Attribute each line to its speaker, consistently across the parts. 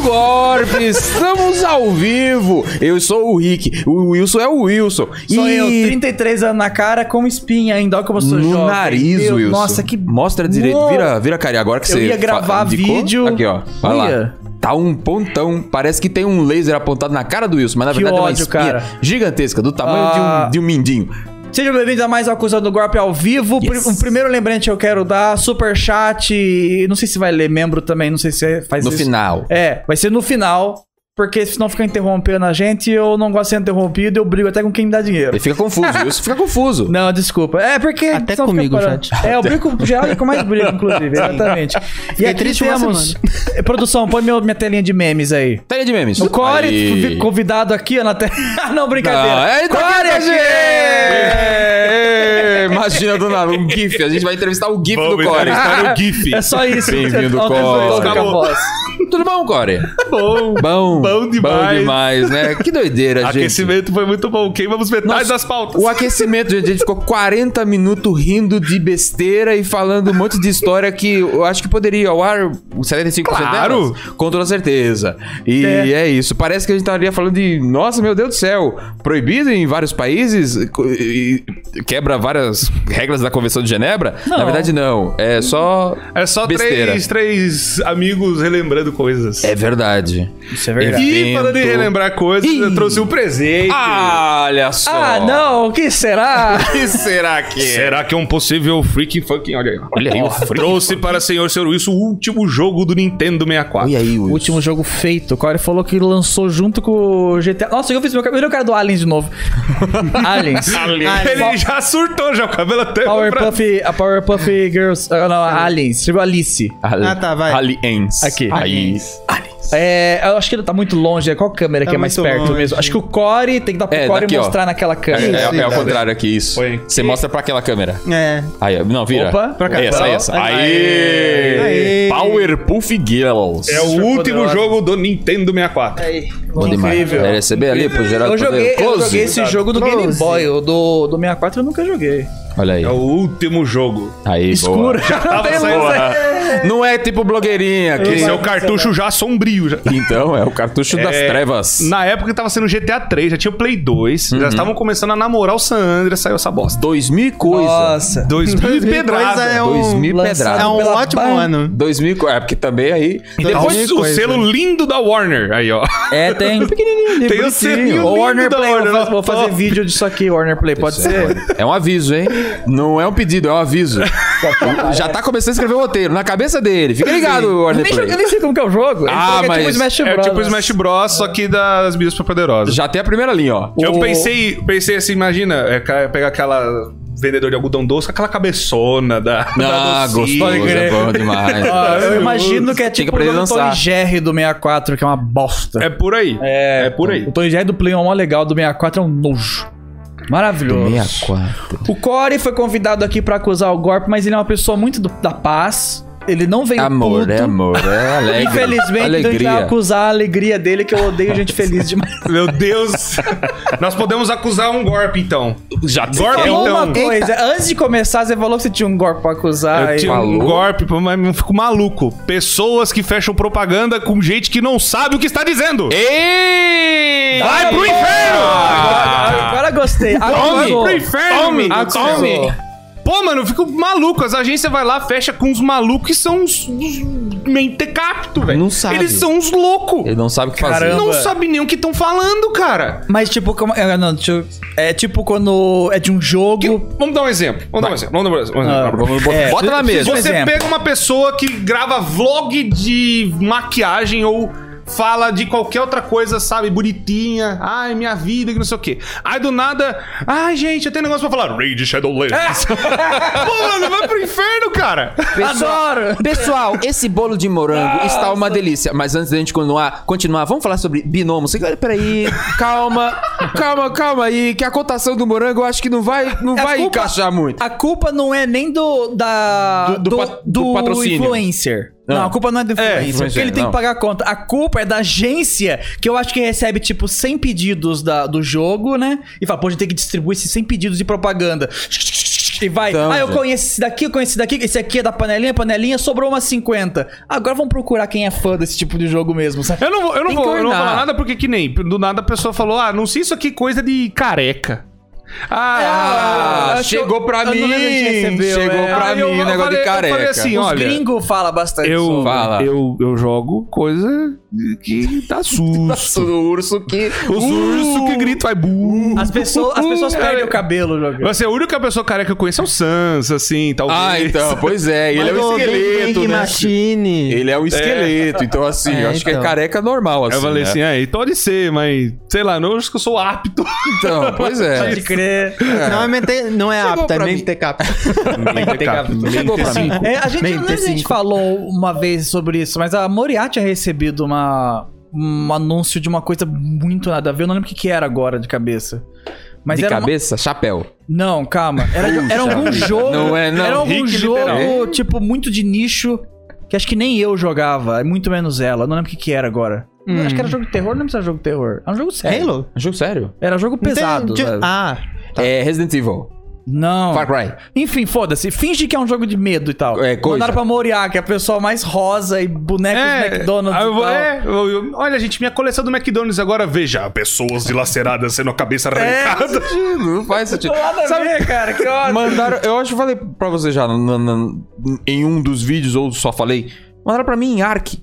Speaker 1: golpe, estamos ao vivo. Eu sou o Rick, o Wilson é o Wilson.
Speaker 2: Sou
Speaker 1: e
Speaker 2: eu, 33 anos na cara, como espinha ainda, olha como eu sou
Speaker 1: no
Speaker 2: jovem.
Speaker 1: nariz,
Speaker 2: Meu,
Speaker 1: Wilson.
Speaker 2: Nossa, que...
Speaker 1: Mostra direito,
Speaker 2: Nossa.
Speaker 1: vira, vira carinha agora que
Speaker 2: Eu
Speaker 1: você
Speaker 2: ia
Speaker 1: fa-
Speaker 2: gravar
Speaker 1: indicou.
Speaker 2: vídeo.
Speaker 1: Aqui, ó. Vai lá.
Speaker 2: Olha.
Speaker 1: Tá um pontão, parece que tem um laser apontado na cara do Wilson, mas na
Speaker 2: Que
Speaker 1: verdade é uma
Speaker 2: ódio,
Speaker 1: espinha
Speaker 2: cara.
Speaker 1: gigantesca, do tamanho de um- de,
Speaker 2: Ah.
Speaker 1: um, mindinho.
Speaker 2: Sejam bem-vindos a mais Acusado do Golpe ao vivo.
Speaker 1: Yes.
Speaker 2: Pri- Um primeiro lembrante que eu quero dar, super chat, e não sei se vai ler membro também, não sei se faz
Speaker 1: No
Speaker 2: isso.
Speaker 1: final.
Speaker 2: É, vai ser no final, porque senão fica interrompendo a gente, eu não gosto de ser interrompido, eu brigo até com quem me dá dinheiro.
Speaker 1: Ele fica confuso, Wilson fica confuso.
Speaker 2: Não, desculpa. É, porque.
Speaker 3: Até
Speaker 2: senão
Speaker 3: comigo,
Speaker 2: fica parando.
Speaker 3: chat.
Speaker 2: É, eu brigo com geral e com mais brigo, inclusive. Exatamente. E aqui
Speaker 3: triste uma
Speaker 2: temos. Produção, põe meu- minha telinha de memes aí.
Speaker 1: Tele de memes.
Speaker 2: O Core,
Speaker 1: Aí.
Speaker 2: fi- convidado aqui ó, na tela. Ah, não, brincadeira.
Speaker 1: Não, é, então
Speaker 2: Core
Speaker 1: tá
Speaker 2: aqui!
Speaker 1: gente! Imagina, dona, um GIF. A gente vai entrevistar o GIF do Core.
Speaker 4: entrevistar o GIF.
Speaker 2: É só isso.
Speaker 1: tá Bem-vindo,
Speaker 2: Ó,
Speaker 1: Core.
Speaker 2: tá bom.
Speaker 1: Tudo bom, Core?
Speaker 4: Bom.
Speaker 1: Bom.
Speaker 4: Bom demais.
Speaker 1: Bom demais, né? Que doideira, gente.
Speaker 4: Aquecimento foi muito bom. Queimamos metade
Speaker 1: Nossa,
Speaker 4: das pautas.
Speaker 1: O aquecimento, gente, a gente ficou 40 minutos rindo de besteira e falando um monte de história que eu acho que poderia ir ao ar 75%
Speaker 4: Claro.
Speaker 1: delas, com toda certeza. E é.
Speaker 2: É.
Speaker 1: isso. Parece que a gente estaria falando de, nossa, meu Deus do céu, proibido em vários países co- e quebra várias regras da Convenção de Genebra. Na verdade, não. É só
Speaker 4: É só
Speaker 1: besteira.
Speaker 4: três, três amigos relembrando coisas.
Speaker 1: É verdade.
Speaker 2: Isso é verdade.
Speaker 4: E falando em
Speaker 1: Evento.
Speaker 4: relembrar coisas,
Speaker 1: Ih.
Speaker 4: eu trouxe um presente.
Speaker 1: Ah, olha só.
Speaker 2: Ah, não, o que será?
Speaker 1: O que será que é?
Speaker 4: Será que é um possível freak fucking? Olha aí. ó.
Speaker 1: Olha aí, o freak
Speaker 4: Trouxe para senhor senhor Wilson o último jogo do Nintendo 64.
Speaker 1: E aí,
Speaker 2: O
Speaker 1: Wilson?
Speaker 2: último jogo feito. O Corey falou que lançou junto com o GTA. Nossa, eu fiz meu cabelo. Olha o cara do Aliens de novo. Aliens. Aliens.
Speaker 4: Ele já surtou, já o cabelo até foi pra-
Speaker 2: Powerpuff, a Powerpuff Girls. ah, Não, a Aliens. Chegou a Alice.
Speaker 1: Ali-
Speaker 3: Ah, tá, vai.
Speaker 1: Aliens.
Speaker 2: Aqui.
Speaker 1: Aliens.
Speaker 2: É, eu acho que ele tá muito longe. né? Qual câmera que é,
Speaker 3: Tá
Speaker 2: mais
Speaker 3: muito
Speaker 2: perto
Speaker 3: longe.
Speaker 2: mesmo? Acho que o Core tem que dar pro
Speaker 1: É,
Speaker 2: Core
Speaker 1: daqui, ó.
Speaker 2: mostrar naquela
Speaker 1: É,
Speaker 2: câmera.
Speaker 1: é,
Speaker 3: Isso,
Speaker 1: é ao
Speaker 3: isso.
Speaker 1: contrário aqui, isso.
Speaker 4: Foi.
Speaker 1: Você mostra pra aquela câmera.
Speaker 3: É.
Speaker 1: Aí, ó. não, vira.
Speaker 2: Opa, pra cá.
Speaker 1: Essa, essa. Aê!
Speaker 3: Aê!
Speaker 1: Powerpuff Girls.
Speaker 4: É o
Speaker 2: Super
Speaker 4: último
Speaker 2: poderosa.
Speaker 4: jogo do Nintendo 64.
Speaker 1: Bom demais.
Speaker 2: Incrível.
Speaker 1: Era receber ali pro geral
Speaker 4: Tá
Speaker 2: Eu joguei, eu joguei esse jogo do Game
Speaker 3: Close.
Speaker 2: Boy. O do, do 64 eu nunca joguei.
Speaker 1: Olha aí.
Speaker 4: É o último jogo.
Speaker 1: Aí,
Speaker 2: Escuro.
Speaker 1: boa.
Speaker 2: Não tem luz aí.
Speaker 1: Não é tipo blogueirinha aqui.
Speaker 4: Esse é o cartucho já sombrio. já.
Speaker 1: Então, é o cartucho das
Speaker 4: É,
Speaker 1: trevas.
Speaker 4: Na época tava sendo GTA 3, já tinha o Play 2,
Speaker 1: Uhum.
Speaker 4: já estavam começando a namorar o San Andreas, saiu essa bosta.
Speaker 1: 2000 e coisa.
Speaker 2: Nossa.
Speaker 4: 2000
Speaker 3: 2000
Speaker 4: pedrada.
Speaker 3: coisa é um-
Speaker 1: 2000
Speaker 2: lançado
Speaker 3: É
Speaker 1: pedrada.
Speaker 3: um
Speaker 2: pela
Speaker 3: ótimo
Speaker 2: ban-
Speaker 3: ano.
Speaker 1: 2000 co- É, porque também aí...
Speaker 2: Tá
Speaker 4: E depois
Speaker 3: Alguma
Speaker 4: o
Speaker 3: coisa.
Speaker 4: selo lindo da Warner. Aí, ó.
Speaker 2: É, tem. Pequenininho,
Speaker 4: Tem o
Speaker 2: bonitinho.
Speaker 4: selinho
Speaker 2: Ô,
Speaker 4: lindo
Speaker 2: Warner
Speaker 4: da
Speaker 2: Play,
Speaker 4: Warner,
Speaker 2: eu faço- vou
Speaker 4: top.
Speaker 2: fazer vídeo disso aqui, Warner Play, pode ser?
Speaker 1: É um aviso, hein? Não é um pedido, é um aviso. Já tá começando a escrever o roteiro na cabeça dele. Fica ligado,
Speaker 2: Eu
Speaker 1: Warner
Speaker 2: nem,
Speaker 1: Play.
Speaker 2: joguei- eu nem sei como que é o jogo. Ele
Speaker 1: Ah,
Speaker 2: falou que
Speaker 1: mas
Speaker 2: é tipo Smash
Speaker 4: É
Speaker 2: Bros.
Speaker 4: tipo Smash Bros, só que das minhas poderosas.
Speaker 1: Já tem a primeira linha, ó.
Speaker 4: Eu
Speaker 2: O-
Speaker 4: pensei, pensei assim, imagina, é, ca- pegar aquela vendedor de algodão doce, com aquela cabeçona da. da
Speaker 1: Ah,
Speaker 4: docinho.
Speaker 1: gostoso, é bom demais.
Speaker 2: Ó, eu imagino que é
Speaker 1: Tinha que
Speaker 2: tipo
Speaker 1: aprender a
Speaker 2: o
Speaker 1: dançar.
Speaker 2: Tony Jerry do 64, que é uma bosta.
Speaker 4: É por aí. É por aí.
Speaker 2: O Tony Jerry do Play é um mó legal, do 64 é um nojo. Maravilhoso.
Speaker 1: 64.
Speaker 2: O Corey foi convidado aqui pra acusar o golpe, mas ele é uma pessoa muito do- da paz. Ele não veio
Speaker 1: Amor,
Speaker 4: né?
Speaker 2: puto.
Speaker 1: é amor, é alegre.
Speaker 2: Infelizmente, então a gente vai
Speaker 1: alegria.
Speaker 2: acusar a alegria dele, que eu odeio gente feliz demais.
Speaker 4: Meu Deus. Nós podemos acusar um golpe, então.
Speaker 1: Já
Speaker 4: Gorp,
Speaker 1: é
Speaker 4: então.
Speaker 2: Uma coisa, antes de começar, você falou que você tinha um golpe pra acusar.
Speaker 4: Eu
Speaker 2: e-
Speaker 4: tive um
Speaker 1: Falou.
Speaker 4: golpe, mas eu fico maluco. Pessoas que fecham propaganda com gente que não sabe o que está dizendo.
Speaker 1: Ei!
Speaker 4: Vai pro
Speaker 2: Agora,
Speaker 4: inferno!
Speaker 2: agora gostei.
Speaker 4: Tome!
Speaker 2: Acusou.
Speaker 4: Ah. Pro inferno!
Speaker 1: Tome!
Speaker 4: menino,
Speaker 1: Acusou.
Speaker 4: tome! Pô, mano, eu fico maluco. As agências vai lá, fecha com uns malucos que são uns, uns mentecapto, velho.
Speaker 1: Não sabe.
Speaker 4: Eles são uns loucos.
Speaker 1: Ele não sabe o que fazer.
Speaker 2: Caramba.
Speaker 4: Não sabe nem o que estão falando, cara.
Speaker 2: Mas tipo, como. é, Não, deixa eu- É tipo quando é de um jogo.
Speaker 4: Que- Vamos dar um exemplo. Vamos dar um exemplo. Vamos dar um exemplo. Vamos dar um
Speaker 2: Ah,
Speaker 4: exemplo.
Speaker 1: Vamos botar-
Speaker 2: É,
Speaker 1: Bota na mesa.
Speaker 2: Por
Speaker 4: Você
Speaker 2: exemplo.
Speaker 4: pega uma pessoa que grava vlog de maquiagem ou fala de qualquer outra coisa, sabe, bonitinha. Ai, minha vida, que não sei o quê. Aí do nada, ai, gente, eu tenho um negócio pra falar. Raid Shadowlands.
Speaker 1: É.
Speaker 4: Pô, mano, vai pro inferno, cara.
Speaker 2: Adoro!
Speaker 1: Pessoal, esse bolo de morango está uma delícia. Mas antes da gente continuar, continuar vamos falar sobre binomos. Peraí, calma, calma, calma aí, que a cotação do morango eu acho que não vai, não
Speaker 2: A
Speaker 1: vai
Speaker 2: culpa-
Speaker 1: encaixar muito.
Speaker 2: A culpa não é nem do. Da,
Speaker 1: Do- do pa- do patrocínio. Ah.
Speaker 2: influencer. Não. a culpa não é do influencer. porque
Speaker 1: influencer,
Speaker 2: ele tem
Speaker 1: não.
Speaker 2: que pagar a conta. A culpa é da agência que eu acho que recebe, tipo, 100 pedidos da, do jogo, né? E fala, pô, a gente tem que distribuir esses 100 pedidos de propaganda. E vai.
Speaker 1: Então,
Speaker 2: ah, eu
Speaker 1: gente.
Speaker 2: conheço esse daqui, eu conheço esse daqui, esse aqui é da panelinha, panelinha, sobrou umas 50. Agora vamos procurar quem é fã desse tipo de jogo mesmo, sabe?
Speaker 4: Eu não vou, eu não
Speaker 1: Tem que
Speaker 4: vou, eu não vou
Speaker 1: ornar.
Speaker 4: falar nada porque que nem. Do nada a pessoa falou, ah, não sei isso aqui, coisa de careca.
Speaker 1: Ah,
Speaker 2: Ah,
Speaker 1: chegou
Speaker 2: acho-
Speaker 1: pra
Speaker 2: eu não
Speaker 1: mim.
Speaker 2: lembro quem recebeu,
Speaker 1: chegou
Speaker 2: é.
Speaker 1: pra
Speaker 4: Aí
Speaker 1: mim
Speaker 4: eu-
Speaker 1: o
Speaker 4: eu
Speaker 1: negócio
Speaker 4: falei-
Speaker 1: de
Speaker 4: eu falei
Speaker 1: careca.
Speaker 4: assim,
Speaker 2: Os
Speaker 4: Olha,
Speaker 2: gringos falam bastante
Speaker 4: ah, Eu,
Speaker 2: sobre.
Speaker 1: Fala.
Speaker 4: eu, eu jogo coisa que dá susto.
Speaker 1: O urso que.
Speaker 4: Os ursos
Speaker 1: Uh,
Speaker 4: que gritam, vai burro.
Speaker 2: As pessoas, as pessoas
Speaker 4: Cara,
Speaker 2: perdem o cabelo jogando.
Speaker 4: Você, é a única pessoa careca que eu conheço é o Sans, assim, talvez.
Speaker 1: Ah, então, pois é. Ele é um
Speaker 3: Mas o Bang
Speaker 1: esqueleto,
Speaker 3: Bang
Speaker 1: né?
Speaker 3: Machine.
Speaker 1: Ele é um esqueleto, então assim,
Speaker 3: É,
Speaker 1: eu acho que é
Speaker 3: então.
Speaker 1: careca normal, assim.
Speaker 4: eu falei
Speaker 1: né?
Speaker 4: assim, aí pode ser, mas sei lá, não acho que eu sou apto.
Speaker 1: Então, pois
Speaker 2: Pode
Speaker 1: é.
Speaker 2: crer.
Speaker 3: Não é, mente... não é apto, é
Speaker 1: pra mim.
Speaker 3: mentecap.
Speaker 1: Chegou pra mim.
Speaker 2: É, a gente, eu não lembro se a gente
Speaker 3: 95.
Speaker 2: falou uma vez sobre isso, mas a Moriarty tinha recebido uma, um anúncio de uma coisa muito nada a ver. Eu não lembro o que, que era agora de cabeça. Mas
Speaker 1: de
Speaker 2: era uma-
Speaker 1: cabeça, chapéu.
Speaker 2: Não, calma. Era, era algum jogo.
Speaker 1: Não é, não.
Speaker 2: Era algum
Speaker 4: Rick,
Speaker 2: jogo,
Speaker 4: literal.
Speaker 2: tipo, muito de nicho. Que acho que nem eu jogava, é muito menos ela. Eu não lembro o que, que era agora. Acho que era jogo de terror, não lembro se era jogo de terror. Era um jogo
Speaker 4: É.
Speaker 2: sério.
Speaker 3: Hum. Halo?
Speaker 1: Jogo sério?
Speaker 2: Era jogo
Speaker 3: Não tem-
Speaker 2: pesado.
Speaker 3: de-
Speaker 2: sabe?
Speaker 3: Ah,
Speaker 1: É Resident Evil.
Speaker 2: Não.
Speaker 1: Far Cry.
Speaker 2: Enfim, foda-se. Finge que é um jogo de medo e tal.
Speaker 1: É, coisa.
Speaker 2: Mandaram pra Moriá, que é a pessoa mais rosa e boneco de McDonald's
Speaker 4: É, aí
Speaker 2: e
Speaker 4: eu vou-
Speaker 2: tal.
Speaker 4: é, eu- eu- olha, gente, minha coleção do McDonald's agora, veja, pessoas dilaceradas sendo a cabeça
Speaker 1: É.
Speaker 4: arrancada.
Speaker 1: Não faz sentido.
Speaker 2: Nada a
Speaker 1: Sabe-
Speaker 2: ver, cara. Que ódio.
Speaker 1: Mandaram, eu acho que eu falei pra você já na- na- em um dos vídeos, ou só falei. Mandaram pra mim em Ark.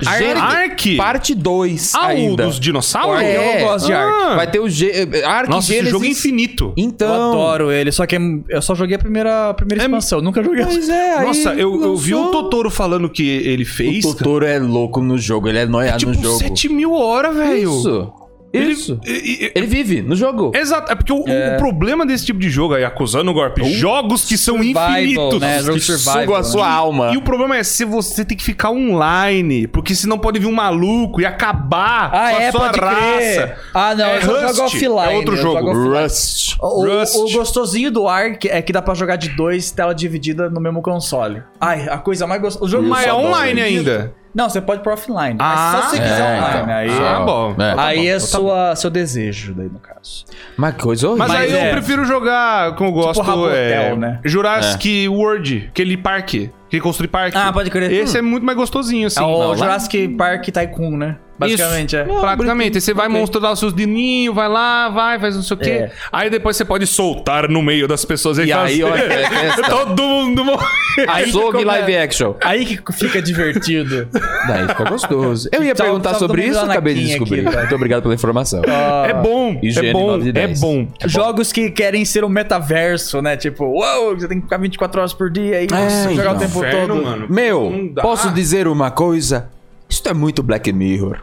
Speaker 1: Gente,
Speaker 4: Ark?
Speaker 1: Parte 2
Speaker 4: Ah, o
Speaker 1: ainda.
Speaker 4: dos dinossauros?
Speaker 1: Ark,
Speaker 2: eu
Speaker 1: é.
Speaker 2: gosto de Ark.
Speaker 4: Ah.
Speaker 1: Vai ter o G... eh, Ark
Speaker 4: Nossa, esse
Speaker 1: Genesis.
Speaker 4: jogo é infinito.
Speaker 1: Então...
Speaker 2: Eu adoro ele, só que é eu só joguei a primeira, a primeira
Speaker 4: É-
Speaker 2: expansão. Nunca joguei a
Speaker 1: Pois é, aí
Speaker 4: Nossa, eu, eu vi o
Speaker 1: lançou.
Speaker 4: Totoro falando que ele
Speaker 1: O
Speaker 4: fez. cara.
Speaker 1: Totoro é louco no jogo, ele é noiado
Speaker 4: tipo,
Speaker 1: no jogo.
Speaker 4: 7 mil horas, velho.
Speaker 1: Isso.
Speaker 4: Ele-
Speaker 1: Isso.
Speaker 4: e- e-
Speaker 1: Ele vive no
Speaker 2: Tipo,
Speaker 1: jogo.
Speaker 4: Exato, é porque o, o problema desse tipo de jogo, aí acusando o golpe, jogos que são
Speaker 2: survival,
Speaker 4: infinitos.
Speaker 2: né? Jogo
Speaker 4: que
Speaker 2: survival,
Speaker 4: sugam a
Speaker 2: né?
Speaker 4: sua
Speaker 1: alma.
Speaker 4: E o problema é se você tem que ficar online, porque senão pode vir um maluco e acabar
Speaker 2: Ah,
Speaker 4: com a
Speaker 2: é,
Speaker 4: sua
Speaker 2: pode
Speaker 4: raça.
Speaker 2: crer. Ah, não,
Speaker 4: É
Speaker 2: eu jogo
Speaker 4: Rust,
Speaker 2: offline.
Speaker 4: é outro
Speaker 2: eu
Speaker 4: jogo.
Speaker 2: jogo offline.
Speaker 1: Rust.
Speaker 2: O,
Speaker 4: Rust.
Speaker 2: o gostosinho do Ark é que dá pra jogar de dois, tela dividida no mesmo console. Ai, a coisa mais gostosa. O jogo mais
Speaker 4: Mas é online ainda.
Speaker 2: Não, você pode pro offline. mas
Speaker 4: Ah,
Speaker 2: só se
Speaker 4: é,
Speaker 2: quiser online.
Speaker 1: então.
Speaker 2: Aí,
Speaker 1: Só.
Speaker 4: Ah, bom.
Speaker 1: É.
Speaker 4: Tá
Speaker 2: aí
Speaker 4: bom.
Speaker 2: é sua, seu desejo, daí no caso.
Speaker 1: Mas coisa horrível.
Speaker 4: Mas, aí
Speaker 2: Mas é. Tipo
Speaker 4: eu prefiro jogar como eu gosto. é,
Speaker 2: Rabotel, né?
Speaker 4: Jurassic World, aquele parque. Que construir parque.
Speaker 2: Ah, pode crer.
Speaker 4: Esse é muito mais gostosinho, assim.
Speaker 2: é o
Speaker 4: Não, lá-
Speaker 2: Jurassic Park Tycoon, né? Basicamente, é.
Speaker 4: Praticamente, você vai monstrar os seus dininhos, vai lá, vai, faz não sei o quê.
Speaker 2: É.
Speaker 4: Aí depois você pode soltar no meio das pessoas
Speaker 1: E aí, olha, é festa.
Speaker 4: Todo mundo morre.
Speaker 1: Açougue
Speaker 2: como é-
Speaker 1: live action.
Speaker 2: Aí que fica divertido.
Speaker 1: Daí fica gostoso. Eu ia
Speaker 2: Tava-
Speaker 1: perguntar
Speaker 2: tava
Speaker 1: sobre
Speaker 2: todo mundo
Speaker 1: isso,
Speaker 2: lá
Speaker 1: acabei de
Speaker 2: na quinha
Speaker 1: descobrir.
Speaker 2: aqui, velho.
Speaker 1: Muito obrigado pela informação.
Speaker 4: É bom, é
Speaker 1: IGN
Speaker 4: bom,
Speaker 1: 9 de
Speaker 4: é
Speaker 1: 10.
Speaker 4: bom.
Speaker 2: Jogos que querem ser um metaverso, né? Tipo, uou, você tem que ficar 24 horas por dia e nossa, jogar
Speaker 1: então.
Speaker 2: o tempo
Speaker 4: Inferno,
Speaker 2: todo.
Speaker 4: mano.
Speaker 1: Meu,
Speaker 4: Não dá.
Speaker 1: posso dizer uma coisa? Isto é muito Black Mirror.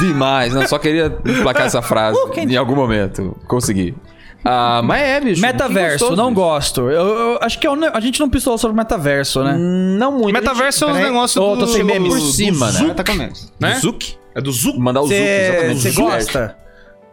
Speaker 1: Demais, não, só queria placar essa frase em algum momento. Consegui. Ah, mas é, bicho.
Speaker 2: Metaverso,
Speaker 1: que gostoso
Speaker 2: não gosto. Eu, eu acho que é um- a gente não pisou sobre metaverso, né?
Speaker 1: disso. Hum, Não muito.
Speaker 4: Metaverso é os
Speaker 3: Peraí.
Speaker 4: negócios
Speaker 2: Ô, tô sem memes.
Speaker 1: Por cima, né?
Speaker 3: tá
Speaker 4: Zuc, né?
Speaker 1: Zuc?
Speaker 4: É do Zuc?
Speaker 1: Mandar o Zuc, exatamente.
Speaker 2: Você
Speaker 1: Zuc.
Speaker 2: gosta?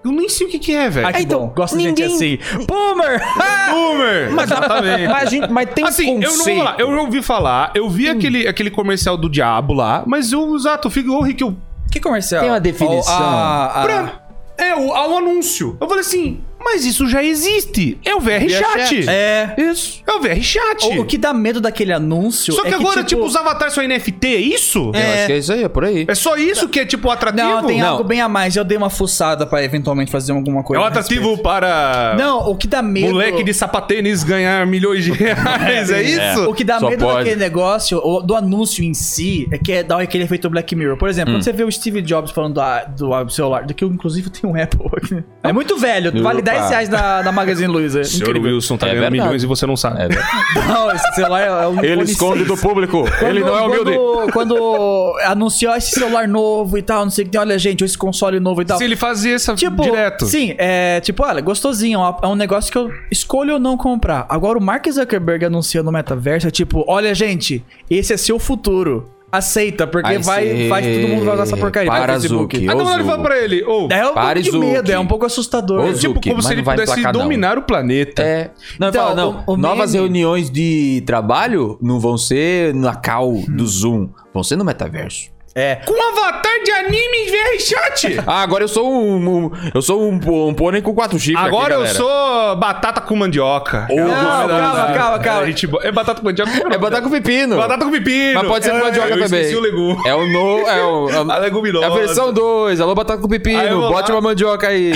Speaker 4: Eu nem sei o que que é, velho. É
Speaker 2: Ah, que
Speaker 1: então,
Speaker 2: bom. Gosto de
Speaker 1: ninguém-
Speaker 2: gente assim. Boomer!
Speaker 4: Boomer! Exatamente.
Speaker 1: Mas, a gente, mas tem
Speaker 4: Assim, eu não vou falar. Eu já ouvi falar, eu vi aquele, aquele comercial do Diabo lá, mas eu, exato, fico, ô, Rick, eu
Speaker 2: que comercial?
Speaker 1: Tem uma definição.
Speaker 2: Oh, a- a-
Speaker 4: Pra- É, o, ao anúncio. Eu falei assim, mas isso já existe. É o VR Chat. É,
Speaker 2: É.
Speaker 1: Isso.
Speaker 4: o VR Chat.
Speaker 2: O, o que dá medo daquele anúncio
Speaker 4: Só que
Speaker 2: é
Speaker 4: agora, tipo, os avatares são NFT, é isso?
Speaker 1: Eu acho que é isso aí, é por aí.
Speaker 4: É só isso que é, tipo, atrativo?
Speaker 2: Não, tem
Speaker 1: Não.
Speaker 2: algo bem a mais. Eu dei uma fuçada pra eventualmente fazer alguma
Speaker 4: É
Speaker 2: coisa.
Speaker 4: um
Speaker 2: a
Speaker 4: atrativo
Speaker 2: respeito.
Speaker 4: para
Speaker 2: Não, o que dá medo...
Speaker 4: moleque de sapatênis ganhar milhões de reais, é isso?
Speaker 2: O que dá
Speaker 1: Só
Speaker 2: medo
Speaker 1: pode.
Speaker 2: daquele negócio, ou do anúncio em si, é que é dá aquele efeito Black Mirror. Por
Speaker 1: Hum.
Speaker 2: exemplo, quando você vê o Steve Jobs falando da- do, celular, do que eu inclusive tenho um Apple aqui. É muito velho, vale
Speaker 1: Opa.
Speaker 2: 10 reais da, da Magazine Luiza. Incrível.
Speaker 4: Wilson
Speaker 1: É verdade.
Speaker 4: e você não sabe.
Speaker 2: É Não, esse celular é um
Speaker 1: Ele
Speaker 2: iPhone
Speaker 1: esconde
Speaker 2: 6.
Speaker 1: do público. Ele não é humilde.
Speaker 2: Quando, quando anunciou esse celular novo e tal, não sei o que tem, olha gente, esse console novo e tal.
Speaker 4: Se ele fazia isso
Speaker 2: Tipo,
Speaker 4: direto.
Speaker 2: sim, é tipo, olha, gostosinho, é um- é um negócio que eu escolho ou não comprar. Agora o Mark Zuckerberg anuncia no metaverso, é tipo, olha gente, esse é seu futuro. Aceita, porque
Speaker 1: Ai,
Speaker 2: vai,
Speaker 1: sim.
Speaker 2: vai, todo mundo vai usar essa porcaria
Speaker 1: Para,
Speaker 2: no Facebook.
Speaker 1: Zuck.
Speaker 4: Aí não, ele fala pra ele, ô,
Speaker 2: É um
Speaker 1: Pare,
Speaker 2: pouco de medo,
Speaker 1: Zuck.
Speaker 2: é um pouco assustador.
Speaker 1: Ô, Zuck.
Speaker 4: tipo, como
Speaker 1: mas
Speaker 4: se ele
Speaker 1: não vai
Speaker 4: pudesse
Speaker 1: emplacar, não.
Speaker 4: dominar o planeta.
Speaker 1: É. Não, ele
Speaker 2: Então,
Speaker 1: fala, não.
Speaker 2: o- o
Speaker 1: novas
Speaker 2: meme- Hum.
Speaker 1: reuniões de trabalho não vão ser na cal do Zoom, vão ser no metaverso.
Speaker 2: É.
Speaker 4: Com avatar de anime em VR chat.
Speaker 1: Ah, agora eu sou um. um- eu sou um, pô- um pônei com quatro chifres. aqui,
Speaker 4: Agora eu
Speaker 1: galera.
Speaker 4: sou batata com mandioca.
Speaker 1: Ou-
Speaker 4: Cara,
Speaker 2: Não, calma, calma,
Speaker 4: cara,
Speaker 2: calma.
Speaker 4: gente boa. É batata com mandioca?
Speaker 1: É batata com pepino.
Speaker 4: Batata com pepino.
Speaker 1: Mas pode ser com
Speaker 4: É,
Speaker 1: mandioca
Speaker 4: eu
Speaker 1: também.
Speaker 4: esqueci o legume.
Speaker 1: É o no. É o, é o-
Speaker 4: A leguminosa.
Speaker 1: É a versão 2. Alô, batata com
Speaker 4: Aí eu
Speaker 1: pepino.
Speaker 4: vou
Speaker 1: Bote
Speaker 4: lá.
Speaker 1: uma mandioca aí.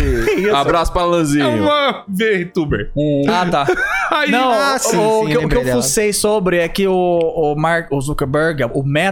Speaker 1: Abraço pra
Speaker 4: É
Speaker 1: Lanzinho.
Speaker 4: uma VTuber.
Speaker 2: Ah, tá.
Speaker 4: Aí,
Speaker 2: Não,
Speaker 3: Ah,
Speaker 2: o-
Speaker 3: sim,
Speaker 2: o, que, eu- o
Speaker 3: sim,
Speaker 2: que eu
Speaker 3: lembrei dela.
Speaker 2: fucei sobre é que o, o Mark o Zuckerberg, o Meta,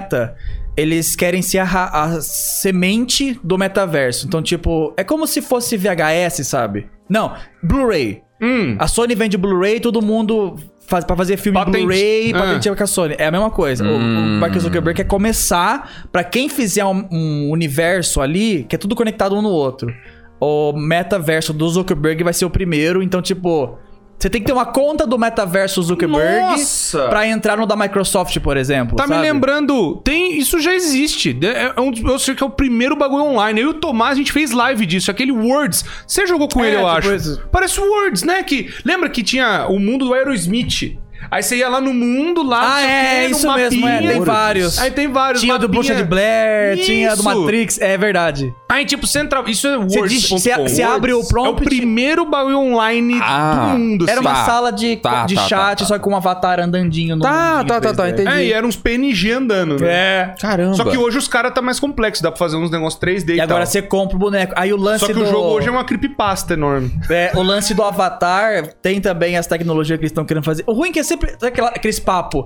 Speaker 2: eles querem ser a, ra- a semente do metaverso. Então, tipo, é como se fosse VHS, sabe? Não, Blu-ray.
Speaker 4: Hum.
Speaker 2: A Sony vende Blu-ray, todo mundo faz para fazer filme em
Speaker 4: Patente.
Speaker 2: Blu-ray,
Speaker 4: Ah. Hum.
Speaker 2: patenteia com a Sony. É a mesma coisa. O- O, Mark Zuckerberg quer começar pra quem fizer um, um universo ali, que é tudo conectado um no outro. O metaverso do Zuckerberg vai ser o primeiro, então tipo, você tem que ter uma conta do metaverso Zuckerberg
Speaker 4: Nossa!
Speaker 2: pra entrar no da Microsoft, por exemplo.
Speaker 4: Tá me
Speaker 2: sabe?
Speaker 4: lembrando, tem, isso já existe. né? É, é um, dos- eu sei que é o primeiro bagulho online. Eu e o Tomás, a gente fez live disso, aquele Words. Você jogou com
Speaker 2: É,
Speaker 4: ele, eu
Speaker 2: tipo
Speaker 4: acho.
Speaker 2: isso.
Speaker 4: Parece o Words, né? Que, lembra que tinha o mundo do Aerosmith? Aí você ia lá no mundo, lá... não
Speaker 2: Ah,
Speaker 4: sei
Speaker 2: é,
Speaker 4: o quê, no
Speaker 2: isso mesmo, é,
Speaker 4: mapinha.
Speaker 2: tem vários.
Speaker 4: Aí tem vários.
Speaker 2: Tinha do
Speaker 4: mapinha.
Speaker 2: Bruxa de Blair, tinha do
Speaker 4: Isso.
Speaker 2: Matrix, é verdade.
Speaker 4: Aí, tipo, você entra... Isso é Words.
Speaker 2: diz- você- você abre o
Speaker 4: É o
Speaker 2: prompt-
Speaker 4: primeiro bagulho online
Speaker 1: Ah,
Speaker 4: do mundo.
Speaker 2: Era
Speaker 4: assim.
Speaker 2: uma
Speaker 1: Tá,
Speaker 2: sala de,
Speaker 1: tá,
Speaker 2: de
Speaker 1: tá, tá,
Speaker 2: chat,
Speaker 1: tá.
Speaker 2: só que com um avatar andandinho no
Speaker 1: Tá,
Speaker 2: mundinho
Speaker 1: tá, tá, tá,
Speaker 2: 3D.
Speaker 1: entendi.
Speaker 4: É, e era uns PNG andando. né?
Speaker 2: É.
Speaker 1: Caramba.
Speaker 4: Só que hoje os caras tá mais complexo, dá pra fazer uns negócios 3D e,
Speaker 2: E agora
Speaker 4: tal.
Speaker 1: Então.
Speaker 2: você compra o boneco. Aí o lance
Speaker 4: Só que
Speaker 2: do.
Speaker 4: o jogo hoje é uma creepypasta enorme.
Speaker 2: é, o lance do Avatar tem também as tecnologias que eles estão querendo fazer. O ruim é que é sempre aquela- aqueles papo.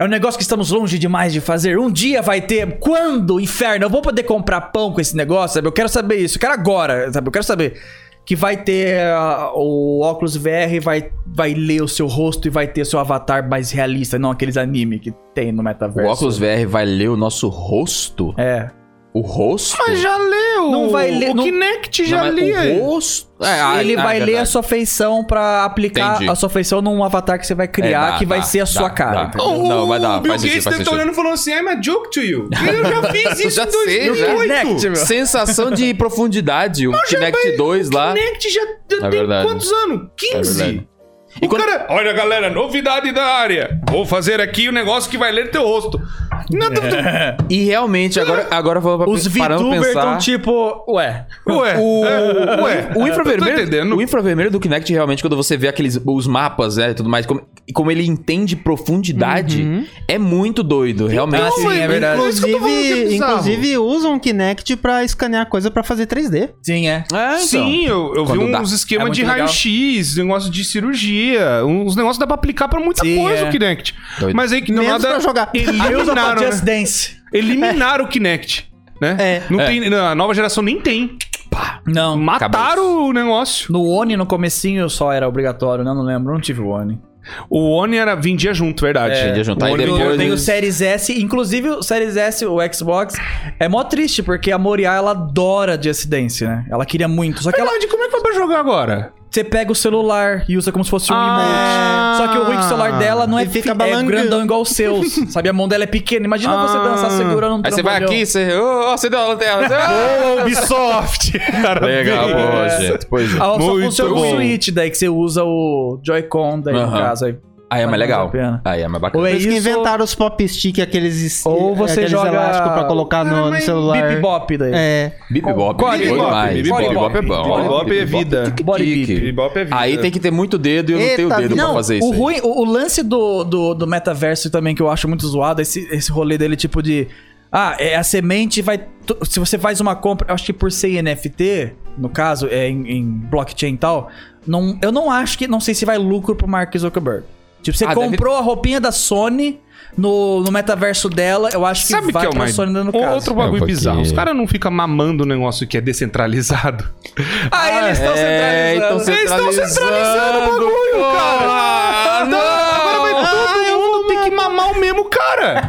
Speaker 2: É um negócio que estamos longe demais de fazer. Um dia vai ter. Quando, inferno? Eu vou poder comprar pão com esse negócio, sabe? Eu quero saber isso. Eu quero agora, sabe? Eu quero saber. Que vai ter ah, o óculos VR, vai, vai ler o seu rosto e vai ter seu avatar mais realista, não aqueles anime que tem no
Speaker 1: O
Speaker 2: metaverso.
Speaker 1: óculos VR vai ler o nosso rosto?
Speaker 2: É.
Speaker 1: O rosto?
Speaker 4: Mas Ah, já leu!
Speaker 2: Não vai ler,
Speaker 4: O
Speaker 2: não-
Speaker 4: Kinect já
Speaker 1: Não, mas
Speaker 4: lia.
Speaker 1: O rosto? É, ah,
Speaker 2: ele
Speaker 1: ah,
Speaker 2: vai
Speaker 1: é
Speaker 2: ler a
Speaker 1: verdade.
Speaker 2: sua feição pra aplicar
Speaker 1: Entendi.
Speaker 2: a sua feição num avatar que você vai criar,
Speaker 1: É, dá,
Speaker 2: que vai
Speaker 1: dá,
Speaker 2: ser a
Speaker 1: dá,
Speaker 2: sua cara.
Speaker 1: dá.
Speaker 2: entendeu?
Speaker 1: Não, vai dar,
Speaker 4: O Bill
Speaker 1: faz sentido, faz
Speaker 4: Gates deve estar
Speaker 1: sentido.
Speaker 4: olhando e falou assim, I'm a joke to you. Eu já fiz isso
Speaker 1: Já
Speaker 4: em
Speaker 1: sei, já.
Speaker 4: 2008.
Speaker 2: Kinect, meu.
Speaker 1: Sensação de profundidade. O Kinect 2 lá.
Speaker 4: Kinect já, já
Speaker 1: É
Speaker 4: tem
Speaker 1: verdade.
Speaker 4: quantos anos? 15?
Speaker 1: verdade.
Speaker 4: o cara, olha galera, novidade da área. Vou fazer aqui o negócio que vai ler teu rosto. Nada
Speaker 1: E realmente, agora, agora falando pra
Speaker 2: Os
Speaker 1: parando pra
Speaker 2: VTubers estão tipo, ué.
Speaker 4: Ué,
Speaker 1: O,
Speaker 4: é,
Speaker 1: o
Speaker 4: eu Tô
Speaker 1: infravermelho,
Speaker 4: entendendo.
Speaker 1: o infravermelho do Kinect realmente quando você vê aqueles os mapas, né, e tudo mais, como, como ele entende profundidade, é muito doido, realmente.
Speaker 2: Ah, sim, Uhum. é verdade.
Speaker 4: Por isso que eu tô falando que é
Speaker 3: Inclusive,
Speaker 4: bizarro.
Speaker 3: inclusive usam o Kinect pra escanear coisa pra fazer 3D.
Speaker 2: Sim, é.
Speaker 1: É, então.
Speaker 4: Sim, eu, eu vi
Speaker 1: Quando dá.
Speaker 4: uns esquemas
Speaker 2: É
Speaker 4: de
Speaker 2: muito legal.
Speaker 4: raio-x, negócio de cirurgia, uns negócios dá pra aplicar pra muita
Speaker 2: Sim,
Speaker 4: coisa
Speaker 2: é.
Speaker 4: o Kinect.
Speaker 1: Doido.
Speaker 4: Mas aí que não
Speaker 3: Menos
Speaker 4: nada
Speaker 3: pra jogar.
Speaker 2: Aí usa pra
Speaker 4: eliminaram,
Speaker 2: Just
Speaker 4: né?
Speaker 2: Dance.
Speaker 4: eliminaram o Kinect, né?
Speaker 3: É.
Speaker 4: Não
Speaker 1: É.
Speaker 4: tem, não, a nova geração nem tem.
Speaker 2: Não.
Speaker 4: Mataram o negócio.
Speaker 2: No Oni, no comecinho, só era obrigatório, né? Não lembro, não tive o Oni.
Speaker 4: O Oni era vendia junto, verdade.
Speaker 1: É. Vendia junto.
Speaker 4: O
Speaker 1: Aí
Speaker 4: Oni-
Speaker 1: depois-
Speaker 2: Eu tenho o
Speaker 1: eles-
Speaker 2: Series S, inclusive o Series S, o Xbox, é mó triste, porque a Moriá, ela adora Just Dance, né? Ela queria muito, só que ela...
Speaker 4: Verdade, como é que vai pra jogar agora?
Speaker 2: Você pega o celular e usa como se fosse um emote.
Speaker 4: Ah.
Speaker 2: Só que o ruim do celular dela não é,
Speaker 3: E fica
Speaker 2: fica é
Speaker 3: balangando.
Speaker 2: grandão igual os seus. Sabe? A mão dela é pequena. Imagina você
Speaker 4: Ah.
Speaker 2: dançar segurando um
Speaker 1: Aí você vai
Speaker 2: trambolhão.
Speaker 1: aqui, você, ô, oh, você deu a lanterna. você-
Speaker 4: Ubisoft, cara.
Speaker 1: Legal, boa,
Speaker 2: É.
Speaker 1: gente. Pois é.
Speaker 2: Ah, só
Speaker 4: Muito
Speaker 2: funciona o
Speaker 4: bom.
Speaker 2: Switch, daí que você usa o Joy-Con, daí no
Speaker 1: Aham.
Speaker 2: caso. Aí.
Speaker 1: Aí é mais
Speaker 2: Vale
Speaker 1: legal.
Speaker 2: a pena.
Speaker 1: Aí é mais
Speaker 2: Ou
Speaker 1: bacana.
Speaker 2: é
Speaker 3: Eles que
Speaker 2: isso,
Speaker 3: inventaram os pop stick, aqueles,
Speaker 2: Ou você
Speaker 3: é aqueles
Speaker 2: joga-
Speaker 3: elásticos pra colocar
Speaker 4: Ah,
Speaker 3: no, no
Speaker 4: mas
Speaker 3: celular.
Speaker 2: Bip Bop daí.
Speaker 3: É.
Speaker 1: Bip Bop,
Speaker 2: Qual é?
Speaker 1: bom demais.
Speaker 4: Bip Bop,
Speaker 1: Bip Bop é
Speaker 2: Bip
Speaker 1: bom.
Speaker 2: Bop.
Speaker 1: Bip Bop
Speaker 4: é vida.
Speaker 2: Body
Speaker 1: Tique.
Speaker 2: Bip.
Speaker 4: Bebop é vida.
Speaker 1: Aí tem que ter muito dedo e eu não
Speaker 3: Eita,
Speaker 1: tenho dedo
Speaker 3: não,
Speaker 1: pra fazer É isso.
Speaker 2: O
Speaker 1: aí.
Speaker 2: ruim, o, o lance do, do, do metaverso também que eu acho muito zoado, esse, esse rolê dele tipo de. Ah, é a semente vai. tu- Se você faz uma compra, eu acho que por ser NFT, no caso, é em, em blockchain e tal, não, eu não acho que. Não sei se vai lucro pro Mark Zuckerberg. Tipo, você
Speaker 1: Ah, deve-
Speaker 2: comprou a roupinha da Sony no, no metaverso dela, eu acho que
Speaker 4: Sabe que
Speaker 2: vai
Speaker 4: é o
Speaker 2: pra
Speaker 4: mais...
Speaker 2: Sony no
Speaker 4: o
Speaker 2: caso.
Speaker 4: outro bagulho
Speaker 1: É, porque-
Speaker 4: bizarro. Os caras não ficam mamando um negócio que é descentralizado.
Speaker 2: Ah, eles estão
Speaker 1: É, então
Speaker 2: centralizando.
Speaker 4: estão centralizando o
Speaker 1: bagulho,
Speaker 4: Ah, não! Agora vai todo mundo ter que mamar o mesmo cara.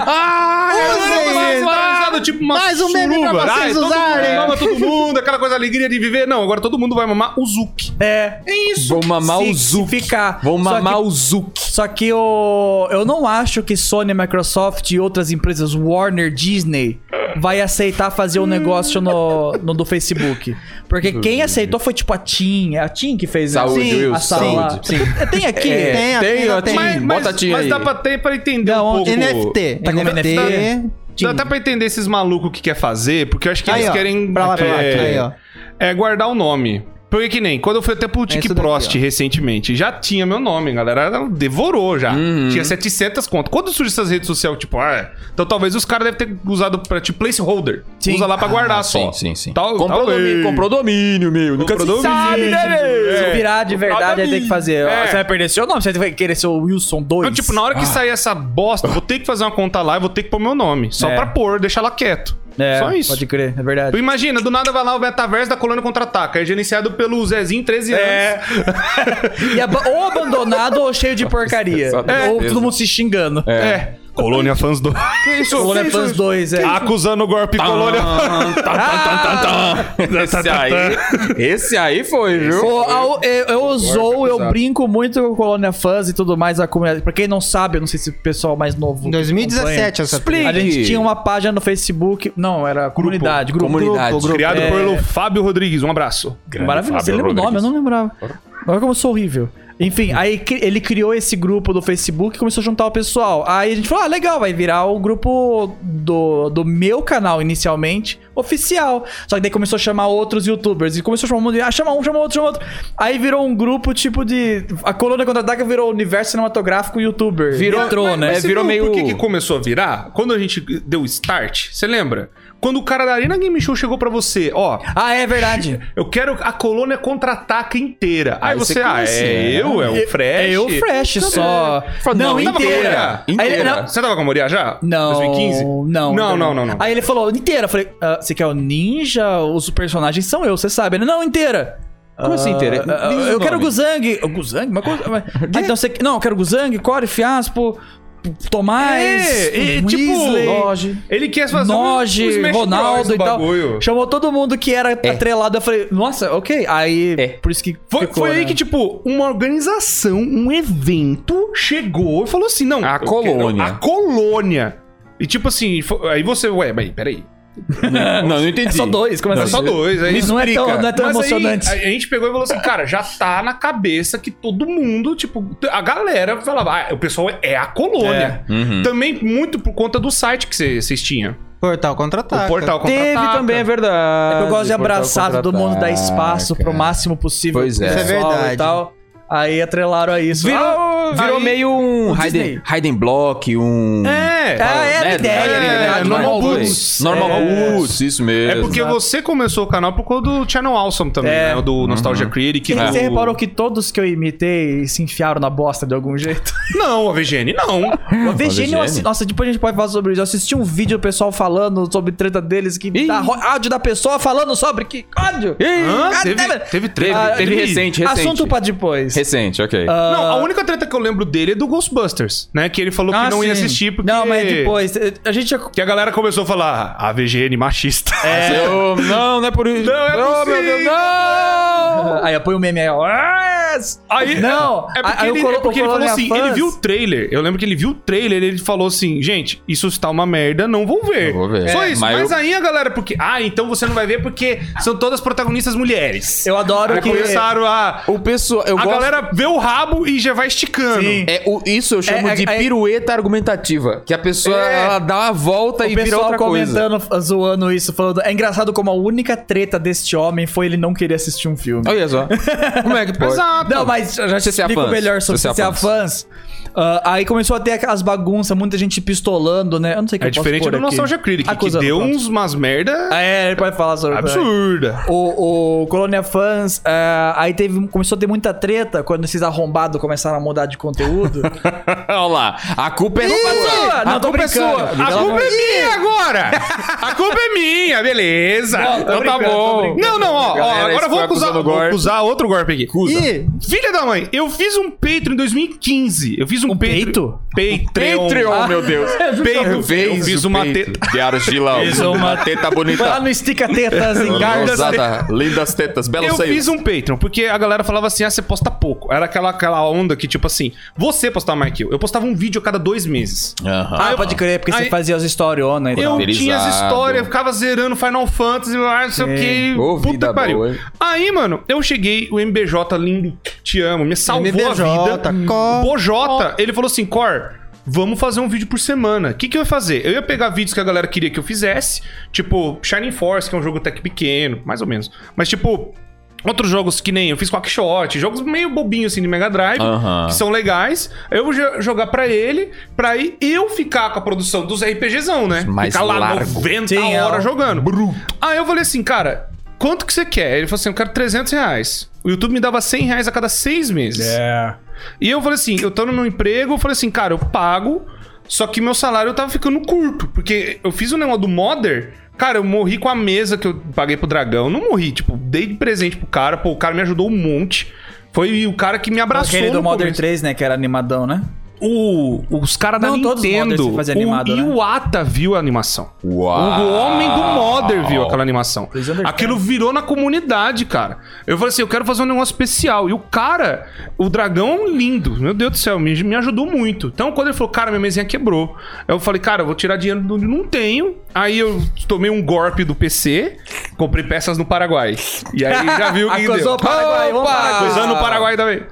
Speaker 1: Ah,
Speaker 4: Agora
Speaker 3: Usem
Speaker 4: vai
Speaker 3: ele.
Speaker 4: centralizado, tipo uma
Speaker 3: Mais um meme pra
Speaker 4: suruba. Ah, é
Speaker 3: vocês
Speaker 4: todo mundo
Speaker 3: usarem.
Speaker 4: mama todo mundo, aquela coisa alegria de viver. Não, agora todo mundo vai mamar o Zuki.
Speaker 2: É.
Speaker 4: É isso.
Speaker 1: Vão mamar
Speaker 2: se-
Speaker 1: o Zuki.
Speaker 2: se ficar.
Speaker 1: Vão
Speaker 2: Só
Speaker 1: mamar
Speaker 2: que-
Speaker 1: o Zuki.
Speaker 2: Só que eu, eu não acho que Sony, Microsoft e outras empresas, Warner, Disney, vai aceitar fazer um negócio no, no do Facebook. Porque quem aceitou foi tipo a Tim. É a Tim que fez
Speaker 1: Saúde,
Speaker 2: isso.
Speaker 1: Will,
Speaker 2: a sala.
Speaker 1: saúde.
Speaker 2: É, Tem aqui.
Speaker 1: É,
Speaker 3: tem,
Speaker 1: tem,
Speaker 3: tem,
Speaker 1: ó,
Speaker 3: tem.
Speaker 1: Tim, bota a Tim
Speaker 4: mas
Speaker 1: aí.
Speaker 3: Então, tipo,
Speaker 4: dá pra, ter, pra entender
Speaker 2: Não,
Speaker 4: um pouco.
Speaker 3: NFT.
Speaker 2: Tá como
Speaker 3: NFT.
Speaker 2: NFT.
Speaker 4: Dá até pra entender esses malucos que quer fazer, porque eu acho que
Speaker 3: Aí,
Speaker 4: eles
Speaker 3: ó,
Speaker 4: querem
Speaker 3: pra lá, pra lá,
Speaker 4: é,
Speaker 3: aí, ó. É
Speaker 4: é guardar o nome. Porque que nem, quando eu fui até pro
Speaker 3: isso
Speaker 4: Tic
Speaker 3: daqui,
Speaker 4: Prost
Speaker 3: ó.
Speaker 4: recentemente, já tinha meu nome, a galera ela devorou já.
Speaker 1: Uhum.
Speaker 4: Tinha 700 contas. Quando surge essas redes sociais, tipo, ah, então talvez os caras devem ter usado pra, tipo, placeholder.
Speaker 2: Sim.
Speaker 4: Usa lá
Speaker 3: Ah,
Speaker 4: pra guardar só.
Speaker 1: Ah, Sim, sim, sim.
Speaker 4: Tal,
Speaker 1: comprou, domínio,
Speaker 4: talvez.
Speaker 1: comprou domínio, meu. Nunca
Speaker 4: Comprou
Speaker 1: se
Speaker 4: domínio.
Speaker 1: sabe, né, meu?
Speaker 2: Se virar de
Speaker 4: Comprar
Speaker 2: verdade, aí tem que
Speaker 4: domínio.
Speaker 2: fazer.
Speaker 4: É.
Speaker 2: Você vai perder seu nome, você vai querer ser o Wilson 2.
Speaker 4: Então, tipo, na
Speaker 3: Ah.
Speaker 4: hora que sair essa bosta, eu vou ter que fazer uma conta lá e vou ter que pôr meu nome. Só
Speaker 2: É.
Speaker 4: pra pôr, deixar lá quieto.
Speaker 2: É,
Speaker 4: Só isso.
Speaker 2: Pode crer, é verdade.
Speaker 4: Tu imagina, do nada vai lá o metaverso da colônia contra-ataca. É gerenciado pelo Zezinho, 13 anos.
Speaker 2: É. E ab- ou abandonado ou cheio de porcaria.
Speaker 1: Só
Speaker 2: É. Ou
Speaker 1: tristeza.
Speaker 2: todo mundo se xingando.
Speaker 4: É. Colônia Fans 2.
Speaker 1: Que isso?
Speaker 2: Colônia
Speaker 1: Fez
Speaker 2: Fans
Speaker 1: um-
Speaker 2: 2,
Speaker 4: Ah,
Speaker 2: é. Ah,
Speaker 4: Acusando o golpe Colônia.
Speaker 1: Tan, tan,
Speaker 4: tá,
Speaker 1: tan, tan, tan. Esse aí, tá, esse aí foi, viu?
Speaker 2: Pô, ao- eu, eu zoo, eu
Speaker 1: pesado.
Speaker 2: brinco muito com Colônia Fãs e tudo mais. A comunidade. Pra quem não sabe, eu não sei se o pessoal mais novo.
Speaker 3: Em 2017 essa
Speaker 1: Explica.
Speaker 2: acompanha, A gente
Speaker 1: Ih.
Speaker 2: tinha uma página no Facebook. Não, era comunidade, grupo.
Speaker 1: Comunidade.
Speaker 2: grupo,
Speaker 4: Criado
Speaker 2: é,
Speaker 4: pelo Fábio Rodrigues. Um abraço.
Speaker 2: Maravilhoso. Você lembra o nome? Eu não lembrava. Olha como eu sou horrível.
Speaker 1: Uhum.
Speaker 2: Enfim, aí cri- ele criou esse grupo do Facebook e começou a juntar o pessoal. Aí a gente falou: ah, legal, vai virar o grupo do, do meu canal inicialmente, oficial. Só que daí começou a chamar outros youtubers. E começou a chamar um monte de. Ah, chama um, chama outro, chama outro. Aí virou um grupo tipo de. A coluna contra-ataque virou universo cinematográfico youtuber.
Speaker 1: Virou-
Speaker 2: Retrô, né?
Speaker 1: É,
Speaker 4: Mas você
Speaker 1: virou
Speaker 4: viu
Speaker 1: meio-
Speaker 4: Por que, que começou a virar? Quando a gente deu start, você lembra? Quando o cara da Arena Game Show chegou pra você, ó,
Speaker 2: Ah, é verdade.
Speaker 4: eu quero a colônia contra-ataca inteira. Aí,
Speaker 1: Aí
Speaker 4: você,
Speaker 1: você
Speaker 4: ah,
Speaker 1: conhecia,
Speaker 4: é
Speaker 1: né?
Speaker 4: eu, é o Fresh.
Speaker 2: É eu, Fresh, só.
Speaker 1: Fala, não,
Speaker 4: tava com a Moria?
Speaker 2: Aí ele-
Speaker 1: Inteira.
Speaker 2: não,
Speaker 4: Você tava com a Moria já?
Speaker 2: Não.
Speaker 4: 2015?
Speaker 2: Não,
Speaker 4: Não, não, não. não.
Speaker 2: Aí ele falou, inteira. Eu falei, "Ah, você quer o ninja? Os personagens são eu, você sabe. Ele, não, inteira.
Speaker 1: Como assim inteira?
Speaker 2: "Ah, ah,
Speaker 1: Diz o
Speaker 2: eu quero
Speaker 1: nome."
Speaker 2: Guzang. O Guzang? Mas, como- mas- Ah, então você, não, eu quero Guzang, Core, Fiaspo, Tomás,
Speaker 4: É, e, tipo,
Speaker 2: Weasley,
Speaker 1: Loge.
Speaker 4: Ele quis fazer um- um
Speaker 2: Noge,
Speaker 4: Smash Bros
Speaker 2: Ronaldo
Speaker 4: do
Speaker 2: e tal.
Speaker 4: bagulho.
Speaker 2: Chamou todo mundo que era atrelado. Eu falei, nossa, ok. Aí,
Speaker 1: É.
Speaker 2: por isso que.
Speaker 4: Foi,
Speaker 2: ficou,
Speaker 4: foi aí
Speaker 2: né?
Speaker 4: que, tipo, uma organização, um evento chegou e falou assim: não.
Speaker 1: A
Speaker 4: eu quero-
Speaker 1: colônia.
Speaker 4: a colônia. E, tipo assim, fo- aí você, ué, mas peraí.
Speaker 1: Não, não entendi.
Speaker 2: É só dois, começa
Speaker 4: É
Speaker 2: a
Speaker 4: só
Speaker 2: ser-
Speaker 4: dois, aí
Speaker 2: Não é tão-
Speaker 4: explica.
Speaker 2: não é tão
Speaker 4: Mas aí,
Speaker 2: emocionante.
Speaker 4: a gente pegou e falou assim, cara, já tá na cabeça que todo mundo, tipo, a galera falava, ah, o pessoal é a colônia.
Speaker 1: Uhum.
Speaker 4: Também muito por conta do site que cê- vocês tinham.
Speaker 3: Portal contra-ataque.
Speaker 4: o portal
Speaker 1: Teve
Speaker 4: Contra-Ataca.
Speaker 1: também, é verdade.
Speaker 2: É que eu gosto de
Speaker 1: Portal
Speaker 2: abraçar todo mundo, dar espaço pro
Speaker 1: Contra-Ataca.
Speaker 2: máximo possível.
Speaker 1: Ah, Pois é.
Speaker 2: pro
Speaker 3: Isso é
Speaker 2: pessoal
Speaker 3: verdade.
Speaker 2: E tal. Aí atrelaram a isso.
Speaker 4: Virou-
Speaker 2: Ah,
Speaker 1: Virou
Speaker 4: Aí-
Speaker 1: meio um
Speaker 2: Disney.
Speaker 1: Hidden, Hidden Block, um... né,
Speaker 4: É,
Speaker 2: Ah, era a ideia,
Speaker 1: Era
Speaker 2: era
Speaker 1: a
Speaker 2: verdade,
Speaker 1: Normal
Speaker 4: mas-
Speaker 1: Boots.
Speaker 4: É.
Speaker 1: Normal Boots, isso
Speaker 4: É
Speaker 1: mesmo.
Speaker 4: porque você começou o canal por causa do Channel Awesome também,
Speaker 2: É.
Speaker 4: né? Do Nostalgia Critic. né?
Speaker 2: que
Speaker 4: do...
Speaker 2: Você reparou que todos que eu imitei se enfiaram na bosta de algum jeito?
Speaker 4: Não, a VGN
Speaker 2: O
Speaker 4: não.
Speaker 2: Virgínia, eu
Speaker 1: Virgínia?
Speaker 2: assi- nossa, depois a gente pode falar sobre isso. Eu assisti um vídeo do pessoal falando sobre treta deles, que
Speaker 1: Ih.
Speaker 2: dá ro- áudio da pessoa falando sobre que ódio.
Speaker 1: Ih,
Speaker 4: Hã?
Speaker 2: Ah,
Speaker 4: Teve,
Speaker 2: teve-
Speaker 4: teve
Speaker 1: Teve,
Speaker 4: treta.
Speaker 1: teve recente, recente.
Speaker 2: Assunto pra depois.
Speaker 1: Recente, ok.
Speaker 4: Não, a única treta que eu lembro dele é do Ghostbusters, né? Que ele falou que
Speaker 2: Ah,
Speaker 4: não ia
Speaker 2: sim.
Speaker 4: assistir porque...
Speaker 2: Não, mas depois. A gente já
Speaker 4: Que a galera começou a falar, ah, a VGN machista.
Speaker 2: É.
Speaker 1: Assim, eu- não, não é por isso.
Speaker 4: Não, é
Speaker 1: oh, meu
Speaker 4: possível.
Speaker 1: Deus, não!
Speaker 2: Aí eu ponho o meme aí, ó.
Speaker 4: Aí,
Speaker 2: Não,
Speaker 4: é porque,
Speaker 2: aí eu
Speaker 4: ele,
Speaker 2: colo-
Speaker 4: é porque
Speaker 2: eu
Speaker 4: ele falou
Speaker 2: coloquei
Speaker 4: assim,
Speaker 2: a fãs.
Speaker 4: ele viu o trailer, eu lembro que ele viu o trailer, ele falou assim, gente, isso está uma merda, não vou ver.
Speaker 1: Não vou ver.
Speaker 4: Só
Speaker 1: É,
Speaker 4: isso, mas,
Speaker 1: mas eu-
Speaker 4: aí a galera, porque, ah, então você não vai ver porque são todas protagonistas mulheres.
Speaker 2: Eu adoro
Speaker 4: Aí
Speaker 2: que.
Speaker 4: começaram a...
Speaker 1: O pessoal, eu
Speaker 4: a
Speaker 1: gosto...
Speaker 4: galera vê o rabo e já vai esticando.
Speaker 2: Sim.
Speaker 1: É, o, isso eu chamo
Speaker 2: É, é,
Speaker 1: de
Speaker 2: é-
Speaker 1: pirueta argumentativa. Que a pessoa,
Speaker 2: É.
Speaker 1: ela dá uma volta
Speaker 2: O
Speaker 1: e vira
Speaker 2: pessoal
Speaker 4: tá
Speaker 1: outra coisa.
Speaker 2: comentando, zoando isso, falando. É engraçado como a única treta deste homem foi ele não querer assistir um filme.
Speaker 1: Olha só. Como é que pode?
Speaker 4: Exato.
Speaker 2: Não, mas já te
Speaker 1: Se você é
Speaker 2: explico
Speaker 1: fãs.
Speaker 2: melhor sobre
Speaker 1: Se
Speaker 2: se
Speaker 1: você é
Speaker 2: você é fãs. Ah, aí começou a ter aquelas bagunças, muita gente pistolando, né? Eu não sei o que
Speaker 4: É
Speaker 2: eu posso
Speaker 4: diferente
Speaker 2: pôr
Speaker 4: do
Speaker 2: aqui.
Speaker 4: Nostalgia Critic, que
Speaker 2: Acusando,
Speaker 4: deu um
Speaker 2: pronto.
Speaker 4: uns, umas merda
Speaker 2: Ah, É, ele pode falar sobre
Speaker 4: absurda.
Speaker 2: O, o Colônia Fans, ah, aí teve, começou a ter muita treta quando esses arrombados começaram a mudar de conteúdo.
Speaker 1: Olha lá. A culpa é sua.
Speaker 2: não,
Speaker 1: a
Speaker 2: tô
Speaker 1: culpa é
Speaker 2: brincando.
Speaker 1: sua.
Speaker 4: A
Speaker 2: Pelo
Speaker 4: culpa
Speaker 2: amor
Speaker 4: é minha agora! A culpa é minha, beleza.
Speaker 2: tô
Speaker 4: então tá
Speaker 2: brincando, tô
Speaker 4: bom.
Speaker 2: brincando.
Speaker 4: Não, não, ó, ó,
Speaker 1: Galera,
Speaker 4: agora
Speaker 1: esse
Speaker 4: eu vou
Speaker 1: foi
Speaker 4: acusar,
Speaker 1: acusando
Speaker 4: vou
Speaker 1: golpe.
Speaker 4: acusar outro golpe aqui.
Speaker 3: Ih,
Speaker 4: Filha da mãe, eu fiz um Patreon em 2015. Eu fiz um,
Speaker 2: Um
Speaker 4: Patreon.
Speaker 2: peito?
Speaker 4: Patreon.
Speaker 1: Patreon, meu Deus.
Speaker 4: Patreon.
Speaker 1: Fez
Speaker 4: Eu fiz
Speaker 1: o
Speaker 4: uma
Speaker 1: peito
Speaker 4: teta.
Speaker 1: De argila.
Speaker 2: Fez uma-
Speaker 1: teta
Speaker 2: Foi lá
Speaker 1: bonita.
Speaker 2: no Estica Tetas em Gardas.
Speaker 1: Rosada, lindas tetas, belos
Speaker 4: Eu
Speaker 1: seios.
Speaker 4: fiz um Patreon, porque a galera falava assim, ah, você posta pouco. Era aquela, aquela onda que, tipo assim, você postava mais que eu. Eu postava um vídeo a cada dois meses.
Speaker 1: Aham.
Speaker 2: Ah, pode crer, porque
Speaker 4: Aí-
Speaker 2: você fazia as historiona e
Speaker 4: Eu
Speaker 2: tal.
Speaker 1: Roteirizado.
Speaker 4: tinha as histórias, ficava zerando Final Fantasy, ah, não sei o que.
Speaker 1: Ô, vida boa, hein?
Speaker 4: Aí, mano, eu cheguei, o MBJ lindo, te amo, me salvou a
Speaker 3: MBJ,
Speaker 4: vida.
Speaker 3: Cor.
Speaker 4: O Bojota, ele falou assim, Cor, vamos fazer um vídeo por semana. O que, que eu ia fazer? Eu ia pegar vídeos que a galera queria que eu fizesse, tipo Shining Force, que é um jogo até que pequeno, mais ou menos. Mas tipo. Outros jogos que nem eu fiz Quackshot, jogos meio bobinhos assim de Mega Drive,
Speaker 1: Aham.
Speaker 4: que são legais. Eu vou jo- jogar pra ele, pra aí eu ficar com a produção dos RPGzão, né?
Speaker 1: Mais
Speaker 4: ficar lá
Speaker 1: largo.
Speaker 4: 90
Speaker 2: Sim, é.
Speaker 4: horas jogando. Bruto. Aí eu falei assim, cara, quanto que você quer? Ele falou assim, eu quero 300 reais. O YouTube me dava 100 reais a cada seis meses.
Speaker 2: É.
Speaker 4: E eu falei assim, eu tô no emprego, eu falei assim, cara, eu pago, só que meu salário tava ficando curto, porque eu fiz o negócio do modder, cara, eu morri com a mesa que eu paguei pro dragão, não morri, tipo, dei de presente pro cara, pô, o cara me ajudou um monte. Foi o cara que me abraçou.
Speaker 2: Aquele do
Speaker 4: no
Speaker 2: Modern
Speaker 4: começo.
Speaker 2: 3, né? Que era animadão, né?
Speaker 4: O, os caras da
Speaker 2: Não, todos os modders
Speaker 4: Nintendo,
Speaker 2: se fazem animado,
Speaker 4: o
Speaker 2: né?
Speaker 4: Iwata viu a animação.
Speaker 1: Uau.
Speaker 4: O um homem do Mother viu aquela animação.
Speaker 2: Eles understand.
Speaker 4: Aquilo virou na comunidade, cara. Eu falei assim, eu quero fazer um negócio especial. E o cara, o dragão é um lindo. Meu Deus do céu, me, me ajudou muito. Então, quando ele falou, cara, minha mesinha quebrou. Eu falei, cara, eu vou tirar dinheiro de onde não tenho. Aí eu tomei um golpe do PC, comprei peças no Paraguai. E aí já viu o que que
Speaker 2: Acusou
Speaker 4: deu.
Speaker 2: o Paraguai, vamos
Speaker 4: Opa,
Speaker 2: parar.
Speaker 4: acusando o Paraguai também.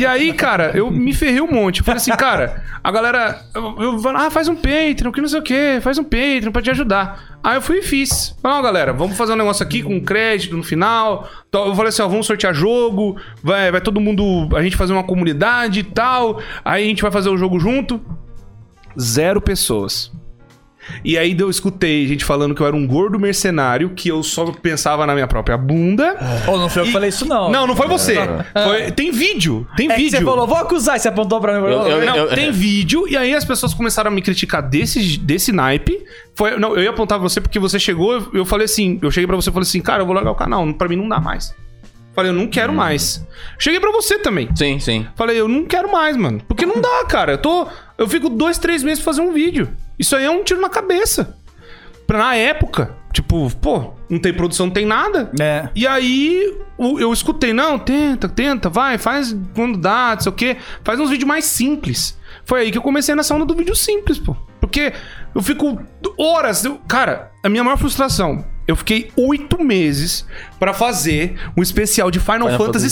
Speaker 4: E aí, cara, eu me ferrei um monte. Eu falei assim, cara, a galera. Eu, eu falo, ah, faz um Patreon, que não sei o quê, faz um Patreon pra te ajudar. Aí eu fui e fiz. Falei, não, galera, vamos fazer um negócio aqui com crédito no final. Então, Eu falei assim, ó, vamos sortear jogo, vai, vai todo mundo. A gente fazer uma comunidade e tal. Aí a gente vai fazer o jogo junto. Zero pessoas. E aí eu escutei gente falando que eu era um gordo mercenário, que eu só pensava na minha própria bunda.
Speaker 2: Ou não foi eu que
Speaker 4: E-
Speaker 2: falei isso, não.
Speaker 4: Não, Ah. não foi você. Foi- tem vídeo, tem
Speaker 2: É que
Speaker 4: vídeo.
Speaker 2: você falou, vou acusar, e você apontou pra mim. Eu,
Speaker 4: Não,
Speaker 2: falei,
Speaker 4: não, tem vídeo, e aí as pessoas começaram a me criticar desse, desse naipe. Foi, não, eu ia apontar pra você porque você chegou, eu- eu falei assim, eu cheguei pra você e falei assim, cara, eu vou largar o canal, não- pra mim não dá mais. Falei, eu não quero mais. Cheguei pra você também.
Speaker 1: Sim, sim.
Speaker 4: Falei, eu não quero mais, mano. Porque não dá, cara. Eu tô. Eu fico dois, três meses pra fazer um vídeo. Isso aí é um tiro na cabeça. Pra- Na época, tipo, pô, não tem produção, não tem nada.
Speaker 2: É.
Speaker 4: E aí o- eu escutei, não, tenta, tenta, vai, faz quando dá, não sei o quê. Faz uns vídeos mais simples. Foi aí que eu comecei nessa onda do vídeo simples, pô. Porque eu fico horas. eu- cara, a minha maior frustração. Eu fiquei oito meses pra fazer um especial de Final, Fantasy VII.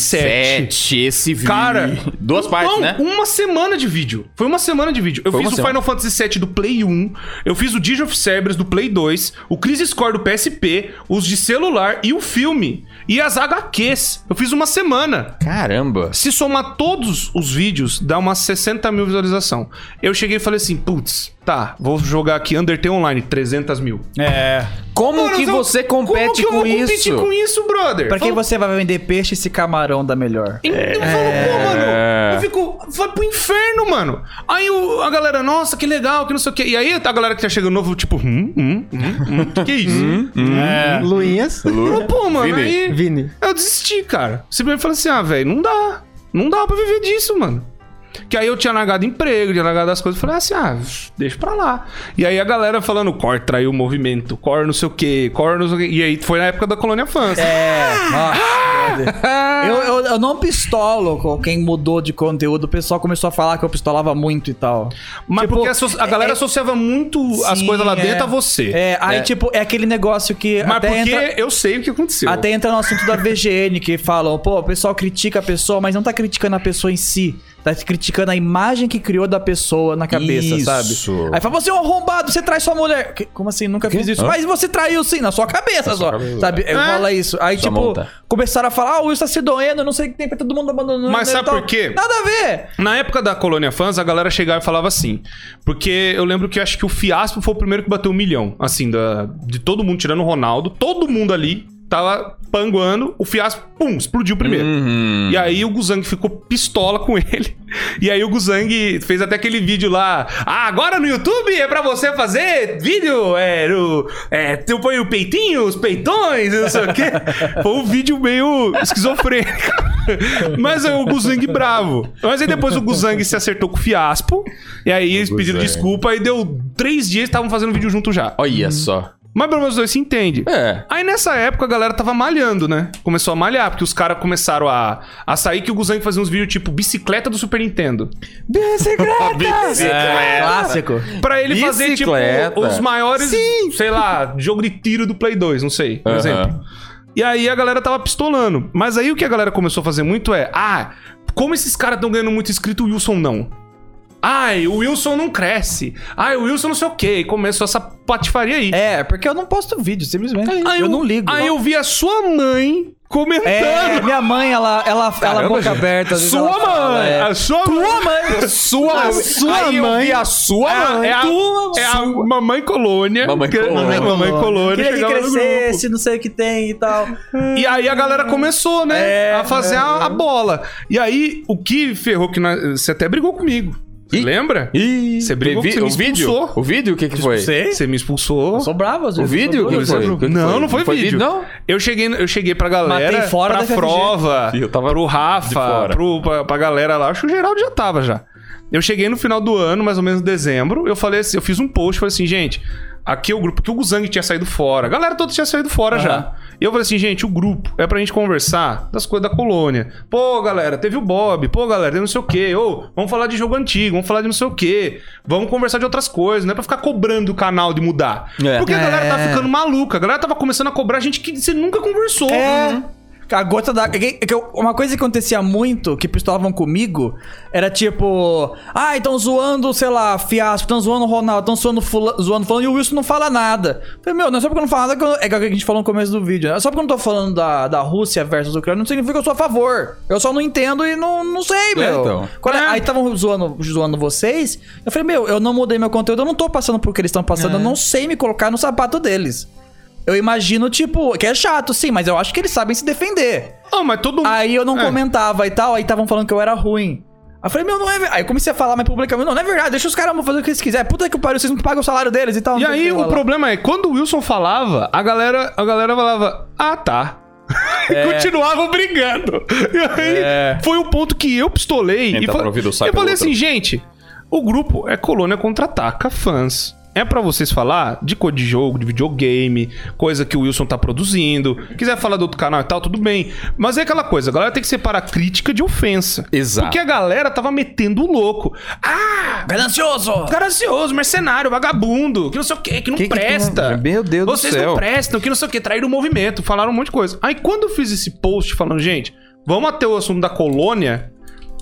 Speaker 1: Sete, Esse vídeo.
Speaker 4: Cara, um
Speaker 1: Duas partes,
Speaker 4: não,
Speaker 1: né?
Speaker 4: uma semana de vídeo. Foi uma semana de vídeo. Eu
Speaker 1: Foi
Speaker 4: fiz
Speaker 1: uma
Speaker 4: o
Speaker 1: semana.
Speaker 4: Final Fantasy VII do Play 1, eu fiz o Digi of Cerberus do Play 2, o Crisis Score do PSP, os de celular e o filme. E as HQs. Eu fiz uma semana.
Speaker 1: Caramba.
Speaker 4: Se somar todos os vídeos, dá umas 60 mil visualização. Eu cheguei e falei assim, putz, tá, vou jogar aqui Undertale Online, 300 mil.
Speaker 2: É.
Speaker 1: Como
Speaker 4: Mano,
Speaker 1: que
Speaker 4: eu-
Speaker 1: você
Speaker 4: como
Speaker 1: compete
Speaker 4: que eu
Speaker 1: com
Speaker 4: vou competir
Speaker 1: isso?
Speaker 4: com isso, brother?
Speaker 2: Pra quem
Speaker 4: Fala-
Speaker 2: você vai vender peixe, esse camarão dá melhor.
Speaker 4: Eu falo, pô, mano, eu fico, vai pro inferno, mano. Aí o- a galera, nossa, que legal, que não sei o quê. E aí a galera que tá chegando novo, tipo, hum, hum, hum, hum, que que é isso?
Speaker 3: É. Luinhas.
Speaker 4: Eu falo, pô, mano,
Speaker 1: Vini.
Speaker 4: aí
Speaker 3: Vini.
Speaker 4: eu desisti, cara. Simplesmente falei assim, ah, velho, não dá. Não dá pra viver disso, mano. Que aí eu tinha largado emprego, tinha largado as coisas. Falei assim, ah, deixa pra lá. E aí a galera falando, Cor traiu o movimento, Cor não sei o quê, Cor não sei o quê. E aí foi na época da Colônia Fans.
Speaker 2: É, nossa, brother. eu, eu, eu não pistolo com quem mudou de conteúdo. O pessoal começou a falar que eu pistolava muito e tal.
Speaker 4: Mas
Speaker 2: Tipo,
Speaker 4: porque asso- a galera
Speaker 2: é-
Speaker 4: associava muito as
Speaker 2: Sim,
Speaker 4: coisas lá
Speaker 2: é.
Speaker 4: dentro a você.
Speaker 2: É, aí, tipo, é aquele negócio que.
Speaker 4: Mas
Speaker 2: até
Speaker 4: porque
Speaker 2: entra-
Speaker 4: eu sei o que aconteceu.
Speaker 2: Até entra no assunto da VGN, que falam, pô, o pessoal critica a pessoa, mas não tá criticando a pessoa em si. Tá criticando a imagem que criou da pessoa na cabeça,
Speaker 1: Isso.
Speaker 2: sabe? Aí fala, você é um arrombado, você trai sua mulher. Que- Como assim? Nunca fiz isso. Mas você traiu sim, na sua cabeça só. sabe? Eu falo isso. Aí, tipo,
Speaker 1: monta.
Speaker 2: começaram a falar, ah, o Will tá se doendo, não sei o que tem, tá todo mundo abandonando.
Speaker 4: Mas
Speaker 2: ele,
Speaker 4: sabe
Speaker 2: tal."
Speaker 4: por quê?
Speaker 2: Nada a ver.
Speaker 4: Na época da Colônia Fans, a galera chegava e falava assim. Porque eu lembro que eu acho que o Fiasco foi o primeiro que bateu um milhão. Assim, da- de todo mundo, tirando o Ronaldo. Todo mundo ali tava panguando. O Fiasco, pum, explodiu primeiro.
Speaker 1: Uhum.
Speaker 4: E aí o Guzang ficou pistola com ele. E aí o Guzang fez até aquele vídeo lá. Ah, agora no YouTube é pra você fazer vídeo. É, no, é tu põe o peitinho, os peitões, não sei o quê. Foi um vídeo meio esquizofrênico. Mas é o Guzang bravo. Mas aí depois o Guzang se acertou com o Fiaspo. E aí eles pediram
Speaker 1: Guzang.
Speaker 4: desculpa e deu três dias estavam fazendo vídeo junto já.
Speaker 1: Olha só.
Speaker 4: Mas pelo menos os dois se entendem.
Speaker 1: É.
Speaker 4: Aí nessa época a galera tava malhando, né? Começou a malhar, porque os caras começaram a, a sair que o Guzang fazia uns vídeos tipo bicicleta do Super Nintendo.
Speaker 2: É, clássico.
Speaker 4: Pra ele fazer tipo
Speaker 1: Bicicleta.
Speaker 4: os maiores, sei lá, jogo de tiro do Play 2, não sei, por
Speaker 1: Aham.
Speaker 4: exemplo. E aí a galera tava pistolando. Mas aí o que a galera começou a fazer muito é: ah, como esses caras estão ganhando muito inscrito, o Wilson não. Ai, o Wilson não cresce. Ai, o Wilson não sei o quê. E começou essa patifaria aí.
Speaker 2: É, porque eu não posto vídeo, simplesmente. eu, não ligo.
Speaker 4: Aí eu vi a sua mãe comentando.
Speaker 2: É, minha mãe, ela, ela, ela
Speaker 4: Caramba,
Speaker 2: boca
Speaker 4: gente.
Speaker 2: aberta. às vezes
Speaker 4: Sua
Speaker 2: ela
Speaker 4: mãe!
Speaker 2: fala, é.
Speaker 4: A sua
Speaker 2: Tua
Speaker 4: mãe! Sua,
Speaker 3: A sua
Speaker 4: Aí eu
Speaker 3: mãe.
Speaker 4: vi a sua
Speaker 2: É,
Speaker 4: mãe!
Speaker 2: é a-
Speaker 4: é a
Speaker 2: sua.
Speaker 4: mamãe colônia.
Speaker 1: Mamãe
Speaker 4: Que-
Speaker 1: colônia.
Speaker 4: Mamãe colônia.
Speaker 2: Queria que
Speaker 4: chegava no
Speaker 2: crescesse, não sei o que tem e tal.
Speaker 4: grupo. E aí a galera começou, né?
Speaker 2: É,
Speaker 4: a fazer a, a bola. E aí, o que ferrou que nós- Você até brigou comigo. Você
Speaker 1: Ih.
Speaker 4: lembra?
Speaker 1: Ih,
Speaker 4: Você brigou que
Speaker 1: vi-
Speaker 4: você me
Speaker 1: o vídeo?
Speaker 4: expulsou.
Speaker 1: O vídeo, o que que foi?
Speaker 2: Sei.
Speaker 4: Você me expulsou.
Speaker 2: Eu sou bravo às
Speaker 1: O
Speaker 2: vezes.
Speaker 1: vídeo? O que que foi? O que que
Speaker 4: Não, não foi vídeo.
Speaker 1: Não?
Speaker 4: Eu cheguei, eu cheguei pra
Speaker 2: Matei
Speaker 4: galera,
Speaker 2: fora da
Speaker 4: pra
Speaker 2: FFG.
Speaker 4: prova,
Speaker 1: Ih, eu tava
Speaker 4: pro
Speaker 1: de
Speaker 4: Rafa,
Speaker 1: fora.
Speaker 4: pro, pra, pra galera lá. Acho que o Geraldo já tava já. Eu cheguei no final do ano, mais ou menos em dezembro, eu falei assim, eu fiz um post, falei assim, gente, aqui é o grupo, que o Guzang tinha saído fora, a galera toda tinha saído fora
Speaker 2: Aham.
Speaker 4: já. E eu falei assim, gente, o grupo é pra gente conversar das coisas da colônia. Pô, galera, teve o Bob, pô, galera, teve não sei o quê, ô, vamos falar de jogo antigo, vamos falar de não sei o quê, vamos conversar de outras coisas, não é pra ficar cobrando o canal de mudar.
Speaker 1: É.
Speaker 4: Porque a galera tá
Speaker 2: É.
Speaker 4: ficando maluca. A galera tava começando a cobrar gente que você nunca conversou. Uhum.
Speaker 2: É. A gota da. é que- é que eu- Uma coisa que acontecia muito, que pistolavam comigo, era tipo. Ah, estão zoando, sei lá, fiasco, estão zoando o Ronaldo, estão zoando fula- zoando fulano, e o Wilson não fala nada. Eu Falei, meu, não é só porque eu não falo nada que eu- é que a gente falou no começo do vídeo. Né? Só porque eu não tô falando da, da Rússia versus a Ucrânia, não significa que eu sou a favor. Eu só não entendo e não, não sei, meu.
Speaker 1: então.
Speaker 2: Qual é? Aí estavam zoando, zoando vocês. Eu falei, meu, eu não mudei meu conteúdo, eu não tô passando por que eles estão passando, eu não sei me colocar no sapato deles. Eu imagino, tipo, que é chato, sim, mas eu acho que eles sabem se defender.
Speaker 4: Ah, mas todo mundo.
Speaker 2: Aí eu não
Speaker 4: É.
Speaker 2: comentava e tal, aí estavam falando que eu era ruim. Aí eu falei, meu, não é verdade. Aí eu comecei a falar mais publicamente, não, não é verdade, deixa os caras fazer o que eles quiserem. Puta que pariu, vocês não pagam o salário deles e tal.
Speaker 4: E
Speaker 2: não sei
Speaker 4: aí
Speaker 2: que
Speaker 4: o
Speaker 2: lá, lá.
Speaker 4: problema é, quando o Wilson falava, a galera, a galera falava, ah tá.
Speaker 1: É.
Speaker 4: E continuava brigando. E aí foi o ponto que eu pistolei.
Speaker 1: Entra
Speaker 4: e fa-
Speaker 1: pra ouvido, sai
Speaker 4: eu falei
Speaker 1: pelo
Speaker 4: assim, gente, o grupo é colônia contra-ataca fãs. É pra vocês falar de cor de jogo, de videogame, coisa que o Wilson tá produzindo. Quiser falar do outro canal e tal, tudo bem. Mas é aquela coisa, a galera tem que separar crítica de ofensa.
Speaker 1: Exato.
Speaker 4: Porque a galera tava metendo o louco. Ah,
Speaker 2: Ganancioso!
Speaker 4: ganancioso, mercenário, vagabundo, que não sei o quê, que não
Speaker 1: Que que tu-
Speaker 4: presta.
Speaker 1: Meu Deus do
Speaker 4: Vocês
Speaker 1: céu.
Speaker 4: não prestam, que não sei o quê, traíram o movimento, falaram um monte de coisa. Aí quando eu fiz esse post falando, gente, vamos até o assunto da colônia,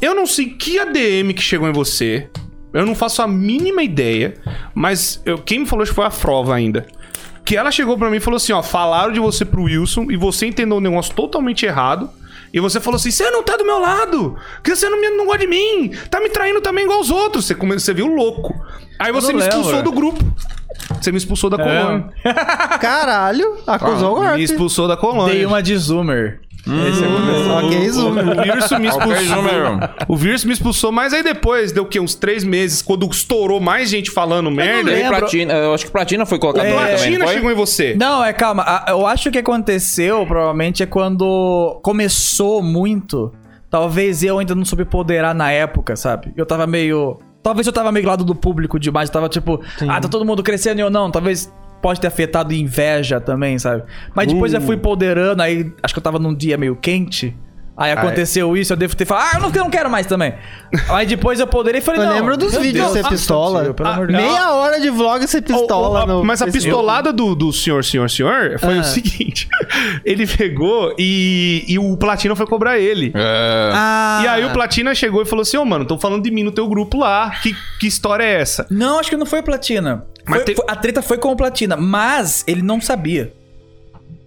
Speaker 4: eu não sei que ADM que chegou em você, eu não faço a mínima ideia, mas eu- quem me falou isso foi a Frova ainda. Que ela chegou pra mim e falou assim, ó, falaram de você pro Wilson e você entendeu um negócio totalmente errado. E você falou assim, você não tá do meu lado, que você não, me, não gosta de mim, tá me traindo também igual os outros. Você, come- você viu louco. Aí você
Speaker 2: não
Speaker 4: me expulsou
Speaker 2: lembro. É.
Speaker 4: do grupo. Você me expulsou da colônia.
Speaker 3: Caralho, acusou o
Speaker 4: Ah, me
Speaker 3: golpe.
Speaker 4: expulsou da colônia.
Speaker 2: Dei uma de zoomer.
Speaker 3: Só que é isso.
Speaker 4: O vírus
Speaker 1: Ok,
Speaker 4: me expulsou.
Speaker 1: Júnior.
Speaker 4: o vírus me expulsou, mas aí depois deu o quê? Uns três meses, quando estourou mais gente falando merda.
Speaker 1: Daí
Speaker 2: lembro.
Speaker 1: Platina, é eu acho que Platina foi colocado lá
Speaker 4: a
Speaker 1: É, também,
Speaker 4: platina
Speaker 1: não foi?
Speaker 4: chegou em você.
Speaker 2: Não, é calma. a- Eu acho que aconteceu, provavelmente, é quando começou muito. Talvez eu ainda não soube poderar na época, sabe? Eu tava meio. Talvez eu tava meio do lado do público demais. Eu tava tipo, ah, tá todo mundo crescendo e eu não. Talvez pode ter afetado inveja também, sabe? Mas depois
Speaker 3: Uh.
Speaker 2: eu fui poderando, aí acho que eu tava num dia meio quente. Aí aconteceu isso, eu devo ter falado, ah, eu não, eu não quero mais também. aí depois eu poderei e falei,
Speaker 3: Eu
Speaker 2: não.
Speaker 3: lembro dos
Speaker 2: meu
Speaker 3: vídeos
Speaker 2: Deus,
Speaker 3: você
Speaker 2: isso é
Speaker 3: pistola. Ah,
Speaker 2: possível, pelo amor de Deus.
Speaker 3: Meia hora de vlog você pistola.
Speaker 4: O- o- a-
Speaker 3: no
Speaker 4: mas a
Speaker 3: Facebook.
Speaker 4: pistolada do, do senhor, senhor, senhor foi o seguinte: ele pegou e, e o Platina foi cobrar ele.
Speaker 1: É.
Speaker 3: Ah,
Speaker 4: E aí o Platina chegou e falou assim: Ô, mano, tão falando de mim no teu grupo lá. Que, que história é essa?
Speaker 2: Não, acho que não foi o Platina.
Speaker 4: Mas
Speaker 2: Foi-
Speaker 4: te-
Speaker 2: foi- a treta foi com o Platina, mas ele não sabia.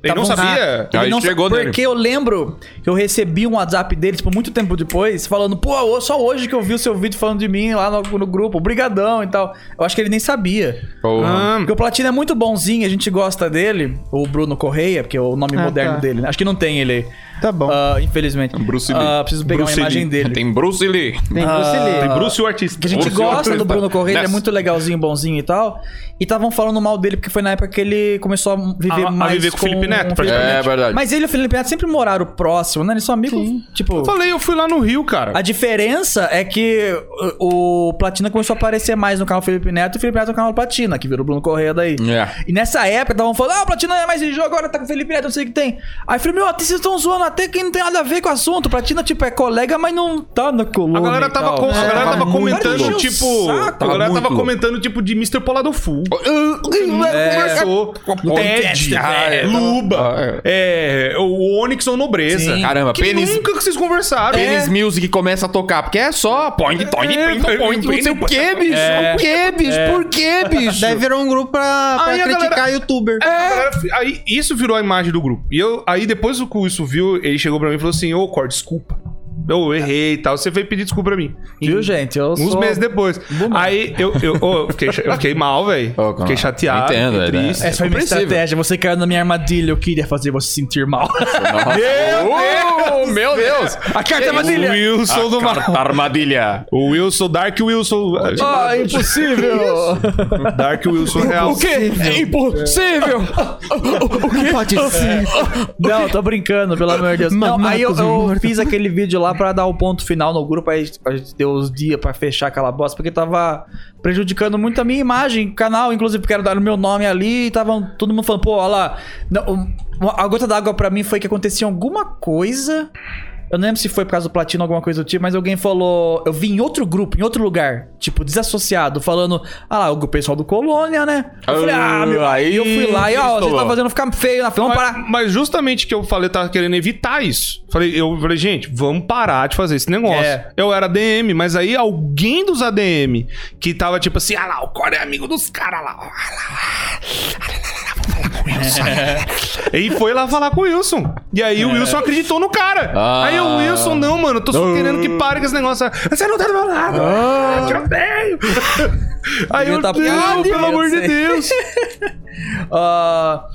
Speaker 4: Ele não
Speaker 2: Tava um-
Speaker 4: sabia?
Speaker 2: Ele
Speaker 1: Aí
Speaker 2: não sa-
Speaker 1: chegou nele.
Speaker 2: Porque eu lembro que eu recebi um WhatsApp dele, tipo, muito tempo depois, falando, pô, ô, só hoje que eu vi o seu vídeo falando de mim lá no, no grupo, brigadão e tal. Eu acho que ele nem sabia.
Speaker 1: Porra.
Speaker 4: Ah,
Speaker 2: Porque o Platina é muito bonzinho, a gente gosta dele, o Bruno Correia, porque é o nome
Speaker 3: Ah,
Speaker 2: moderno
Speaker 3: tá.
Speaker 2: dele, né? Acho que não tem ele aí.
Speaker 3: tá bom.
Speaker 2: Ah, infelizmente.
Speaker 1: Bruce Lee.
Speaker 2: Ah, preciso pegar
Speaker 4: Bruce
Speaker 2: uma imagem
Speaker 4: Lee. É
Speaker 2: dele.
Speaker 1: Tem Bruce Lee.
Speaker 3: Tem Bruce Lee.
Speaker 4: tem Bruce e o artista.
Speaker 2: Que a gente
Speaker 1: Ô, senhor,
Speaker 2: gosta do
Speaker 1: presta-
Speaker 2: Bruno Correia, ele é
Speaker 1: Nessa.
Speaker 2: muito legalzinho, bonzinho e tal. E estavam falando mal dele, porque foi na época que ele começou a viver
Speaker 4: A- a
Speaker 2: mais.
Speaker 4: viver com o Felipe Neto,
Speaker 2: o
Speaker 4: praticamente.
Speaker 1: É, verdade.
Speaker 2: Mas ele e o Felipe Neto sempre moraram próximo, né? Eles são amigos. Tipo.
Speaker 4: Eu falei, eu fui lá no Rio, cara.
Speaker 2: A diferença é que o o Platina começou a aparecer mais no canal Felipe Neto e o Felipe Neto no canal Platina, que virou Bruno Correia daí.
Speaker 1: É.
Speaker 2: E nessa época estavam falando, ah, o Platina é mais de jogo, agora tá com o Felipe Neto, não sei o que tem. Aí eu falei, meu, vocês estão zoando a até que não tem nada a ver com o assunto. Platina, tipo, é colega, mas não tá na coluna.
Speaker 4: A galera
Speaker 2: e
Speaker 4: tava,
Speaker 2: tal,
Speaker 4: com- a
Speaker 2: né?
Speaker 4: galera
Speaker 1: Tava
Speaker 4: tava
Speaker 1: muito
Speaker 4: comentando,
Speaker 1: louco.
Speaker 4: tipo. A
Speaker 1: Saco. Tava
Speaker 4: galera tava
Speaker 1: muito louco.
Speaker 4: comentando, tipo, de Mr. Poladofu.
Speaker 1: É.
Speaker 4: Começou.
Speaker 1: Podcast,
Speaker 4: É, Ted,
Speaker 1: é.
Speaker 4: Luba, é, o Onyx ou Nobreza.
Speaker 2: Sim.
Speaker 1: Caramba,
Speaker 4: que
Speaker 1: pênis-
Speaker 4: nunca que vocês conversaram.
Speaker 1: Penis Music começa a tocar, porque é só point, point,
Speaker 4: É,
Speaker 1: point, point, não sei o que, bicho. O que, bicho? Por que, bicho?
Speaker 3: Daí virou um grupo pra, pra
Speaker 4: Aí a
Speaker 3: criticar
Speaker 4: galera-
Speaker 3: youtuber.
Speaker 4: É. A galera- aí isso virou a imagem do grupo. E eu, aí depois o Wilson viu, ele chegou pra mim e falou assim: Ô, Cor, desculpa. Eu errei e tal. Você veio pedir desculpa pra mim.
Speaker 2: Viu, gente? Eu
Speaker 4: Uns
Speaker 2: sou-
Speaker 4: meses depois.
Speaker 2: Boomer.
Speaker 4: Aí eu, eu, ô, eu fiquei, eu fiquei mal, velho.
Speaker 1: Ô,
Speaker 4: Fiquei
Speaker 1: calma.
Speaker 4: chateado.
Speaker 1: Entendo,
Speaker 4: fiquei
Speaker 1: velho.
Speaker 4: triste.
Speaker 2: Essa É, foi minha
Speaker 1: Compreensível.
Speaker 2: estratégia. Você caiu na minha armadilha. Eu queria fazer você se sentir mal.
Speaker 1: Meu Deus! Meu Deus!
Speaker 2: A carta
Speaker 4: O É, Wilson do mal.
Speaker 1: Armadilha.
Speaker 4: O Wilson, Dark Wilson.
Speaker 2: Ah, impossível!
Speaker 4: Dark Wilson real.
Speaker 1: É impossível!
Speaker 3: Não pode ser.
Speaker 2: Não, tô brincando, pelo amor de Deus. Não,
Speaker 3: Mamacos
Speaker 2: aí eu, eu
Speaker 3: mortos.
Speaker 2: fiz aquele vídeo lá pra dar o ponto final no grupo, aí a gente- a gente deu os dias pra fechar aquela bosta, porque tava prejudicando muito a minha imagem, canal, inclusive, porque era o meu nome ali, e tava todo mundo falando, pô, olha lá. Não, um- uma- a gota d'água pra mim foi que acontecia alguma coisa. Eu não lembro se foi por causa do platino ou alguma coisa do tipo, mas alguém falou. Eu vi em outro grupo, em outro lugar, tipo, desassociado, falando. Ah lá, o pessoal do Colônia, né? Eu falei, ah, meu. Aí eu fui lá e, ó, vocês estão fazendo ficar feio na frente, vamos
Speaker 4: Mas,
Speaker 2: parar.
Speaker 4: mas justamente que eu falei, tava querendo evitar isso. Falei, eu falei, gente, vamos parar de fazer esse negócio.
Speaker 2: É.
Speaker 4: Eu era ADM, mas aí alguém dos ADM que tava tipo assim, ah lá, o Core é amigo dos caras lá, ó, ah lá, ah, ah lá, lá, lá, vou falar com o Wilson. E foi lá falar com o Wilson. E aí
Speaker 2: É.
Speaker 4: o Wilson acreditou no cara.
Speaker 1: Ah.
Speaker 4: Aí o Wilson, não, mano, eu tô só querendo que pare com esse negócio. Você não tá do meu lado. Ah. Tiroteio. Aí
Speaker 2: Devia
Speaker 4: eu,
Speaker 2: tá
Speaker 4: não,
Speaker 2: puto,
Speaker 4: pelo
Speaker 2: eu
Speaker 4: amor de
Speaker 2: sei.
Speaker 4: Deus.
Speaker 2: Ah,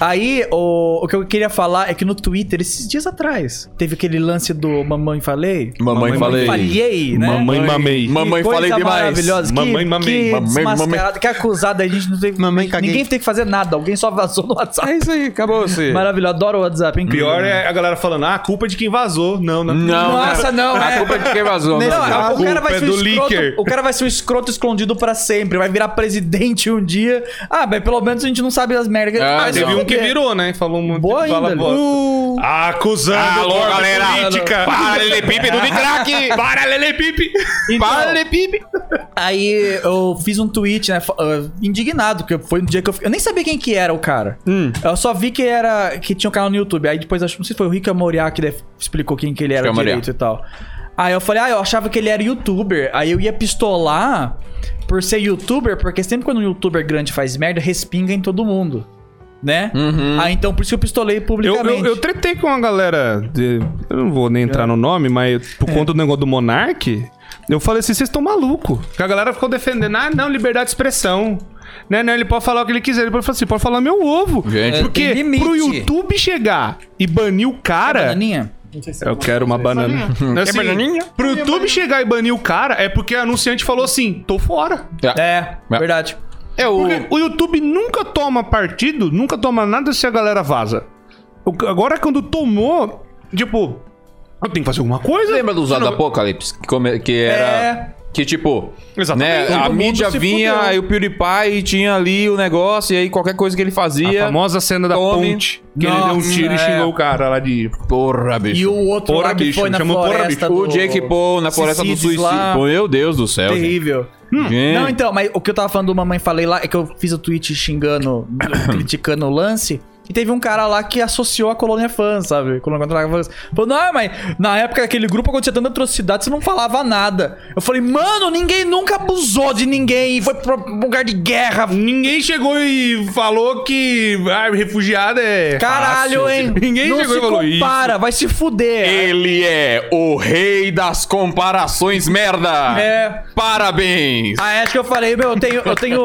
Speaker 2: aí, o, o que eu queria falar é que no Twitter, esses dias atrás, teve aquele lance do Mamãe Falei.
Speaker 1: Mamãe, falei.
Speaker 2: Falhei, né?
Speaker 4: Mamãe
Speaker 2: Que
Speaker 4: mamei.
Speaker 1: Mamãe
Speaker 2: coisa
Speaker 1: falei demais.
Speaker 2: maravilhosa. que,
Speaker 4: Mamãe mamei.
Speaker 2: Que
Speaker 1: Mamãe mamei.
Speaker 2: desmascarado, que acusado. A gente não teve...
Speaker 3: Mamãe caguei.
Speaker 2: ninguém teve que fazer nada. Alguém só vazou no WhatsApp.
Speaker 1: É isso aí, acabou você.
Speaker 2: Maravilhoso. Adoro o WhatsApp,
Speaker 4: O
Speaker 2: incrível. né?
Speaker 4: Pior é a galera falando, ah, a culpa é de quem vazou. Não, não.
Speaker 1: Não,
Speaker 2: Nossa,
Speaker 1: cara.
Speaker 2: não,
Speaker 1: A
Speaker 2: é.
Speaker 1: culpa é de quem vazou.
Speaker 3: Nesse
Speaker 1: não.
Speaker 2: Não,
Speaker 3: A
Speaker 2: o cara vai ser
Speaker 4: culpa é
Speaker 2: um
Speaker 4: do leaker.
Speaker 2: escroto, o cara vai ser um escroto escondido pra sempre, vai virar presidente um dia. Ah, mas pelo menos a gente não sabe das merdas.
Speaker 1: Ah,
Speaker 2: vai se
Speaker 4: Teve um que
Speaker 2: fuder.
Speaker 4: virou, né? Falou muito.
Speaker 2: É. Boa Uh.
Speaker 4: fala,
Speaker 2: ainda,
Speaker 4: boa. Acusando
Speaker 1: Alô,
Speaker 4: corda
Speaker 1: galera.
Speaker 4: política.
Speaker 1: Paralelepípedo de craque!
Speaker 4: Paralelepipe.
Speaker 2: Então,
Speaker 1: Paralelepípedo!
Speaker 2: Aí eu fiz um tweet, né? fa- ah, Indignado, porque foi um dia que eu. fi- Eu nem sabia quem que era o cara.
Speaker 4: Hum.
Speaker 2: Eu só vi que era. que tinha um canal no YouTube. Aí depois, acho não sei se foi o Rick Amoriá que def- explicou quem que ele era
Speaker 4: é
Speaker 1: Rick Amoriá.
Speaker 2: direito e tal. Aí eu falei, ah, eu achava que ele era youtuber. Aí eu ia pistolar por ser youtuber, porque sempre quando um youtuber grande faz merda, respinga em todo mundo. Né? Aí então por isso que eu pistolei
Speaker 4: Eu,
Speaker 2: publicamente.
Speaker 4: Uhum.
Speaker 2: É.
Speaker 4: eu, eu tretei com uma galera. de- eu não vou nem entrar no nome, mas por conta do negócio do Monark, eu falei assim: vocês estão malucos. Porque a galera ficou defendendo, ah, não, liberdade de expressão. Né, né, ele pode falar o que ele quiser. Ele pode falar assim: pode falar meu ovo.
Speaker 1: Gente.
Speaker 4: Porque
Speaker 2: Tem limite.
Speaker 4: pro YouTube chegar e banir o cara.
Speaker 2: Bananinha?
Speaker 4: Eu quero uma banana. Assim, Pro YouTube chegar e banir o cara é porque o anunciante falou assim: tô fora.
Speaker 2: É,
Speaker 1: É.
Speaker 2: verdade.
Speaker 1: É o.
Speaker 4: Porque o YouTube nunca toma partido, nunca toma nada se a galera vaza. O- Agora, é quando tomou, tipo, eu tenho que fazer alguma coisa.
Speaker 1: Lembra do Usado
Speaker 4: Não,
Speaker 1: Apocalipse? Que, come- que era. Que tipo.
Speaker 4: Exatamente.
Speaker 1: Né, a
Speaker 4: Todo mundo
Speaker 1: mídia
Speaker 4: se
Speaker 1: vinha,
Speaker 4: fudeu.
Speaker 1: aí o PewDiePie tinha ali o negócio, e aí qualquer coisa que ele
Speaker 4: A
Speaker 1: fazia.
Speaker 4: famosa cena da
Speaker 1: Tome.
Speaker 4: ponte, que ele
Speaker 2: Nossa,
Speaker 4: deu um tiro e
Speaker 2: é.
Speaker 4: xingou o cara lá de.
Speaker 1: Porra, bicho.
Speaker 2: E o outro
Speaker 4: Porra,
Speaker 2: lá que
Speaker 4: bicho,
Speaker 2: foi na
Speaker 4: chamou porra,
Speaker 2: floresta
Speaker 1: O
Speaker 2: do-
Speaker 1: Jake Paul na Floresta do
Speaker 2: Suicides
Speaker 1: Suicídio.
Speaker 2: lá.
Speaker 1: Meu Deus do
Speaker 4: É
Speaker 1: céu. gente.
Speaker 2: Terrível.
Speaker 1: Gente.
Speaker 2: Não, então, mas o que eu tava falando do Mamãe Falei lá é que eu fiz o tweet xingando, criticando o lance. E teve um cara lá que associou a Colônia Fãs, sabe? Colônia Contra Fãs. Falou, não, mas na época daquele grupo acontecia tanta atrocidade, você não falava nada. Eu falei, mano, ninguém nunca abusou de ninguém. Foi pra um lugar de guerra.
Speaker 4: Ninguém chegou e falou que ah, refugiado é.
Speaker 2: Caralho,
Speaker 4: fácil.
Speaker 2: hein?
Speaker 4: Ninguém
Speaker 2: não
Speaker 4: chegou
Speaker 2: se
Speaker 4: e falou isso.
Speaker 2: compara, vai se fuder.
Speaker 1: Ele é o rei das comparações, merda!
Speaker 2: É.
Speaker 1: Parabéns!
Speaker 2: Ah, acho que eu falei, meu, eu tenho, eu tenho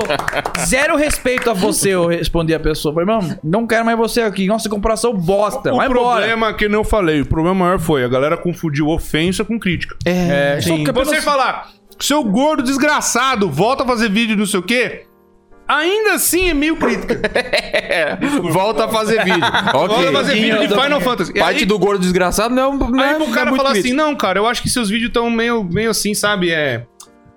Speaker 2: zero respeito a você, eu respondi a pessoa. Falei, mano, não quero mais você aqui. Nossa, comparação bosta.
Speaker 4: O
Speaker 2: Então, Vai embora.
Speaker 4: problema que eu falei, o problema maior foi a galera confundiu ofensa com crítica.
Speaker 2: É, só porque
Speaker 4: Você
Speaker 2: pelo-
Speaker 4: falar, seu gordo desgraçado, volta a fazer vídeo não sei o quê, ainda assim é meio crítica.
Speaker 1: Volta a fazer vídeo.
Speaker 4: Volta
Speaker 1: ok.
Speaker 4: a fazer
Speaker 1: Então,
Speaker 4: vídeo de
Speaker 2: Eu dou-
Speaker 4: Final Fantasy. E
Speaker 1: Parte
Speaker 4: aí,
Speaker 1: do gordo desgraçado não, não é-
Speaker 4: aí
Speaker 1: não
Speaker 4: o cara
Speaker 1: né? muito
Speaker 4: falar
Speaker 1: bonito.
Speaker 4: assim, não, cara, eu acho que seus vídeos estão meio, meio assim, sabe, é...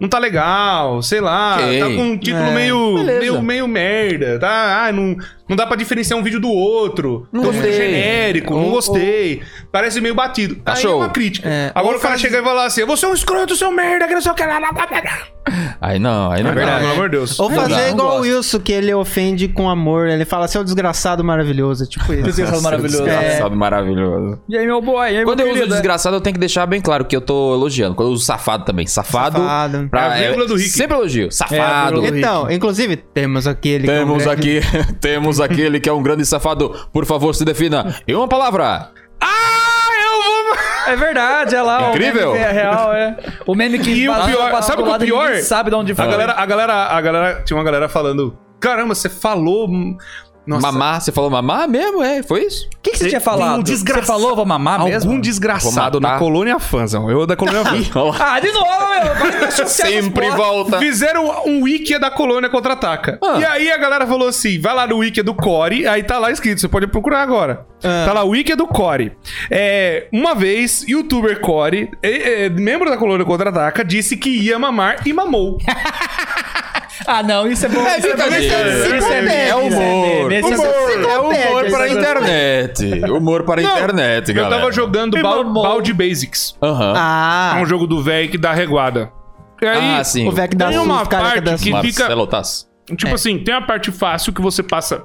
Speaker 4: Não tá legal, sei lá,
Speaker 1: Ok.
Speaker 4: tá com um título
Speaker 2: É,
Speaker 4: meio,
Speaker 2: beleza.
Speaker 4: meio, meio merda, tá? Ah, não, Não dá pra diferenciar um vídeo do outro.
Speaker 1: Não
Speaker 4: Então, é muito
Speaker 1: gostei.
Speaker 4: genérico, não
Speaker 1: Ou-
Speaker 4: gostei. Parece meio batido. Aí
Speaker 1: Achou?
Speaker 4: é uma crítica.
Speaker 3: É.
Speaker 4: Agora
Speaker 3: Ou
Speaker 4: o cara
Speaker 3: faz-
Speaker 4: chega e fala assim: você é um escroto, seu merda, que não sei o que lá. lá, lá, lá, lá."
Speaker 1: Aí não, aí não é
Speaker 4: Não,
Speaker 1: verdade.
Speaker 4: Pelo amor de Deus.
Speaker 3: Ou
Speaker 1: Não dá,
Speaker 3: fazer
Speaker 1: não
Speaker 3: igual o
Speaker 1: gosto.
Speaker 3: Wilson, que ele ofende com amor. Ele fala, seu desgraçado maravilhoso. é Tipo isso.
Speaker 2: Desgraçado maravilhoso.
Speaker 1: É. Sabe, maravilhoso.
Speaker 2: E aí, meu boy? E aí,
Speaker 1: Quando
Speaker 2: meu
Speaker 1: eu uso
Speaker 2: querido?
Speaker 1: desgraçado, eu tenho que deixar bem claro que eu tô elogiando. Quando eu uso safado também. Safado.
Speaker 3: Safado.
Speaker 1: pra-
Speaker 4: É a vírgula do Rick.
Speaker 1: Sempre elogio.
Speaker 2: É a
Speaker 1: Safado.
Speaker 2: vírgula do
Speaker 3: Então, inclusive, temos aquele...
Speaker 1: Temos
Speaker 3: congresso-
Speaker 1: aqui, temos aquele que é um grande safado. Por favor, se defina em uma palavra.
Speaker 4: Ah, eu vou.
Speaker 2: É verdade, é lá.
Speaker 1: Incrível.
Speaker 2: O meme é real, é. O meme que
Speaker 4: E o
Speaker 2: passa-
Speaker 4: pior-
Speaker 2: passa
Speaker 4: sabe
Speaker 2: do
Speaker 4: o que é o
Speaker 2: lado e ninguém
Speaker 4: pior?
Speaker 2: sabe de onde
Speaker 4: A
Speaker 2: foi.
Speaker 4: galera, a galera, a galera, tinha uma galera falando: caramba, você falou. Nossa,
Speaker 1: Mamar, você falou mamar mesmo, é? Foi isso?
Speaker 2: O que, que você tinha falado?
Speaker 4: um desgraça-
Speaker 2: Você falou, vou mamar
Speaker 4: algum
Speaker 2: mesmo?
Speaker 4: desgraçado
Speaker 1: Vou matar.
Speaker 4: na colônia fãzão. Eu da colônia fã.
Speaker 2: Ah, de novo, meu. Vai me associar nos
Speaker 1: Sempre
Speaker 2: bots.
Speaker 1: volta.
Speaker 4: Fizeram um wiki da colônia contra-ataca.
Speaker 1: Ah.
Speaker 4: E aí a galera falou assim: vai lá no wiki do Core, aí tá lá escrito, você pode procurar agora.
Speaker 1: Ah.
Speaker 4: Tá lá, wiki do Core. É, uma vez, youtuber Core, é, é, membro da colônia contra-ataca, disse que ia mamar e mamou.
Speaker 2: Ah, não, isso é bom.
Speaker 1: É
Speaker 2: isso bom.
Speaker 1: brincadeira.
Speaker 2: Isso
Speaker 4: É
Speaker 2: meme,
Speaker 1: É
Speaker 2: isso
Speaker 1: humor.
Speaker 2: meme, isso é-
Speaker 1: Humor. É humor
Speaker 3: Enciclopédia,
Speaker 1: para a
Speaker 3: isso é-
Speaker 1: internet. Humor para a
Speaker 4: Não,
Speaker 1: internet,
Speaker 4: Eu
Speaker 1: galera.
Speaker 4: tava jogando
Speaker 2: E
Speaker 4: Bal-
Speaker 2: mamou.
Speaker 4: Balde Basics.
Speaker 1: Aham.
Speaker 4: É
Speaker 3: Ah,
Speaker 4: um jogo do velho que dá reguada. E aí,
Speaker 1: Ah, sim.
Speaker 3: o Vec da
Speaker 4: tem uma
Speaker 3: Sul, careca da
Speaker 4: parte
Speaker 3: Sul.
Speaker 4: que fica...
Speaker 1: Marcelo Taz.
Speaker 4: Tipo assim, tem a parte fácil que você passa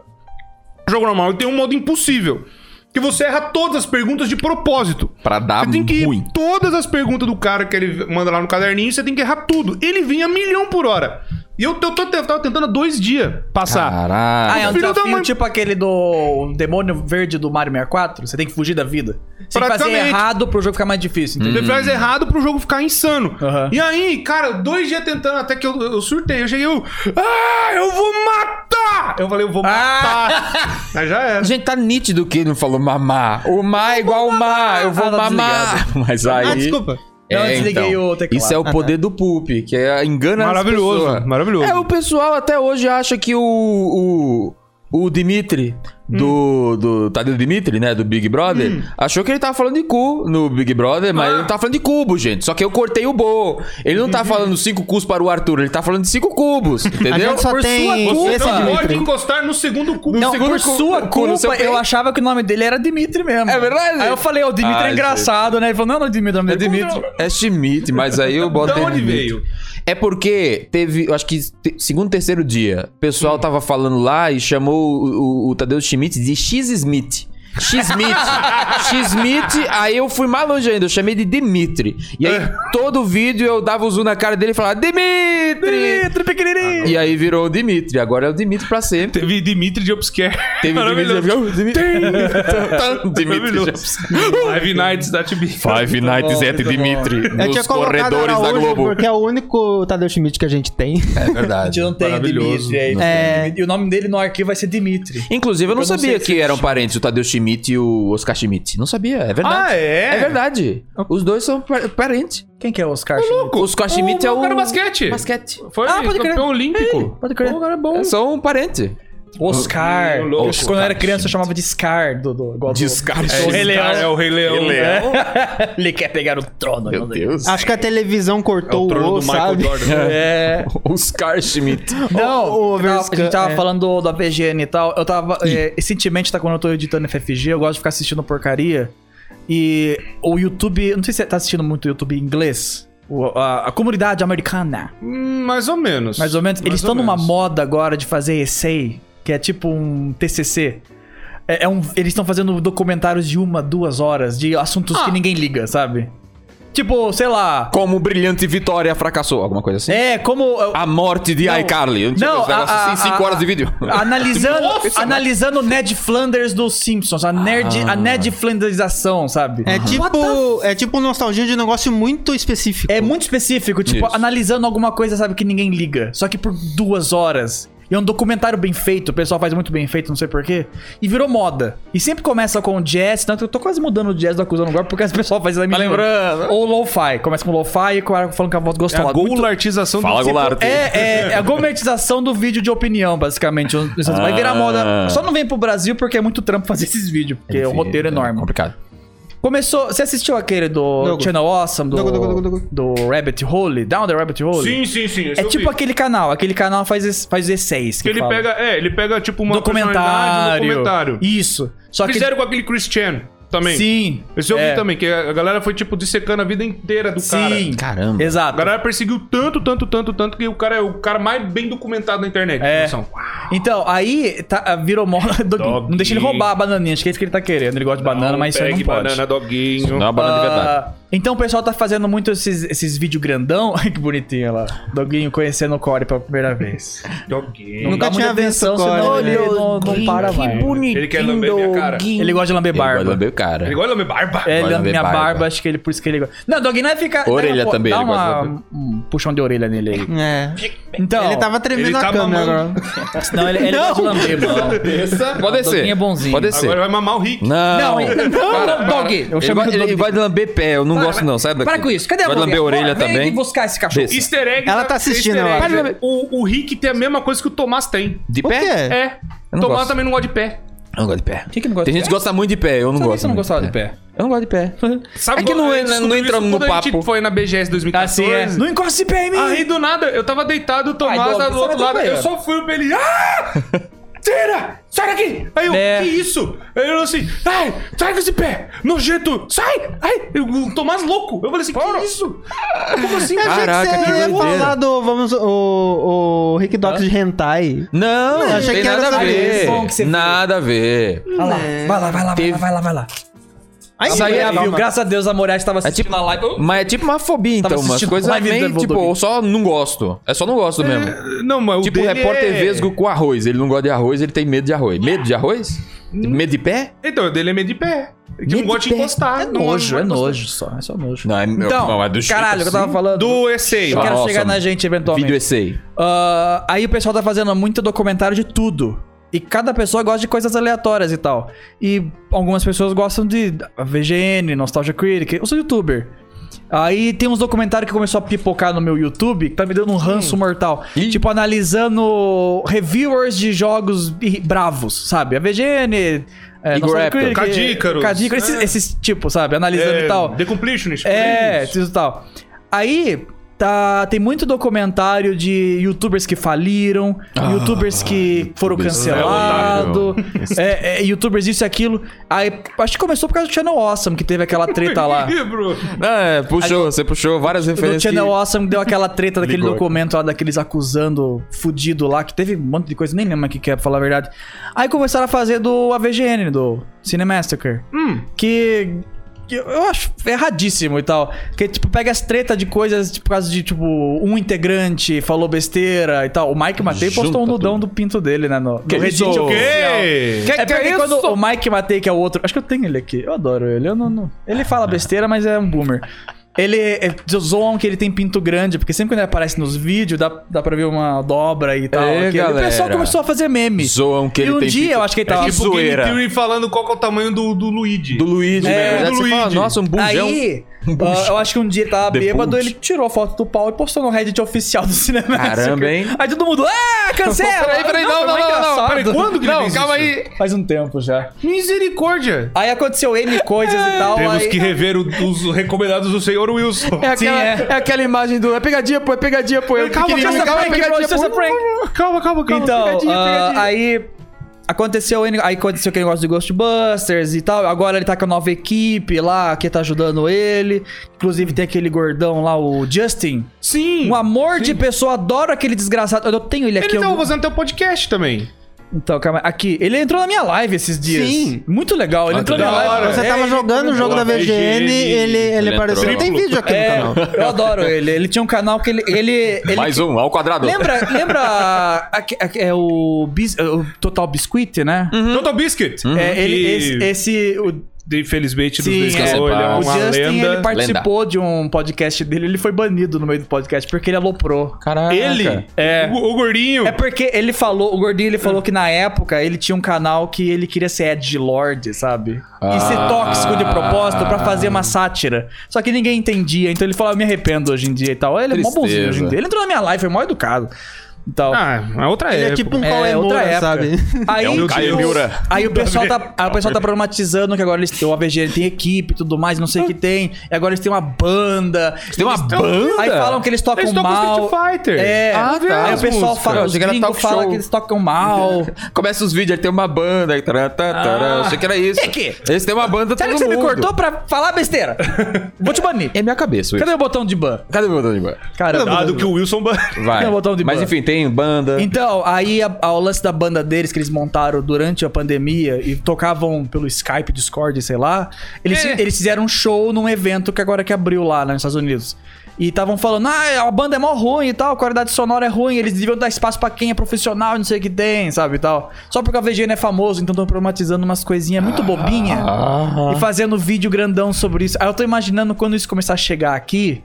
Speaker 4: jogo normal e tem um modo impossível. Que você erra todas as perguntas de propósito.
Speaker 1: Pra dar
Speaker 4: Você tem que
Speaker 1: Tá ruim.
Speaker 4: todas as perguntas do cara que ele manda lá no caderninho, você tem que errar tudo. Ele vinha milhão por hora. E eu, eu, tô, eu tava tentando há dois dias passar.
Speaker 1: Caralho.
Speaker 2: Ah, é um
Speaker 4: Filho da
Speaker 2: desafio
Speaker 4: mãe.
Speaker 2: tipo aquele do demônio verde do Mario 64. Você tem que fugir da vida. Você tem que fazer
Speaker 4: Praticamente.
Speaker 2: errado pro jogo ficar mais difícil, entendeu?
Speaker 4: Ele faz errado pro jogo ficar insano.
Speaker 2: Aham.
Speaker 4: E aí, cara, dois dias tentando até que eu, eu surtei. Eu cheguei, eu. Ah, eu vou matar! Eu falei, eu vou matar. Mas já era.
Speaker 1: Gente, tá nítido que ele não falou mamar. O má é igual o má. Eu vou
Speaker 2: Ah, tá
Speaker 1: mamar. Mas aí.
Speaker 3: Ah, desculpa.
Speaker 2: Não, eu desliguei o teclado. Ah, tá.
Speaker 1: Isso é o poder do Pulp, que é engana
Speaker 4: Maravilhoso,
Speaker 1: as pessoas.
Speaker 4: maravilhoso.
Speaker 1: É, o pessoal até hoje acha que o. O, o Dimitri.
Speaker 3: Hum.
Speaker 1: Do, do Tadeu Dimitri, né? Do Big Brother. Achou que ele tava falando de cu no Big Brother,
Speaker 3: Ah.
Speaker 1: mas ele não tá falando de cubo, gente. Só que eu cortei o bo. Ele não tá falando cinco cus para o Arthur, ele tá falando de cinco cubos, entendeu?
Speaker 3: gente só tem
Speaker 1: culpa.
Speaker 4: Você
Speaker 3: esse
Speaker 4: não Ah, pode
Speaker 3: Dimitri.
Speaker 4: encostar no segundo cu.
Speaker 2: Não,
Speaker 4: segundo
Speaker 2: por
Speaker 4: cu-
Speaker 2: sua
Speaker 1: cu no
Speaker 2: culpa,
Speaker 1: seu
Speaker 2: eu
Speaker 1: peito.
Speaker 2: achava que o nome dele era Dimitri mesmo.
Speaker 1: É verdade?
Speaker 2: Aí eu falei, ó, o Dimitri
Speaker 1: Ai,
Speaker 2: é engraçado, né? Ele falou, não, não é Dimitri, não
Speaker 1: É Dimitri. É Schmidt, mas aí eu boto
Speaker 4: Da onde
Speaker 1: Dimitri.
Speaker 4: veio?
Speaker 1: É porque teve, eu acho que te- segundo, terceiro dia, o pessoal tava falando lá e chamou o, o- o Tadeu Schmidt de X Smith. X-Smith. X-Smith, aí eu fui mais longe ainda, eu chamei de Dimitri. E aí,
Speaker 4: É.
Speaker 1: todo vídeo eu dava o zoom na cara dele e falava, Dimitri!
Speaker 2: Dimitri, pequenininho.
Speaker 1: E aí virou o Dimitri, agora é o Dimitri pra sempre.
Speaker 4: Teve Dimitri de Obscare.
Speaker 1: Teve Dimitri,
Speaker 4: Maravilhoso.
Speaker 1: ficou, Dimitri. Tan, Dimitri.
Speaker 4: Maravilhoso. Five Nights at Tá Biff.
Speaker 1: Five Nights at
Speaker 2: muito bom.
Speaker 1: Dimitri,
Speaker 3: Eu tinha
Speaker 1: nos
Speaker 3: colocado
Speaker 1: corredores da
Speaker 3: Araújo,
Speaker 1: Globo.
Speaker 3: Porque é o único Tadeu Schmidt que a gente tem.
Speaker 1: É
Speaker 2: A
Speaker 1: verdade.
Speaker 2: gente não tem
Speaker 4: Ah, Maravilhoso.
Speaker 2: Dimitri aí. não tem Dimitri. E o nome dele no arquivo vai ser Dimitri.
Speaker 1: Inclusive, eu não
Speaker 2: Eu não
Speaker 1: sabia
Speaker 2: sei se
Speaker 1: que eram parentes o Tadeu Schmidt e o Oscar Schmidt. Não sabia, é verdade.
Speaker 4: Ah, é?
Speaker 1: É verdade. Os dois são pa- parentes.
Speaker 2: Quem que é Ah. o Oscar?
Speaker 1: O Oscar Schmidt é o.
Speaker 4: cara do basquete.
Speaker 1: Basquete.
Speaker 4: Foi
Speaker 2: Ah, pode crer.
Speaker 4: campeão olímpico.
Speaker 2: Pode crer.
Speaker 4: O cara é bom.
Speaker 1: São um parente.
Speaker 2: Oscar.
Speaker 4: Ô, louco.
Speaker 2: Quando eu era criança, eu chamava de Scar. Do, do, igual do-
Speaker 1: Descarga.
Speaker 2: É,
Speaker 4: o Rei Leão. É o Rei Leão.
Speaker 2: Ele quer pegar o trono.
Speaker 1: Meu
Speaker 2: não-
Speaker 1: Deus.
Speaker 3: Acho que a televisão
Speaker 4: É o
Speaker 3: cortou o,
Speaker 4: trono
Speaker 3: o
Speaker 4: do Michael
Speaker 3: sabe?
Speaker 4: Jordan.
Speaker 2: É.
Speaker 1: Oscar Schmidt.
Speaker 2: Não,
Speaker 3: O- o
Speaker 2: eu tava- a
Speaker 3: Overscan-
Speaker 2: gente tava
Speaker 3: é.
Speaker 2: falando do- da PGN e tal. Eu tava. é, recentemente, tá, quando eu tô editando FFG, eu gosto de ficar assistindo porcaria. E o YouTube. Não sei se você tá assistindo muito YouTube em inglês. O- a, a comunidade americana.
Speaker 4: Hum, Mais ou menos.
Speaker 2: Mais ou menos. eles
Speaker 4: Mais ou
Speaker 2: estão numa
Speaker 4: menos.
Speaker 2: moda agora de fazer essay, que é tipo um TCC. É, é um, eles estão fazendo documentários de uma, duas horas de assuntos que ninguém liga, sabe? Tipo, sei lá.
Speaker 1: Como brilhante vitória fracassou. Alguma coisa assim.
Speaker 2: É, como.
Speaker 1: A morte de iCarly.
Speaker 2: Não,
Speaker 1: Os negócios
Speaker 2: a- a-
Speaker 1: assim, cinco
Speaker 2: a-
Speaker 1: horas de vídeo.
Speaker 2: Analisando,
Speaker 1: Nossa,
Speaker 2: analisando o Ned Flanders dos Simpsons, a nerd, a Ned Flanderização, sabe?
Speaker 3: Ah.
Speaker 2: Uhum.
Speaker 3: É tipo, é tipo nostalgia de um negócio muito específico.
Speaker 2: É muito específico, tipo,
Speaker 1: Isso.
Speaker 2: analisando alguma coisa, sabe, que ninguém liga. Só que por duas horas. E é um documentário bem feito, o pessoal faz muito bem feito, não sei porquê. E virou moda. E sempre começa com jazz, tanto que eu tô quase mudando o jazz do acusando agora, porque as pessoas fazem
Speaker 1: Tá lembrando?
Speaker 2: Ou lo-fi. Começa com lo-fi e com a- falando com a voz
Speaker 4: É a
Speaker 2: gostosa. Muito-
Speaker 4: golartização
Speaker 1: Fala, Goulart.
Speaker 2: é, é, é a gourmetização do vídeo de opinião, basicamente. Vai virar moda. Só não vem pro Brasil porque é muito trampo fazer esses vídeos, porque é um roteiro
Speaker 1: Ah. Enfim,
Speaker 2: enorme.
Speaker 1: Complicado.
Speaker 2: Começou. Você assistiu aquele do
Speaker 3: Dogo.
Speaker 2: Channel Awesome? Do,
Speaker 3: Dogo, dogo, dogo, dogo.
Speaker 2: do Rabbit Hole? Down the Rabbit Hole?
Speaker 4: Sim, sim, sim. esse
Speaker 2: É
Speaker 4: eu
Speaker 2: tipo
Speaker 4: vi.
Speaker 2: aquele canal. Aquele canal faz, es- faz E6.
Speaker 4: Que ele
Speaker 2: fala.
Speaker 4: pega, é, ele pega tipo uma personalidade,
Speaker 2: documentário.
Speaker 4: um documentário.
Speaker 2: Isso. Só que.
Speaker 4: Fizeram com aquele Chris Chan também.
Speaker 2: Sim.
Speaker 4: Esse eu
Speaker 2: É.
Speaker 4: vi também, que a galera foi, tipo, dissecando a vida inteira do cara.
Speaker 2: Sim.
Speaker 1: Caramba.
Speaker 4: A
Speaker 2: Exato.
Speaker 4: galera perseguiu tanto, tanto, tanto, tanto, que o cara é o cara mais bem documentado da internet.
Speaker 2: É.
Speaker 4: Noção.
Speaker 2: Então, aí tá, virou moda.
Speaker 4: Dog.
Speaker 2: Não deixa ele roubar a bananinha. Acho que é isso que ele tá querendo. Ele gosta de banana, mas isso aí não
Speaker 4: Pegue
Speaker 2: pode.
Speaker 4: banana, doguinho.
Speaker 1: Não é uma banana de verdade.
Speaker 2: Ah, Então o pessoal tá fazendo muito esses, esses vídeos grandão. Ai, que bonitinho lá. Doguinho conhecendo o Core pela primeira vez.
Speaker 4: Doguinho.
Speaker 2: Não
Speaker 3: Nunca
Speaker 2: dá muita
Speaker 3: tinha visto
Speaker 2: atenção,
Speaker 3: Core,
Speaker 2: senão
Speaker 3: né?
Speaker 2: ele não, não para mais.
Speaker 4: Ele quer lamber minha cara.
Speaker 2: Ele gosta de
Speaker 1: Ele gosta
Speaker 2: lamber
Speaker 1: de
Speaker 2: barba.
Speaker 1: lamber o cara.
Speaker 4: Ele gosta de barba.
Speaker 2: É,
Speaker 4: É.
Speaker 2: ele
Speaker 1: Gosta de
Speaker 2: lambe minha
Speaker 1: barba.
Speaker 2: barba. acho que ele por isso que ele gosta. Não, Doguinho não é ficar.
Speaker 1: Orelha
Speaker 2: dá uma-
Speaker 1: também,
Speaker 2: dá
Speaker 1: ele gosta
Speaker 2: uma, um puxão de orelha nele aí.
Speaker 3: É.
Speaker 2: Então,
Speaker 3: Ele tava tremendo
Speaker 4: ele
Speaker 3: a
Speaker 4: tá
Speaker 3: câmera
Speaker 4: mamando.
Speaker 3: agora.
Speaker 2: senão ele, ele gosta de lamber, mano.
Speaker 1: Pode descer.
Speaker 2: Doguinho é bonzinho.
Speaker 1: Pode descer.
Speaker 4: Agora vai mamar o Rick.
Speaker 1: Não.
Speaker 2: Não, ele- não,
Speaker 1: Para,
Speaker 2: não,
Speaker 1: para.
Speaker 2: Dog. Eu
Speaker 1: Ele
Speaker 2: chamo
Speaker 1: gosta-
Speaker 2: ele de
Speaker 1: Ele
Speaker 2: Dog.
Speaker 1: gosta de lamber pé. Eu não gosto, não. Sai daqui.
Speaker 2: Para com isso. Cadê a
Speaker 1: Vai lamber a
Speaker 2: bolinha?
Speaker 1: orelha
Speaker 2: Vem
Speaker 1: também.
Speaker 2: buscar esse cachorro.
Speaker 1: Desse.
Speaker 4: Easter egg.
Speaker 3: Ela
Speaker 4: da-
Speaker 3: tá assistindo,
Speaker 4: easter
Speaker 3: eu
Speaker 4: egg.
Speaker 1: acho.
Speaker 4: O, o Rick tem a mesma coisa que o Tomás tem.
Speaker 1: De
Speaker 3: Por
Speaker 1: pé?
Speaker 3: quê?
Speaker 4: É.
Speaker 1: não
Speaker 4: Tomás
Speaker 1: gosto.
Speaker 4: também não gosta de pé.
Speaker 1: Eu não gosto de pé.
Speaker 2: Quem que não gosta
Speaker 1: Tem
Speaker 2: de
Speaker 1: gente que
Speaker 2: pé?
Speaker 1: gosta muito de pé. Eu não
Speaker 2: Sabia
Speaker 1: gosto.
Speaker 2: que você não
Speaker 1: muito
Speaker 2: gostava de
Speaker 1: pé.
Speaker 2: pé.
Speaker 1: Eu não gosto de pé. é que
Speaker 4: quando-
Speaker 1: não,
Speaker 4: a gente
Speaker 1: entra- não
Speaker 4: descobriu
Speaker 1: entra
Speaker 4: isso
Speaker 1: no
Speaker 4: quando A
Speaker 1: papo. Ah,
Speaker 4: gente foi na BGS 2014.
Speaker 2: Assim é. Não encosta esse pé em mim.
Speaker 4: Aí do nada, eu tava deitado, o Tomás
Speaker 2: Ai, Dom,
Speaker 4: lá do
Speaker 2: você
Speaker 4: outro
Speaker 2: vai
Speaker 4: lado.
Speaker 2: acompanhar.
Speaker 4: Eu só fui pra ele. Ah! Tira! Sai daqui! Aí eu,
Speaker 2: É.
Speaker 4: que isso? Aí ele falou assim, ai, sai com esse pé! Nojento! Sai! Ai! Eu, o Tomás louco! Eu falei assim, que isso? Como assim?
Speaker 3: Eu achei
Speaker 1: Caraca,
Speaker 3: que
Speaker 1: que
Speaker 3: você ia
Speaker 1: doideira.
Speaker 3: falar do, vamos, o, o Rick Docs de Hentai.
Speaker 1: Não, não
Speaker 3: achei
Speaker 1: tem
Speaker 3: que era
Speaker 1: nada a
Speaker 3: da
Speaker 1: ver.
Speaker 2: versão que você fez.
Speaker 1: Nada a ver.
Speaker 2: Vai lá, vai lá, vai lá, vai lá, vai lá, vai lá.
Speaker 3: É. Aí né?
Speaker 1: Isso aí é
Speaker 2: Ela viu, graças a Deus, a Moraes tava assistindo
Speaker 1: tipo-
Speaker 2: na live.
Speaker 1: Mas é tipo uma fobia,
Speaker 2: Tava
Speaker 1: então. Umas
Speaker 2: assistindo
Speaker 1: coisas
Speaker 2: live do
Speaker 1: meio,
Speaker 2: Double
Speaker 1: tipo,
Speaker 2: Dog.
Speaker 1: eu só não gosto. É só não gosto mesmo.
Speaker 4: Não, mas o
Speaker 1: Tipo, o
Speaker 4: dele
Speaker 1: repórter
Speaker 4: é...
Speaker 1: vesgo com arroz. Ele não gosta de arroz, ele tem medo de arroz. Medo de arroz? Medo de pé?
Speaker 4: Então, o dele é meio de pé. Que não
Speaker 1: Meio
Speaker 4: gosta
Speaker 1: de
Speaker 4: de
Speaker 1: pé.
Speaker 4: encostar.
Speaker 2: É
Speaker 4: não
Speaker 2: nojo,
Speaker 4: gosta
Speaker 2: é
Speaker 4: de
Speaker 2: nojo só, é só nojo.
Speaker 1: Não, é,
Speaker 2: Então,
Speaker 1: não, é do jeito
Speaker 2: caralho, o que eu tava
Speaker 1: assim.
Speaker 2: falando.
Speaker 4: Do essay.
Speaker 2: Eu quero
Speaker 1: Nossa,
Speaker 2: chegar na
Speaker 1: mano.
Speaker 2: gente eventualmente.
Speaker 1: Vídeo essay.
Speaker 2: Ah, aí o pessoal tá fazendo muito documentário de tudo. E cada pessoa gosta de coisas aleatórias e tal. E algumas pessoas gostam de VGN, Nostalgia Critic, eu sou youtuber. Aí tem uns documentários que começou a pipocar no meu YouTube, que tá me dando um ranço mortal.
Speaker 1: Ih.
Speaker 2: Tipo, analisando reviewers de jogos bi- bravos, sabe? A VGN, é,
Speaker 1: Igor
Speaker 2: Nostalgia
Speaker 1: Apple.
Speaker 2: Critic,
Speaker 4: Cadícaros.
Speaker 2: Cadícaros, esses,
Speaker 4: É.
Speaker 2: esses tipos, sabe? Analisando
Speaker 4: É,
Speaker 2: e tal.
Speaker 4: The Completionist.
Speaker 2: É, isso e tal. Aí tá, tem muito documentário de youtubers que faliram, youtubers que foram
Speaker 1: youtubers é
Speaker 2: cancelados, é, é, youtubers isso e aquilo. Aí acho que começou por causa do Channel Awesome, que teve aquela treta lá.
Speaker 4: Livro.
Speaker 1: É, puxou, você puxou várias
Speaker 2: Do
Speaker 1: referências.
Speaker 2: Channel
Speaker 1: que-
Speaker 2: Awesome deu aquela treta daquele
Speaker 1: Ligou.
Speaker 2: documento lá, daqueles acusando fudido lá, que teve um monte de coisa, nem lembro mais o que que é, pra falar a verdade. Aí começaram a fazer do AVGN, do Cinemassacre
Speaker 4: Hum.
Speaker 2: que que eu- eu acho erradíssimo e tal. Que, tipo, pega as treta de coisas, tipo, por causa de, tipo, um integrante falou besteira e tal. O Mike Matei postou um
Speaker 1: Junta
Speaker 2: nudão do pinto dele, né, no, no Reddit.
Speaker 1: isso?
Speaker 2: oficial.
Speaker 4: Que?
Speaker 2: é porque quando o Mike Matei, que é o outro... Acho que eu tenho ele aqui. Eu adoro ele. Eu não, não- Ele fala besteira, mas é um boomer. Ele é, zoam que ele tem pinto grande, porque sempre quando ele aparece nos vídeos, dá, dá pra ver uma dobra e tal.
Speaker 1: É,
Speaker 2: aquele. o pessoal
Speaker 1: galera.
Speaker 2: começou a fazer meme.
Speaker 1: Zoam que
Speaker 2: e
Speaker 1: ele
Speaker 2: um
Speaker 1: tem
Speaker 2: dia
Speaker 1: pinto-
Speaker 2: eu acho que ele
Speaker 1: É
Speaker 2: tava...
Speaker 1: tipo
Speaker 4: Tipo Game
Speaker 1: zoeira.
Speaker 4: Theory falando qual que é o tamanho do, do Luigi.
Speaker 1: Do Luigi,
Speaker 2: É,
Speaker 1: na verdade,
Speaker 4: do
Speaker 1: você fala,
Speaker 4: Luigi.
Speaker 1: nossa, um bujão.
Speaker 2: Aí,
Speaker 1: Um bujão.
Speaker 2: ah, eu acho que um dia ele tava
Speaker 1: The
Speaker 2: bêbado,
Speaker 1: Bulge.
Speaker 2: ele tirou a foto do pau e postou no Reddit oficial do cinema.
Speaker 1: Caramba, hein?
Speaker 2: Aí todo mundo, ah, cancela!
Speaker 1: Peraí, peraí, não, não,
Speaker 2: foi mó
Speaker 1: não, não,
Speaker 2: engraçado.
Speaker 4: Peraí, quando que ele fez isso?
Speaker 2: Faz um tempo já.
Speaker 4: Misericórdia!
Speaker 2: Aí aconteceu N coisas
Speaker 1: É.
Speaker 2: e tal.
Speaker 4: Temos
Speaker 2: aí...
Speaker 4: que rever o- os recomendados do senhor Wilson.
Speaker 1: É
Speaker 2: Sim,
Speaker 1: aquela,
Speaker 2: é.
Speaker 1: é. aquela imagem do. É pegadinha, pô, é pegadinha, pô. Eu
Speaker 2: Calma,
Speaker 1: pequenininho,
Speaker 2: calma, calma, prank, bro, isso é só prank.
Speaker 4: Calma, calma, calma.
Speaker 2: Então,
Speaker 4: Pegadinha,
Speaker 2: ah,
Speaker 4: pegadinha.
Speaker 2: aí aconteceu N- aí aconteceu aquele negócio de Ghostbusters e tal. Agora ele tá com a nova equipe lá, que tá ajudando ele. Inclusive tem aquele gordão lá, o Justin.
Speaker 4: Sim!
Speaker 2: Um amor de pessoa, adoro aquele desgraçado. Eu tenho ele aqui.
Speaker 4: Ele
Speaker 2: eu-
Speaker 4: tava fazendo teu podcast também.
Speaker 2: Então, calma. Aqui, ele entrou na minha live esses dias.
Speaker 3: Sim.
Speaker 2: Muito legal. Ele
Speaker 1: Ah,
Speaker 2: entrou
Speaker 1: que
Speaker 2: na
Speaker 1: da
Speaker 2: minha
Speaker 4: hora.
Speaker 2: live.
Speaker 3: Você
Speaker 4: É,
Speaker 3: tava
Speaker 4: ele
Speaker 3: jogando o jogo da
Speaker 4: entrou.
Speaker 3: VGN, ele, ele,
Speaker 1: Ele
Speaker 3: apareceu.
Speaker 1: entrou.
Speaker 3: Tem vídeo aqui
Speaker 2: É,
Speaker 3: no canal.
Speaker 2: eu adoro ele. Ele tinha um canal que ele. ele, ele-
Speaker 1: Mais um, ao quadrado.
Speaker 2: Lembra, lembra aque- aque- é o, bis- é o Total Biscuit, né?
Speaker 1: Uhum.
Speaker 4: Total Biscuit.
Speaker 2: É, ele, esse, esse- o,
Speaker 4: Uhum. Infelizmente,
Speaker 2: Sim,
Speaker 4: nos
Speaker 2: é.
Speaker 4: descansou. Ele é
Speaker 2: o
Speaker 1: Uma
Speaker 4: uma
Speaker 2: Justin
Speaker 4: lenda.
Speaker 2: ele participou de um podcast dele, ele foi banido no meio do podcast porque ele aloprou.
Speaker 1: Caraca.
Speaker 4: Ele?
Speaker 2: É.
Speaker 4: O, o gordinho.
Speaker 2: É porque ele falou, o gordinho ele falou que na época ele tinha um canal que ele queria ser Ed Lord, sabe? E ser
Speaker 1: Ah.
Speaker 2: tóxico de propósito pra fazer uma sátira. Só que ninguém entendia, então ele falou, eu me arrependo hoje em dia e tal. Ele é mó bonzinho
Speaker 1: Tristeza.
Speaker 2: hoje em dia. Ele entrou na minha live, foi mó educado. e tal.
Speaker 4: Ah, é outra
Speaker 3: Ele é
Speaker 4: época.
Speaker 3: tipo um
Speaker 2: É,
Speaker 3: Cauê
Speaker 2: outra
Speaker 3: Moura,
Speaker 2: época.
Speaker 3: sabe?
Speaker 2: Aí,
Speaker 4: É um
Speaker 2: tipo,
Speaker 4: Caio Miura.
Speaker 2: aí o pessoal tá, aí o pessoal tá problematizando que agora eles, o AVG ele tem equipe e tudo mais, não sei o que tem. E agora eles têm uma banda.
Speaker 1: Tem uma banda?
Speaker 2: Aí falam que eles tocam
Speaker 4: Eles tocam
Speaker 2: mal.
Speaker 4: Street Fighter.
Speaker 2: É.
Speaker 1: Ah, tá.
Speaker 2: Aí o
Speaker 1: As
Speaker 2: pessoal
Speaker 1: músicas.
Speaker 2: fala,
Speaker 1: Eu
Speaker 2: os
Speaker 1: achei que era
Speaker 2: gringos
Speaker 1: talk
Speaker 2: fala
Speaker 1: show.
Speaker 2: que eles tocam mal.
Speaker 1: Começa os vídeos, ele tem uma banda, aí, tará, tá, tará,
Speaker 2: Ah.
Speaker 1: achei que era isso.
Speaker 2: É que-
Speaker 1: Eles têm uma banda,
Speaker 2: Sério que
Speaker 1: todo
Speaker 2: você me
Speaker 1: mundo.
Speaker 2: cortou pra falar besteira? Vou te banir.
Speaker 1: É minha cabeça, Wilson.
Speaker 2: Cadê o botão de ban?
Speaker 1: Cadê meu botão de ban?
Speaker 2: Caramba.
Speaker 4: Ah, do que o Wilson Ban-
Speaker 1: Vai.
Speaker 2: Cadê o botão de
Speaker 1: Mas
Speaker 2: ban?
Speaker 1: enfim, tem banda.
Speaker 2: Então, aí a, a- o lance da banda deles que eles montaram durante a pandemia e tocavam pelo Skype, Discord, sei lá. Eles,
Speaker 4: É.
Speaker 2: eles fizeram um show num evento que agora que abriu lá né, nos Estados Unidos. E estavam falando, ah, a banda é mó ruim e tal, a qualidade sonora é ruim, eles deviam dar espaço pra quem é profissional e não sei o que tem, sabe e tal. Só porque a VGN é famoso, então estão problematizando umas coisinhas muito bobinha
Speaker 1: Ah.
Speaker 2: e fazendo vídeo grandão sobre isso. Aí eu tô imaginando quando isso começar a chegar aqui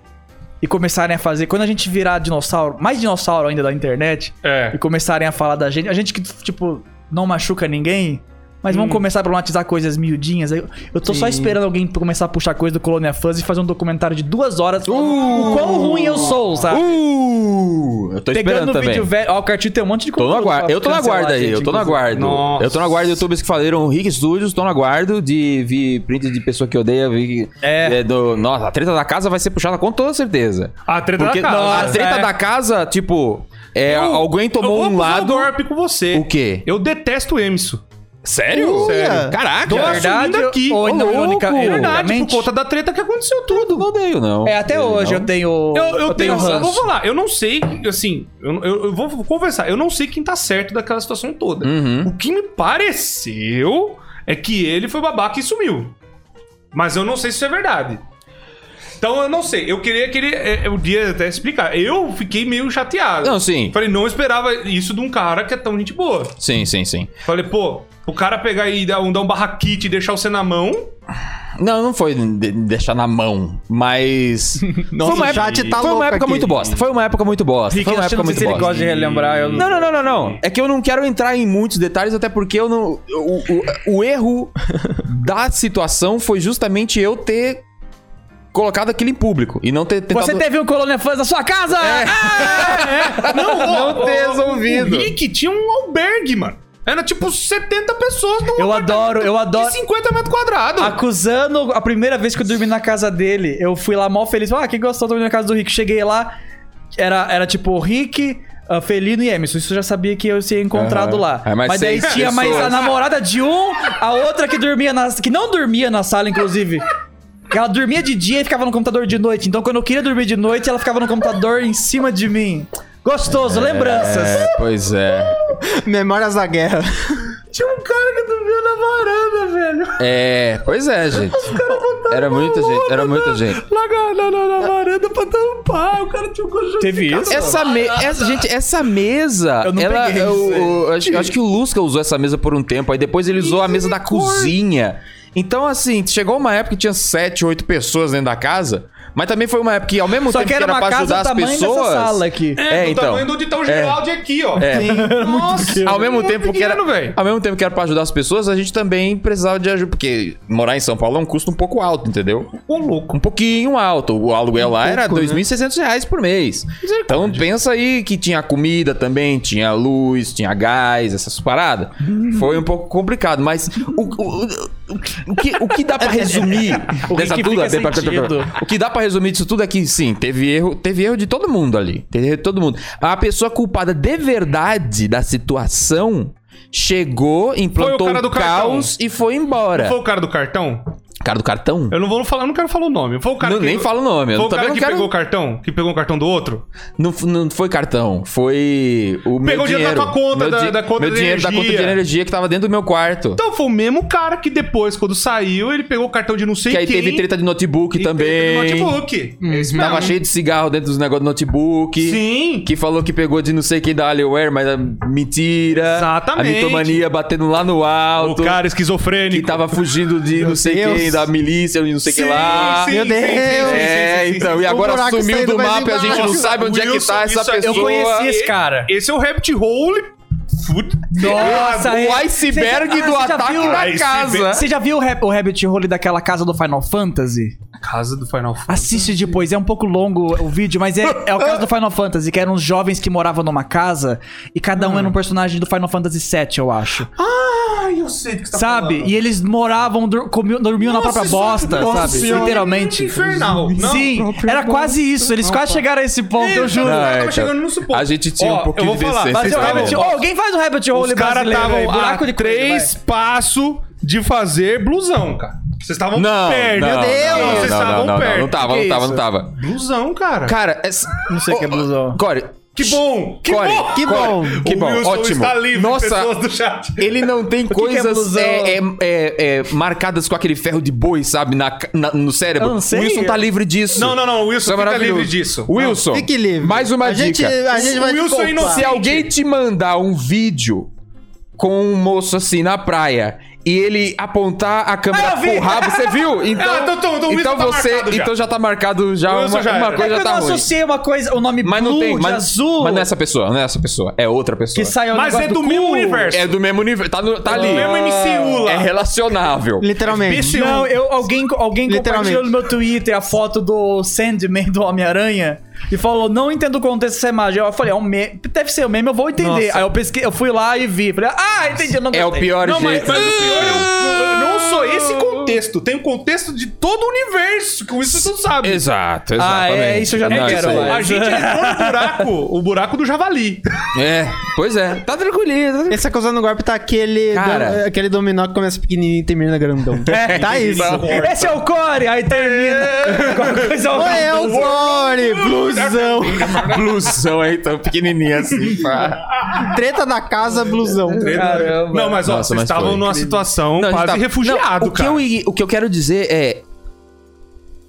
Speaker 2: e começarem a fazer, quando a gente virar dinossauro, mais dinossauro ainda da internet,
Speaker 4: É.
Speaker 2: e começarem a falar da gente. A gente que, tipo, não machuca ninguém, mas
Speaker 1: Hum.
Speaker 2: vamos começar a problematizar coisas miudinhas. Eu, eu tô só esperando alguém começar a puxar coisa do Colônia Fuzz e fazer um documentário de duas horas falando o quão ruim eu sou, sabe?
Speaker 1: Uh, eu tô
Speaker 2: Pegando
Speaker 1: esperando
Speaker 2: o
Speaker 1: também.
Speaker 2: vídeo velho. Ó, o Cartinho tem um monte de
Speaker 1: Tô no
Speaker 2: conteúdo
Speaker 1: aguardo.
Speaker 2: pra
Speaker 1: Eu tô no
Speaker 2: cancelar
Speaker 1: aguardo
Speaker 2: a
Speaker 1: aí,
Speaker 2: gente,
Speaker 1: eu tô no
Speaker 2: inclusive.
Speaker 1: aguardo.
Speaker 4: Nossa.
Speaker 1: Eu tô no aguardo de youtubers que falaram Rick Studios, tô no aguardo de vi print de pessoa que odeia, vi
Speaker 2: É.
Speaker 1: é do, nossa, a treta da casa vai ser puxada com toda certeza.
Speaker 4: A treta
Speaker 1: Porque
Speaker 4: da casa.
Speaker 1: a treta
Speaker 2: é.
Speaker 1: da casa, tipo, é,
Speaker 4: Eu-
Speaker 1: alguém tomou
Speaker 4: eu vou
Speaker 1: um
Speaker 4: fazer
Speaker 1: lado.
Speaker 4: golpe com você.
Speaker 1: O quê?
Speaker 4: Eu detesto o Emerson.
Speaker 1: Sério?
Speaker 3: Sério.
Speaker 1: Caraca.
Speaker 4: Tô
Speaker 2: Verdade
Speaker 4: assumindo aqui.
Speaker 2: ou
Speaker 4: Ô,
Speaker 2: não,
Speaker 4: louco. é
Speaker 2: ironica-
Speaker 4: Verdade, por
Speaker 2: ironicamente?
Speaker 4: conta da treta que aconteceu tudo.
Speaker 1: Eu não odeio não.
Speaker 2: É, até hoje eu
Speaker 1: não.
Speaker 2: tenho.
Speaker 4: Eu, eu tenho, eu vou
Speaker 2: ranço.
Speaker 4: falar, eu não sei, assim, eu, eu- eu vou conversar, eu não sei quem tá certo daquela situação toda.
Speaker 1: Uhum.
Speaker 4: O que me pareceu é que ele foi babaca e sumiu. Mas eu não sei se isso é verdade. Então eu não sei, eu queria que ele, é, o dia até explicar. Eu fiquei meio chateado.
Speaker 1: Não, sim.
Speaker 4: Falei, não esperava isso de um cara que é tão gente boa.
Speaker 1: Sim, sim, sim.
Speaker 4: Falei, pô, o cara pegar e dar um, dar um barraquite e deixar você na mão.
Speaker 1: Não, não foi de- deixar na mão, mas foi uma
Speaker 3: o
Speaker 1: época,
Speaker 3: chat tá
Speaker 1: foi uma
Speaker 3: louco
Speaker 1: época
Speaker 3: aqui.
Speaker 1: muito bosta. Foi uma época muito bosta.
Speaker 2: Rick,
Speaker 1: Foi uma
Speaker 2: eu
Speaker 1: época
Speaker 2: não sei
Speaker 1: muito
Speaker 2: se ele
Speaker 1: bosta.
Speaker 2: gosta de relembrar. Eu
Speaker 1: Não, não, não, não, não. É que eu não quero entrar em muitos detalhes, até porque eu não. O, o- o erro da situação foi justamente eu ter colocado aquilo em público e não ter tentado.
Speaker 2: Você teve um Colônia Fuzz na sua casa?
Speaker 1: É.
Speaker 2: Ah,
Speaker 4: Não,
Speaker 1: Não ter resolvido.
Speaker 4: O Rick tinha um albergue, mano. Era tipo 70 pessoas num
Speaker 2: Eu
Speaker 4: apartamento
Speaker 2: adoro, eu adoro.
Speaker 4: de 50 metros quadrados.
Speaker 1: Ah,
Speaker 2: Acusando a primeira vez que eu dormi na casa dele. Eu fui lá mal feliz. Ah, que gostoso dormir na casa do Rick. Cheguei lá, era, era tipo o Rick, ah, Felino e Emerson. Isso eu já sabia que eu ia ser encontrado
Speaker 1: Aham.
Speaker 2: lá.
Speaker 1: É,
Speaker 2: mas
Speaker 1: mas
Speaker 2: daí
Speaker 1: seis
Speaker 2: tinha mais a
Speaker 1: pessoas.
Speaker 2: namorada de um, a outra que dormia na. que não dormia na sala, inclusive. Ela dormia de dia e ficava no computador de noite. Então, quando eu queria dormir de noite, ela ficava no computador em cima de mim. Gostoso, lembranças.
Speaker 1: É, pois é.
Speaker 3: Memórias da guerra.
Speaker 4: Tinha um cara que dormia na varanda, velho.
Speaker 1: É, pois é, gente. Era muita gente, era muita gente.
Speaker 4: Lá na, na- na varanda pra tampar. O cara tinha um colchão
Speaker 2: Teve
Speaker 4: de
Speaker 2: isso?
Speaker 1: Essa, me essa- gente, essa mesa.
Speaker 2: Eu não
Speaker 1: ela,
Speaker 2: peguei
Speaker 1: eu,
Speaker 2: isso aí.
Speaker 1: eu acho, eu acho que o Lusca usou essa mesa por um tempo, aí depois ele usou a mesa da cozinha. Então, assim, chegou uma época que tinha sete, oito pessoas dentro da casa, mas também foi uma época que, ao mesmo
Speaker 2: Só
Speaker 1: tempo
Speaker 2: que era uma
Speaker 1: pra
Speaker 2: casa
Speaker 1: ajudar
Speaker 2: do
Speaker 1: as
Speaker 2: tamanho
Speaker 1: pessoas.
Speaker 2: dessa sala aqui.
Speaker 4: É,
Speaker 1: É,
Speaker 4: do
Speaker 1: então.
Speaker 4: tamanho do Ditão Geraldi aqui, ó.
Speaker 1: É.
Speaker 4: Nossa,
Speaker 1: Ao mesmo tempo que era,
Speaker 4: pequeno, velho.
Speaker 1: ao mesmo tempo que era pra ajudar as pessoas, a gente também precisava de ajuda, porque morar em São Paulo é um custo um pouco alto, entendeu?
Speaker 4: Ô, louco.
Speaker 1: um pouquinho alto. O
Speaker 4: Um
Speaker 1: aluguel lá era
Speaker 3: pouco, né?
Speaker 1: 2.600 reais por mês. Então pensa aí que tinha comida também, tinha luz, tinha gás, essas paradas.
Speaker 4: Uhum.
Speaker 1: Foi um pouco complicado, mas o, o- o- o que, o que dá pra resumir
Speaker 2: O
Speaker 1: dessa
Speaker 2: que
Speaker 1: tudo?
Speaker 2: fica sentido.
Speaker 1: O que dá pra resumir disso tudo é que sim, teve erro, teve erro de todo mundo ali. Teve erro de todo mundo. A pessoa culpada de verdade da situação chegou, implantou
Speaker 4: cara
Speaker 1: o
Speaker 4: do cartão.
Speaker 1: caos e foi embora.
Speaker 4: Foi o cara do cartão?
Speaker 1: Cara do cartão?
Speaker 4: Eu não vou falar, eu não quero falar o nome. Foi o cara
Speaker 1: Não,
Speaker 4: que-
Speaker 1: nem fala o nome, eu
Speaker 4: Foi o
Speaker 1: também
Speaker 4: cara
Speaker 1: não
Speaker 4: que
Speaker 1: quero-
Speaker 4: pegou o cartão? Que pegou o cartão do outro?
Speaker 1: Não, f- não foi cartão, foi o meu
Speaker 4: Pegou o dinheiro da tua conta,
Speaker 1: meu
Speaker 4: da-
Speaker 1: di-
Speaker 4: da conta
Speaker 1: meu
Speaker 4: de
Speaker 1: dinheiro da
Speaker 4: energia.
Speaker 1: conta de energia que tava dentro do meu quarto.
Speaker 4: Então foi o mesmo cara que depois, quando saiu, ele pegou o cartão de não sei
Speaker 1: que aí
Speaker 4: quem.
Speaker 1: teve treta de notebook
Speaker 4: e
Speaker 1: também.
Speaker 4: treta do notebook. É isso
Speaker 1: Tava
Speaker 4: mesmo.
Speaker 1: cheio de cigarro dentro dos negócios do notebook.
Speaker 4: Sim.
Speaker 1: Que falou que pegou de não sei quem da Alienware, mas é mentira.
Speaker 4: Exatamente.
Speaker 1: A mitomania batendo lá no
Speaker 4: O
Speaker 1: alto.
Speaker 4: cara
Speaker 1: que tá-
Speaker 4: esquizofrênico.
Speaker 1: tava fugindo de não sei
Speaker 3: Deus.
Speaker 1: quem, da milícia, de não sei quem
Speaker 4: Sim,
Speaker 1: lá.
Speaker 4: sim,
Speaker 3: Meu
Speaker 4: sim, sim,
Speaker 3: Deus.
Speaker 4: sim, sim,
Speaker 1: É,
Speaker 4: sim, sim,
Speaker 1: então,
Speaker 4: sim.
Speaker 1: e agora
Speaker 3: buraco
Speaker 1: sumiu
Speaker 3: saindo
Speaker 1: do
Speaker 3: mais
Speaker 1: mapa e a gente
Speaker 3: embaixo.
Speaker 1: não sabe onde é que
Speaker 4: Wilson,
Speaker 1: tá essa
Speaker 4: isso aí- eu
Speaker 1: pessoa.
Speaker 2: Eu conheci esse cara.
Speaker 4: Esse é o Rabbit Hole. Fude-
Speaker 2: Nossa,
Speaker 1: O
Speaker 2: é-
Speaker 1: iceberg
Speaker 2: Você já-
Speaker 1: do
Speaker 2: ah, você já
Speaker 1: ataque
Speaker 2: viu?
Speaker 1: na
Speaker 4: Iceberg.
Speaker 1: casa.
Speaker 2: Você já viu o, rap, o Rabbit Hole daquela casa do Final Fantasy?
Speaker 4: casa do Final Fantasy.
Speaker 2: Assiste depois, é um pouco longo o vídeo, mas é, é o caso do Final Fantasy, que eram uns jovens que moravam numa casa e cada um era um personagem do Final Fantasy VII, eu acho.
Speaker 4: Ah, eu sei do que você tá
Speaker 2: sabe?
Speaker 4: falando.
Speaker 2: E eles moravam, dur- comiam- dormiam na própria
Speaker 4: é
Speaker 2: bosta, sabe? Literalmente.
Speaker 4: Infernal. Não,
Speaker 2: Sim, era quase isso. Eles quase chegaram a esse ponto, eu juro.
Speaker 1: Não, é,
Speaker 4: Tava
Speaker 1: cara.
Speaker 4: chegando no suporte.
Speaker 1: A gente tinha
Speaker 4: Ó,
Speaker 1: um pouquinho
Speaker 4: eu vou
Speaker 1: de
Speaker 4: falar,
Speaker 1: decência. tá
Speaker 4: mas
Speaker 2: Fazer é o
Speaker 4: Vocês
Speaker 2: rabbit
Speaker 4: estavam-
Speaker 2: hole. Alguém faz o rabbit hole
Speaker 4: tá Os caras
Speaker 2: brasileiro aí,
Speaker 4: estavam
Speaker 2: buraco
Speaker 4: a
Speaker 2: de coisa,
Speaker 4: três passos de fazer blusão, cara. Vocês estavam
Speaker 1: Não,
Speaker 4: perto.
Speaker 1: não, não,
Speaker 4: Vocês
Speaker 1: não, não,
Speaker 4: estavam
Speaker 1: não,
Speaker 4: perto.
Speaker 1: não, não tava, não
Speaker 4: Que
Speaker 1: tava,
Speaker 4: isso?
Speaker 1: não tava.
Speaker 4: Blusão, cara.
Speaker 1: Cara, essa...
Speaker 2: Não sei o que é blusão.
Speaker 1: Core,
Speaker 4: Que bom! Que
Speaker 1: Core,
Speaker 4: bom!
Speaker 1: que
Speaker 3: Core,
Speaker 1: bom, que
Speaker 4: o
Speaker 1: bom,
Speaker 4: Wilson
Speaker 1: ótimo.
Speaker 4: está livre, pessoas do chat.
Speaker 1: Ele não tem
Speaker 2: que que é
Speaker 1: coisas
Speaker 2: blusão?
Speaker 1: é, é, é, é, marcadas com aquele ferro de boi, sabe? Na, na- no cérebro.
Speaker 2: Eu não sei.
Speaker 1: O Wilson tá livre disso.
Speaker 4: Não, não, não, o Wilson
Speaker 1: Isso é
Speaker 4: fica
Speaker 1: maravilhoso.
Speaker 4: livre disso.
Speaker 1: Wilson,
Speaker 3: Fique livre.
Speaker 1: mais uma
Speaker 3: a
Speaker 1: dica.
Speaker 3: Gente, a gente vai te
Speaker 4: Wilson
Speaker 3: poupar.
Speaker 4: inocente.
Speaker 1: Se alguém te mandar um vídeo com um moço assim na praia e ele apontar a câmera
Speaker 2: Ah, eu vi!
Speaker 1: pro rabo, você viu? Então,
Speaker 4: Ah, então, então, então o Wilson
Speaker 1: então
Speaker 4: tá
Speaker 1: você,
Speaker 4: marcado já.
Speaker 1: então já tá marcado já
Speaker 4: O Wilson
Speaker 1: uma,
Speaker 4: já
Speaker 1: uma
Speaker 4: era.
Speaker 2: É que
Speaker 1: coisa
Speaker 2: eu
Speaker 1: tá
Speaker 2: não
Speaker 1: ruim.
Speaker 2: associei uma coisa, o nome
Speaker 1: Mas
Speaker 2: blue
Speaker 1: não tem,
Speaker 2: de
Speaker 1: mas,
Speaker 2: azul.
Speaker 1: mas não é essa pessoa, não é essa pessoa, é outra pessoa.
Speaker 2: que um saiu
Speaker 4: Mas é do meu universo.
Speaker 1: É do mesmo nível, tá, no- tá ali.
Speaker 4: É o mesmo MCU lá.
Speaker 1: É relacionável.
Speaker 3: Literalmente.
Speaker 4: Bicho,
Speaker 2: Não, eu, alguém, alguém
Speaker 3: Literalmente.
Speaker 2: compartilhou no meu Twitter a foto do Sandman do Homem-Aranha e falou: não entendo o contexto dessa imagem. Eu falei, é um meme. Deve ser um meme, eu vou entender.
Speaker 3: Nossa.
Speaker 2: Aí eu pesquei, eu fui lá e vi. Falei, ah, entendi, eu não
Speaker 1: É o
Speaker 2: gostei.
Speaker 1: pior
Speaker 4: Não, mas,
Speaker 1: jeito.
Speaker 4: mas o pior é o, não só esse contexto, tem o contexto de todo o universo, que o Wilson não sabe.
Speaker 1: Exato, exatamente.
Speaker 2: Ah, é, isso eu já não
Speaker 1: isso
Speaker 2: quero
Speaker 1: aí.
Speaker 2: mais.
Speaker 4: A gente entrou no buraco, o buraco do javali.
Speaker 1: É, pois é. Tá tranquilinho, tá tranquilinho.
Speaker 3: Esse acusando no golpe tá aquele,
Speaker 1: Cara.
Speaker 3: do- aquele dominó que começa pequenininho e termina grandão. tá isso.
Speaker 2: Esse é o core, aí termina. Qualquer coisa
Speaker 3: Ou é o Zone, blusão.
Speaker 1: blusão aí tão pequenininha assim, pá.
Speaker 3: Treta da casa, blusão.
Speaker 2: Caramba.
Speaker 4: Não, mas ó,
Speaker 1: Nossa,
Speaker 4: vocês
Speaker 1: mas
Speaker 4: estavam
Speaker 1: foi.
Speaker 4: numa situação
Speaker 1: Não, a gente
Speaker 4: quase
Speaker 1: tá-
Speaker 4: refugiado,
Speaker 1: Não, o
Speaker 4: cara.
Speaker 1: Que eu, o que eu quero dizer é.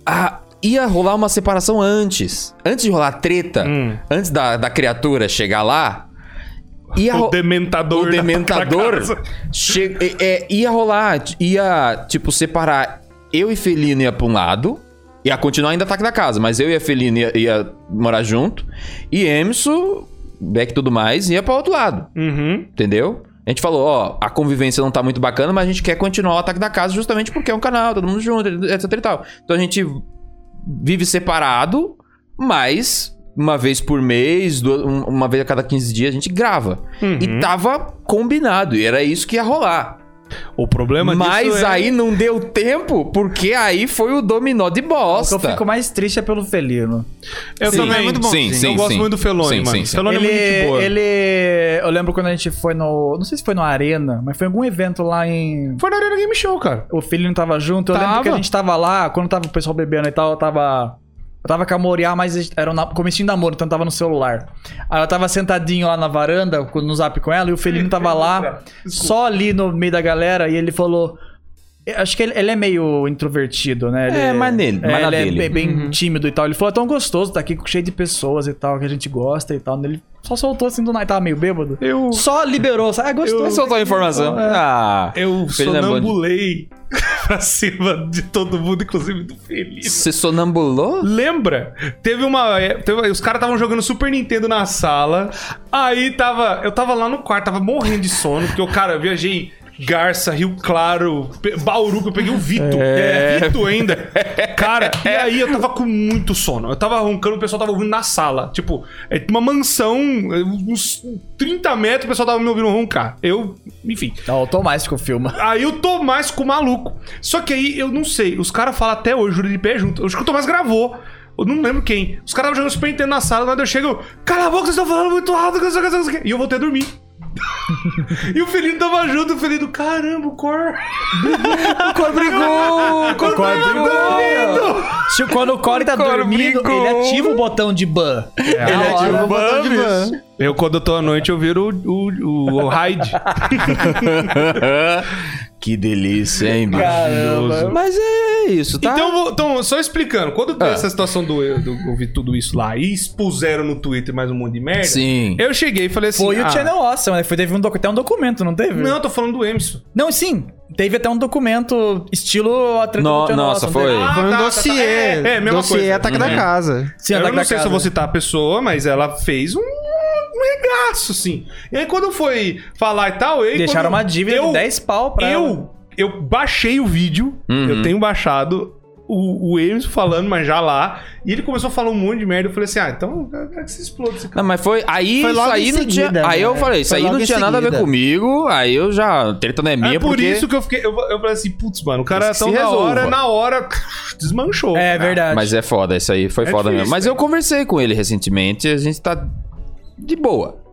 Speaker 1: a- ia rolar uma separação antes. Antes de rolar a treta,
Speaker 4: Hum.
Speaker 1: antes da, da criatura chegar lá. Ia
Speaker 4: O
Speaker 1: ro-
Speaker 4: dementador.
Speaker 1: o
Speaker 4: da- da
Speaker 1: dementador
Speaker 4: casa.
Speaker 1: che- é, é, ia rolar, t- ia, tipo, separar eu e Felino ia pra um lado, ia continuar ainda ataque da casa, mas eu e a Felino ia, ia morar junto, e Emerson, Beck e tudo mais, ia pra outro lado,
Speaker 4: Uhum.
Speaker 1: entendeu? A gente falou, ó, a convivência não tá muito bacana, mas a gente quer continuar o ataque da casa justamente porque é um canal, todo mundo junto, etc e tal. Então a gente vive separado, mas uma vez por mês, duas- um- uma vez a cada 15 dias a gente grava. E tava combinado, e era isso que ia rolar.
Speaker 4: O problema
Speaker 1: Mas
Speaker 4: disso é-
Speaker 1: aí não deu tempo, porque aí foi o dominó de
Speaker 2: O que
Speaker 1: bosta.
Speaker 2: eu fico mais triste é pelo felino.
Speaker 4: Eu
Speaker 3: Sim.
Speaker 4: também.
Speaker 3: É muito bom. Sim,
Speaker 4: Eu
Speaker 1: sim,
Speaker 4: gosto
Speaker 1: sim.
Speaker 4: muito do Felone,
Speaker 1: Sim,
Speaker 4: mano.
Speaker 1: sim, sim.
Speaker 4: Felone
Speaker 2: ele,
Speaker 4: é muito boa.
Speaker 2: ele. Eu lembro quando a gente foi no. Não sei se foi no Arena, mas foi em algum evento lá em.
Speaker 4: Foi na Arena Game Show, cara.
Speaker 2: O filho não tava junto. Eu lembro
Speaker 4: Tava.
Speaker 2: que a gente tava lá, quando tava o pessoal bebendo e tal, eu tava. Eu tava com a Moriá, mas era na, comecinho da Moro, então eu tava no celular. Aí eu tava sentadinho lá na varanda, com- no zap com ela, e o Felino tava lá, só ali no meio da galera, e ele falou. eu Acho que ele, ele é meio introvertido, né? Ele,
Speaker 1: É, mas nele, mas na
Speaker 2: ele
Speaker 1: dele. Uhum.
Speaker 2: é bem, bem tímido e tal. Ele falou, é tão gostoso, tá aqui cheio de pessoas e tal, que a gente gosta e tal. Ele só soltou assim do nada, tava meio bêbado.
Speaker 4: Eu.
Speaker 2: Só liberou, sabe? Ah,
Speaker 1: Eu
Speaker 2: gostoso.
Speaker 1: soltou a informação. Ah,
Speaker 4: Eu
Speaker 1: Felino é bom de-
Speaker 4: sonambulei pra cima de todo mundo, inclusive do Felino.
Speaker 1: Você sonambulou?
Speaker 4: Lembra? Teve uma. é, teve- os caras estavam jogando Super Nintendo na sala. Aí tava. Eu tava lá no quarto, tava morrendo de sono, porque eu, cara, eu viajei. Garça, Rio Claro, Pe- Bauru, que eu peguei o Vito. É. Vito ainda. Cara, e aí eu tava com muito sono. Eu tava roncando, o pessoal tava ouvindo na sala. Tipo, é uma mansão, é, uns 30 metros, o pessoal tava me ouvindo roncar. Eu, enfim.
Speaker 2: Não, automático o filme.
Speaker 4: Aí o Tomás ficou maluco. Só que aí eu não sei, os caras falam até hoje, juro de pé é junto. Eu acho que o Tomás gravou. Eu não lembro quem. Os caras estavam jogando Super Nintendo na sala, quando eu chego, eu, cala a boca, vocês estão falando muito alto, que não sei o que, não sei o que." e eu voltei a dormir. e o Felino tava junto, o Felino, caramba, o Cor.
Speaker 2: O Cor brigou! O Cor brigou! Se- Quando o Core tá
Speaker 1: O Cor
Speaker 2: dormindo,
Speaker 1: brigou.
Speaker 2: ele ativa o botão de ban.
Speaker 1: É,
Speaker 4: ele
Speaker 1: Uhum.
Speaker 2: Na hora-
Speaker 3: Vou botar é de van.
Speaker 4: Eu, quando eu tô à noite, eu viro o, o, o, o Hyde.
Speaker 1: que delícia, hein, bicho?
Speaker 2: Caramba.
Speaker 1: Mas é isso, tá?
Speaker 4: Então, vou- então, só explicando, quando deu
Speaker 1: Ah.
Speaker 4: essa situação do, do eu vi tudo isso lá e expuseram no Twitter mais um monte de merda,
Speaker 1: Sim.
Speaker 4: eu cheguei e falei assim.
Speaker 2: Foi
Speaker 4: "Ah,
Speaker 2: o Channel Awesome, né? Foi, teve um docu- até um documento, não teve?
Speaker 4: Não, eu tô falando do Emerson.
Speaker 2: Não, sim. Teve até um documento estilo a treta
Speaker 1: No-
Speaker 2: do Channel
Speaker 1: nossa,
Speaker 2: Awesome,
Speaker 1: foi.
Speaker 2: teve?
Speaker 4: Ah,
Speaker 3: Foi um
Speaker 4: tá, tá, tá.
Speaker 3: dossiê.
Speaker 4: É, é, mesma
Speaker 3: dossiê
Speaker 4: coisa.
Speaker 3: ataque
Speaker 1: Uhum.
Speaker 3: da casa.
Speaker 2: Sim,
Speaker 4: eu
Speaker 2: ataque
Speaker 4: não
Speaker 2: da
Speaker 4: sei se
Speaker 2: casa.
Speaker 4: eu vou citar a pessoa, mas ela fez um, um regaço, assim. E aí, quando foi falar e tal, eu.
Speaker 2: Deixaram uma dívida
Speaker 4: eu,
Speaker 2: de 10 pau pra ela.
Speaker 4: Eu, eu baixei o vídeo,
Speaker 1: Uhum.
Speaker 4: eu tenho baixado. o, o Emerson falando, mas já lá. E ele começou a falar um monte de merda. Eu falei assim: ah, então eu quero que você explode esse cara.
Speaker 1: Não, mas foi. Aí
Speaker 3: Foi logo
Speaker 1: isso aí
Speaker 3: em
Speaker 1: não tinha.
Speaker 3: seguida,
Speaker 1: Aí
Speaker 3: né?
Speaker 1: eu falei, isso
Speaker 3: Foi
Speaker 1: aí
Speaker 3: logo
Speaker 1: não
Speaker 3: em
Speaker 1: tinha nada a ver
Speaker 3: seguida.
Speaker 1: comigo. Aí eu já. Treta não é minha,
Speaker 4: É por
Speaker 1: porque...
Speaker 4: isso que eu fiquei. Eu, eu falei assim, putz, mano, o cara
Speaker 1: Isso que
Speaker 4: tão
Speaker 1: se
Speaker 4: na
Speaker 1: resolva.
Speaker 4: hora, na hora, desmanchou.
Speaker 2: É verdade.
Speaker 1: Mas é foda, isso aí foi
Speaker 4: É
Speaker 1: foda
Speaker 4: difícil,
Speaker 1: mesmo. Mas eu conversei com ele recentemente, a gente tá de boa.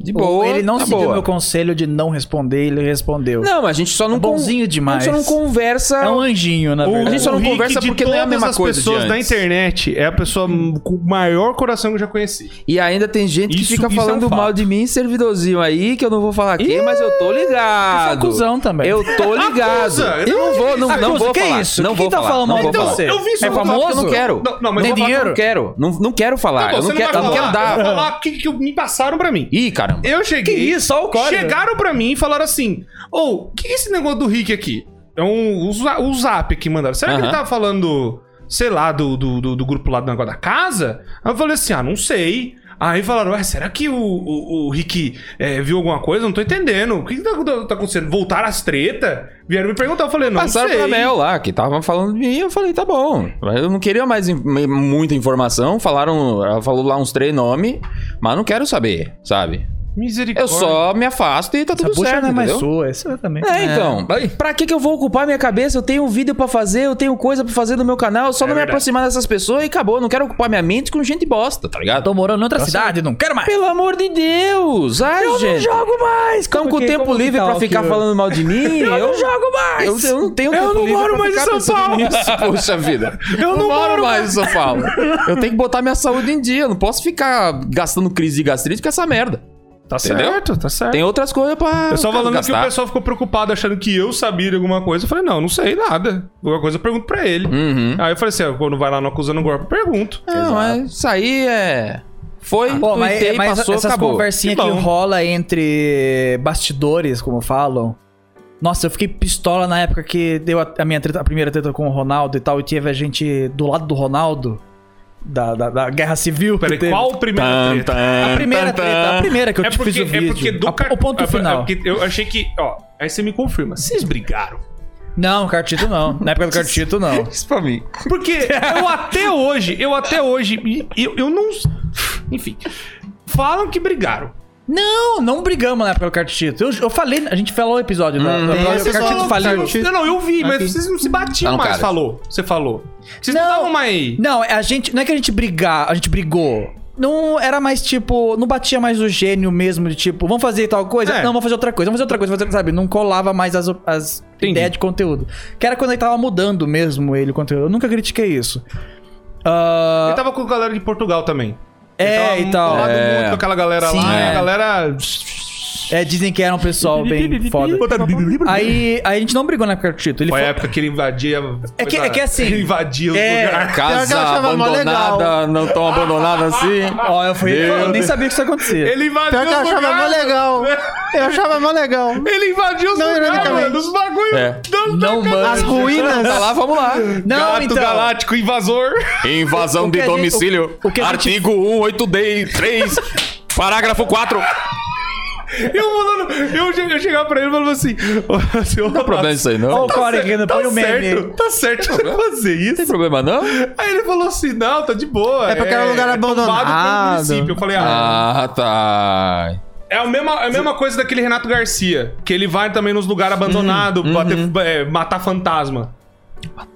Speaker 1: De boa.
Speaker 2: ele não
Speaker 1: tá
Speaker 2: seguiu
Speaker 1: boa.
Speaker 2: meu conselho de não responder, ele respondeu.
Speaker 1: Não, mas a gente só não.
Speaker 2: É bonzinho demais.
Speaker 1: A gente só não conversa.
Speaker 2: É um anjinho, na
Speaker 4: O, um
Speaker 2: verdade.
Speaker 1: gente só não
Speaker 4: o Rick
Speaker 1: conversa
Speaker 4: de
Speaker 1: porque não é a
Speaker 4: todas
Speaker 1: mesma
Speaker 4: as
Speaker 1: coisa de
Speaker 4: pessoas da
Speaker 1: antes.
Speaker 4: internet é a pessoa com o maior coração que eu já conheci.
Speaker 1: E ainda tem gente que
Speaker 4: Isso-
Speaker 1: fica
Speaker 4: isso é um
Speaker 1: falando
Speaker 4: fato.
Speaker 1: mal de mim, servidorzinho aí, que eu não vou falar quem, mas eu tô
Speaker 2: Isso é
Speaker 1: ligado.
Speaker 2: um cuzão também.
Speaker 1: Eu tô ligado.
Speaker 4: Acusa, eu
Speaker 1: eu não vou, não, não
Speaker 2: Acusa,
Speaker 1: vou
Speaker 2: que
Speaker 1: falar.
Speaker 2: isso?
Speaker 1: Não vou
Speaker 2: Quem tá
Speaker 1: falar.
Speaker 2: falando
Speaker 1: não
Speaker 2: mal
Speaker 1: vou
Speaker 2: de
Speaker 1: falar.
Speaker 2: você?
Speaker 4: eu vi isso
Speaker 2: É
Speaker 4: no famoso?
Speaker 1: Eu não
Speaker 2: famoso?
Speaker 1: quero.
Speaker 4: Não, não, mas
Speaker 1: Nem
Speaker 4: eu vou falar que eu
Speaker 1: dinheiro?
Speaker 4: não
Speaker 1: não quero. Não, não quero falar.
Speaker 4: Tá bom,
Speaker 1: eu não,
Speaker 4: você
Speaker 1: quero,
Speaker 4: vai
Speaker 1: eu não quero
Speaker 4: falar.
Speaker 1: dar.
Speaker 4: Vai falar o que, que me passaram pra mim.
Speaker 1: Ih, caramba.
Speaker 4: Eu
Speaker 2: Que
Speaker 4: cheguei.
Speaker 2: isso, só o código.
Speaker 4: Chegaram pra mim e falaram assim: Ô, o que é esse negócio do Rick aqui? É um, o za- o zap que mandaram. Será que ele
Speaker 1: Aham.
Speaker 4: tava falando, sei lá, do, do, do, do grupo lá do negócio da casa? Aí eu falei assim: ah, não sei. Aí falaram, ué, será que o, o, o Rick eh, viu alguma coisa? Eu Não tô entendendo. O que, que tá, tá acontecendo? Voltaram as treta? Vieram me perguntar. Eu falei, não
Speaker 1: Passaram
Speaker 4: sei.
Speaker 1: pra Mel lá, que tava falando de mim, eu falei, tá bom. Eu não queria mais in- muita informação, falaram, ela falou lá uns três nomes, mas não quero saber, sabe? Eu
Speaker 4: Misericórdia.
Speaker 1: só me afasto e tá
Speaker 2: Essa
Speaker 1: tudo
Speaker 2: bucha
Speaker 1: certo,
Speaker 2: não é mais
Speaker 1: entendeu?
Speaker 2: sua, essa também.
Speaker 1: É, então. Pra que que eu vou ocupar minha cabeça? Eu tenho um vídeo pra fazer, eu tenho coisa pra fazer no meu canal, É só não me
Speaker 4: É verdade.
Speaker 1: aproximar dessas pessoas e acabou. Eu não quero ocupar minha mente com gente bosta, tá ligado?
Speaker 2: Tô morando em outra cidade, não quero mais.
Speaker 1: Pelo amor de Deus! Ai, gente. Eu não jogo mais! Estão Então, com
Speaker 2: Como
Speaker 1: o
Speaker 2: que-
Speaker 1: tempo
Speaker 2: como que
Speaker 1: livre
Speaker 2: tá
Speaker 1: pra
Speaker 2: o
Speaker 1: ficar
Speaker 2: que-
Speaker 1: falando mal de mim? eu, não jogo mais! Eu, eu não tenho um
Speaker 4: Eu não
Speaker 1: livre
Speaker 4: moro
Speaker 1: pra
Speaker 4: mais em
Speaker 1: ficar
Speaker 4: São Paulo.
Speaker 1: pensando nisso, Poxa vida. Eu não, moro mais em São Paulo. Eu tenho que botar minha saúde em dia. Eu não posso ficar gastando crise de gastrite com essa merda.
Speaker 4: Tá
Speaker 1: Entendeu?
Speaker 4: certo, tá certo.
Speaker 1: Tem um outras coisas pra.
Speaker 4: Eu só falando que o
Speaker 1: gastar.
Speaker 4: pessoal ficou preocupado achando que eu sabia de alguma coisa. Eu falei, não, não sei nada. Alguma coisa eu pergunto pra ele.
Speaker 1: Uhum.
Speaker 4: Aí eu falei assim, ó, quando vai lá no acusando golpe, eu pergunto.
Speaker 1: Não, mas isso aí é. Foi,
Speaker 2: Ah, Pô, mas, é,
Speaker 1: tuitei,
Speaker 2: mas
Speaker 1: passou,
Speaker 2: essas
Speaker 1: acabou.
Speaker 2: conversinhas
Speaker 4: Que
Speaker 2: que
Speaker 4: bom.
Speaker 2: rola entre bastidores, como falam. Nossa, eu fiquei pistola na época que deu a, a minha treta- a primeira treta com o Ronaldo e tal, e teve a gente do lado do Ronaldo, da, da, da Guerra Civil. que
Speaker 4: Peraí,
Speaker 2: teve.
Speaker 4: qual o primeiro treta?
Speaker 2: A primeira treta, a primeira que eu
Speaker 4: É
Speaker 2: te
Speaker 4: porque,
Speaker 2: fiz o
Speaker 4: é
Speaker 2: vídeo.
Speaker 4: porque do
Speaker 2: A-
Speaker 4: car-
Speaker 2: O ponto
Speaker 4: é por-
Speaker 2: final.
Speaker 4: é porque eu achei que, ó, aí você me confirma. Vocês brigaram?
Speaker 2: Não, Cartito não. Na época do Cartito, não.
Speaker 1: Isso pra mim.
Speaker 4: Porque eu até hoje, eu até hoje, e- eu, eu não. Enfim. Falam que brigaram.
Speaker 2: Não, não brigamos na época do Cartito. Eu, eu falei, a gente falou o episódio
Speaker 4: Uhum.
Speaker 2: da, da,
Speaker 3: tem
Speaker 2: da,
Speaker 3: esse
Speaker 2: o Cartito
Speaker 3: solo,
Speaker 2: faliu.
Speaker 3: Cartito.
Speaker 4: Não, não, eu vi,
Speaker 3: Aqui.
Speaker 4: mas vocês não se batiam
Speaker 1: Tá no
Speaker 4: mais,
Speaker 1: cara.
Speaker 4: falou. Você falou. Vocês não
Speaker 2: Não.
Speaker 4: estavam mais.
Speaker 2: Não, a gente. Não é que a gente brigar, a gente brigou. Não era mais tipo. Não batia mais o gênio mesmo, de tipo, vamos fazer tal coisa?
Speaker 4: É.
Speaker 2: Não, vamos fazer outra coisa, vamos fazer outra coisa, vamos fazer, sabe? Não colava mais as, as
Speaker 4: Entendi.
Speaker 2: ideias de conteúdo. Que era quando ele tava mudando mesmo ele o conteúdo. Eu nunca critiquei isso.
Speaker 4: Eu
Speaker 2: Ah,
Speaker 4: tava com a galera de Portugal também. um
Speaker 2: é,
Speaker 4: então,
Speaker 2: e tal.
Speaker 4: Colado
Speaker 1: É.
Speaker 4: muito com aquela galera
Speaker 2: Sim,
Speaker 4: lá.
Speaker 2: é.
Speaker 4: A galera.
Speaker 2: É, dizem que era um pessoal bem foda. Aí, aí a gente não brigou na época do Tito. Ele
Speaker 4: Foi a
Speaker 2: foi,
Speaker 4: época que ele invadia.
Speaker 2: É que- é que assim-
Speaker 4: Ele invadia o
Speaker 2: É.
Speaker 4: lugar.
Speaker 3: Pior que eu
Speaker 1: Casa
Speaker 3: achava mó
Speaker 1: abandonada, não tão abandonada assim.
Speaker 2: ó, eu fui,
Speaker 1: Meu
Speaker 2: eu nem
Speaker 1: Deus.
Speaker 2: sabia que isso ia acontecer.
Speaker 4: Ele invadiu
Speaker 3: Pior que eu
Speaker 4: os
Speaker 3: achava mó
Speaker 4: lugares. né?
Speaker 3: legal. Eu achava mó legal.
Speaker 4: Ele invadiu os
Speaker 3: Não,
Speaker 4: lugares,
Speaker 3: ironicamente.
Speaker 4: mano. Os bagulho.
Speaker 1: É.
Speaker 4: Não,
Speaker 2: Não, mano.
Speaker 3: As ruínas.
Speaker 1: Tá lá, vamos lá.
Speaker 2: Não,
Speaker 4: Gato
Speaker 2: então.
Speaker 4: galáctico invasor.
Speaker 1: Invasão
Speaker 2: O que
Speaker 1: de
Speaker 2: a gente-
Speaker 1: domicílio.
Speaker 2: o- o que a gente-
Speaker 1: Artigo 183, parágrafo 4.
Speaker 4: Eu falando. Eu, che- eu chegava pra ele e falava assim. "Ô, senhor,
Speaker 1: Não tem problema é isso aí, não.
Speaker 2: Ó, o
Speaker 1: Não
Speaker 2: Corey Guinness,
Speaker 4: tá
Speaker 2: põe o meme. aí.
Speaker 4: certo, tá certo você fazer
Speaker 1: tem
Speaker 4: isso.
Speaker 1: problema, não?
Speaker 4: Aí ele falou assim: não, tá de boa.
Speaker 3: É porque era um lugar
Speaker 4: tombado pelo
Speaker 3: abandonado.
Speaker 4: município. Eu falei, ah,
Speaker 1: Ah, tá.
Speaker 4: É a mesma, é a mesma coisa daquele Renato Garcia, que ele vai também nos lugares
Speaker 1: Hum,
Speaker 4: abandonados bater-
Speaker 1: uhum.
Speaker 4: é, matar fantasma.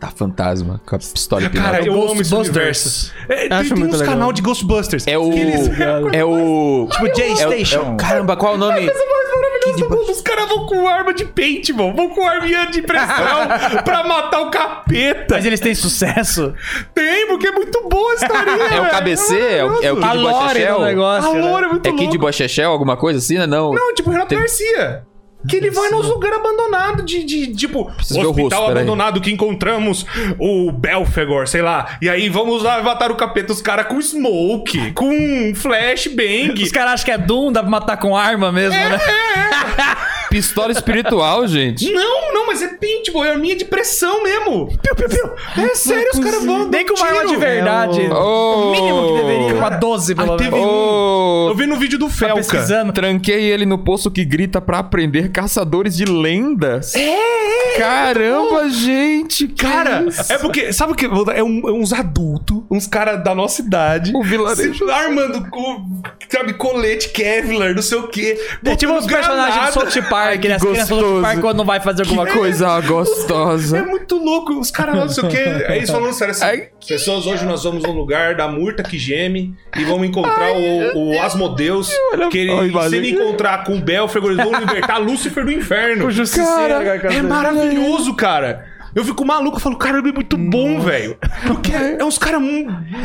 Speaker 1: Tá fantasma com a pistola empinada.
Speaker 4: Cara, eu amo esse
Speaker 2: Ghostbusters.
Speaker 4: universo. É, tem
Speaker 3: Acho
Speaker 4: tem
Speaker 3: muito
Speaker 4: uns
Speaker 3: legal.
Speaker 4: canal de Ghostbusters.
Speaker 1: É o.
Speaker 4: Que eles-
Speaker 1: É o.
Speaker 2: Tipo, J
Speaker 1: é o-
Speaker 2: Station.
Speaker 1: é o- Caramba, qual é o nome?
Speaker 4: Coisa mais maravilhosa do mundo. Os caras vão com arma de paintball, vão com arminha de pressão pra matar o capeta.
Speaker 2: Mas eles têm sucesso.
Speaker 4: Tem, porque é muito boa a historinha.
Speaker 1: É o
Speaker 4: velho.
Speaker 1: KBC? É o,
Speaker 4: maravilhoso.
Speaker 1: é o
Speaker 2: A
Speaker 1: Kid
Speaker 2: Tá lore do
Speaker 1: Bochechel?
Speaker 4: A
Speaker 2: negócio. né?
Speaker 4: loura é muito
Speaker 1: É Kid
Speaker 4: louco.
Speaker 1: Bochechel, alguma coisa assim, né? Não.
Speaker 4: Não, tipo Renato
Speaker 1: Tem-
Speaker 4: Garcia. Que ele vai nos lugares abandonados de, de, tipo,
Speaker 1: ver o
Speaker 4: hospital
Speaker 1: rosto, peraí.
Speaker 4: abandonado que encontramos o Belfegor, sei lá. E aí vamos lá matar o capeta, os caras com smoke, com flashbang.
Speaker 2: Os caras acham que é Doom, dá pra matar com arma mesmo, né?
Speaker 1: É. Pistola espiritual, gente.
Speaker 4: Não, não, mas é paintball, é arminha de pressão mesmo. Piu, piu, piu. É sério, os caras vão.
Speaker 2: Nem
Speaker 4: dar
Speaker 2: com uma arma
Speaker 4: tiro.
Speaker 2: de verdade.
Speaker 3: É
Speaker 1: o-
Speaker 2: O mínimo que deveria. com a 12, pelo
Speaker 4: Aí teve
Speaker 2: menos.
Speaker 4: um-
Speaker 5: Ô,
Speaker 4: Eu vi no vídeo do Felca.
Speaker 2: tá pesquisando.
Speaker 5: Tranquei ele no poço que grita pra aprender caçadores de lendas.
Speaker 2: É,
Speaker 5: Caramba, gente! que
Speaker 4: É, Cara,
Speaker 5: isso?
Speaker 4: é porque, sabe o que? É, um- é uns adultos, uns caras da nossa idade.
Speaker 5: O vilarejo.
Speaker 4: se Armando, co- sabe, colete, Kevlar, não sei o quê.
Speaker 2: É tipo os
Speaker 4: botando
Speaker 2: personagens do
Speaker 4: granada.
Speaker 2: South Park, né? As crianças do South
Speaker 5: gostoso.
Speaker 2: Park quando não vai fazer alguma
Speaker 5: Que
Speaker 2: coisa.
Speaker 5: coisa
Speaker 4: É
Speaker 5: gostosa.
Speaker 4: muito louco, os caras lá, não sei o quê. Aí eles falando sério assim:
Speaker 5: Ai,
Speaker 4: pessoas, hoje nós vamos no lugar da murta que geme e vamos encontrar o, o Asmodeus,
Speaker 5: olha-
Speaker 4: que ele,
Speaker 5: Ai,
Speaker 4: se ele
Speaker 5: imagina.
Speaker 4: encontrar com o Belfer, eles vão libertar Lúcifer do inferno.
Speaker 5: Cara,
Speaker 4: É maravilhoso, cara. Eu fico maluco, eu falo, caramba, é muito bom, velho. Porque é uns caras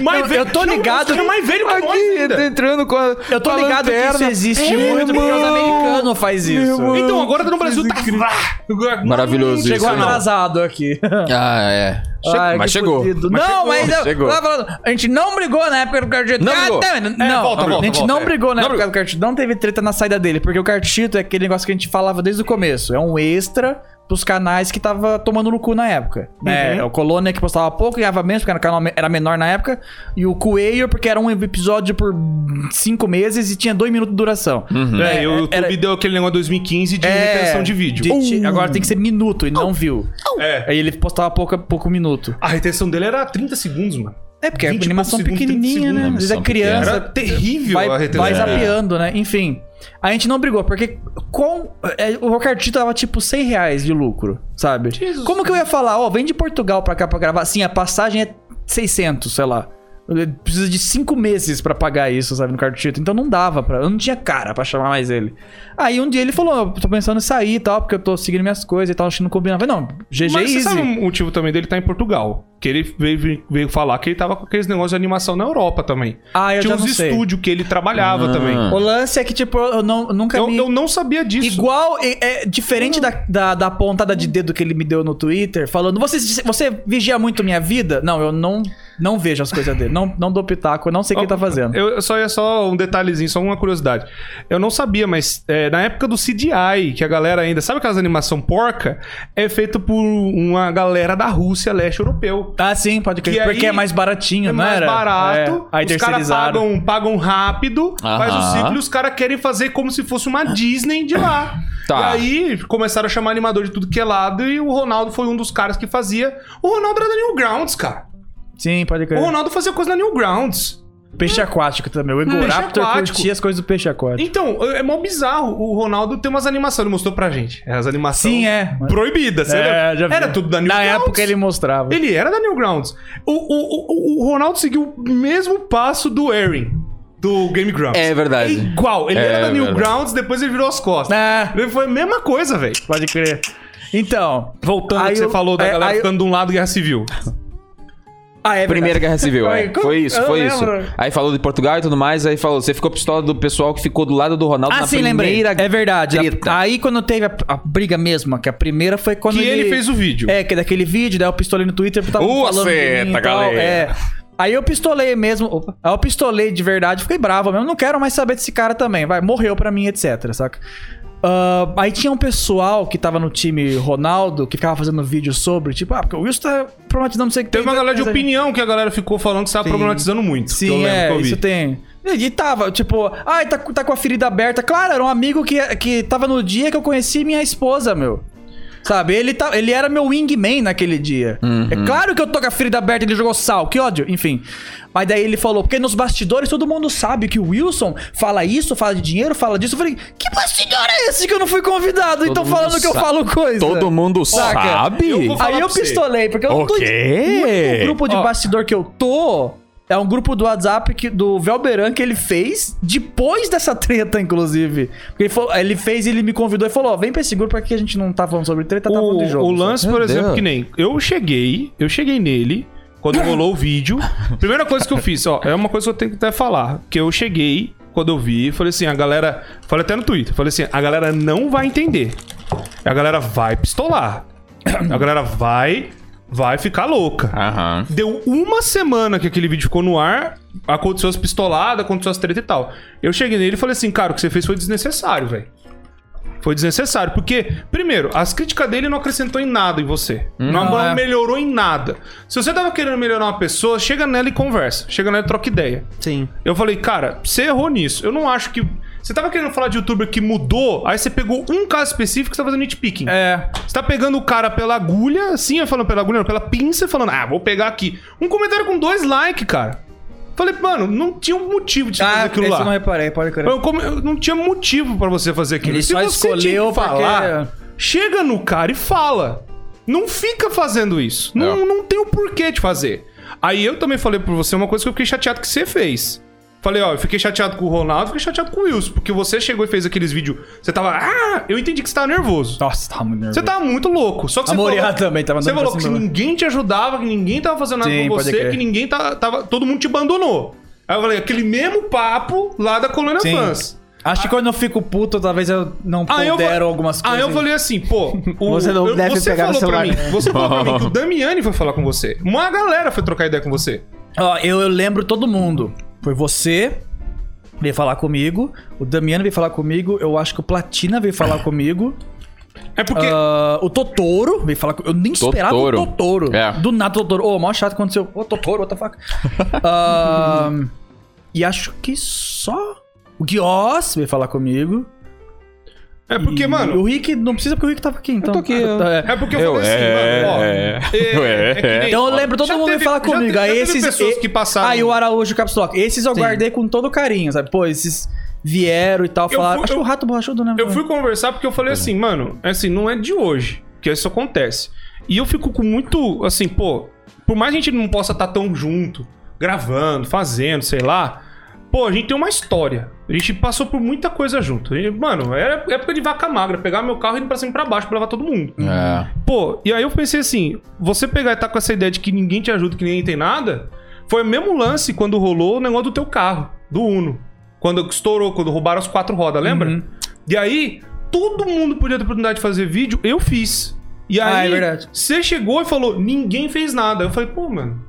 Speaker 4: mais
Speaker 2: Eu- eu tô
Speaker 4: Não,
Speaker 2: ligado-
Speaker 4: É uns caras mais velho que nós
Speaker 5: aqui,
Speaker 4: ainda.
Speaker 5: Tá entrando com a.
Speaker 2: Eu tô
Speaker 5: com a
Speaker 2: ligado que isso
Speaker 5: lanterna.
Speaker 2: existe
Speaker 5: É,
Speaker 2: muito, porque os
Speaker 5: irmão.
Speaker 2: americanos fazem isso.
Speaker 5: irmão.
Speaker 4: Então, agora tá no Brasil, tá...
Speaker 1: Maravilhoso isso,
Speaker 4: Chegou
Speaker 2: Chegou
Speaker 1: não.
Speaker 4: atrasado.
Speaker 2: atrasado aqui.
Speaker 1: Ah, é. Che-
Speaker 2: Ai,
Speaker 1: mas
Speaker 2: que
Speaker 1: chegou.
Speaker 2: fudido.
Speaker 1: Mas
Speaker 2: não,
Speaker 1: chegou.
Speaker 2: mas ainda-
Speaker 1: chegou.
Speaker 2: tava falando, a gente não brigou na época do cartito.
Speaker 1: Não
Speaker 2: Ah,
Speaker 1: brigou.
Speaker 2: tá, não,
Speaker 4: É, volta, volta,
Speaker 2: a gente
Speaker 4: volta,
Speaker 2: não
Speaker 4: é.
Speaker 2: brigou na época do cartito. Não teve treta na saída dele, porque o cartito é aquele negócio que a gente falava desde o começo. É um extra pros canais que tava tomando no cu na época.
Speaker 1: Uhum.
Speaker 2: Né? O Colônia que postava pouco, ganhava menos, porque era, um canal me- era menor na época. E o Coelho, porque era um episódio por cinco meses e tinha dois minutos de duração.
Speaker 1: Uhum.
Speaker 4: É, e o YouTube
Speaker 2: Era-
Speaker 4: deu aquele negócio 2015 de retenção de vídeo.
Speaker 2: É, de- de-
Speaker 1: Uh.
Speaker 2: Agora tem que ser minuto e não viu.
Speaker 4: É.
Speaker 2: Aí ele postava pouco, pouco minuto.
Speaker 4: A retenção dele era 30 segundos, mano.
Speaker 2: É, porque é
Speaker 4: 20 e
Speaker 2: animação
Speaker 4: poucos segundos,
Speaker 2: pequenininha,
Speaker 4: 30
Speaker 2: né? Às
Speaker 1: segundos,
Speaker 2: vezes é
Speaker 1: animação
Speaker 2: criança.
Speaker 4: Era terrível
Speaker 2: vai,
Speaker 4: a retenção.
Speaker 2: vai
Speaker 4: dele.
Speaker 2: zapeando, né? Enfim. A gente não brigou, porque com, é, o Rocartito tava tipo 100 reais de lucro, sabe? Como que eu ia falar, ó, vem de Portugal pra cá pra gravar? Assim, a passagem é 600, sei lá. Eu- Precisa de 5 meses pra pagar isso, sabe, no cartito. Então não dava pra. Eu não tinha cara pra chamar mais ele. Aí um dia ele falou: Eu tô pensando em sair e tal, porque eu tô seguindo minhas coisas e tal, acho que não combinava. Eu falei, Não, GG
Speaker 4: Mas você
Speaker 2: Easy.
Speaker 4: sabe um motivo também dele tá em Portugal. Que ele veio, veio falar que ele tava com aqueles negócios de animação na Europa também.
Speaker 2: Ah, eu
Speaker 4: Tinha
Speaker 2: já
Speaker 4: uns
Speaker 2: não sei.
Speaker 4: estúdios que ele trabalhava
Speaker 1: Ah.
Speaker 4: também.
Speaker 2: O lance é que, tipo, eu não, nunca
Speaker 4: Eu,
Speaker 2: me...
Speaker 4: eu não sabia disso.
Speaker 2: Igual, é, é diferente da, da, da pontada de dedo que ele me deu no Twitter, falando: você, você vigia muito minha vida? Não, eu não, não vejo as coisas dele. Não, não dou pitaco, eu não sei o que ele tá fazendo.
Speaker 4: Eu, eu só é só um detalhezinho, só uma curiosidade. Eu não sabia, mas é, na época do CGI, que a galera ainda. Sabe aquelas animação porca? É feito por uma galera da Rússia, leste europeu.
Speaker 2: Ah, sim, pode crer.
Speaker 4: Que
Speaker 2: Porque é
Speaker 4: aí
Speaker 2: mais baratinho,
Speaker 4: É
Speaker 2: não
Speaker 4: mais
Speaker 2: era?
Speaker 4: barato.
Speaker 2: É. Aí
Speaker 4: os caras
Speaker 2: terceirizaram.
Speaker 4: pagam, pagam rápido, faz o
Speaker 1: Aham.
Speaker 4: ciclo e os caras querem fazer como se fosse uma Disney de lá.
Speaker 1: Tá.
Speaker 4: E aí começaram a chamar animador de tudo que é lado e o Ronaldo foi um dos caras que fazia. O Ronaldo era da Newgrounds, cara.
Speaker 2: Sim, pode
Speaker 4: O
Speaker 2: crer.
Speaker 4: Ronaldo fazia coisa na Newgrounds.
Speaker 2: Peixe aquático também. O
Speaker 4: Peixe
Speaker 2: Egoraptor
Speaker 4: aquático.
Speaker 2: curtia as coisas do peixe aquático.
Speaker 4: Então, é é mó bizarro. O Ronaldo tem umas animações, ele mostrou pra gente. As animações.
Speaker 2: Sim, é.
Speaker 4: Proibidas,
Speaker 2: É,
Speaker 4: era,
Speaker 2: já vi.
Speaker 4: Então, era tudo da
Speaker 2: Na
Speaker 4: Newgrounds.
Speaker 2: época ele mostrava.
Speaker 4: Ele era da Newgrounds. O, o, o, o Ronaldo seguiu o mesmo passo do Erin, do Game Grumps.
Speaker 1: É verdade.
Speaker 4: É igual. Ele
Speaker 1: É
Speaker 4: era da
Speaker 1: verdade.
Speaker 4: Newgrounds, depois ele virou as costas.
Speaker 2: É,
Speaker 4: Ele Foi a mesma coisa, velho.
Speaker 2: pode crer. Então.
Speaker 4: Voltando ao
Speaker 2: Aí
Speaker 4: que você
Speaker 2: eu-
Speaker 4: falou da
Speaker 2: é,
Speaker 4: galera
Speaker 2: aí eu-
Speaker 4: ficando de um lado guerra civil.
Speaker 2: Ah, é verdade.
Speaker 1: Primeira Guerra Civil, é.
Speaker 2: Ai, como-
Speaker 1: Foi isso,
Speaker 2: eu
Speaker 1: foi isso.
Speaker 2: lembro.
Speaker 1: Aí falou de Portugal e tudo mais, aí falou, você ficou pistola do pessoal que ficou do lado do Ronaldo
Speaker 2: Ah,
Speaker 1: na
Speaker 2: sim, lembrei.
Speaker 1: primeira
Speaker 2: É verdade. A-
Speaker 1: treta.
Speaker 2: aí quando teve a, a briga mesmo, que a primeira foi quando
Speaker 4: Que ele, fez o vídeo.
Speaker 2: É, que daquele vídeo, daí eu pistolei no Twitter porque tava
Speaker 5: Ô,
Speaker 2: falando de mim e tal.
Speaker 5: seta, galera.
Speaker 2: É. Aí eu pistolei mesmo, opa, aí eu pistolei de verdade, fiquei bravo mesmo, não quero mais saber desse cara também, vai, morreu pra mim, etc, saca? Ah, aí tinha um pessoal que tava no time Ronaldo, que ficava fazendo vídeo sobre, tipo, ah, porque o Wilson tá problematizando não sei o que.
Speaker 4: Teve uma
Speaker 2: tem,
Speaker 4: galera de
Speaker 2: mas a gente-
Speaker 4: opinião que a galera ficou falando que você tava problematizando muito. que eu
Speaker 2: Sim,
Speaker 4: lembro que
Speaker 2: é,
Speaker 4: eu vi.
Speaker 2: isso tem. E e tava, tipo, ai, tá, com- tá com a ferida aberta. Claro, era um amigo que, que tava no dia que eu conheci minha esposa, meu. Sabe, ele, tá, ele era meu wingman naquele dia.
Speaker 4: Uhum.
Speaker 2: É claro que eu tô com a ferida aberta, ele jogou sal, que ódio. Enfim. Mas daí ele falou, porque nos bastidores todo mundo sabe que o Wilson fala isso, fala de dinheiro, fala disso. Eu falei, que bastidor é esse que eu não fui convidado? então
Speaker 1: mundo
Speaker 2: falando que eu
Speaker 1: sa-
Speaker 2: falo coisa.
Speaker 1: Todo mundo
Speaker 2: Saca?
Speaker 1: sabe?
Speaker 4: Eu vou- falar
Speaker 2: Aí eu
Speaker 4: pra você.
Speaker 2: pistolei, porque eu
Speaker 1: O
Speaker 2: não tô.
Speaker 1: quê?
Speaker 2: O único grupo de
Speaker 4: Ó.
Speaker 2: bastidor que eu tô é um grupo do WhatsApp que, do Velberan que ele fez depois dessa treta, inclusive. Porque ele, falou- ele fez, ele me convidou e falou: ó, vem pra esse grupo aqui que a gente não tá falando sobre treta, tá falando
Speaker 4: o,
Speaker 2: de jogo.
Speaker 4: o
Speaker 2: sabe?
Speaker 4: lance, por
Speaker 1: Meu
Speaker 4: exemplo,
Speaker 1: Deus.
Speaker 4: que nem. Eu cheguei, eu cheguei nele. Quando rolou o vídeo, primeira coisa que eu fiz, ó, é uma coisa que eu tenho que até falar. Que eu cheguei, quando eu vi, falei assim, a galera. Falei até no Twitter, falei assim, a galera não vai entender. A galera vai pistolar. A galera vai. Vai ficar louca.
Speaker 1: Aham.
Speaker 4: Deu uma semana que aquele vídeo ficou no ar, aconteceu as pistoladas, aconteceu as treta e tal. Eu cheguei nele e falei assim, cara, o que você fez foi desnecessário, velho. Foi desnecessário. Porque, primeiro, as críticas dele não acrescentou em nada em você. Não,
Speaker 2: é.
Speaker 4: melhorou em nada. Se você tava querendo melhorar uma pessoa, chega nela e conversa. Chega nela e troca ideia.
Speaker 3: Sim.
Speaker 4: Eu falei, cara, você errou nisso. Eu não acho que. Você tava querendo falar de youtuber que mudou, aí você pegou um caso específico e você tá fazendo nitpicking.
Speaker 2: É.
Speaker 4: Você tá pegando o cara pela agulha, assim, eu falando pela agulha, não, pela pinça, e falando, ah, vou pegar aqui. Um comentário com dois likes, cara. Falei, mano, não tinha um motivo de você fazer
Speaker 2: Ah,
Speaker 4: aquilo
Speaker 2: esse
Speaker 4: lá.
Speaker 2: eu não reparei, pode crer.
Speaker 4: Eu come- eu não tinha motivo pra você fazer aquilo.
Speaker 2: Ele só
Speaker 4: você
Speaker 2: escolheu
Speaker 4: tinha
Speaker 2: porque-
Speaker 4: que falar, chega no cara e fala. Não fica fazendo isso. Não, não tem o porquê de fazer. Aí eu também falei pra você uma coisa que eu fiquei chateado que você fez. Falei, ó, eu fiquei chateado com o Ronaldo, fiquei chateado com o Wilson, porque você chegou e fez aqueles vídeos. Você tava. Ah, eu entendi que você tava nervoso.
Speaker 2: Nossa, tá muito nervoso.
Speaker 4: Você tava muito louco. Só que
Speaker 2: A
Speaker 4: você
Speaker 2: Moriá também tava
Speaker 4: Você
Speaker 2: andando
Speaker 4: falou
Speaker 2: pra
Speaker 4: que
Speaker 2: cima.
Speaker 4: ninguém te ajudava, que ninguém tava fazendo nada
Speaker 2: Sim,
Speaker 4: com
Speaker 2: pode
Speaker 4: você,
Speaker 2: crer.
Speaker 4: que ninguém tá- tava. Todo mundo te abandonou. Aí eu falei, aquele mesmo papo lá da Colônia
Speaker 2: Sim.
Speaker 4: Fans.
Speaker 2: Acho que quando eu fico puto, talvez eu não
Speaker 4: Aí Ah, eu,
Speaker 2: pondero
Speaker 4: fa-
Speaker 2: algumas coisas.
Speaker 4: aí eu falei assim, pô, o-
Speaker 3: Você não deve
Speaker 4: você
Speaker 3: pegar no
Speaker 4: falou pra mim,
Speaker 3: celular.
Speaker 4: Você falou pra mim que o Damiani foi falar com você. Uma galera foi trocar ideia com você.
Speaker 2: Ó, eu, eu lembro todo mundo. Foi você veio falar comigo, o Damiano veio falar comigo, eu acho que o Platina veio falar comigo,
Speaker 4: É porque.
Speaker 2: ah, o Totoro veio falar comigo. Eu nem esperava
Speaker 1: Totoro.
Speaker 2: o Totoro.
Speaker 1: É.
Speaker 2: Do nada, o Totoro. Ô, mó chato aconteceu. Ô, Totoro, what the fuck? Ah, e acho que só. O Guiós veio falar comigo.
Speaker 4: é porque,
Speaker 2: E
Speaker 4: mano.
Speaker 2: O Rick, não precisa porque o Rick tava aqui, então.
Speaker 3: tô aqui, eu-
Speaker 2: Tá, é.
Speaker 4: É porque eu,
Speaker 5: Eu-
Speaker 4: falei assim,
Speaker 5: é,
Speaker 4: mano, ó.
Speaker 5: é.
Speaker 4: é,
Speaker 5: Eu-
Speaker 4: é que
Speaker 5: é.
Speaker 4: nem-
Speaker 2: Então eu lembro, todo
Speaker 4: Já
Speaker 2: mundo
Speaker 4: teve-
Speaker 2: veio falar
Speaker 4: já
Speaker 2: comigo.
Speaker 4: teve-
Speaker 2: aí
Speaker 4: já teve
Speaker 2: esses.
Speaker 4: pessoas
Speaker 2: e-
Speaker 4: que passaram.
Speaker 2: Aí o Araújo e o Caps Lock. Esses eu
Speaker 3: Sim.
Speaker 2: guardei com todo carinho, sabe? Pô, esses vieram e tal.
Speaker 4: Eu
Speaker 2: Falaram.
Speaker 4: fui-
Speaker 2: Acho
Speaker 4: eu-
Speaker 2: que o rato borrachudo, né?
Speaker 4: Eu fui conversar porque eu falei assim, mano, assim, não é de hoje que isso acontece. E eu fico com muito, assim, pô, por mais que a gente não possa estar tão junto, gravando, fazendo, sei lá, pô, a gente tem uma história. A gente passou por muita coisa junto. E, mano, era época de vaca magra, pegar meu carro e ir pra cima e pra baixo pra levar todo mundo.
Speaker 1: É.
Speaker 4: Pô, e aí eu pensei assim, você pegar e tá com essa ideia de que ninguém te ajuda, que ninguém tem nada, foi o mesmo lance quando rolou o negócio do teu carro, do Uno. Quando estourou, quando roubaram as quatro rodas, lembra?
Speaker 2: Uhum.
Speaker 4: E aí, todo mundo podia ter oportunidade de fazer vídeo, eu fiz. E
Speaker 2: Ah,
Speaker 4: aí,
Speaker 2: é verdade.
Speaker 4: você chegou e falou, ninguém fez nada. Eu falei, pô, mano,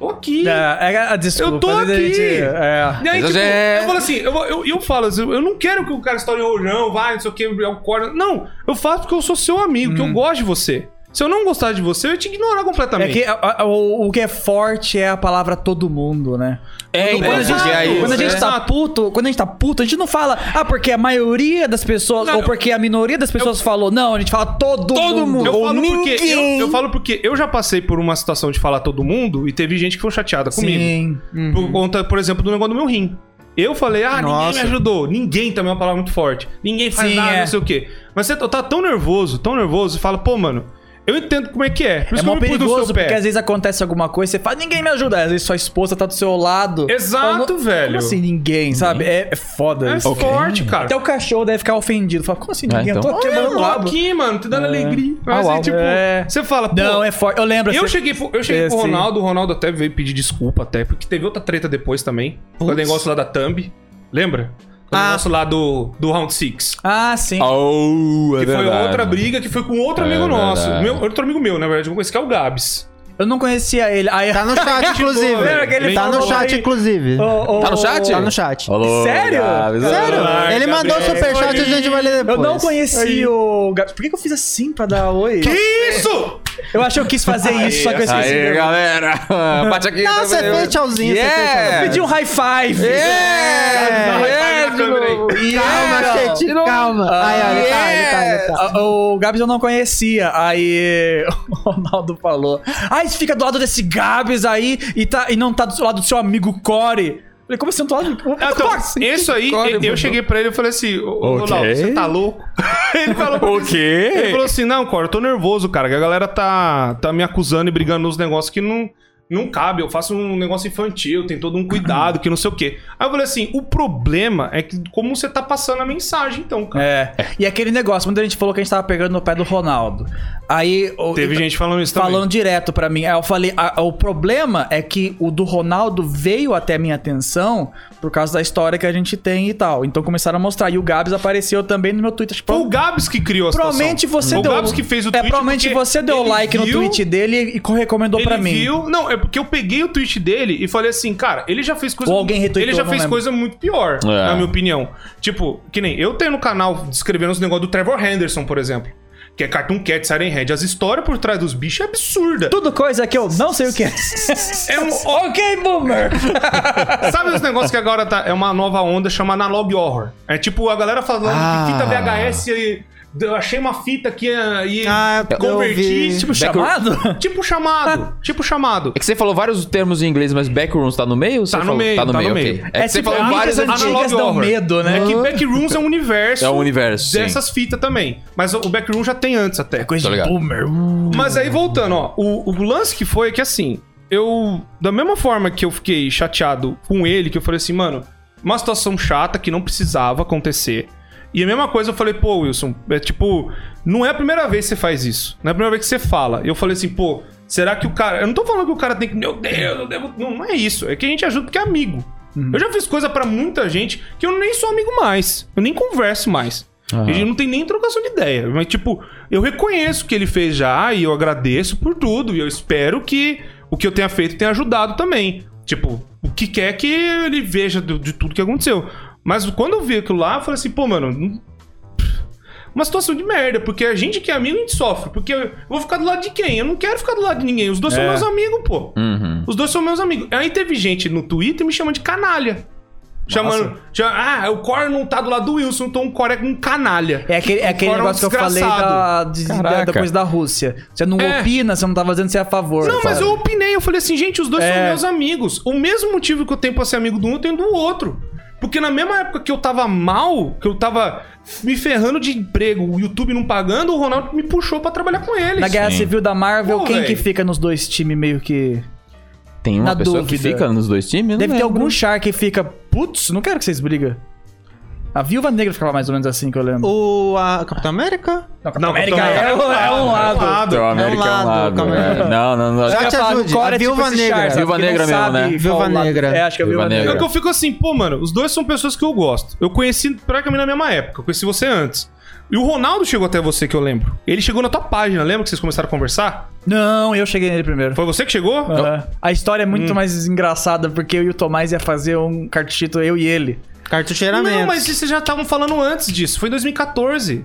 Speaker 4: tô aqui.
Speaker 2: É, é, é, desculpa.
Speaker 4: Eu tô
Speaker 2: às vezes a
Speaker 4: aqui.
Speaker 2: gente- é.
Speaker 4: E aí,
Speaker 1: Mas
Speaker 4: tipo,
Speaker 1: é-
Speaker 4: eu falo assim, eu, eu, eu falo assim, eu não quero que o cara estoure o rojão, vai, não sei o que, eu corno. Não, eu faço porque eu sou seu amigo,
Speaker 1: Hum.
Speaker 4: que eu gosto de você. Se eu não gostar de você, eu ia te ignorar
Speaker 2: É
Speaker 4: completamente.
Speaker 2: que a- a- o, o que é forte é a palavra todo mundo, né?
Speaker 1: É,
Speaker 4: Quando
Speaker 1: então,
Speaker 4: a gente-
Speaker 1: porque aí.
Speaker 2: quando a gente
Speaker 4: é.
Speaker 2: tá puto, quando a gente tá puto, a gente não fala, ah, porque a maioria das pessoas,
Speaker 4: Não,
Speaker 2: ou porque a minoria das pessoas falou. Não, a gente fala todo,
Speaker 1: Todo mundo.
Speaker 4: Eu
Speaker 1: Ou
Speaker 4: falo, porque
Speaker 1: ninguém.
Speaker 4: eu, eu falo porque eu já passei por uma situação de falar todo mundo e teve gente que foi chateada comigo.
Speaker 2: Sim. Uhum.
Speaker 4: Por conta, por exemplo, do negócio do meu rim. Eu falei, ah,
Speaker 3: Nossa.
Speaker 4: ninguém me ajudou. Ninguém também é uma palavra muito forte. Ninguém faz
Speaker 2: Sim,
Speaker 4: nada,
Speaker 2: é.
Speaker 4: não sei o quê. Mas você tá tão nervoso, tão nervoso, e fala, pô, mano, eu entendo como é que é.
Speaker 2: É
Speaker 4: Por isso que eu
Speaker 2: mó
Speaker 4: me pus no seu
Speaker 2: perigoso,
Speaker 4: pé.
Speaker 2: porque às vezes acontece alguma coisa, você fala, ninguém me ajuda. Aí, Às vezes sua esposa tá do seu lado.
Speaker 4: Exato,
Speaker 2: Falando,
Speaker 4: velho.
Speaker 2: Como assim, ninguém, sabe? É, é foda
Speaker 4: É
Speaker 2: isso.
Speaker 4: forte, cara. é,
Speaker 2: Até o cachorro deve ficar ofendido. Fala, como assim, ninguém?
Speaker 1: então.
Speaker 2: Eu tô quebrando o
Speaker 4: eu tô
Speaker 2: rabo.
Speaker 4: aqui, mano, te dando alegria. Mas
Speaker 2: Au,
Speaker 4: aí,
Speaker 2: au.
Speaker 4: tipo,
Speaker 2: É.
Speaker 4: você fala, pô,
Speaker 2: Não, é forte. Eu lembro
Speaker 4: eu
Speaker 2: assim,
Speaker 4: cheguei, pro- eu cheguei
Speaker 2: É,
Speaker 4: pro
Speaker 2: sim.
Speaker 4: Ronaldo, o Ronaldo até veio pedir desculpa até, porque teve outra treta depois também. Com o negócio lá da Thumb, lembra? Com o negócio lá do, do Round six
Speaker 2: Ah, sim.
Speaker 1: Oh, é
Speaker 4: Que foi
Speaker 1: verdade.
Speaker 4: outra briga que foi com outro
Speaker 1: É
Speaker 4: amigo nosso.
Speaker 1: verdade.
Speaker 4: Meu, outro amigo meu, na verdade, esse que é o Gabs.
Speaker 2: Eu não conhecia ele. Aí,
Speaker 3: Tá no chat,
Speaker 2: Lembra que ele
Speaker 3: inclusive. Tá no
Speaker 2: falou
Speaker 3: chat,
Speaker 2: aí?
Speaker 3: inclusive.
Speaker 2: Ô, ô,
Speaker 1: Tá no chat?
Speaker 3: Tá no chat.
Speaker 1: Alô,
Speaker 2: Sério?
Speaker 1: Gabs, alô.
Speaker 3: Sério?
Speaker 4: Olá,
Speaker 3: Ele mandou
Speaker 4: Gabriel.
Speaker 3: superchat e a gente vai ler
Speaker 2: Eu
Speaker 3: depois.
Speaker 2: não conheci o Gabs. Por que, que eu fiz assim pra dar oi?
Speaker 4: Que isso?
Speaker 2: Eu achei que eu quis fazer isso, só que eu esqueci.
Speaker 1: Aí, galera. Bate aqui.
Speaker 3: Não, você fez tchauzinho, você fez
Speaker 1: Yeah.
Speaker 3: tchauzinho.
Speaker 2: Pedi um high five.
Speaker 4: É,
Speaker 2: É, um
Speaker 1: Yeah!
Speaker 4: Vai um na câmera aí.
Speaker 3: Calma, gente, calma.
Speaker 1: Ah,
Speaker 3: Aí, olha, tá, ele tá, ele tá.
Speaker 2: Ah, O Gabs eu não conhecia. Aí o Ronaldo falou: Ah, você fica do lado desse Gabs aí e, tá, e não tá do lado do seu amigo Core. Eu Falei, como assim, do lado do.
Speaker 4: Ah, Então, isso aí,
Speaker 5: Corre,
Speaker 4: eu
Speaker 5: mano.
Speaker 4: cheguei pra ele e falei assim, ô, ô,
Speaker 5: Ok.
Speaker 4: Ronaldo, você tá louco? ele falou pra mim
Speaker 5: O
Speaker 4: assim, Ele
Speaker 5: quê?
Speaker 4: falou assim: não, Cora, eu tô nervoso, cara, que a galera tá, tá me acusando e brigando nos negócios que não, não cabe. Eu faço um negócio infantil, tem todo um cuidado, que não sei o quê. Aí eu falei assim: o problema é que como você tá passando a mensagem, então, cara.
Speaker 2: É. E aquele negócio, muita gente falou que a gente tava pegando no pé do Ronaldo. Aí. o-
Speaker 4: Teve
Speaker 2: então-
Speaker 4: gente tá falando isso também.
Speaker 2: Falando direto pra mim. Aí eu falei, "Ah, o problema é que o do Ronaldo veio até minha atenção por causa da história que a gente tem e tal. Então começaram a mostrar. E o Gabs apareceu também no meu Twitter. Tipo,
Speaker 4: Foi o Gabs que criou a situação.
Speaker 2: Provavelmente você
Speaker 4: Foi
Speaker 2: deu.
Speaker 4: o Gabs que fez o
Speaker 2: É,
Speaker 4: tweet.
Speaker 2: provavelmente
Speaker 4: porque
Speaker 2: você deu
Speaker 4: ele
Speaker 2: like no
Speaker 4: viu-
Speaker 2: tweet dele e co- recomendou
Speaker 4: Ele
Speaker 2: pra mim.
Speaker 4: viu. Não, é porque eu peguei o tweet dele e falei assim, cara, ele já fez coisa.
Speaker 2: Ou alguém retweetou,
Speaker 4: Ele já
Speaker 2: não
Speaker 4: fez
Speaker 2: lembro.
Speaker 4: coisa muito pior,
Speaker 1: É.
Speaker 4: na minha opinião. Tipo, que nem eu tenho no canal descrevendo os negócios do Trevor Henderson, por exemplo. Que é Cartoon Cat, Siren Head. As histórias por trás dos bichos é absurda.
Speaker 2: Tudo coisa que eu não sei o que é.
Speaker 4: É um,
Speaker 2: ok, boomer. Tipo,
Speaker 4: Sabe os negócios que agora tá, é uma nova onda chama analog horror? É tipo a galera falando
Speaker 2: Ah.
Speaker 4: que fita VHS. e- Eu achei uma fita aqui eh, e
Speaker 3: Ah, eu
Speaker 4: converti.
Speaker 3: vi.
Speaker 4: Tipo, cha-
Speaker 2: Chamado?
Speaker 4: tipo chamado. tipo chamado.
Speaker 1: É que você falou vários termos em inglês, mas backrooms tá no meio? ou você
Speaker 4: Tá no
Speaker 1: falou-
Speaker 4: meio,
Speaker 1: tá no
Speaker 4: tá
Speaker 1: meio,
Speaker 4: no
Speaker 1: ok.
Speaker 4: meio.
Speaker 1: É, que você falou vários
Speaker 4: antigas
Speaker 1: antigos.
Speaker 4: antigas dão
Speaker 2: dão medo, né?
Speaker 4: É que Backrooms é um universo.
Speaker 1: É um universo, sim.
Speaker 4: Dessas fitas também. Mas o o Backroom já tem antes até.
Speaker 1: Tô
Speaker 2: Coisa de
Speaker 1: ligado.
Speaker 2: boomer. Uh.
Speaker 4: Mas aí voltando, ó, o, o lance que foi é que assim, eu. Da mesma forma que eu fiquei chateado com ele, que eu falei assim, mano, uma situação chata que não precisava acontecer. E a mesma coisa eu falei, pô, Wilson, é tipo, não é a primeira vez que você faz isso. Não é a primeira vez que você fala. Eu falei assim, pô, será que o cara. Eu não tô falando que o cara tem que. Meu Deus, eu devo. Não, não é isso. É que a gente ajuda porque é amigo. Eu já fiz coisa pra muita gente que eu nem sou amigo mais. Eu nem converso mais. A gente não tem nem trocação de ideia. Mas, tipo, eu reconheço o que ele fez já e eu agradeço por tudo. E eu espero que o que eu tenha feito tenha ajudado também. Tipo, o que quer que ele veja do- de, tudo que aconteceu. Mas quando eu vi aquilo lá, eu falei assim, pô, mano. não- Uma situação de merda, porque a gente que é amigo, a gente sofre. Porque eu vou ficar do lado de quem? Eu não quero ficar do lado de ninguém. Os dois são
Speaker 2: É.
Speaker 4: meus amigos, pô.
Speaker 1: Uhum.
Speaker 4: Os dois são meus amigos. Aí teve gente no Twitter me chamando de canalha. Chamando. chama- ah, o Core não tá do lado do Wilson, então o Core é um canalha.
Speaker 2: É aquele, é aquele
Speaker 4: Fora um
Speaker 2: negócio que eu falei da,
Speaker 4: desgraçado.
Speaker 2: de- da- da
Speaker 5: Caraca.
Speaker 2: coisa da Rússia. Você não
Speaker 4: É.
Speaker 2: opina, você não tá fazendo você é a favor.
Speaker 4: Não, mas
Speaker 2: sabe?
Speaker 4: eu opinei. Eu falei assim, gente, os dois são
Speaker 2: É.
Speaker 4: meus amigos. O mesmo motivo que eu tenho pra ser amigo do um, eu tenho do outro. Porque na mesma época que eu tava mal, que eu tava me ferrando de emprego, o YouTube não pagando, o Ronaldo me puxou pra trabalhar com eles.
Speaker 2: Na Guerra Civil da Marvel,
Speaker 4: Pô,
Speaker 2: quem que
Speaker 4: velho.
Speaker 2: fica nos dois times meio que...
Speaker 1: Tem uma
Speaker 2: Na
Speaker 1: pessoa que
Speaker 2: dúvida.
Speaker 1: fica nos dois times? né? Eu não
Speaker 2: Deve ter
Speaker 1: lembro.
Speaker 2: algum char que fica... Putz, não quero que vocês brigam. A Viúva Negra ficava mais ou menos assim, que eu lembro.
Speaker 3: tá. O a Capitão América?
Speaker 4: Não,
Speaker 2: América
Speaker 4: Capitão
Speaker 2: é,
Speaker 4: América
Speaker 2: um- é um lado.
Speaker 1: Então, a América é um
Speaker 3: lado,
Speaker 1: lado.
Speaker 3: calma aí.
Speaker 1: é. Não, não, não.
Speaker 3: Já
Speaker 2: Eu ia
Speaker 3: te
Speaker 2: falar,
Speaker 3: ajude,
Speaker 2: o Core
Speaker 3: a Viúva
Speaker 2: tipo esse
Speaker 3: Negra.
Speaker 2: sabe,
Speaker 1: Viúva
Speaker 2: que não
Speaker 1: Negra mesmo,
Speaker 2: sabe
Speaker 1: né?
Speaker 2: qual
Speaker 3: Viúva
Speaker 2: lado-
Speaker 3: Negra.
Speaker 2: É, acho que é a
Speaker 1: Viúva
Speaker 2: Viúva
Speaker 1: Negra.
Speaker 4: É que
Speaker 2: Negra.
Speaker 4: eu fico assim, pô, mano, os dois são pessoas que eu gosto. Eu conheci praticamente na mesma época, eu conheci você antes. E o Ronaldo chegou até você, que eu lembro. Ele chegou na tua página, lembra que vocês começaram a conversar?
Speaker 2: Não, eu cheguei nele primeiro.
Speaker 4: Foi você que chegou?
Speaker 2: Aham. A história é muito mais engraçada, porque eu e o Tomás ia fazer um cartuchito, eu e ele.
Speaker 3: Cartucheiramento.
Speaker 4: Não, mas vocês já estavam falando antes disso. Foi em 2014.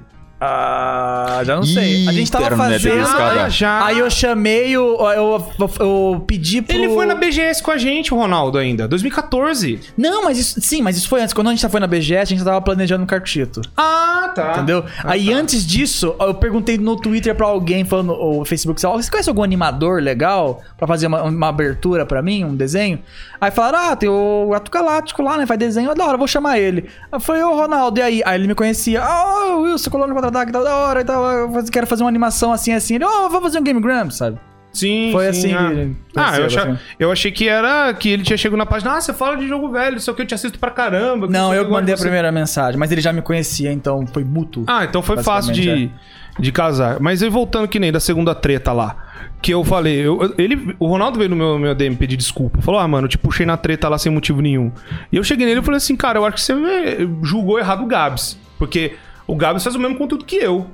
Speaker 2: Ah, já não sei. A gente tava
Speaker 1: Internet
Speaker 2: fazendo.
Speaker 1: discada.
Speaker 2: aí- Aí eu chamei o. Eu, eu pedi pro.
Speaker 4: Ele foi na BGS com a gente, o Ronaldo, ainda. 2014.
Speaker 2: Não, mas isso. Sim, mas isso foi antes. Quando a gente foi na BGS, a gente já tava planejando um cartuchito.
Speaker 4: Ah, tá.
Speaker 2: Entendeu? aí antes disso, eu perguntei no Twitter pra alguém falando, ou Facebook, sei lá, você conhece algum animador legal pra fazer uma, uma abertura pra mim, um desenho? Aí falaram, ah, tem o Gato Galáctico lá, né? Faz desenho, "Ah, da hora, vou chamar ele. Aí eu falei, ô Ronaldo, e aí? Aí ele me conhecia, ah, ô Wilson, colônia contra-ataque, tá da hora, e tal, eu faz- quero fazer uma animação assim, assim. Ele, ó, vou fazer um Game Grumps, sabe?
Speaker 4: Sim,
Speaker 2: Foi assim
Speaker 4: sim, ah.
Speaker 2: que ele
Speaker 4: Ah, eu,
Speaker 2: conheceu,
Speaker 4: acha-
Speaker 2: assim.
Speaker 4: eu achei que era que ele tinha chegado na página. Ah, você fala de jogo velho, só que eu te assisto pra caramba. que
Speaker 2: Não,
Speaker 4: sei
Speaker 2: eu
Speaker 4: que
Speaker 2: que mandei a
Speaker 4: gosto de você.
Speaker 2: primeira mensagem, mas ele já me conhecia, então foi mútuo.
Speaker 4: Ah, então foi fácil de, de casar. Mas e voltando que nem da segunda treta lá. Que eu falei, eu- eu- ele, o Ronaldo veio no meu, meu DM pedir desculpa. Falou, ah, mano, eu te puxei na treta lá sem motivo nenhum. E eu cheguei nele e falei assim, cara, eu acho que você eh, julgou errado o Gabs. Porque o Gabs faz o mesmo conteúdo que eu.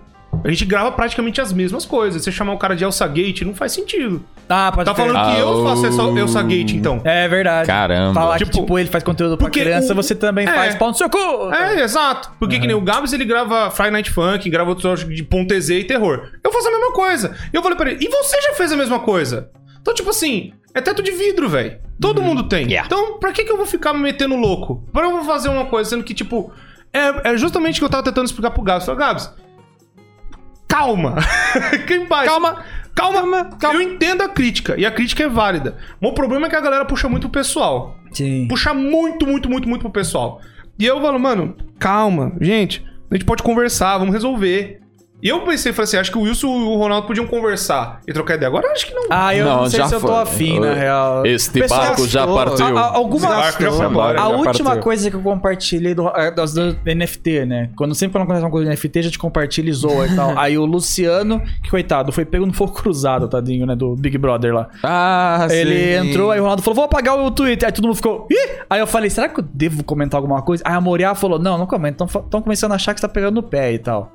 Speaker 4: A gente grava praticamente as mesmas coisas. Você chamar o cara de Elsa Gate não faz sentido.
Speaker 2: Ah, pode
Speaker 4: Tá
Speaker 2: crer. Ah,
Speaker 4: falando que eu
Speaker 1: Aô.
Speaker 4: faço essa Elsa Gate, então.
Speaker 2: É verdade.
Speaker 1: Caramba.
Speaker 2: Falar que,
Speaker 4: Tipo,
Speaker 2: tipo, ele faz conteúdo pra
Speaker 4: porque
Speaker 2: criança,
Speaker 4: o-
Speaker 2: você também
Speaker 4: é.
Speaker 2: faz pau no seu cu. tá
Speaker 4: É, exato. Porque que nem o Gabs, ele grava Friday Night Funk, grava outros jogos de Pontezê e terror. Eu faço a mesma coisa. Eu falei pra ele, e você já fez a mesma coisa? Então, tipo assim, é teto de vidro, velho. Todo mundo tem. Então, pra que que eu vou ficar me metendo louco? Pra eu vou fazer uma coisa, sendo que, tipo... É, é justamente o que eu tava tentando explicar pro Gabs. Eu falei, Gabs, calma. Fica em paz. Calma. Calma, Eu entendo a crítica, e a crítica é válida. O problema é que a galera puxa muito o pessoal
Speaker 2: Sim.
Speaker 4: puxar muito, muito, muito, muito pro pessoal. E eu falo, mano, calma, gente, a gente pode conversar, vamos resolver. E eu pensei, falei assim, acho que o Wilson e o Ronaldo podiam conversar e trocar ideia. Agora acho que não.
Speaker 2: Ah, eu não,
Speaker 1: Não,
Speaker 2: sei
Speaker 1: já
Speaker 2: se eu tô
Speaker 1: foi.
Speaker 2: afim, na
Speaker 1: Eu-
Speaker 2: real.
Speaker 1: Este
Speaker 2: Pessoal,
Speaker 1: barco já
Speaker 3: gastou.
Speaker 1: partiu.
Speaker 2: a- a- alguma-
Speaker 4: Barco já foi embora.
Speaker 2: A
Speaker 1: já
Speaker 2: última
Speaker 1: partiu.
Speaker 2: coisa que eu compartilhei do, eh, das do NFT, né? Quando sempre quando acontece uma coisa do NFT, já te compartilha e zoa e tal. Aí o Luciano, que coitado, foi pego no fogo cruzado, tadinho, né? Do Big Brother lá.
Speaker 1: Ah,
Speaker 2: Ele
Speaker 1: sim.
Speaker 2: entrou, aí o Ronaldo falou, vou apagar o Twitter. Aí todo mundo ficou, ih! Aí eu falei, será que eu devo comentar alguma coisa? Aí a Moriá falou, não, não comenta, estão começando a achar que você tá pegando no pé e tal.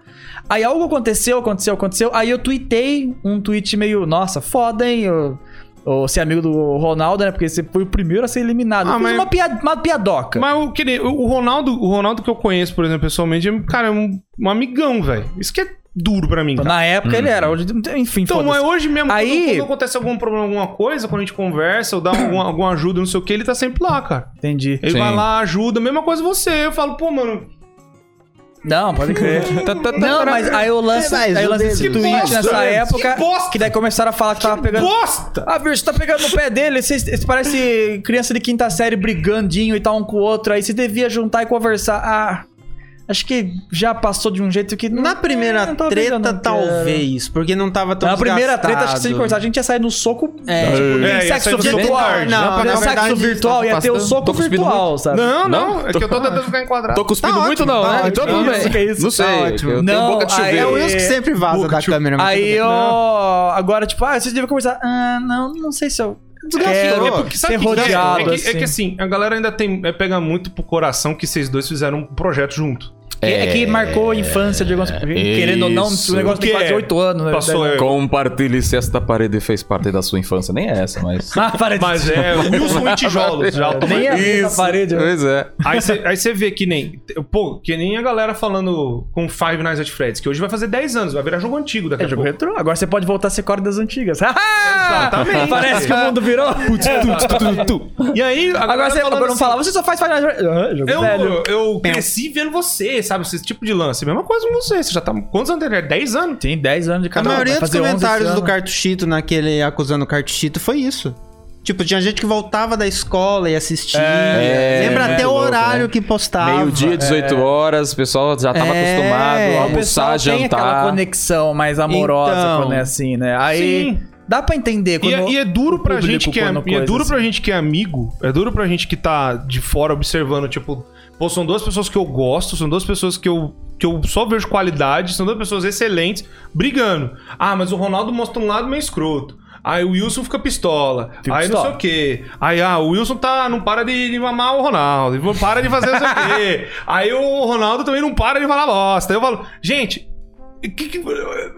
Speaker 2: Aí algo aconteceu, aconteceu, aconteceu. Aí eu tuitei um tweet meio, nossa, foda, hein? Eu Ou ser amigo do Ronaldo, né? Porque você foi o primeiro a ser eliminado.
Speaker 4: Ah,
Speaker 2: Eu fiz
Speaker 4: mas-
Speaker 2: uma, piada, uma piadoca.
Speaker 4: Mas o, que nem- o Ronaldo, o Ronaldo que eu conheço, por exemplo, pessoalmente, é, cara, é um, um amigão, velho. Isso que é duro pra mim, cara.
Speaker 2: Na época ele era. Hoje, enfim,
Speaker 4: Então,
Speaker 2: foda-se.
Speaker 4: mas hoje mesmo, quando-
Speaker 2: Aí-
Speaker 4: quando acontece algum problema, alguma coisa, quando a gente conversa ou dá alguma, alguma ajuda, não sei o que, ele tá sempre lá, cara.
Speaker 2: Entendi.
Speaker 4: Ele
Speaker 5: Sim.
Speaker 4: vai lá, ajuda, mesma coisa você. Eu falo, pô, mano,
Speaker 2: Não, pode crer.
Speaker 4: Tá,
Speaker 2: Não, mas aí eu lance,
Speaker 3: Mais
Speaker 2: aí eu
Speaker 3: ou
Speaker 2: lance esse
Speaker 3: menos.
Speaker 2: tweet
Speaker 4: Que
Speaker 2: nessa
Speaker 4: bosta.
Speaker 2: época.
Speaker 4: Que bosta.
Speaker 2: daí começaram a falar que tava pegando.
Speaker 4: bosta!
Speaker 2: Ah, Virgil, você tá pegando no pé dele, você, você parece criança de quinta série brigandinho e tal um com o outro, aí você devia juntar e conversar. Ah, acho que já passou de um jeito que...
Speaker 3: Na primeira
Speaker 2: Não tô
Speaker 3: treta,
Speaker 2: brigando, não
Speaker 3: talvez, porque não tava tão
Speaker 2: Na primeira
Speaker 3: desgastado.
Speaker 2: treta, acho que se a gente conversar, a gente ia sair no soco...
Speaker 3: É,
Speaker 2: tipo, nem
Speaker 4: É, ia sair
Speaker 2: sexo
Speaker 4: no soco
Speaker 2: virtual.
Speaker 4: tarde.
Speaker 3: Não,
Speaker 2: Não,
Speaker 3: na
Speaker 2: nem sexo
Speaker 3: verdade,
Speaker 2: virtual, ia ter o
Speaker 1: tô
Speaker 2: soco
Speaker 1: cuspindo
Speaker 2: virtual, sabe?
Speaker 4: Não, não,
Speaker 1: Não?
Speaker 4: é que eu tô tentando ficar enquadrado.
Speaker 1: Tô cuspindo
Speaker 3: Tá
Speaker 1: muito,
Speaker 3: ótimo,
Speaker 1: não,
Speaker 3: tá
Speaker 1: né?
Speaker 3: ótimo.
Speaker 1: então tudo
Speaker 2: Que isso,
Speaker 1: bem.
Speaker 2: que isso?
Speaker 1: Não sei.
Speaker 3: Tá
Speaker 1: eu-
Speaker 3: ótimo.
Speaker 1: Eu
Speaker 2: Não,
Speaker 1: tenho boca de
Speaker 5: ah,
Speaker 2: aí
Speaker 3: É
Speaker 1: chuveiro.
Speaker 5: um
Speaker 3: o Wilson que sempre vaza
Speaker 4: Boca
Speaker 3: da
Speaker 4: de-
Speaker 3: câmera. mas
Speaker 2: Aí
Speaker 3: tudo bem.
Speaker 2: eu... Agora, tipo, ah, vocês deviam conversar. Ah, não, não sei se eu...
Speaker 3: Desgastou.
Speaker 2: É,
Speaker 3: Pô,
Speaker 4: Porque sabe
Speaker 2: ser
Speaker 4: o que que
Speaker 2: rodeado,
Speaker 4: é? É, que, é
Speaker 2: assim.
Speaker 4: que assim, a galera ainda tem, é, pega muito pro coração que vocês dois fizeram um projeto junto.
Speaker 2: É, que marcou a infância de algumas Querendo ou não, É o
Speaker 1: isso.
Speaker 2: negócio tem
Speaker 4: Que
Speaker 2: quase
Speaker 4: é?
Speaker 2: 8 anos. né?
Speaker 4: Passou é,
Speaker 1: Compartilhe-se esta parede fez parte da sua infância. Nem é essa, mas. é
Speaker 2: Ah, parece.
Speaker 4: Mas é, Wilson
Speaker 5: um
Speaker 4: em
Speaker 2: é.
Speaker 4: tijolos, já automático.
Speaker 2: Nem a mesma parede.
Speaker 1: Pois
Speaker 5: né?
Speaker 1: é.
Speaker 4: Aí você aí você vê que nem. Pô, que nem a galera falando com Five Nights at Freddy's, que hoje vai fazer 10 anos, vai virar jogo antigo daqui
Speaker 2: É
Speaker 4: a
Speaker 2: jogo
Speaker 4: pouco.
Speaker 2: retrô. Agora você pode voltar a ser core das antigas.
Speaker 4: Exatamente.
Speaker 2: Parece que o mundo virou.
Speaker 4: E aí, a
Speaker 2: Agora assim- você
Speaker 4: galera falando assim,
Speaker 2: agora não falava, você só faz Final Fantasy. Ah, jogo velho.
Speaker 4: Eu, eu cresci vendo você, sabe? Esse tipo de lance. Mesma coisa com você. Você já tá. Quantos anos tem? 10 anos?
Speaker 2: Tem 10 anos de
Speaker 3: A
Speaker 2: canal.
Speaker 3: maioria
Speaker 2: um vai
Speaker 3: dos
Speaker 2: fazer 11 esse
Speaker 3: comentários
Speaker 2: ano.
Speaker 3: do Cartuchito naquele acusando o Cartuchito foi isso. Tipo, tinha gente que voltava da escola e assistia.
Speaker 1: É,
Speaker 3: Lembra
Speaker 1: muito
Speaker 3: até o
Speaker 1: louco,
Speaker 3: horário
Speaker 1: né?
Speaker 3: que postava.
Speaker 5: É.
Speaker 1: Meio-dia, 18 horas, o pessoal já tava
Speaker 3: É,
Speaker 1: acostumado a
Speaker 2: O pessoal
Speaker 1: almoçar,
Speaker 2: tem aquela
Speaker 1: jantar.
Speaker 2: conexão mais amorosa
Speaker 3: Então.
Speaker 2: quando é assim, né? Aí
Speaker 4: Sim.
Speaker 2: dá pra entender.
Speaker 4: E,
Speaker 2: Quando
Speaker 4: é- e é duro
Speaker 2: o
Speaker 4: pra
Speaker 2: público
Speaker 4: gente que é,
Speaker 2: quando
Speaker 4: e é
Speaker 2: coisa
Speaker 4: duro pra
Speaker 2: assim.
Speaker 4: gente que é amigo, é duro pra gente que tá de fora observando, tipo, pô, são duas pessoas que eu gosto, são duas pessoas que eu que eu só vejo qualidade, são duas pessoas excelentes brigando. Ah, mas o Ronaldo mostra um lado meio escroto. Aí o Wilson fica pistola.
Speaker 2: Fica
Speaker 4: aí
Speaker 2: pistola.
Speaker 4: não sei o quê. Aí ah, o Wilson tá não para de, de mamar o Ronaldo, não para de fazer não sei o quê. Aí o Ronaldo também não para de falar bosta. Eu falo, gente, que- que-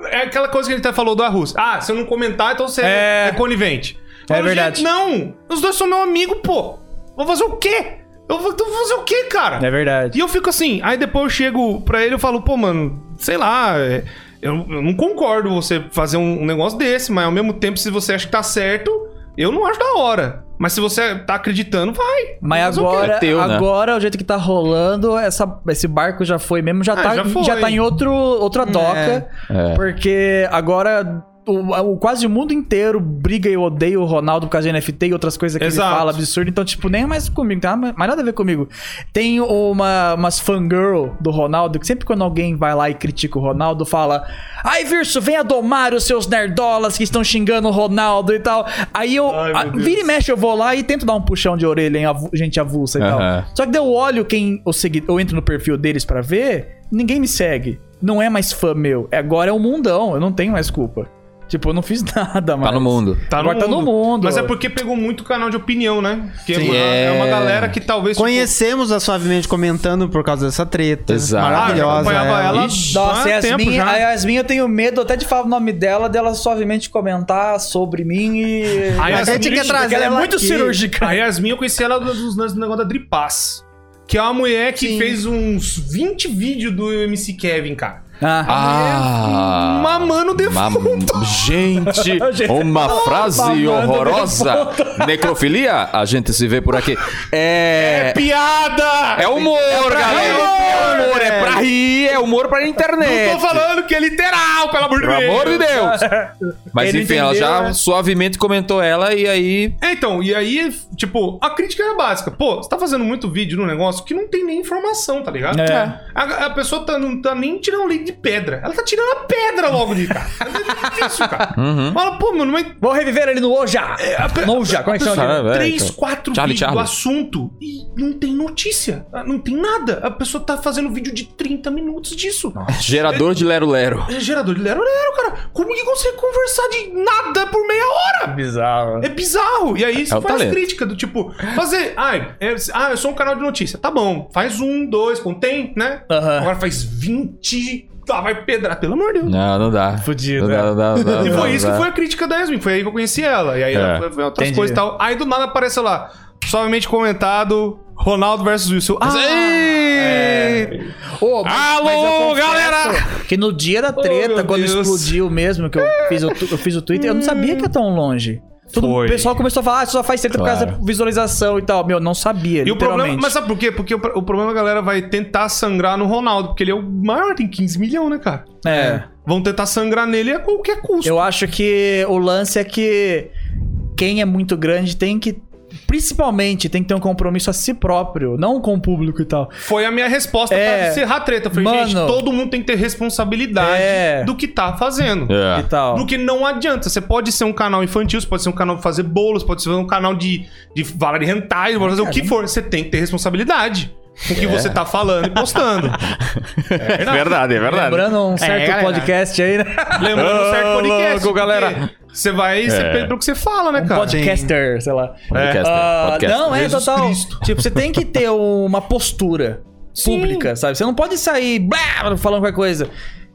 Speaker 4: é aquela coisa que ele até falou do Arruz. Ah, se eu não comentar, então você é, é conivente. É
Speaker 2: verdade.
Speaker 4: Não, os dois são meu amigo, pô. Vou fazer o quê? Eu vou, eu vou fazer o quê, cara?
Speaker 2: É verdade.
Speaker 4: E eu fico assim, aí depois eu chego pra ele e falo, pô, mano, sei lá, é, eu, eu não concordo você fazer um, um negócio desse, mas ao mesmo tempo, se você acha que tá certo, eu não acho da hora. Mas se você tá acreditando, vai.
Speaker 2: Mas
Speaker 4: o quê?
Speaker 2: agora,
Speaker 1: É teu, né?
Speaker 2: agora o jeito que tá rolando, essa, esse barco já foi mesmo, já,
Speaker 4: Ah,
Speaker 2: tá, já,
Speaker 4: já foi.
Speaker 2: tá em outro, outra doca.
Speaker 1: É.
Speaker 2: Porque agora o, o- quase o mundo inteiro briga e odeia o Ronaldo por causa de NFT e outras coisas que ele
Speaker 4: Exato.
Speaker 2: fala absurdo. Então, tipo, nem é mais comigo, tá? Mas nada a ver comigo. Tem uma, umas fangirl do Ronaldo que sempre quando alguém vai lá e critica o Ronaldo, fala: Ai, Virso, venha domar os seus nerdolas que estão xingando o Ronaldo e tal. Aí eu.
Speaker 4: Ai, meu
Speaker 2: a-
Speaker 4: Deus.
Speaker 2: vira e mexe, eu vou lá e tento dar um puxão de orelha em avu- gente avulsa e tal.
Speaker 1: Aham.
Speaker 2: Só que daí eu olho quem eu, segui, eu entro no perfil deles pra ver, ninguém me segue. Não é mais fã meu. Agora é o mundão, eu não tenho mais culpa. Tipo, eu não fiz nada mais.
Speaker 1: Tá no mundo.
Speaker 2: Agora tá no mundo.
Speaker 4: Mas é porque pegou muito canal de opinião, né? Que é
Speaker 1: Sim.
Speaker 4: uma, é uma
Speaker 1: É.
Speaker 4: galera que talvez. tipo,
Speaker 3: Conhecemos a Suavemente comentando por causa dessa treta.
Speaker 1: Exato.
Speaker 4: Ah, eu
Speaker 3: Maravilhosa. é.
Speaker 4: acompanhava
Speaker 3: ela.
Speaker 4: ela.
Speaker 1: Ixi.
Speaker 2: Nossa,
Speaker 4: há tempo
Speaker 2: Yasmin,
Speaker 4: já.
Speaker 2: a Yasmin eu tenho medo até de falar o nome dela, dela suavemente comentar sobre mim e.
Speaker 4: A
Speaker 3: A gente
Speaker 4: Yasmin-
Speaker 3: quer trazer
Speaker 2: Porque ela é muito
Speaker 3: aqui.
Speaker 2: cirúrgica.
Speaker 4: A Yasmin, eu conheci ela dos lances do negócio da Dripaz. Que é uma mulher que fez uns 20 vídeos do MC Kevin, cara.
Speaker 2: Ah.
Speaker 1: Ah!
Speaker 4: Mamando defunto.
Speaker 1: Mam- Gente,
Speaker 2: Gente,
Speaker 1: uma frase
Speaker 2: mamando
Speaker 1: horrorosa. Necrofilia, a gente se vê por aqui. É.
Speaker 4: Piada!
Speaker 1: É humor, galera. É humor, é pra rir, é humor pra internet.
Speaker 4: Tô falando que é literal, pelo amor de
Speaker 1: Pelo
Speaker 4: Deus.
Speaker 1: amor de Deus. Mas
Speaker 2: Ele
Speaker 1: enfim, ela
Speaker 2: entendeu,
Speaker 1: já
Speaker 2: né?
Speaker 1: suavemente comentou ela e aí.
Speaker 4: É, então, e aí, tipo, a crítica era básica. Pô, você tá fazendo muito vídeo num negócio que não tem nem informação, tá ligado?
Speaker 2: É.
Speaker 4: A, a pessoa tá, não tá nem tirando leite de pedra. Ela tá tirando a pedra logo de cara. É difícil, cara.
Speaker 1: Uhum.
Speaker 4: Fala, pô, mano, mas assim,
Speaker 2: Vou reviver ele no Oja! No Oja, como é que chama?
Speaker 1: Sabe, velho,
Speaker 4: três,
Speaker 1: então.
Speaker 4: quatro
Speaker 1: Charlie,
Speaker 4: vídeos do
Speaker 1: Charlie.
Speaker 4: assunto e não tem notícia. Não tem nada. A pessoa tá fazendo vídeo de 30 minutos disso.
Speaker 1: então. Gerador de Lero Lero.
Speaker 4: É gerador de lero lero, cara. Como que consegue conversar de nada por meia hora?
Speaker 2: Bizarro.
Speaker 4: É bizarro. E aí você
Speaker 1: É o
Speaker 4: faz
Speaker 1: talento.
Speaker 4: crítica do tipo, fazer. Ai, é- ah, eu sou um canal de notícia. Tá bom, faz um, dois, contém, né?
Speaker 2: Aham.
Speaker 4: Agora faz 20 tá, vai pedrar. Pelo amor de Deus.
Speaker 1: Não, não dá.
Speaker 2: Fudido,
Speaker 1: Não dá,
Speaker 2: é.
Speaker 1: não dá, não dá,
Speaker 4: E
Speaker 1: não
Speaker 4: foi isso
Speaker 1: dá.
Speaker 4: que foi a crítica da Yasmin. Foi aí que eu conheci ela. E aí
Speaker 1: É.
Speaker 4: ela foi outras
Speaker 2: Entendi.
Speaker 4: coisas e tal. Aí do nada aparece lá, suavemente comentado, Ronaldo versus Wilson. Ah, é.
Speaker 2: Ô, mas-
Speaker 4: Alô,
Speaker 2: mas eu confesso
Speaker 4: galera!
Speaker 2: Que no dia da treta,
Speaker 4: Oh, meu
Speaker 2: quando
Speaker 4: Deus.
Speaker 2: explodiu mesmo, que eu fiz o, tu- eu fiz o Twitter, eu não sabia que ia tão longe. Todo
Speaker 4: Foi.
Speaker 2: o pessoal começou a falar, ah, só faz treta por causa
Speaker 1: Claro.
Speaker 2: da visualização e tal. Meu, não sabia,
Speaker 4: E o problema,
Speaker 2: literalmente.
Speaker 4: mas sabe por quê? Porque o, pro- o problema é a galera vai tentar sangrar no Ronaldo, porque ele é o maior, tem 15 milhões, né, cara?
Speaker 2: É.
Speaker 4: Vão tentar sangrar nele a qualquer custo.
Speaker 2: Eu acho que o lance é que quem é muito grande tem que, principalmente, tem que ter um compromisso a si próprio, não com o público e tal.
Speaker 4: Foi a minha resposta
Speaker 2: É.
Speaker 4: pra encerrar a treta. Eu falei,
Speaker 2: Mano.
Speaker 4: gente, todo mundo tem que ter responsabilidade
Speaker 2: É.
Speaker 4: do que tá fazendo.
Speaker 1: É.
Speaker 2: E tal.
Speaker 4: Porque não adianta. Você pode ser um canal infantil, você pode ser um canal de fazer bolos, pode ser um canal de, de falar de rentais, pode fazer o que for. Você tem que ter responsabilidade com
Speaker 2: É.
Speaker 4: o que você tá falando e postando. É
Speaker 1: Verdade, é verdade.
Speaker 2: Lembrando um certo
Speaker 3: galera.
Speaker 2: podcast aí, né?
Speaker 4: Lembrando um certo
Speaker 1: Ô,
Speaker 4: podcast.
Speaker 1: louco,
Speaker 4: porque
Speaker 1: galera.
Speaker 4: Você vai, você
Speaker 1: É.
Speaker 4: pede pro que você fala, né,
Speaker 2: Um
Speaker 4: cara?
Speaker 2: podcaster, sei lá.
Speaker 1: Podcaster,
Speaker 2: Ah,
Speaker 1: podcaster.
Speaker 2: Não, é
Speaker 4: Jesus
Speaker 2: total.
Speaker 4: Cristo.
Speaker 2: Tipo, você tem que ter uma postura pública, sabe? Você não pode sair blá, falando qualquer coisa.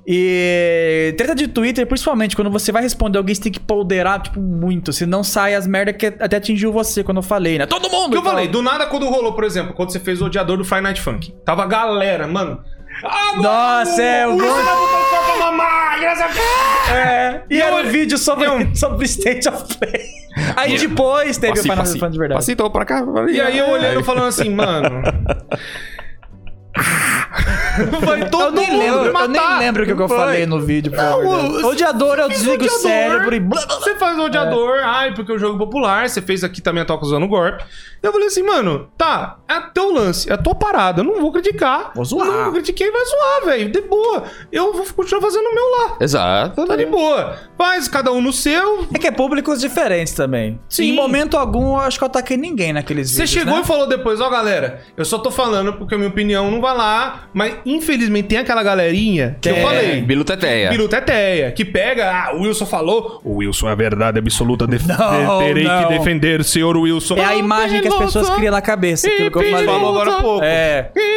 Speaker 2: E treta de Twitter, principalmente quando você vai responder alguém, você tem que ponderar, tipo, muito. Senão sai as merdas que até atingiu você quando eu falei, né? Todo mundo!
Speaker 4: O que eu
Speaker 2: então.
Speaker 4: falei, do nada quando rolou, por exemplo, quando você fez o odiador do Friday Night Funk, tava a galera, mano. Ah,
Speaker 2: Nossa, é,
Speaker 4: o
Speaker 2: eu
Speaker 4: Wilson
Speaker 2: gosto-
Speaker 4: vai botar o corpo na magra, essa p-
Speaker 2: É, e era um vídeo sobre,
Speaker 4: eu-
Speaker 2: sobre State of Play.
Speaker 1: é.
Speaker 2: Aí depois teve o
Speaker 5: Passei,
Speaker 2: Final
Speaker 5: passei.
Speaker 2: Fantasy de verdade.
Speaker 5: Passei, então, pra cá.
Speaker 4: E aí eu olhando e falando assim, mano. Vai todo
Speaker 2: eu nem
Speaker 4: mundo
Speaker 2: lembro, eu nem
Speaker 4: matar.
Speaker 2: lembro o que, eu
Speaker 4: Foi.
Speaker 2: falei no vídeo. Não,
Speaker 4: o-
Speaker 2: odiador, eu
Speaker 4: Fiz
Speaker 2: desligo o
Speaker 4: odiador,
Speaker 2: cérebro e blá blá blá.
Speaker 4: Você faz o odiador, ai, porque é o jogo popular, você fez aqui também a toca usando o golpe. Eu falei assim, mano, tá, é teu lance, é tua parada, eu não vou criticar.
Speaker 2: Vou zoar.
Speaker 4: Não, eu critiquei, vai zoar, velho, de boa. Eu vou continuar fazendo o meu lá.
Speaker 1: Exato.
Speaker 4: Tá de boa. Faz cada um no seu.
Speaker 2: É que é públicos diferentes também.
Speaker 4: Sim.
Speaker 2: Em momento algum, eu acho que eu ataquei ninguém naqueles
Speaker 4: Você
Speaker 2: vídeos,
Speaker 4: chegou
Speaker 2: né?
Speaker 4: e falou depois, ó galera, eu só tô falando porque a minha opinião não vai lá, mas infelizmente tem aquela galerinha que eu
Speaker 2: Tem.
Speaker 4: falei.
Speaker 1: É, Bilu Teteia.
Speaker 4: Biru Teteia, que pega, ah, o Wilson falou, o Wilson é a verdade absoluta, def-
Speaker 2: Não,
Speaker 4: terei
Speaker 2: Oh, não.
Speaker 4: que defender o senhor Wilson.
Speaker 2: É a imagem que as pessoas criam na cabeça, aquilo que eu falei.
Speaker 4: falou agora há pouco.
Speaker 2: É.
Speaker 5: E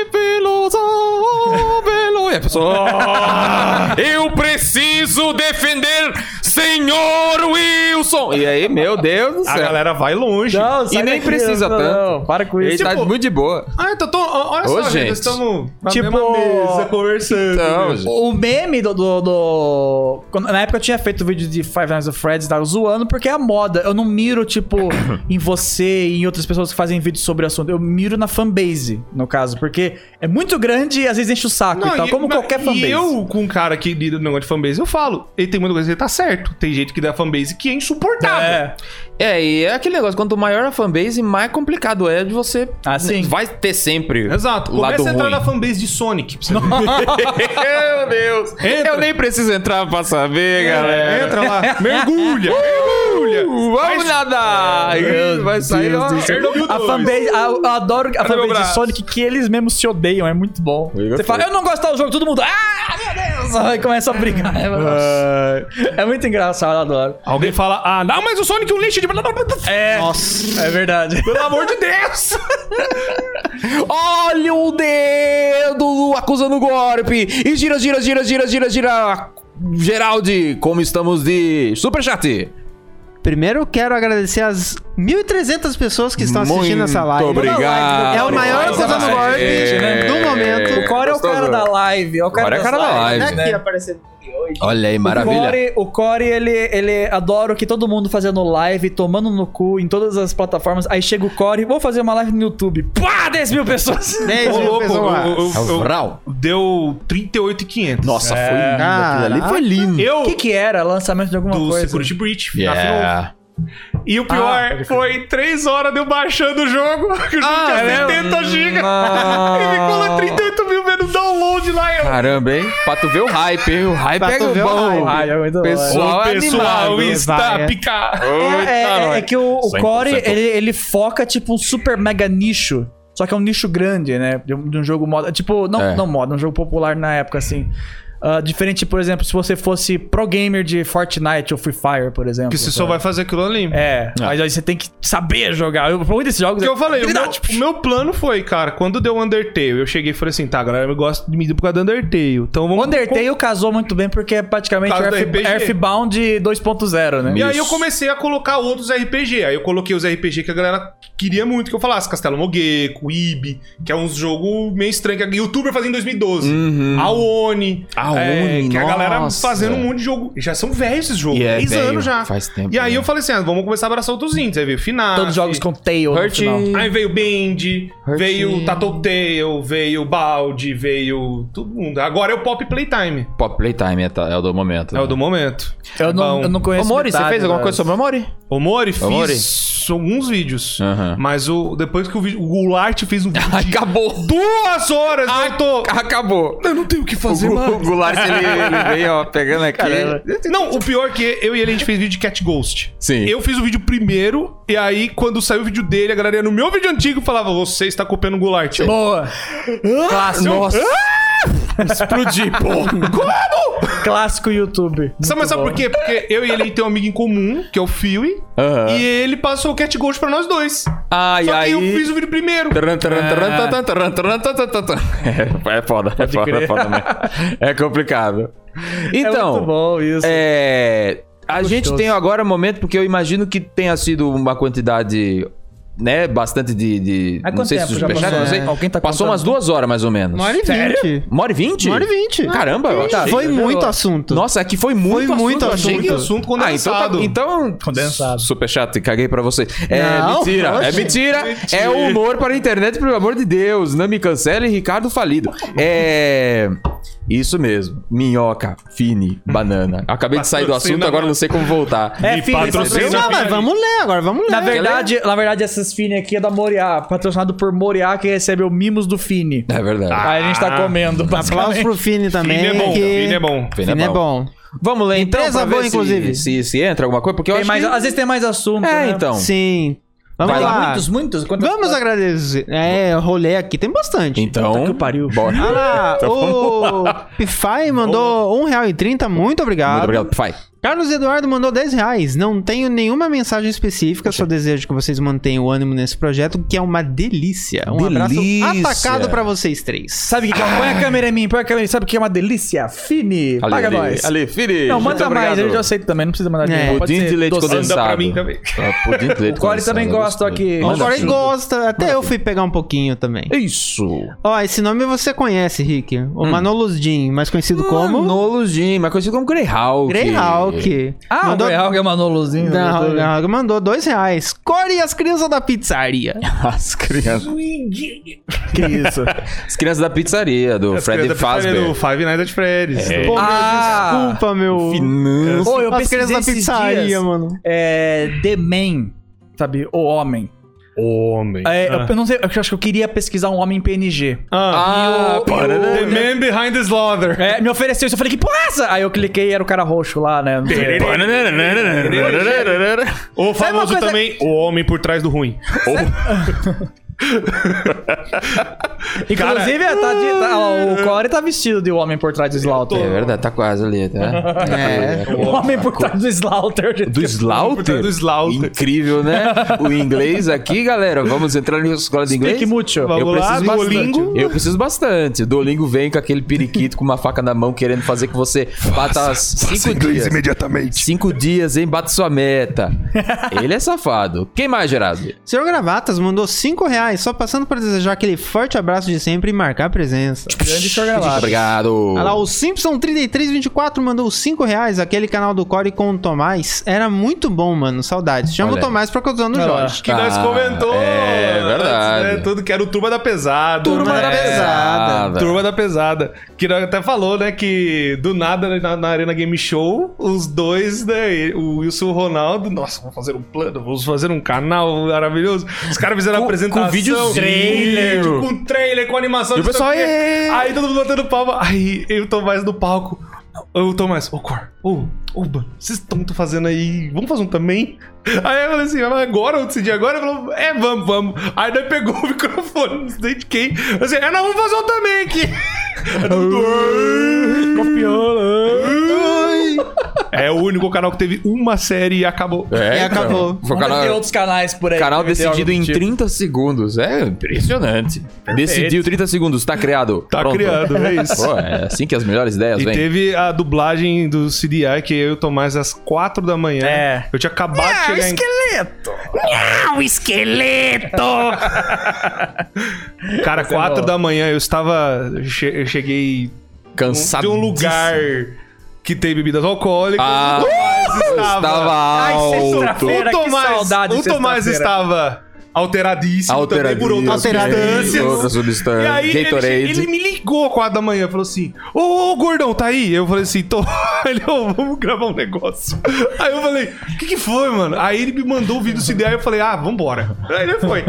Speaker 5: a pessoa. "Ah, eu preciso defender Senhor Wilson! E aí, meu Deus do
Speaker 4: A
Speaker 5: céu.
Speaker 4: galera vai longe.
Speaker 2: Não,
Speaker 5: E
Speaker 2: sai
Speaker 5: nem
Speaker 2: daqui,
Speaker 5: precisa
Speaker 2: não,
Speaker 5: tanto.
Speaker 2: não, para com
Speaker 5: Ele
Speaker 2: isso.
Speaker 5: tá
Speaker 4: Tipo-
Speaker 5: muito de boa.
Speaker 4: Ah, então tô, ó, olha
Speaker 1: Ô,
Speaker 4: só, gente,
Speaker 1: gente.
Speaker 4: nós estamos na
Speaker 2: Tipo-
Speaker 4: mesma mesa conversando.
Speaker 5: Então, gente.
Speaker 2: O meme do. do- do- quando- na época eu tinha feito vídeo de Five Nights at Freddy's, tava zoando, porque é a moda. Eu não miro, tipo, em você e em outras pessoas que fazem vídeos sobre o assunto. Eu miro na fanbase, no caso, porque é muito grande e às vezes enche o saco e tal,
Speaker 4: e-
Speaker 2: como
Speaker 4: mas-
Speaker 2: qualquer fanbase.
Speaker 4: E eu, com um cara que lida no negócio de fanbase, eu falo. Ele tem muita coisa que ele tá certo. Tem gente que dá fanbase que é insuportável.
Speaker 2: É.
Speaker 1: É, e é aquele negócio, quanto maior a fanbase, mais complicado é de você...
Speaker 2: Ah, sim.
Speaker 1: Vai ter sempre
Speaker 4: Exato.
Speaker 1: o lado
Speaker 4: Começa a entrar
Speaker 1: ruim.
Speaker 4: na fanbase de Sonic. pra você ver.
Speaker 1: Meu Deus. Eu nem preciso entrar pra saber, galera.
Speaker 4: É,
Speaker 1: Uh,
Speaker 4: Entra lá. Mergulha. mergulha.
Speaker 1: Vamos nadar. Vai sair... ó.
Speaker 4: Chernobyl
Speaker 2: A
Speaker 4: 2.
Speaker 2: fanbase, a- eu adoro a
Speaker 4: meu
Speaker 2: fanbase de
Speaker 4: braço?
Speaker 2: Sonic que eles mesmos se odeiam, é muito bom.
Speaker 1: Liga
Speaker 2: Você fala,
Speaker 1: foi.
Speaker 2: eu não gosto do jogo, todo mundo, ah, meu Deus! Aí começa a brigar. É muito engraçado, eu adoro.
Speaker 4: Alguém fala, ah, não, mas o Sonic é um lixo de...
Speaker 2: É,
Speaker 3: Nossa.
Speaker 2: é verdade.
Speaker 4: Pelo amor de Deus.
Speaker 1: Olha o dedo acusando o golpe. E gira, gira, gira, gira, gira, gira. Geraldi, como estamos de superchat?
Speaker 3: Primeiro eu quero agradecer as 1.300 pessoas que estão assistindo essa live.
Speaker 1: obrigado.
Speaker 3: É o maior acusando
Speaker 2: Nossa,
Speaker 3: golpe
Speaker 1: é.
Speaker 3: do momento.
Speaker 2: O Core é o
Speaker 1: gostoso.
Speaker 2: cara da live. É o cara,
Speaker 1: Core é o
Speaker 2: das
Speaker 1: cara da
Speaker 2: lives,
Speaker 1: live,
Speaker 2: né?
Speaker 3: aparecendo hoje.
Speaker 1: Olha aí,
Speaker 2: O
Speaker 5: é-
Speaker 1: maravilha.
Speaker 2: Core, o Core, ele, ele adora o que todo mundo fazendo live, tomando no cu em todas as plataformas. Aí chega o Core, vou fazer uma live no YouTube. Pá, 10 mil pessoas.
Speaker 3: 10
Speaker 4: Ô,
Speaker 3: mil
Speaker 4: louco,
Speaker 3: pessoas.
Speaker 4: eu- eu- eu-
Speaker 1: Vral.
Speaker 4: deu 38,500.
Speaker 1: Nossa, foi lindo aquilo ali.
Speaker 3: Caraca.
Speaker 1: Foi lindo.
Speaker 4: Eu...
Speaker 2: O que que era? Lançamento de alguma
Speaker 4: do
Speaker 2: coisa?
Speaker 4: Security Breach na final.
Speaker 1: é Yeah. Ah,
Speaker 4: E o pior foi três horas de eu baixando o jogo, que o jogo
Speaker 1: Ah, é
Speaker 4: tinha 70 GB. E ficou lá 38 mil menos download lá. Eu...
Speaker 1: Caramba, hein? Pra tu ver o hype, hein? O hype
Speaker 3: Pra
Speaker 1: é
Speaker 3: tu ver o
Speaker 1: bom.
Speaker 3: hype.
Speaker 2: Ai, é muito bom.
Speaker 1: Pessoal,
Speaker 4: o pessoal
Speaker 1: animado.
Speaker 4: está
Speaker 1: é?
Speaker 3: vai.
Speaker 4: picado.
Speaker 2: É, é- é que o, o
Speaker 1: 100%.
Speaker 2: Core, ele, ele foca, tipo, um super mega nicho. Só que é um nicho grande, né? De um, de um jogo moda. Tipo, não,
Speaker 1: É.
Speaker 2: não moda, um jogo popular na época, assim. Ah, diferente, por exemplo, se você fosse pro gamer de Fortnite ou Free Fire, por exemplo.
Speaker 4: Que você só
Speaker 2: sabe?
Speaker 4: vai fazer aquilo ali.
Speaker 2: É, mas aí você tem que saber jogar. Eu falei tipo, desses jogos.
Speaker 4: Porque eu falei, o meu, tipo,
Speaker 2: habilidade.
Speaker 4: o meu plano foi, cara, quando deu Undertale, eu cheguei e falei assim, tá, galera, eu gosto de mim por causa do Undertale. Então vamos.
Speaker 2: Undertale casou muito bem porque é praticamente
Speaker 4: Por causa do
Speaker 2: Earth-
Speaker 4: RPG.
Speaker 2: Earthbound 2.0, né?
Speaker 4: E
Speaker 1: é
Speaker 4: aí eu comecei a colocar outros RPG. Aí eu coloquei os RPG que a galera queria muito que eu falasse. Castelo Mogueco, Ibi, que é uns jogo meio estranho que a youtuber fazia em 2012. Aoni.
Speaker 1: Uhum. Aoni,
Speaker 4: é, que a galera
Speaker 1: nossa.
Speaker 4: fazendo um monte de jogo. Já são velhos esses jogos,
Speaker 1: E é
Speaker 4: 10
Speaker 1: velho,
Speaker 4: anos já.
Speaker 1: faz tempo,
Speaker 4: E aí
Speaker 1: né?
Speaker 4: eu falei assim, ah, vamos começar a abraçar outros indies. Aí veio Final.
Speaker 2: Todos os jogos com Tail no
Speaker 1: Hurt-
Speaker 2: final.
Speaker 4: Aí veio Bend,
Speaker 1: Hurtin.
Speaker 4: veio Tattletale, veio Baldi, veio todo mundo. Agora é o Pop Playtime.
Speaker 1: Pop Playtime é, tá- é o do momento.
Speaker 4: É o do momento. É
Speaker 2: Eu não,
Speaker 4: Bom.
Speaker 2: eu não conheço
Speaker 1: Ô, Mori, você
Speaker 2: metade
Speaker 1: fez alguma
Speaker 2: das-
Speaker 1: coisa sobre o Mori?
Speaker 4: O Mori fiz
Speaker 1: Mori?
Speaker 4: alguns vídeos.
Speaker 1: Aham.
Speaker 4: Mas o, depois que o vídeo. O Goulart fez um vídeo. de
Speaker 1: Acabou.
Speaker 4: Duas horas! eu tô.
Speaker 1: Acabou.
Speaker 4: Eu não tenho o que
Speaker 1: O, o Goulart, ele, ele veio, ó, pegando aqui.
Speaker 4: Não, o pior é que eu e ele a gente fez vídeo de Cat Ghost.
Speaker 1: Sim.
Speaker 4: Eu fiz o vídeo primeiro, e aí, quando saiu o vídeo dele, a galera ia no meu vídeo antigo falava: Você está copiando o Goulart.
Speaker 2: Boa! Clássico,
Speaker 1: Nossa.
Speaker 4: Explodi, pô.
Speaker 2: clássico YouTube. Muito
Speaker 4: Sabe, mas sabe
Speaker 2: bom.
Speaker 4: por quê? Porque eu e ele tem um amigo em comum, que é o Fiui,
Speaker 1: Aham.
Speaker 4: e ele passou o Cat Ghost pra nós dois.
Speaker 1: Ai,
Speaker 4: Só que
Speaker 1: ai.
Speaker 4: eu fiz o vídeo primeiro.
Speaker 5: Ah,
Speaker 1: Taran, taran,
Speaker 2: Ah.
Speaker 1: taran, taran, taran, taran, taran, taran, taran. É, é foda, é foda, é
Speaker 2: crer.
Speaker 1: foda, né? É complicado. Então,
Speaker 2: é muito bom isso.
Speaker 1: É, a
Speaker 2: Gostoso.
Speaker 1: gente tem agora um momento, porque eu imagino que tenha sido uma quantidade, né, bastante de... de não
Speaker 2: Há É quanto
Speaker 1: sei se
Speaker 2: tempo já
Speaker 1: superchat,
Speaker 2: passou?
Speaker 1: não sei.
Speaker 2: É, alguém tá
Speaker 1: passou
Speaker 2: contando?
Speaker 1: umas duas horas, mais ou menos.
Speaker 3: Uma hora e vinte.
Speaker 1: Uma hora e vinte?
Speaker 3: Uma hora e vinte.
Speaker 1: Caramba, eu
Speaker 3: Tá,
Speaker 1: achei.
Speaker 3: foi
Speaker 2: Entendeu?
Speaker 3: muito assunto.
Speaker 1: Nossa, aqui foi muito
Speaker 3: Foi muito
Speaker 1: eu achei
Speaker 3: assunto.
Speaker 1: que-
Speaker 4: Que assunto é
Speaker 1: Ah, então, tá,
Speaker 4: condensado.
Speaker 1: então
Speaker 2: Condensado.
Speaker 1: super chato, caguei pra você. É
Speaker 3: Não,
Speaker 1: mentira, é
Speaker 3: oxe.
Speaker 1: mentira,
Speaker 4: Mentira.
Speaker 1: é humor para a internet, pelo amor de Deus. Não me cancele, Ricardo Falido. É. Isso mesmo, minhoca, fini, banana. Acabei de sair do
Speaker 4: Patrocina,
Speaker 1: assunto, agora não sei como voltar.
Speaker 2: É,
Speaker 4: Me
Speaker 2: filho,
Speaker 4: patrocina.
Speaker 2: patrocina.
Speaker 3: Não, mas vamos ler agora, vamos ler.
Speaker 2: Na verdade, na verdade, essas Fini aqui é da Moriá, patrocinado por Moriá, que recebeu mimos do Fini.
Speaker 1: É verdade.
Speaker 2: Aí a gente tá comendo,
Speaker 3: Aplausos
Speaker 2: basicamente.
Speaker 3: pro Fini também.
Speaker 4: Fini é bom,
Speaker 3: que...
Speaker 4: Fini é bom.
Speaker 1: Fini
Speaker 3: Fini é bom.
Speaker 1: Vamos ler então.
Speaker 3: Empresa
Speaker 1: pra
Speaker 3: boa,
Speaker 1: ver se-
Speaker 3: inclusive.
Speaker 1: Se, se entra alguma coisa, porque eu
Speaker 2: Tem
Speaker 1: acho
Speaker 2: mais,
Speaker 1: que...
Speaker 2: Às vezes tem mais assunto,
Speaker 1: É,
Speaker 2: né?
Speaker 1: então.
Speaker 3: Sim. Vamos
Speaker 1: Vai
Speaker 2: Tem
Speaker 3: lá.
Speaker 2: muitos, muitos? Quantas-
Speaker 3: Vamos agradecer. É, rolê aqui, tem bastante.
Speaker 1: Então.
Speaker 2: Puta que pariu.
Speaker 1: Bora.
Speaker 3: Olha Ah lá, o Pifai mandou R$1,30, muito
Speaker 1: Muito
Speaker 3: obrigado.
Speaker 1: obrigado, pai.
Speaker 3: Carlos Eduardo mandou 10 reais. Não tenho nenhuma mensagem específica, só desejo que vocês mantenham o ânimo nesse projeto, que é uma delícia. Um
Speaker 1: Delícia.
Speaker 3: abraço atacado pra vocês três.
Speaker 2: Sabe o que que é? Põe a câmera em mim, põe a câmera em mim. Sabe o que é uma delícia? Fini,
Speaker 1: Ali,
Speaker 2: paga
Speaker 1: ali,
Speaker 2: nós.
Speaker 1: Ali, filho.
Speaker 2: Não,
Speaker 1: muito
Speaker 2: manda mais,
Speaker 1: obrigado.
Speaker 2: eu já aceito também, não precisa mandar de
Speaker 3: É.
Speaker 2: mim. pode
Speaker 1: Pudim
Speaker 2: ser
Speaker 1: de leite
Speaker 2: doce.
Speaker 1: condensado.
Speaker 4: Manda pra mim também.
Speaker 1: Ah, pudim de leite
Speaker 2: O Corey também
Speaker 1: condensado,
Speaker 2: gosta
Speaker 1: gostoso.
Speaker 2: aqui.
Speaker 1: Manda
Speaker 3: Agora
Speaker 2: Manda
Speaker 1: tudo.
Speaker 3: gosta, até eu fui pegar um pouquinho também.
Speaker 1: Isso.
Speaker 3: Ó, esse nome você conhece, Rick. O Manolos Jim, mais conhecido como
Speaker 1: Manolo Ah, Jim, mas conhecido como Greyhawk.
Speaker 3: Greyhawk.
Speaker 2: Ah,
Speaker 3: mandou...
Speaker 2: o Greyhawk é Manolozinho.
Speaker 3: Não, não, mandou dois reais. Core e as crianças da pizzaria.
Speaker 1: As crianças.
Speaker 2: Que isso?
Speaker 1: As crianças da pizzaria, É do Freddy
Speaker 4: Da pizzaria
Speaker 1: Fazbear.
Speaker 4: É, do Five Nights at Freddy's.
Speaker 1: É.
Speaker 3: Pô, meu,
Speaker 2: Ah.
Speaker 3: desculpa, meu.
Speaker 1: Finanças.
Speaker 2: Ô, eu
Speaker 3: as
Speaker 2: pesquisei
Speaker 3: crianças da
Speaker 2: esses
Speaker 3: pizzaria,
Speaker 2: dias.
Speaker 3: mano.
Speaker 2: É, The Man, sabe? O Homem.
Speaker 4: Homem.
Speaker 2: É, eu, eu não sei, eu acho que eu queria pesquisar um homem PNG.
Speaker 1: Ah, para, né?
Speaker 4: The Man Behind the Slaughter.
Speaker 2: É, me ofereceu isso, eu falei, que porra é essa? Aí eu cliquei e era o cara roxo lá, né? Não sei.
Speaker 4: O
Speaker 2: Sabe uma
Speaker 4: famoso
Speaker 2: coisa-
Speaker 4: também, o homem por trás do ruim.
Speaker 2: Inclusive, tá de- tá- ó, o Corey tá vestido de homem por trás do Slaughter.
Speaker 1: É verdade, tá quase ali, tá?
Speaker 3: É.
Speaker 2: O homem por trás do Slaughter.
Speaker 1: Do Slaughter?
Speaker 4: Do Slaughter.
Speaker 1: Incrível, né? O inglês aqui, galera. Vamos entrar na escola de inglês?
Speaker 2: Speak mucho.
Speaker 1: Eu
Speaker 4: Vamos lá,
Speaker 5: um
Speaker 1: preciso
Speaker 4: Duolingo.
Speaker 1: bastante. Eu preciso bastante. O Duolingo vem com aquele periquito com uma faca na mão querendo fazer que você bata cinco dias.
Speaker 4: imediatamente.
Speaker 1: Cinco dias, hein? Bate sua meta. Ele é safado. Quem mais, Gerardo?
Speaker 3: Senhor Gravatas mandou 5 reais, só passando pra desejar aquele forte abraço de sempre e marcar a presença.
Speaker 5: Tipo,
Speaker 2: Grande Sr.
Speaker 1: Muito
Speaker 2: Galatas.
Speaker 1: obrigado.
Speaker 3: Olha lá, o Simpson3324 mandou 5 reais, aquele canal do Core com o Tomás. Era muito bom, mano, saudades. Chama
Speaker 1: Olha
Speaker 3: o
Speaker 1: aí.
Speaker 3: Tomás pra causar no
Speaker 2: Olha lá.
Speaker 3: Jorge.
Speaker 4: Que nós
Speaker 1: Ah,
Speaker 4: comentou.
Speaker 1: é
Speaker 4: antes,
Speaker 1: verdade. Ah,
Speaker 4: né, Tudo que era o Turma da Pesada.
Speaker 3: Turma da
Speaker 4: né?
Speaker 5: Ah,
Speaker 3: pesada.
Speaker 4: Turma da Pesada. Que nós até falou, né? Que do nada né, na, na Arena Game Show, os dois, né? O Wilson e o Ronaldo, nossa, vamos fazer um plano, vamos fazer um canal maravilhoso. Os caras fizeram a apresentação.
Speaker 1: com videozinho.
Speaker 4: vídeo, Com trailer, com animação.
Speaker 1: E o
Speaker 4: não sei
Speaker 1: pessoal,
Speaker 4: quê.
Speaker 1: "Ê!"
Speaker 4: Aí todo mundo batendo palma. Aí eu tô mais no palco. Eu tô mais, ô Cor, ô, ô, mano, vocês estão fazendo aí, vamos fazer um também? Aí eu falei assim, mas agora, outro dia agora? Ele falou, é, vamos, vamos. Aí nós pegou o microfone, não sei de quem. Eu falei assim, é, nós vamos fazer um também aqui. É o único canal que teve uma série e acabou.
Speaker 5: É,
Speaker 3: E acabou.
Speaker 5: Foi o
Speaker 2: Mas tem
Speaker 5: canal,
Speaker 2: outros canais por aí.
Speaker 5: canal
Speaker 2: que vai ter
Speaker 5: decidido
Speaker 2: algo do
Speaker 5: em
Speaker 2: tipo.
Speaker 5: 30 segundos. É impressionante. Decidiu 30 segundos, tá criado.
Speaker 4: Tá
Speaker 5: Pronto.
Speaker 4: criado, é isso.
Speaker 5: Pô, é assim que as melhores ideias
Speaker 4: E
Speaker 5: vêm.
Speaker 4: teve a dublagem do CDI, que eu e o Tomás às 4 da manhã.
Speaker 2: É.
Speaker 4: Eu tinha acabado de chegar
Speaker 5: é
Speaker 4: em
Speaker 2: esqueleto!
Speaker 4: Cara,
Speaker 2: é
Speaker 4: 4
Speaker 2: bom.
Speaker 4: da manhã eu estava. che- Eu cheguei
Speaker 5: Cansado.
Speaker 4: de um lugar que tem bebidas alcoólicas.
Speaker 5: Ah, estava alto.
Speaker 2: sexta-feira,
Speaker 4: O
Speaker 2: que
Speaker 4: Tomás,
Speaker 2: saudade de
Speaker 4: o Tomás
Speaker 2: sexta-feira.
Speaker 4: estava alteradíssimo, também por outras
Speaker 3: Alteradíssimo.
Speaker 4: substâncias.
Speaker 5: Outras
Speaker 4: E
Speaker 5: substâncias.
Speaker 4: aí ele,
Speaker 5: Gatorade.
Speaker 4: ele me ligou 4 da manhã, falou assim: Ô, ô, gordão, tá aí? Eu falei assim, tô. Ele, ô, vamos gravar um negócio. Aí eu falei, o que, que foi, mano? Aí ele me mandou o vídeo do CDI e eu falei, ah, vambora. Aí ele foi.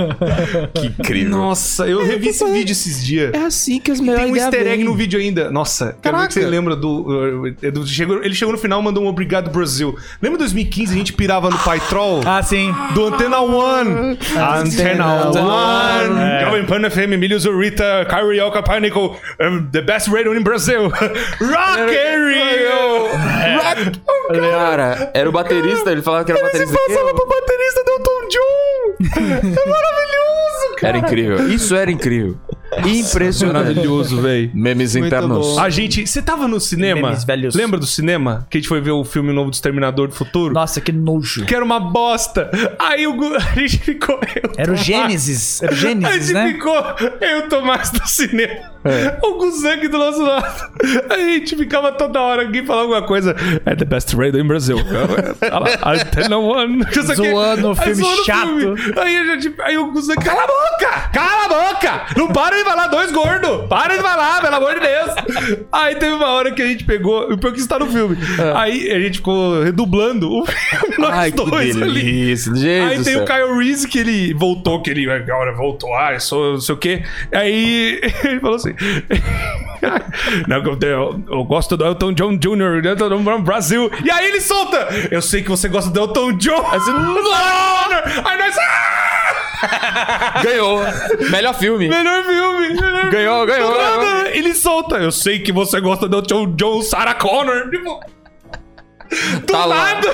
Speaker 5: Que incrível.
Speaker 4: Nossa, eu revi esse vídeo esses dias.
Speaker 5: É assim que as
Speaker 4: Tem
Speaker 5: melhores
Speaker 4: um
Speaker 5: ideias
Speaker 4: easter egg
Speaker 5: vêm.
Speaker 4: no vídeo ainda. Nossa, quero ver
Speaker 3: Caraca.
Speaker 4: que você lembra do. eh, do- chegou- ele chegou no final e mandou um Obrigado Brasil. Lembra em 2015 a gente pirava no Pai Troll?
Speaker 2: Ah, sim.
Speaker 4: Do Antena One! Antena One!
Speaker 2: É.
Speaker 4: Jovem Pan FM, Emílio Zurita, Carioca Panico, um, The Best Radio in Brazil! Rock and Rio!
Speaker 5: Cara, era o baterista, ele falava que era baterista. do quê?
Speaker 4: baterista do Elton John! É maravilhoso,
Speaker 5: Era incrível. Isso era incrível. Impressionante.
Speaker 4: Maravilhoso, velho.
Speaker 5: Memes
Speaker 3: Muito
Speaker 5: internos.
Speaker 3: bom.
Speaker 4: A gente. Você tava no cinema?
Speaker 2: Memes velhos.
Speaker 4: Lembra do cinema? Que a gente foi ver o filme novo do Exterminador do Futuro?
Speaker 2: Nossa, que nojo.
Speaker 4: Que era uma bosta. Aí o Gu- a gente ficou. eu,
Speaker 2: Era o
Speaker 4: Tomás.
Speaker 2: Gênesis. Era o
Speaker 4: A gente
Speaker 2: Gênesis, né? É.
Speaker 4: ficou, eu e o Tomás do cinema. O Guzang do nosso lado. A gente ficava toda hora, alguém falava alguma coisa. É the best radio in Brazil. Olha lá, Antena One. Não sei o quê.
Speaker 2: Zoando o
Speaker 4: Aí
Speaker 2: filme
Speaker 4: zoando o filme. Aí, a gente, aí o Guzang, cala a boca! Cala a boca! Não para de falar, dois gordos! Para de falar, pelo amor de Deus! Aí teve uma hora que a gente pegou, o pior que isso tá no filme.
Speaker 2: É.
Speaker 4: Aí a gente ficou redublando o filme, nós
Speaker 5: Ai, que
Speaker 4: dois ali.
Speaker 5: delícia. Gente
Speaker 4: Aí
Speaker 5: do
Speaker 4: tem
Speaker 5: céu.
Speaker 4: o Kyle Reese que ele voltou, que ele agora voltou, ah, eu sou não sei o quê. Aí ele falou assim: Não, que eu, tenho- eu gosto do Elton John Jr., do Elton John Brown Brasil. E aí ele solta: Eu sei que você gosta do Elton John. aí nós. "Ah!"
Speaker 5: Ganhou. Melhor filme.
Speaker 4: Melhor filme! Melhor
Speaker 5: Ganhou, ganhou.
Speaker 4: Do nada, Ele solta: Eu sei que você gosta do Elton John, Sarah Connor. Tipo. Do
Speaker 5: Tá lá.
Speaker 4: nada!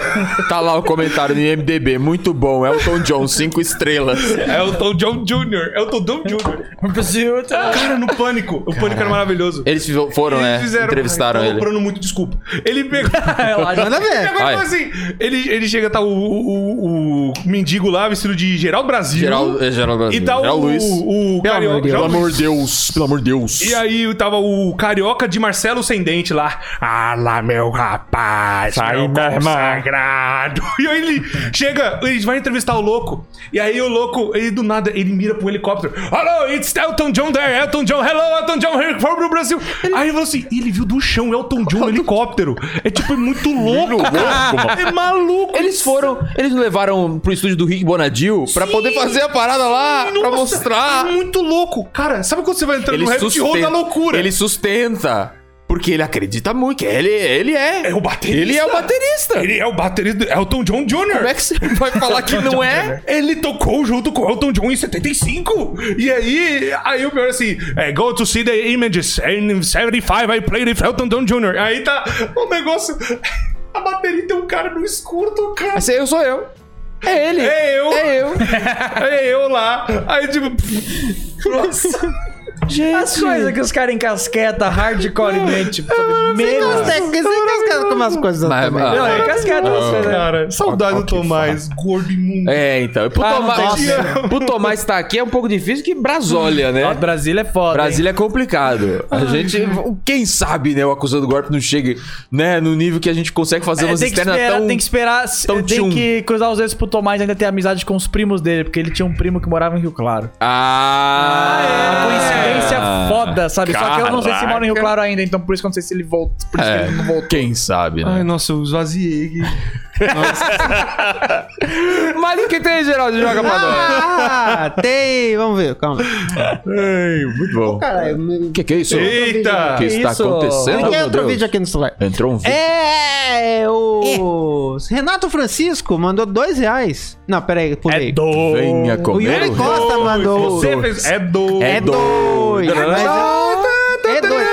Speaker 5: Tá lá o comentário no IMDB. Muito bom. Elton John, 5 estrelas.
Speaker 4: Elton John Jr., Elton John Jr.
Speaker 2: é tá
Speaker 4: Cara, no pânico. O pânico era maravilhoso.
Speaker 5: Eles fi- foram, né? Entrevistaram
Speaker 4: tô
Speaker 5: ele.
Speaker 4: comprando muito, desculpa. Ele pegou.
Speaker 3: Manda ver.
Speaker 4: Ele pegou e
Speaker 5: É, Vai.
Speaker 4: falou assim: ele, ele chega, tá o, o, o- o mendigo lá, vestido de Geral Brasil.
Speaker 5: Geral, é, Geral Brasil.
Speaker 4: e tá
Speaker 5: Geral
Speaker 4: o,
Speaker 5: Luiz.
Speaker 4: o, o
Speaker 3: amor
Speaker 4: Carioca.
Speaker 3: de
Speaker 5: Pelo
Speaker 4: Geral
Speaker 5: amor
Speaker 4: Luiz.
Speaker 5: de Deus. Pelo amor de Deus.
Speaker 4: E aí tava o Carioca de Marcelo Sem Dente lá. Ah lá, meu rapaz, meu consagrado. E aí ele chega, ele vai entrevistar o louco. E aí o louco, ele do nada, ele mira pro helicóptero. Hello, it's Elton John there, Elton John, hello, Elton John, here from Brasil. Aí ele falou assim, e ele viu do chão Elton John no helicóptero. É tipo, é muito louco, cara. É maluco.
Speaker 5: Eles foram, eles levaram pro estúdio do Rick Bonadil pra
Speaker 4: Sim.
Speaker 5: poder fazer a parada lá, pra
Speaker 4: Nossa,
Speaker 5: mostrar.
Speaker 4: É muito louco. Cara, sabe quando você vai entrando
Speaker 5: Ele
Speaker 4: no rabbit hole da
Speaker 5: sustenta,
Speaker 4: é loucura?
Speaker 5: ele sustenta, porque ele acredita muito, que ele, ele é.
Speaker 4: É o baterista.
Speaker 5: Ele é o baterista.
Speaker 4: Ele é o baterista do Elton John Jr.
Speaker 5: Como é que você vai falar que não é?
Speaker 4: Ele tocou junto com o Elton John em 75. E aí, aí o pior é assim, é, go to see the images. In 75 I played with Elton John Jr. Aí tá o negócio. A bateria tem um cara no escuro tocando.
Speaker 5: Esse eu sou eu. É ele.
Speaker 4: É eu.
Speaker 5: Assim, É eu.
Speaker 4: É eu lá. Aí tipo.
Speaker 2: As coisas que os caras encasquetam hardcoremente. sabe? Menos.
Speaker 3: é Como as coisas
Speaker 5: Mas-
Speaker 3: também.
Speaker 5: ah,
Speaker 2: Não, é casqueta as coisas.
Speaker 4: Cara, saudade do Tomás, gordo imundo.
Speaker 5: É, então. Pro,
Speaker 2: Ah,
Speaker 5: Tomás,
Speaker 4: nossa.
Speaker 5: pro Tomás estar aqui é um pouco difícil que Brasólia, né?
Speaker 2: Ó, Brasília é foda. hein?
Speaker 5: Brasília é complicado. A gente, quem sabe, né, o acusado do golpe não chega, né, no nível que a gente consegue fazer
Speaker 2: É,
Speaker 5: umas
Speaker 2: tem, que
Speaker 5: externas
Speaker 2: esperar,
Speaker 5: tão...
Speaker 2: tem que esperar, eh,
Speaker 5: tão
Speaker 2: tem
Speaker 5: tchum.
Speaker 2: que cruzar os dedos pro Tomás ainda ter amizade com os primos dele, porque ele tinha um primo que morava em Rio Claro.
Speaker 5: Ah,
Speaker 2: Uma é, coincidência foda, sabe? Só que eu não sei se
Speaker 5: Caraca.
Speaker 2: mora em Rio Claro ainda, então por isso que eu não sei se ele volta. Por isso que
Speaker 5: É,
Speaker 2: ele não voltou.
Speaker 5: quem sabe, né?
Speaker 4: Ai, nossa, eu esvaziei.
Speaker 5: Mas o que tem, Geraldo? Joga pra nós.
Speaker 3: Ah, tem. Vamos ver, calma.
Speaker 5: Muito bom.
Speaker 3: Cara,
Speaker 5: O que, que é isso?
Speaker 4: Eita!
Speaker 5: O que está
Speaker 2: isso?
Speaker 5: acontecendo?
Speaker 3: Tem
Speaker 5: tá meu
Speaker 3: outro
Speaker 5: Deus?
Speaker 3: vídeo aqui no celular.
Speaker 5: Entrou um vídeo.
Speaker 3: É, o
Speaker 1: É.
Speaker 3: Renato Francisco mandou dois reais. Não, peraí, pulei.
Speaker 2: É do...
Speaker 5: Venha
Speaker 3: O
Speaker 5: comer
Speaker 3: Yuri
Speaker 5: o
Speaker 3: Costa mandou.
Speaker 4: Você fez. É do.
Speaker 3: É dois. Mas é- É dois.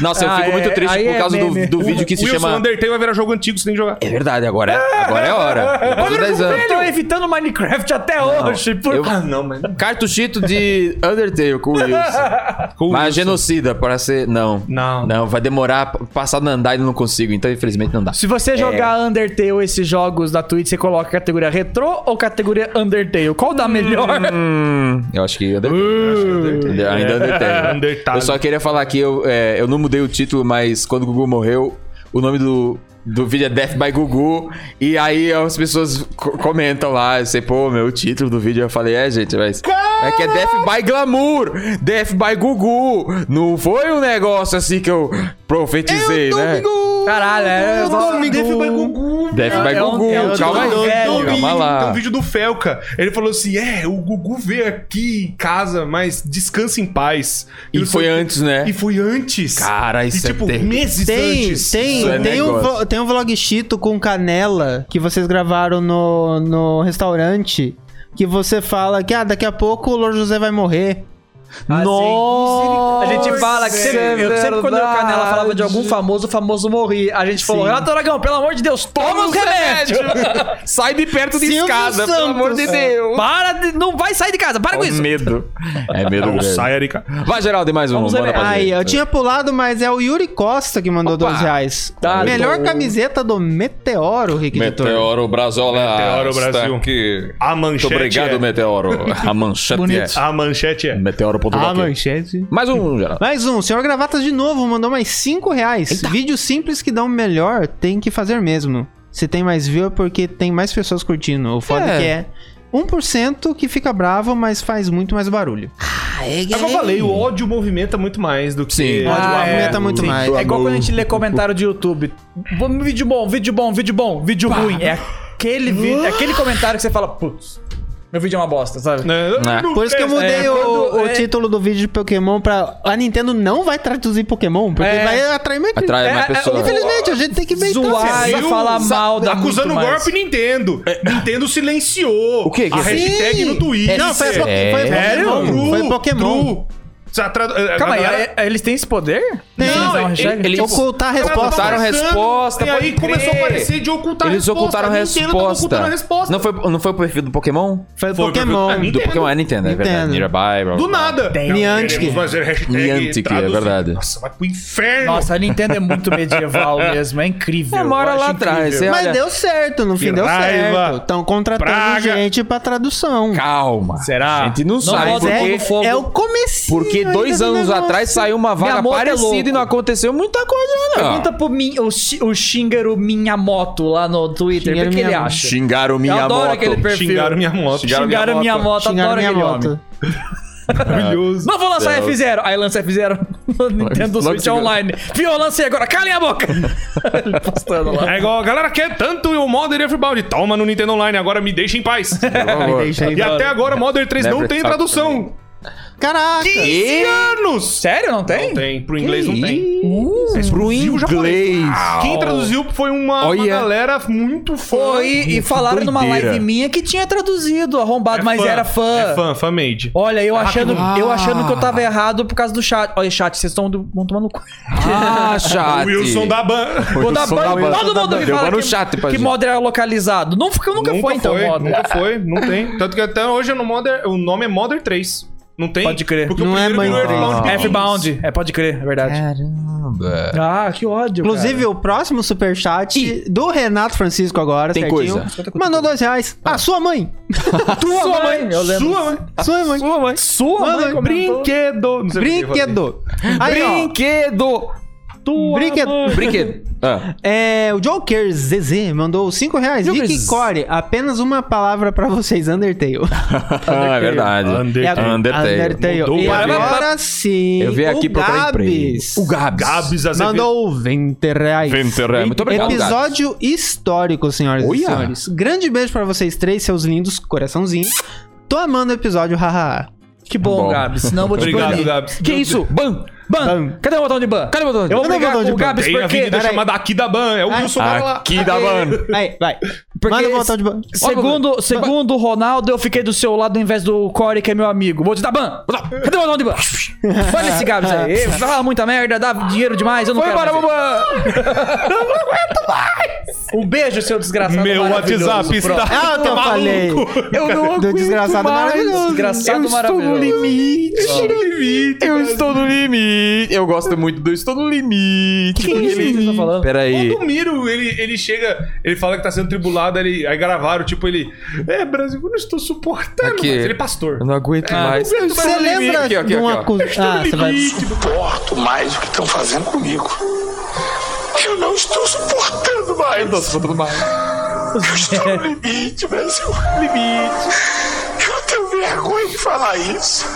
Speaker 1: Nossa, eu
Speaker 2: Ah,
Speaker 1: fico
Speaker 2: é,
Speaker 1: muito triste
Speaker 2: aí
Speaker 1: por
Speaker 2: é
Speaker 1: causa do,
Speaker 2: meme.
Speaker 1: do vídeo que se
Speaker 4: Wilson,
Speaker 1: chama.
Speaker 4: Undertale vai virar jogo antigo, você tem que jogar.
Speaker 1: É verdade, agora é, agora é a hora. Depois de 10 anos.
Speaker 2: Ele tá Ah, evitando Minecraft até hoje. Por...
Speaker 1: Eu-
Speaker 4: não, mas...
Speaker 1: Cartuchito de Undertale com o Wilson. Mas genocida, para ser. Não.
Speaker 4: Não.
Speaker 1: Não, vai demorar. p- Passar no andar e não consigo, então infelizmente não dá.
Speaker 2: Se
Speaker 5: É.
Speaker 2: você jogar Undertale, esses jogos da Twitch, você coloca a categoria retrô ou categoria Undertale? Qual dá melhor?
Speaker 1: Hum, eu acho que Undertale. eu acho que Undertale. Ainda Undertale.
Speaker 4: Undertale.
Speaker 1: Eu só queria falar que eu, é, eu não mudei o título, mas quando o Gugu morreu, o nome do, do vídeo é Death by Gugu. E aí as pessoas co- comentam lá, eu sei, pô, meu o título do vídeo. Eu falei, é, gente, mas. É que é Death by Glamour! Death by Gugu! Não foi um negócio assim que eu profetizei, né?
Speaker 2: Caralho, é.
Speaker 1: Death by
Speaker 2: É um-
Speaker 1: Gugu,
Speaker 2: é um
Speaker 1: calma aí.
Speaker 2: domingo,
Speaker 1: Calma
Speaker 2: velho.
Speaker 4: Tem
Speaker 1: lá.
Speaker 4: um vídeo do Felca. Ele falou assim: é, o Gugu veio aqui em casa, mas descansa em paz.
Speaker 1: E
Speaker 4: Eu
Speaker 1: foi
Speaker 4: sei-
Speaker 1: antes, né?
Speaker 4: E foi antes.
Speaker 1: Cara, isso
Speaker 4: e,
Speaker 1: é
Speaker 4: tipo,
Speaker 1: terrível.
Speaker 4: meses
Speaker 3: Tem,
Speaker 4: antes.
Speaker 3: tem,
Speaker 1: Isso é
Speaker 3: tem, um,
Speaker 1: negócio.
Speaker 3: vo- tem um vlog chito com canela que vocês gravaram no, no restaurante. Que você fala que ah, daqui a pouco o Lord José vai morrer.
Speaker 2: Ah, A gente fala que sempre, eu, sempre quando eu e o Canela falava de algum famoso, o famoso morria. A gente falou, Renato Aragão, pelo amor de Deus, toma um
Speaker 1: um
Speaker 2: os remédios!
Speaker 1: Sai de perto de
Speaker 3: Silvio
Speaker 1: escada, pelo
Speaker 3: Santos.
Speaker 1: amor de Deus.
Speaker 2: Para de... Não vai sair de casa, para com isso!
Speaker 1: medo. É medo.
Speaker 4: Não,
Speaker 1: mesmo.
Speaker 4: sai, Erika.
Speaker 1: Vai, Geraldo, mais um.
Speaker 2: Vamos
Speaker 1: Bora
Speaker 2: ver.
Speaker 1: pra
Speaker 3: Aí,
Speaker 1: gente.
Speaker 3: eu tinha pulado, mas é o Yuri Costa que mandou
Speaker 1: Opa.
Speaker 3: 12 reais.
Speaker 1: Tá,
Speaker 3: Melhor
Speaker 1: então.
Speaker 3: camiseta do Meteoro, Rick Editor.
Speaker 1: Meteoro Brazola.
Speaker 4: Meteoro
Speaker 1: está
Speaker 4: Brasil.
Speaker 1: aqui.
Speaker 4: A manchete.
Speaker 1: Muito obrigado,
Speaker 4: é-
Speaker 1: Meteoro. A manchete
Speaker 2: Bonito.
Speaker 1: é
Speaker 4: A manchete é.
Speaker 1: meteoro.com.
Speaker 3: manchete.
Speaker 1: Mais um, Geraldo.
Speaker 3: Mais um, senhor Gravatas de novo mandou mais 5 reais. Vídeo simples que dão melhor, tem que fazer mesmo. Se tem mais view é porque tem mais pessoas curtindo. O foda
Speaker 1: É.
Speaker 3: é. que é 1% que fica bravo, mas faz muito mais barulho.
Speaker 4: É como eu falei, o ódio movimenta muito mais do que.
Speaker 1: Sim.
Speaker 4: Ódio
Speaker 2: Ah, é.
Speaker 3: Aumenta muito mais.
Speaker 2: É igual quando a gente lê comentário de YouTube. Bom, Vídeo bom, vídeo bom, vídeo bom, vídeo ruim. É aquele, vídeo, é aquele comentário que você fala, putz, meu vídeo é uma bosta, sabe?
Speaker 4: Né?
Speaker 1: É.
Speaker 3: Por isso que eu mudei
Speaker 2: É,
Speaker 3: o,
Speaker 2: quando-
Speaker 3: o
Speaker 2: é.
Speaker 3: título do vídeo de Pokémon pra. A Nintendo não vai traduzir Pokémon, porque
Speaker 2: É.
Speaker 3: vai atrair mais
Speaker 1: Atrai
Speaker 2: É,
Speaker 1: mais
Speaker 2: é,
Speaker 1: pessoas.
Speaker 3: Infelizmente, a gente tem que bem
Speaker 2: Zoar e falar mal da
Speaker 4: Acusando
Speaker 2: muito mais.
Speaker 4: golpe Nintendo. Nintendo silenciou.
Speaker 1: É. O quê? Que
Speaker 4: A
Speaker 1: sim.
Speaker 4: hashtag no Twitter.
Speaker 3: Não, foi,
Speaker 4: Sério?
Speaker 3: po- foi
Speaker 2: É
Speaker 1: Sério?
Speaker 3: Pokémon. Foi Pokémon.
Speaker 4: True. Você atradu- a
Speaker 2: Calma aí,
Speaker 4: galera-
Speaker 2: é- é- eles têm esse poder?
Speaker 3: Tem.
Speaker 2: Eles
Speaker 4: Não,
Speaker 2: dão
Speaker 4: ele-
Speaker 2: hashtag?
Speaker 1: ele- Eles-
Speaker 3: Ocultar a resposta.
Speaker 1: Ocultaram
Speaker 4: Tava pensando,
Speaker 1: resposta,
Speaker 4: E
Speaker 1: pode
Speaker 4: aí começou a
Speaker 1: crer.
Speaker 4: parecer de ocultar
Speaker 1: Eles ocultaram a
Speaker 4: resposta. Nintendo tá ocultando
Speaker 1: resposta.
Speaker 4: a resposta.
Speaker 1: Não foi, não foi o perfil do Pokémon?
Speaker 3: Foi
Speaker 4: Foi,
Speaker 3: Pokémon.
Speaker 4: foi- foi-
Speaker 1: Do
Speaker 4: Nintendo.
Speaker 1: Pokémon é Nintendo, é verdade.
Speaker 3: Nintendo.
Speaker 1: Nearby, blá, blá,
Speaker 4: Do
Speaker 1: blá.
Speaker 4: nada.
Speaker 2: Tem.
Speaker 4: Não,
Speaker 3: Niantic.
Speaker 4: queremos fazer hashtag
Speaker 1: Niantic, é
Speaker 4: traduzir.
Speaker 1: verdade.
Speaker 4: Nossa, vai pro inferno.
Speaker 2: Nossa, a Nintendo é muito medieval mesmo, é incrível.
Speaker 1: É, mora
Speaker 2: eu acho
Speaker 1: lá atrás,
Speaker 2: incrível.
Speaker 1: é-
Speaker 3: Mas
Speaker 1: Olha-
Speaker 3: deu certo, no fim deu
Speaker 4: raiva.
Speaker 3: certo. Estão contratando
Speaker 4: Praga.
Speaker 3: gente pra tradução.
Speaker 1: Calma. A
Speaker 4: Será?
Speaker 1: é gente não, sabe.
Speaker 2: volta
Speaker 1: porque-
Speaker 2: fogo,
Speaker 3: É,
Speaker 2: fogo.
Speaker 3: é o comecinho.
Speaker 1: Porque dois
Speaker 3: ainda do
Speaker 1: anos
Speaker 3: negócio.
Speaker 1: atrás saiu uma vaga
Speaker 2: moto é
Speaker 1: parecida
Speaker 2: louco.
Speaker 1: e não aconteceu muita coisa, né, não.
Speaker 2: Pergunta pro Min, o, Shi- o Shingaru Minyamoto lá no Twitter, o que,
Speaker 3: Shingaru
Speaker 2: que ele
Speaker 3: Miyamoto.
Speaker 2: acha?
Speaker 1: Xingaram
Speaker 2: Eu
Speaker 1: minha
Speaker 2: adoro
Speaker 1: moto.
Speaker 2: aquele perfil.
Speaker 4: Xingaram minha moto.
Speaker 1: Xingaram
Speaker 2: Xingaram minha moto,
Speaker 3: Xingaram
Speaker 2: adoro
Speaker 3: minha
Speaker 2: aquele
Speaker 3: moto.
Speaker 2: homem.
Speaker 4: Maravilhoso.
Speaker 2: Não vou lançar F0. Aí lança F0 no Nintendo
Speaker 1: logo
Speaker 2: Switch
Speaker 1: seguiu.
Speaker 2: Online. Viu, eu lancei agora, calem a boca! Ele postando lá.
Speaker 4: É igual a galera quer tanto o Modern Everybody. Toma no Nintendo Online, agora me deixa em paz.
Speaker 1: Por favor.
Speaker 4: e até agora Modern 3 não
Speaker 1: Never
Speaker 4: tem
Speaker 1: talk
Speaker 4: tradução.
Speaker 3: Caraca.
Speaker 1: E-
Speaker 4: Anos!
Speaker 2: Sério, não tem?
Speaker 4: Não tem, pro inglês não tem.
Speaker 1: Uh, pro inglês.
Speaker 4: Quem traduziu foi uma, uma
Speaker 1: Olha.
Speaker 4: galera muito fã.
Speaker 2: Foi, e falaram numa
Speaker 1: doideira.
Speaker 2: live minha que tinha traduzido, arrombado,
Speaker 4: É
Speaker 2: mas era fã.
Speaker 4: É fã, fã made.
Speaker 2: Olha, eu achando, eu achando que eu tava errado por causa do chat. Olha, chat, vocês estão do- vão tomando cu.
Speaker 1: Ah, chato.
Speaker 4: Wilson da Ban.
Speaker 2: Vou dar
Speaker 1: Wilson
Speaker 2: ban
Speaker 1: da
Speaker 2: em
Speaker 1: ban.
Speaker 2: todo mundo que
Speaker 1: Deu
Speaker 2: fala
Speaker 1: ban no
Speaker 2: que,
Speaker 1: chat pra
Speaker 2: que
Speaker 1: gente.
Speaker 2: mod era localizado. Não, nunca, nunca foi, então, mod.
Speaker 4: Nunca foi, não tem. Tanto que até hoje no Modern, o nome é Modern 3. Não tem?
Speaker 2: Pode crer.
Speaker 4: Porque
Speaker 3: Não
Speaker 4: o
Speaker 3: é
Speaker 4: primeiro
Speaker 3: Modern
Speaker 4: virou
Speaker 3: 3.
Speaker 4: Earthbound Beginnings.
Speaker 2: F-Bound. É, pode crer, é verdade.
Speaker 1: Caramba.
Speaker 2: Ah, que ódio,
Speaker 3: Inclusive, o próximo superchat do Renato Francisco agora,
Speaker 1: Tem
Speaker 3: certinho,
Speaker 1: coisa.
Speaker 3: Mandou dois reais. A sua mãe.
Speaker 2: tua sua mãe. Eu lembro.
Speaker 4: Sua mãe.
Speaker 3: Sua mãe.
Speaker 2: Sua mãe. Sua
Speaker 3: Mãe,
Speaker 2: mãe. comentou.
Speaker 4: Brinquedo. Não sei por que eu falei.
Speaker 3: Brinquedo. Aí, ó,
Speaker 1: Brinquedo.
Speaker 2: Tua
Speaker 3: Brinquedo.
Speaker 2: mãe.
Speaker 1: Brinquedo. Ah,
Speaker 3: É, o Joker ZZ mandou 5 reais.
Speaker 1: Joker
Speaker 3: Rick
Speaker 1: Z-
Speaker 3: e Core, apenas uma palavra pra vocês, Undertale.
Speaker 1: é verdade. Ah,
Speaker 4: Undertale.
Speaker 3: É
Speaker 5: Ah,
Speaker 3: agora-
Speaker 1: Undertale.
Speaker 4: Mudou
Speaker 3: E
Speaker 4: pra
Speaker 3: agora sim.
Speaker 1: Eu vim aqui
Speaker 3: o
Speaker 1: procurar emprego.
Speaker 3: Gabs
Speaker 1: O Gabs.
Speaker 4: Gabs é Azevedo.
Speaker 3: Mandou 20 reais.
Speaker 5: 20 reais.
Speaker 1: Muito obrigado, Gabs.
Speaker 3: Episódio histórico, senhoras
Speaker 1: Olha.
Speaker 3: e senhores. Grande beijo pra vocês três, seus lindos coraçãozinhos. Tô amando o episódio, haha.
Speaker 2: Que bom,
Speaker 1: Bom.
Speaker 2: Gabs. Senão eu vou te
Speaker 4: Obrigado,
Speaker 2: banir.
Speaker 4: Gabs.
Speaker 1: Que isso? Ban.
Speaker 2: Ban.
Speaker 3: Ban.
Speaker 2: Cadê o botão de ban?
Speaker 1: Cadê o botão de
Speaker 2: Eu
Speaker 1: ban?
Speaker 2: vou
Speaker 3: Cadê o
Speaker 2: pegar
Speaker 3: botão de
Speaker 2: o
Speaker 3: ban?
Speaker 2: Gabs
Speaker 4: Tem a
Speaker 2: porque... tá.
Speaker 4: avenida chamada Aqui da Ban. É o Wilson vai lá.
Speaker 1: Aqui da Ban.
Speaker 3: Aí, vai.
Speaker 2: Porque
Speaker 3: Manda voltar de ban.
Speaker 2: Segundo, segundo o Ronaldo, eu fiquei do seu lado ao invés do Corey, que é meu amigo. Vou te dar ban! Vou dar- Cadê o Ronaldo de ban? Fale esse Gabs aí. Fala muita merda, dá dinheiro demais, eu não quero. mais ele. Um beijo, seu desgraçado.
Speaker 4: Meu
Speaker 2: maravilhoso.
Speaker 4: WhatsApp
Speaker 2: Pronto.
Speaker 3: Ah,
Speaker 4: está
Speaker 3: eu tô- falei.
Speaker 2: Eu não
Speaker 3: Do
Speaker 2: aguento
Speaker 3: desgraçado
Speaker 2: mais.
Speaker 3: maravilhoso.
Speaker 2: Desgraçado
Speaker 1: Eu estou no
Speaker 2: maravilhoso.
Speaker 1: limite. Eu estou no limite. Eu gosto muito do estou no limite.
Speaker 2: Que isso que vocês
Speaker 1: tá
Speaker 2: estão falando?
Speaker 1: Peraí.
Speaker 4: Quando o Miro, ele, ele chega, ele fala que tá sendo tribulado, ele, aí gravaram, tipo, ele. É, Brasil, eu não estou suportando.
Speaker 1: Aqui.
Speaker 4: mais." Ele é pastor.
Speaker 1: Eu não aguento mais.
Speaker 3: Você lembra
Speaker 1: Aqui, ó, aqui,
Speaker 3: de uma
Speaker 1: aqui, ó.
Speaker 3: coisa. Ah, você vai.
Speaker 6: suporto mais o que estão fazendo comigo. Eu não estou suportando mais. Eu não estou suportando mais. Eu estou no limite, Brasil. Limite. Eu tenho vergonha de falar isso.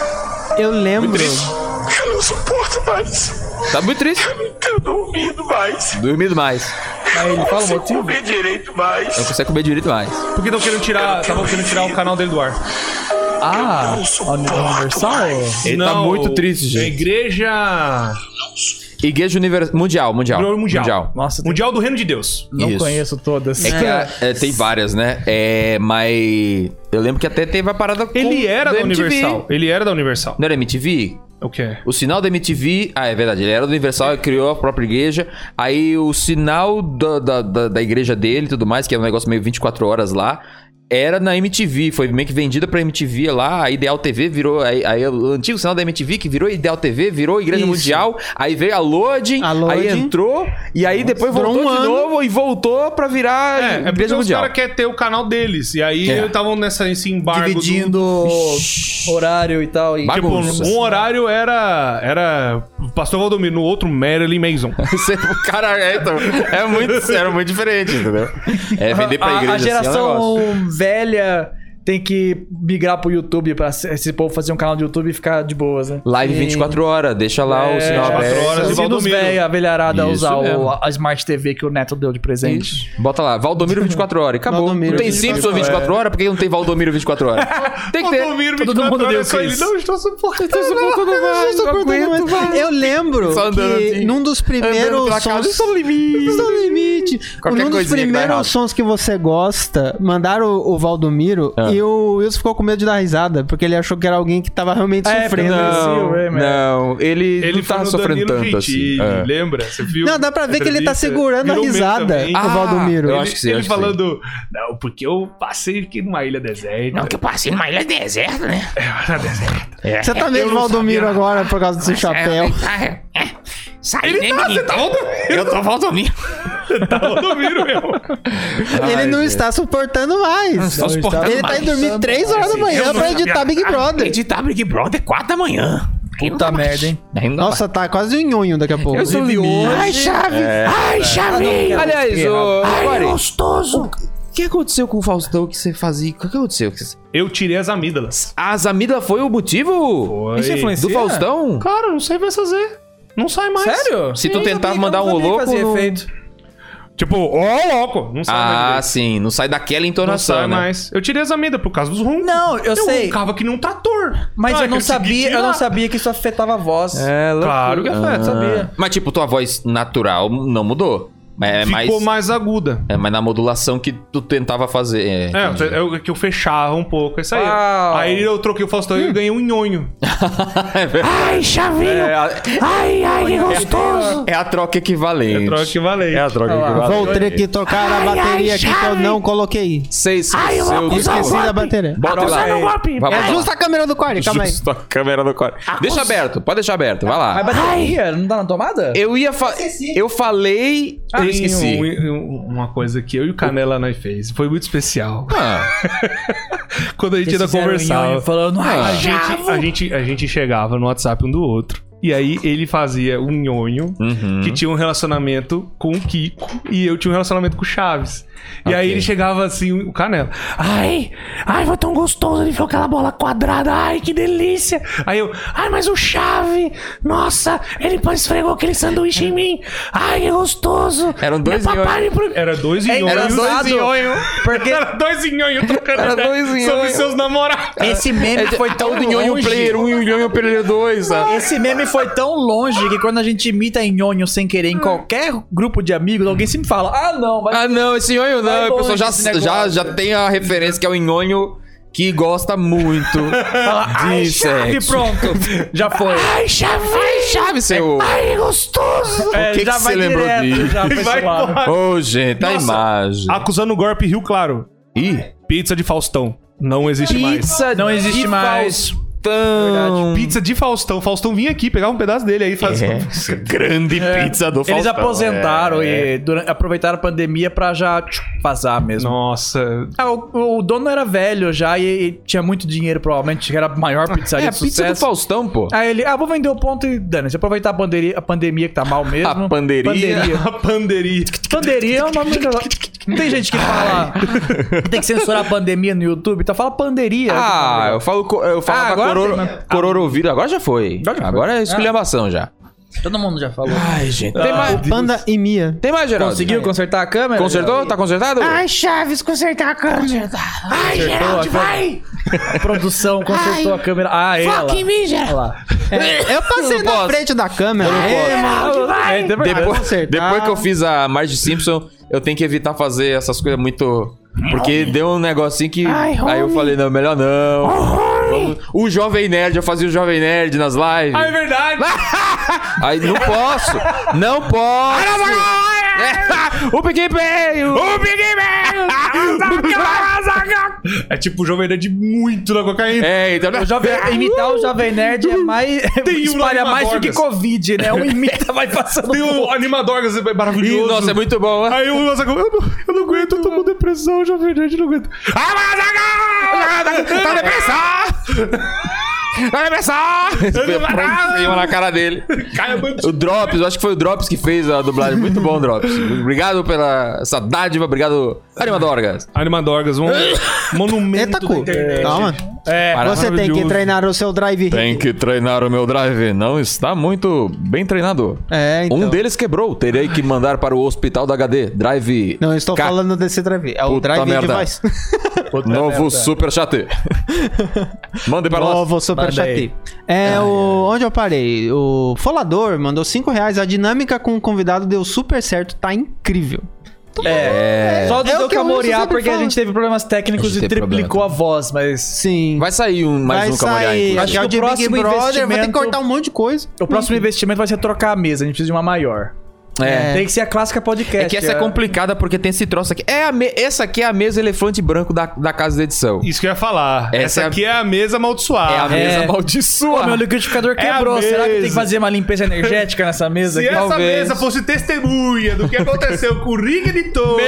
Speaker 3: Eu lembro.
Speaker 6: Eu não suporto mais.
Speaker 1: Tá muito triste.
Speaker 6: Eu não tenho dormido mais.
Speaker 1: Dormindo mais.
Speaker 2: Aí ele fala o
Speaker 6: Não
Speaker 2: motivo.
Speaker 6: comer direito mais.
Speaker 1: Não consegue comer direito mais.
Speaker 4: Porque estão querendo tirar. Estavam querendo tirar o canal dele do ar.
Speaker 2: Ah,
Speaker 6: Não suporto
Speaker 2: Universal?
Speaker 6: mais.
Speaker 1: Ele tá muito triste,
Speaker 4: A
Speaker 1: gente.
Speaker 4: igreja.
Speaker 1: Igreja Universal. Mundial, mundial.
Speaker 4: Mundial. Mundial.
Speaker 2: Nossa, tem-
Speaker 4: Mundial do Reino de Deus.
Speaker 2: não
Speaker 1: Isso.
Speaker 2: conheço todas.
Speaker 1: É que a- é, tem várias, né? É, mas. Eu lembro que até teve a parada com
Speaker 4: Ele era
Speaker 1: do
Speaker 4: da
Speaker 1: MTV.
Speaker 4: Universal. Ele era da Universal.
Speaker 1: Não era MTV?
Speaker 4: O quê?
Speaker 1: O sinal da MTV. Ah, é verdade. Ele era do Universal, ele criou a própria igreja. Aí o sinal da, da, da, da igreja dele e tudo mais, que é um negócio meio 24 horas lá. Era na MTV, foi meio que vendida pra MTV lá, a Ideal TV virou. Aí, aí o antigo sinal da MTV que virou Ideal TV, virou Igreja
Speaker 3: Isso.
Speaker 1: Mundial, aí veio a Loading,
Speaker 3: A
Speaker 1: aí
Speaker 3: Loading.
Speaker 1: entrou, e aí depois
Speaker 3: Durou
Speaker 1: voltou
Speaker 3: um
Speaker 1: de
Speaker 3: ano.
Speaker 1: novo e voltou pra virar
Speaker 4: É, é porque
Speaker 1: Igreja
Speaker 4: os
Speaker 1: Mundial.
Speaker 4: caras querem ter o canal deles. E aí
Speaker 1: É.
Speaker 4: estavam nessa esse embargo. do-
Speaker 2: Dividindo horário e tal. E...
Speaker 4: Tipo,
Speaker 1: Bagunça.
Speaker 4: um horário era. Era. Pastor Valdomiro, no outro Marilyn Mason.
Speaker 1: Você- o cara é, então, é muito, era muito diferente, entendeu? É vender pra
Speaker 2: A-
Speaker 1: igreja.
Speaker 2: A,
Speaker 1: assim, é um
Speaker 2: geração
Speaker 1: negócio.
Speaker 2: velha tem que migrar pro YouTube pra se- esse povo fazer um canal de YouTube e ficar de boas, né?
Speaker 1: Live 24 horas, deixa lá
Speaker 3: É,
Speaker 1: o sinal
Speaker 4: 24
Speaker 1: aberto.
Speaker 4: horas.
Speaker 2: Ensina os
Speaker 4: Valdomiro.
Speaker 2: velhos, a velharada a
Speaker 1: Isso
Speaker 2: usar o-
Speaker 1: mesmo.
Speaker 2: a Smart TV que o Neto deu de presente.
Speaker 1: Isso. Bota lá, Valdomiro 24 horas. Acabou.
Speaker 3: Valdomiro
Speaker 1: não tem
Speaker 3: 24
Speaker 1: Simpson 24 horas, por que não tem Valdomiro 24 horas? Tem que ter. Tá
Speaker 4: Valdomiro,
Speaker 2: Todo
Speaker 4: 24
Speaker 2: mundo
Speaker 4: horas,
Speaker 2: deu
Speaker 4: é só ele.
Speaker 2: Cris.
Speaker 4: Não, eu estou suportando.
Speaker 3: Eu sou português, mas Eu lembro
Speaker 1: Só andando
Speaker 3: que
Speaker 1: assim.
Speaker 3: num dos primeiros
Speaker 1: pela casa,
Speaker 3: sons.
Speaker 1: "Estou no limite."
Speaker 3: Estou no limite.
Speaker 1: Qualquer
Speaker 3: num dos
Speaker 1: coisinha que dá errado.
Speaker 3: primeiros sons que você gosta, mandaram o, o Valdomiro
Speaker 1: Ah.
Speaker 3: e o Wilson ficou com medo de dar risada, porque ele achou que era alguém que tava realmente
Speaker 2: É,
Speaker 3: sofrendo.
Speaker 2: Brasil,
Speaker 1: Não,
Speaker 2: é, mas-
Speaker 1: não, ele,
Speaker 4: Ele
Speaker 1: não tá
Speaker 4: foi no
Speaker 1: sofrendo
Speaker 4: Danilo
Speaker 1: tanto
Speaker 4: Gentili,
Speaker 1: assim. É.
Speaker 4: Lembra? Você viu?
Speaker 3: Não, dá pra ver que ele tá
Speaker 4: Entrevista.
Speaker 3: segurando a
Speaker 1: um
Speaker 4: Virou meme
Speaker 3: risada.
Speaker 4: também.
Speaker 3: Ah, o Valdomiro.
Speaker 1: eu
Speaker 4: ele,
Speaker 1: acho que sim,
Speaker 4: ele
Speaker 1: acho que
Speaker 4: falando, não, porque eu passei aqui numa ilha deserta. Não, que eu passei numa ilha deserta, né? É, uma ilha deserta.
Speaker 3: Você tá
Speaker 4: eu
Speaker 3: meio
Speaker 4: não
Speaker 3: Valdomiro
Speaker 4: sabia.
Speaker 3: agora por causa do seu chapéu.
Speaker 7: Sai
Speaker 4: Ele tá, você tá Valdomiro.
Speaker 7: Eu tô Valdomiro.
Speaker 4: Tá Valdomiro mesmo.
Speaker 3: ele não está suportando mais.
Speaker 7: Tô suportando
Speaker 3: Ele tá
Speaker 7: mais.
Speaker 3: indo dormir 3 horas da manhã pra editar Big Brother.
Speaker 7: Editar Big Brother 4 da manhã. Aí não
Speaker 2: Puta
Speaker 7: dá mais.
Speaker 2: merda, hein?
Speaker 7: Aí não dá
Speaker 3: Nossa, tá quase um nhonho daqui a pouco. É,
Speaker 7: mais. Ai, chave. Ai,
Speaker 4: Ah,
Speaker 1: Ah,
Speaker 7: chave.
Speaker 1: Aliás, ô,
Speaker 7: Ai,
Speaker 1: Guari,
Speaker 7: gostoso.
Speaker 1: o que aconteceu com o Faustão que você fazia? O que aconteceu? Que você-
Speaker 4: Eu tirei as amígdalas.
Speaker 1: As amígdalas foi o motivo?
Speaker 4: Foi.
Speaker 2: Isso influencia?
Speaker 1: Do Faustão?
Speaker 4: Cara, não sei mais fazer. Não sai mais.
Speaker 2: Sério?
Speaker 1: Se tu
Speaker 2: Eu
Speaker 1: tentar
Speaker 2: sabia,
Speaker 1: mandar
Speaker 2: eu não
Speaker 1: um
Speaker 2: sabia que fazia
Speaker 1: louco, não-
Speaker 2: efeito.
Speaker 4: Tipo, ó, louco. Não sai
Speaker 1: Ah,
Speaker 4: mais.
Speaker 1: sim. Não sai daquela
Speaker 4: Não sai
Speaker 1: entonação, né?
Speaker 4: mais. Eu tirei as amígdalas por causa dos roncos.
Speaker 2: Não, eu sei.
Speaker 4: roncava que nem um trator.
Speaker 2: Mas
Speaker 4: Ah,
Speaker 2: eu não
Speaker 4: consegui
Speaker 2: sabia, eu
Speaker 4: tirar.
Speaker 2: não sabia que isso afetava a voz.
Speaker 1: É,
Speaker 4: Claro que afeta.
Speaker 2: sabia.
Speaker 1: Mas, tipo, tua voz natural não mudou. É é mais,
Speaker 4: Ficou mais aguda.
Speaker 1: É, mas na modulação que tu tentava fazer. É,
Speaker 4: É,
Speaker 1: entendi.
Speaker 4: eu- que eu fechava um pouco, isso aí.
Speaker 2: Uau.
Speaker 4: Aí eu troquei o Faustão
Speaker 1: Hum.
Speaker 4: e ganhei um nhonho.
Speaker 7: Ai, chavinho.
Speaker 1: É a,
Speaker 7: Ai, ai, que gostoso.
Speaker 1: é a troca equivalente.
Speaker 4: É Troca que valeu.
Speaker 1: É a troca
Speaker 2: Olha lá.
Speaker 3: Vou ter que tocar a bateria aqui que eu
Speaker 7: chave.
Speaker 3: não coloquei.
Speaker 1: Seis,
Speaker 7: Ai, eu vou
Speaker 1: seu-
Speaker 7: acusar
Speaker 3: Esqueci
Speaker 7: Vai,
Speaker 3: da bateria.
Speaker 1: Bota
Speaker 2: Vai,
Speaker 1: lá.
Speaker 2: vai,
Speaker 1: Vai,
Speaker 7: vai.
Speaker 1: bota lá.
Speaker 3: Ajusta a câmera do Core, calma aí.
Speaker 1: Justo a câmera do core. Deixa aberto, pode deixar aberto, vai lá.
Speaker 2: Mas bateria, não dá na tomada?
Speaker 1: Eu ia fa... Eu falei.
Speaker 4: Ah,
Speaker 1: eu esqueci.
Speaker 4: Tem um- um- uma coisa que eu e o Canela nós fez. Foi muito especial.
Speaker 1: Ah,
Speaker 4: Quando a gente ainda
Speaker 2: um
Speaker 4: conversava.
Speaker 2: falando,
Speaker 1: Ah.
Speaker 4: A gente, a, gente, a gente chegava no WhatsApp um do outro. E aí ele fazia um nhonho
Speaker 1: uhum.
Speaker 4: que tinha um relacionamento com o Kiko e eu tinha um relacionamento com o Chaves. E aí
Speaker 1: Ok.
Speaker 4: ele chegava assim, o Canela.
Speaker 7: Ai, ai, foi tão gostoso. Ele ficou aquela bola quadrada. Ai, que delícia.
Speaker 4: Aí eu,
Speaker 7: Ai, mas o chave. Nossa, ele esfregou aquele sanduíche em mim. Ai, que gostoso.
Speaker 1: Eram dois
Speaker 7: Meu papai me proibiu.
Speaker 4: era É dois
Speaker 2: É,
Speaker 4: nhonhos.
Speaker 1: Era dois
Speaker 2: um.
Speaker 1: nhonhos.
Speaker 2: Porque
Speaker 4: Era dois nhonhos trocando
Speaker 1: Era
Speaker 4: ideia
Speaker 1: dois
Speaker 4: sobre
Speaker 1: nhonhos.
Speaker 4: seus namorados.
Speaker 2: esse meme Ah, foi tão
Speaker 1: É, O do Nhonho
Speaker 2: longe. Ah,
Speaker 1: Player 1 e o Nhonho Player né? 2, sabe?
Speaker 2: Esse meme foi tão longe que quando a gente imita em nhonho sem querer em qualquer grupo de amigos, alguém sempre fala: Ah, não, vai
Speaker 1: Ah, não, esse nhonho,
Speaker 2: Vai
Speaker 1: não. A
Speaker 2: longe
Speaker 1: pessoa já,
Speaker 2: esse negócio.
Speaker 1: já, já tem a referência que é o nhonho que gosta muito de
Speaker 2: E
Speaker 1: sexo.
Speaker 2: pronto. Já foi.
Speaker 7: Ai, chave,
Speaker 1: Sabe, seu...
Speaker 7: ai, gostoso.
Speaker 2: É,
Speaker 1: que que você lembrou disso?
Speaker 2: já pra
Speaker 4: E
Speaker 2: esse
Speaker 4: vai
Speaker 2: lado.
Speaker 4: porra,
Speaker 1: Ô, gente, a
Speaker 4: Nossa.
Speaker 1: imagem.
Speaker 4: acusando o golpe Rio Claro.
Speaker 1: Ih,
Speaker 4: Pizza de Faustão. Não existe mais.
Speaker 2: Não existe mais.
Speaker 1: Faustão.
Speaker 4: Pizza de Faustão. Faustão vinha aqui, pegava um pedaço dele aí e fazia.
Speaker 1: É. Grande pizza do Faustão.
Speaker 2: é. Eles aposentaram
Speaker 1: É.
Speaker 2: e durante- aproveitaram a pandemia pra já tchum, vazar mesmo.
Speaker 4: Nossa.
Speaker 2: Ah, o, o dono era velho já e, e tinha muito dinheiro, provavelmente, que era a maior pizzaria
Speaker 1: É,
Speaker 2: de
Speaker 1: pizza do
Speaker 2: sucesso.
Speaker 1: Faustão, pô.
Speaker 2: Aí ele, ah, vou vender o ponto e dane-se. Aproveitar a, panderi- a pandemia que tá mal mesmo.
Speaker 1: A panderia.
Speaker 4: A pandemia.
Speaker 2: Panderia é um nome. Não tem gente que fala. tem que censurar a pandemia no YouTube, então fala panderia.
Speaker 1: Ah, eu falo, co- eu falo
Speaker 2: Ah,
Speaker 1: pra
Speaker 2: agora
Speaker 1: Cororo,
Speaker 2: tem, né?
Speaker 1: Cororovírus. Agora já foi.
Speaker 2: Agora já foi.
Speaker 1: Agora é esculhambação já.
Speaker 2: Todo mundo já falou. É.
Speaker 1: Ai, gente. Tem
Speaker 2: Ah,
Speaker 1: mais,
Speaker 3: Panda e Mia.
Speaker 1: tem mais Geraldo?
Speaker 2: Conseguiu
Speaker 1: Ai.
Speaker 2: consertar a câmera?
Speaker 1: Consertou? Tá consertado?
Speaker 2: Ah,
Speaker 7: Ai, Chaves, consertar a câmera. Ai, Geraldo,
Speaker 2: a câmera.
Speaker 7: vai.
Speaker 2: A produção consertou a câmera. Ah, ela.
Speaker 7: Foca em mim, Geraldo.
Speaker 2: Ela.
Speaker 3: Eu passei
Speaker 1: Eu não
Speaker 3: na
Speaker 1: posso.
Speaker 3: frente da câmera. É,
Speaker 7: Geraldo, vai.
Speaker 1: Depois,
Speaker 3: consertar.
Speaker 1: depois
Speaker 7: Tá.
Speaker 1: que eu fiz a Marge Simpson, eu tenho que evitar fazer essas coisas muito. Porque deu um negocinho que.
Speaker 7: Ai,
Speaker 1: aí eu
Speaker 7: homem.
Speaker 1: falei, não, melhor não.
Speaker 7: Ai,
Speaker 1: O Jovem Nerd, eu fazia o Jovem Nerd nas lives.
Speaker 4: Ah, é verdade.
Speaker 1: Aí não posso! Não posso! É, o PicPay!
Speaker 4: Ô, Big Man! É tipo o Jovem Nerd muito na cocaína.
Speaker 1: É, então.
Speaker 2: O jovem, imitar o Jovem Nerd é mais.
Speaker 4: Ah, uh! Tem um
Speaker 2: espalha
Speaker 4: lá
Speaker 2: mais
Speaker 4: em
Speaker 2: do que
Speaker 4: Madorgas.
Speaker 2: Covid, né? Um imita, vai passando.
Speaker 4: Tem o Animadorgas é
Speaker 1: É. Ih,
Speaker 4: maravilhoso.
Speaker 1: nossa, é muito bom. né?
Speaker 4: Aí o Azaghal, eu, não- eu não aguento, eu tô com depressão, o Jovem Nerd não aguenta. Ah, Azaghal! Tá
Speaker 1: Vai começar! Pronto, uma na cara dele.
Speaker 4: depressão!
Speaker 1: O Drops, eu acho que foi o Drops que fez a dublagem. Muito bom, Drops. Obrigado pela essa dádiva, obrigado, Animadorgas.
Speaker 4: Animadorgas, um monumento
Speaker 3: Eita, cu. Calma.
Speaker 4: É,
Speaker 3: Tá, Você tem que treinar o seu drive.
Speaker 1: Tem que treinar o meu drive. Não está muito bem treinado.
Speaker 3: É, então.
Speaker 1: Um deles quebrou. Terei que mandar para o hospital da HD. Drive.
Speaker 3: Não, eu estou
Speaker 1: K.
Speaker 3: falando desse drive. É o
Speaker 1: Puta
Speaker 3: drive
Speaker 1: merda.
Speaker 3: device.
Speaker 1: Novo superchat. Mande para nós.
Speaker 3: Novo super
Speaker 2: Mandei.
Speaker 3: chat. É o onde eu parei. O Folador mandou 5 reais. A dinâmica com o convidado deu super certo. Tá incrível.
Speaker 2: É. Só dizer
Speaker 3: É o
Speaker 2: o que
Speaker 3: que
Speaker 2: eu
Speaker 3: o Wilson
Speaker 2: morear,
Speaker 3: sempre
Speaker 2: porque a
Speaker 3: fala.
Speaker 2: gente teve problemas
Speaker 1: A
Speaker 2: técnicos
Speaker 1: gente
Speaker 2: e
Speaker 1: teve
Speaker 2: triplicou
Speaker 1: problema.
Speaker 2: a voz, mas.
Speaker 3: Sim.
Speaker 1: Vai sair um, mais um Camariá, inclusive.
Speaker 3: Acho que
Speaker 2: Acho que
Speaker 3: é o de
Speaker 2: o
Speaker 3: Big
Speaker 2: próximo
Speaker 3: Brother. Vai ter que
Speaker 2: investimento-
Speaker 3: cortar um monte de coisa.
Speaker 2: O próximo investimento vai ser trocar a mesa, a gente precisa de uma maior.
Speaker 1: É.
Speaker 2: Tem que ser a clássica podcast.
Speaker 1: É que essa é complicada porque tem esse troço aqui. É a me- Essa aqui é a mesa elefante branco da, da casa de edição.
Speaker 4: Isso que eu ia falar. Essa,
Speaker 1: Essa é a-
Speaker 4: aqui é a mesa
Speaker 1: É a
Speaker 4: amaldiçoada.
Speaker 1: mesa
Speaker 2: é. Pô,
Speaker 1: amaldiçoada.
Speaker 2: meu liquidificador
Speaker 4: É a
Speaker 2: quebrou. Será que tem que
Speaker 4: mesa.
Speaker 2: fazer uma limpeza energética nessa mesa?
Speaker 4: Se
Speaker 2: aqui?
Speaker 4: essa
Speaker 1: talvez.
Speaker 4: mesa fosse testemunha do que aconteceu com o Rig Editor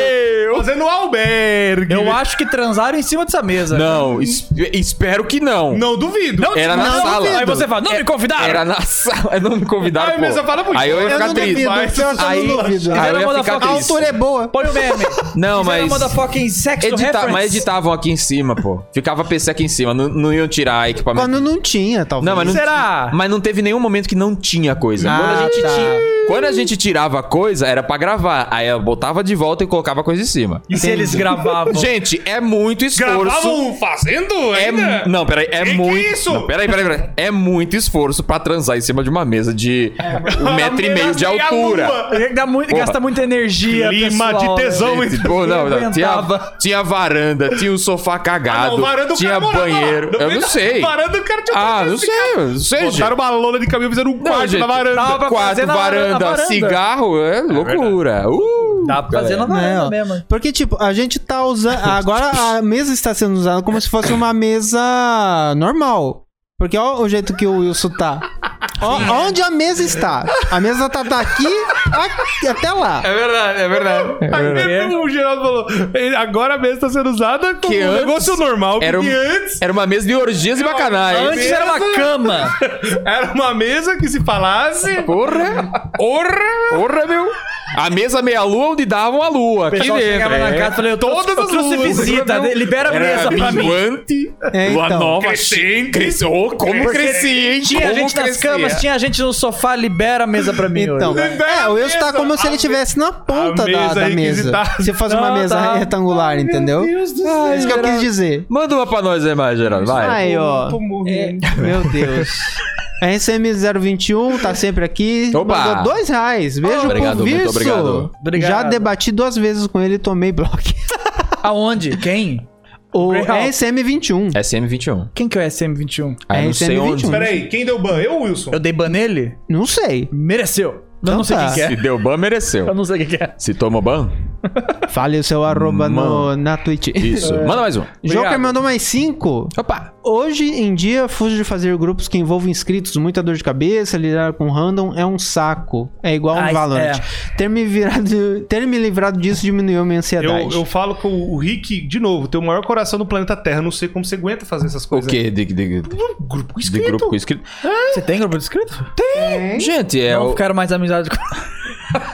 Speaker 4: fazendo o albergue.
Speaker 2: Eu acho que transaram em cima dessa mesa.
Speaker 1: Não, es- espero que não.
Speaker 4: Não duvido.
Speaker 1: Era na
Speaker 2: Não, é
Speaker 1: sala.
Speaker 2: Aí você fala, não me convidaram.
Speaker 1: Era na sala. é, Não me convidaram.
Speaker 4: Aí a mesa
Speaker 1: pô.
Speaker 4: fala muito.
Speaker 1: Aí eu ia
Speaker 4: Eu
Speaker 1: ficar
Speaker 4: não
Speaker 1: triste.
Speaker 4: duvido.
Speaker 1: Mas-
Speaker 4: Pior que eu
Speaker 1: Aí,
Speaker 4: não
Speaker 3: duvido.
Speaker 1: aí eu
Speaker 2: Fizeram
Speaker 1: ia ficar
Speaker 2: motherfucker.
Speaker 3: A
Speaker 1: triste.
Speaker 3: altura é boa.
Speaker 2: Põe o meme.
Speaker 1: Não,
Speaker 2: Fizeram
Speaker 1: mas.
Speaker 2: motherfucking sex
Speaker 1: Edita...
Speaker 2: reference.
Speaker 1: Mas editavam aqui em cima, pô. Ficava PC aqui em cima. Não, não iam tirar equipamento.
Speaker 3: Quando não tinha, talvez.
Speaker 1: Não, mas não,
Speaker 2: Será?
Speaker 1: mas não teve nenhum momento que não tinha coisa.
Speaker 3: Ah,
Speaker 1: quando, a gente
Speaker 3: tá.
Speaker 1: ti- quando a gente tirava coisa, era pra gravar. Aí eu botava de volta e colocava a coisa em cima.
Speaker 2: E se eles gravavam?
Speaker 1: Gente, é muito esforço.
Speaker 2: um
Speaker 4: Gravavam fazendo
Speaker 1: É,
Speaker 4: um ainda?
Speaker 1: mu- não, peraí, é
Speaker 4: Que que
Speaker 1: muito.
Speaker 4: é isso?
Speaker 1: Não, peraí, peraí, peraí. É muito esforço pra transar em cima de uma mesa de
Speaker 4: É,
Speaker 1: um metro e meio de
Speaker 4: Tem a
Speaker 1: altura.
Speaker 4: lua.
Speaker 2: Dá muito-
Speaker 1: Porra.
Speaker 2: gasta muita energia.
Speaker 4: Clima de
Speaker 2: pessoal,
Speaker 4: tesão.
Speaker 2: né?
Speaker 1: Gente, pô, É, tipo, não, não, tinha,
Speaker 2: aguentava.
Speaker 1: tinha varanda, tinha um sofá
Speaker 4: Ah,
Speaker 1: cagado,
Speaker 4: não, varanda o
Speaker 1: tinha
Speaker 4: cara morava lá.
Speaker 1: banheiro.
Speaker 4: No
Speaker 1: Eu
Speaker 4: meio
Speaker 1: não
Speaker 4: da
Speaker 1: sei.
Speaker 4: Varanda o cara tinha
Speaker 1: Ah,
Speaker 4: um
Speaker 1: não sei, eu não sei, gente.
Speaker 4: Botaram uma lona de caminhão e fizeram um
Speaker 1: Não,
Speaker 4: quarto
Speaker 1: gente,
Speaker 4: na varanda.
Speaker 2: tava- pra
Speaker 1: quarto,
Speaker 2: fazer na- na
Speaker 1: varanda,
Speaker 2: varanda.
Speaker 1: cigarro, é loucura. Uh,
Speaker 2: Dá pra fazer na varanda
Speaker 3: Não,
Speaker 2: mesmo.
Speaker 3: porque, tipo, a gente tá usando. Agora a mesa está sendo usada como se fosse uma mesa normal. Porque ó o jeito que o Wilson tá. Ó, onde a mesa está? A mesa tá daqui a- até lá.
Speaker 1: É verdade, é verdade.
Speaker 4: Aí mesmo o Geraldo falou, "Ele- agora a mesa tá sendo usada como
Speaker 1: Que
Speaker 4: um
Speaker 1: antes
Speaker 4: negócio normal,
Speaker 1: Era, um-
Speaker 4: porque antes
Speaker 1: era uma mesa de orgias e bacanais.
Speaker 2: Antes era uma cama.
Speaker 4: era uma mesa que se falasse...
Speaker 1: Porra! Porra! Porra, meu! A mesa meia-lua onde davam a lua.
Speaker 2: O
Speaker 1: Aqui
Speaker 2: pessoal
Speaker 1: dentro.
Speaker 2: chegava na
Speaker 1: É.
Speaker 2: casa e falei, eu trouxe,
Speaker 1: Todas
Speaker 2: eu
Speaker 1: as
Speaker 2: trouxe
Speaker 1: luas,
Speaker 2: visita,
Speaker 1: entendeu?
Speaker 2: né? libera a mesa pra mim.
Speaker 1: minguante,
Speaker 3: É,
Speaker 1: lua
Speaker 3: então.
Speaker 1: nova.
Speaker 4: Crescente.
Speaker 1: Cresceu. Oh, como crescia, hein?
Speaker 2: Tinha
Speaker 1: como
Speaker 2: gente nas
Speaker 1: crescia.
Speaker 2: camas, tinha gente no sofá, libera a mesa pra mim
Speaker 3: Então,
Speaker 2: hoje.
Speaker 3: é, o Wilson tá como se ele estivesse na ponta
Speaker 4: a mesa
Speaker 3: da, da mesa.
Speaker 4: requisitada.
Speaker 3: Se fosse uma
Speaker 2: Não,
Speaker 3: mesa
Speaker 2: tá.
Speaker 3: retangular, entendeu? É isso que eu quis dizer.
Speaker 1: Manda uma pra nós aí, mais, Geraldo. Vai.
Speaker 2: É,
Speaker 3: Aí, ó.
Speaker 4: Tô morrendo.
Speaker 3: Meu Deus. RCM021 tá sempre aqui.
Speaker 1: Oba!
Speaker 3: Mandou dois reais. Beijo,
Speaker 1: Obrigado, muito
Speaker 3: Virso.
Speaker 1: obrigado.
Speaker 2: Obrigado.
Speaker 3: Já debati duas vezes com ele e tomei bloco.
Speaker 2: Aonde? Quem?
Speaker 3: O
Speaker 2: Greyhound.
Speaker 3: RCM21.
Speaker 1: SM21.
Speaker 2: Quem que é o SM21?
Speaker 1: Aí Ah, eu não sei
Speaker 3: SM21.
Speaker 1: onde.
Speaker 4: Peraí, quem deu ban? Eu ou o Wilson?
Speaker 2: Eu dei ban nele?
Speaker 3: Não sei.
Speaker 2: Mereceu. Eu
Speaker 3: Então
Speaker 2: não sei
Speaker 3: tá.
Speaker 2: quem que
Speaker 1: Se
Speaker 2: é.
Speaker 1: deu ban, mereceu.
Speaker 2: Eu não sei quem que é.
Speaker 1: Se tomou ban?
Speaker 3: Fale o seu arroba no, na Twitch.
Speaker 1: Isso. Manda mais um.
Speaker 3: Joker mandou mais cinco.
Speaker 1: Opa.
Speaker 3: Hoje em dia, fujo de fazer grupos que envolvem inscritos, muita dor de cabeça, lidar com random é um saco. É igual
Speaker 2: Ah,
Speaker 3: um
Speaker 2: isso-
Speaker 3: Valorant. Ter, me virado, ter me livrado disso diminuiu minha
Speaker 4: Eu,
Speaker 3: ansiedade.
Speaker 4: eu falo com o Rick, de novo, tem o maior coração do planeta Terra. Não sei como você aguenta fazer essas
Speaker 1: O
Speaker 4: coisas.
Speaker 1: quê? De, de, de
Speaker 4: Grupo com
Speaker 1: de
Speaker 4: inscrito.
Speaker 1: grupo com inscrito?
Speaker 2: Você tem grupo de inscrito?
Speaker 1: Gente, é
Speaker 2: Não
Speaker 1: o...
Speaker 2: Então, ficaram mais amizade com...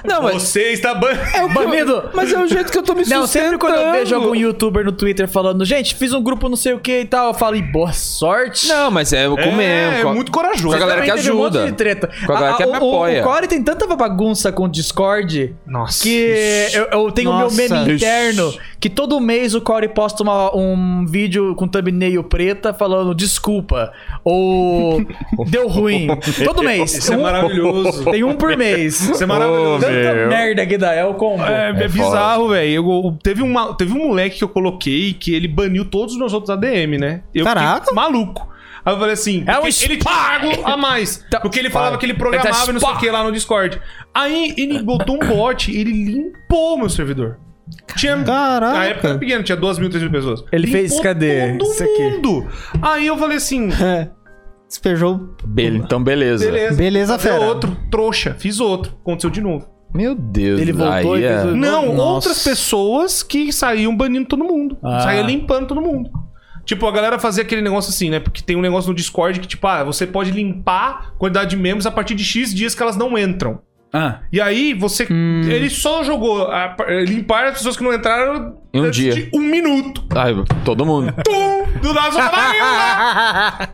Speaker 1: Não, mas...
Speaker 4: Você está ban...
Speaker 2: Banido!
Speaker 1: Mas é o jeito que eu tô me
Speaker 2: Não, sempre quando eu vejo
Speaker 1: sustentando.
Speaker 2: algum youtuber no Twitter falando, gente, fiz um grupo não sei o que e tal, eu falo, e boa sorte.
Speaker 1: Não, mas é eu
Speaker 4: É,
Speaker 1: comendo.
Speaker 4: é
Speaker 1: co-
Speaker 4: muito corajoso.
Speaker 1: com a galera
Speaker 2: Também
Speaker 1: que
Speaker 2: teve um
Speaker 1: ajuda.
Speaker 2: monte de treta.
Speaker 1: Com a galera
Speaker 2: Ah,
Speaker 1: que
Speaker 2: o-
Speaker 1: me
Speaker 2: o-
Speaker 1: apoia.
Speaker 2: O Core tem tanta bagunça com o Discord
Speaker 1: é-
Speaker 4: Nossa.
Speaker 2: que eu, eu tenho o meu
Speaker 3: Nossa.
Speaker 2: meme interno que todo mês o Core posta uma- um vídeo com thumbnail preta falando desculpa ou deu ruim. todo mês.
Speaker 4: Isso é
Speaker 2: Um-
Speaker 4: maravilhoso.
Speaker 2: Tem um por mês.
Speaker 4: Isso é maravilhoso.
Speaker 2: Tanta merda que dá, é o combo.
Speaker 4: É, é
Speaker 1: foda.
Speaker 4: bizarro, velho. Eu- eu- Teve, uma- teve um moleque que eu coloquei que ele baniu todos os meus outros ADM, né? Eu fiquei
Speaker 3: Caraca.
Speaker 4: maluco. Aí eu falei assim,
Speaker 2: É um
Speaker 4: porque ele tinha pago a mais. Porque ele falava que ele programava e não sei o que lá no Discord. Aí ele botou um bot e ele limpou o meu servidor. Tinha,
Speaker 3: Caraca.
Speaker 4: Na época era pequeno, tinha 2 mil, 3 mil pessoas.
Speaker 2: Ele fez-
Speaker 4: Limpou
Speaker 2: cadê?
Speaker 4: Todo
Speaker 2: Isso aqui.
Speaker 4: mundo. Aí eu falei assim,
Speaker 3: É. Despejou.
Speaker 1: Be- Então, beleza.
Speaker 4: beleza.
Speaker 3: Beleza,
Speaker 4: fazer
Speaker 3: fera.
Speaker 4: outro, trouxa. Fiz outro. Aconteceu de novo.
Speaker 1: Meu Deus.
Speaker 2: Ele voltou
Speaker 1: aí
Speaker 2: e fez
Speaker 1: é...
Speaker 2: o-
Speaker 4: Não,
Speaker 3: Nossa.
Speaker 4: outras pessoas que saíam banindo todo mundo.
Speaker 2: Ah.
Speaker 4: Saíam limpando todo mundo. Tipo, a galera fazia aquele negócio assim, né? Porque tem um negócio no Discord que, tipo, ah, você pode limpar a quantidade de membros a partir de X dias que elas não entram.
Speaker 2: Ah.
Speaker 4: E aí você.
Speaker 1: Hum.
Speaker 4: Ele só jogou a par- limpar as pessoas que não entraram
Speaker 1: Em um
Speaker 4: antes
Speaker 1: dia.
Speaker 4: de um minuto.
Speaker 1: Ai, todo mundo.
Speaker 4: Tum! Do nada só vai lá.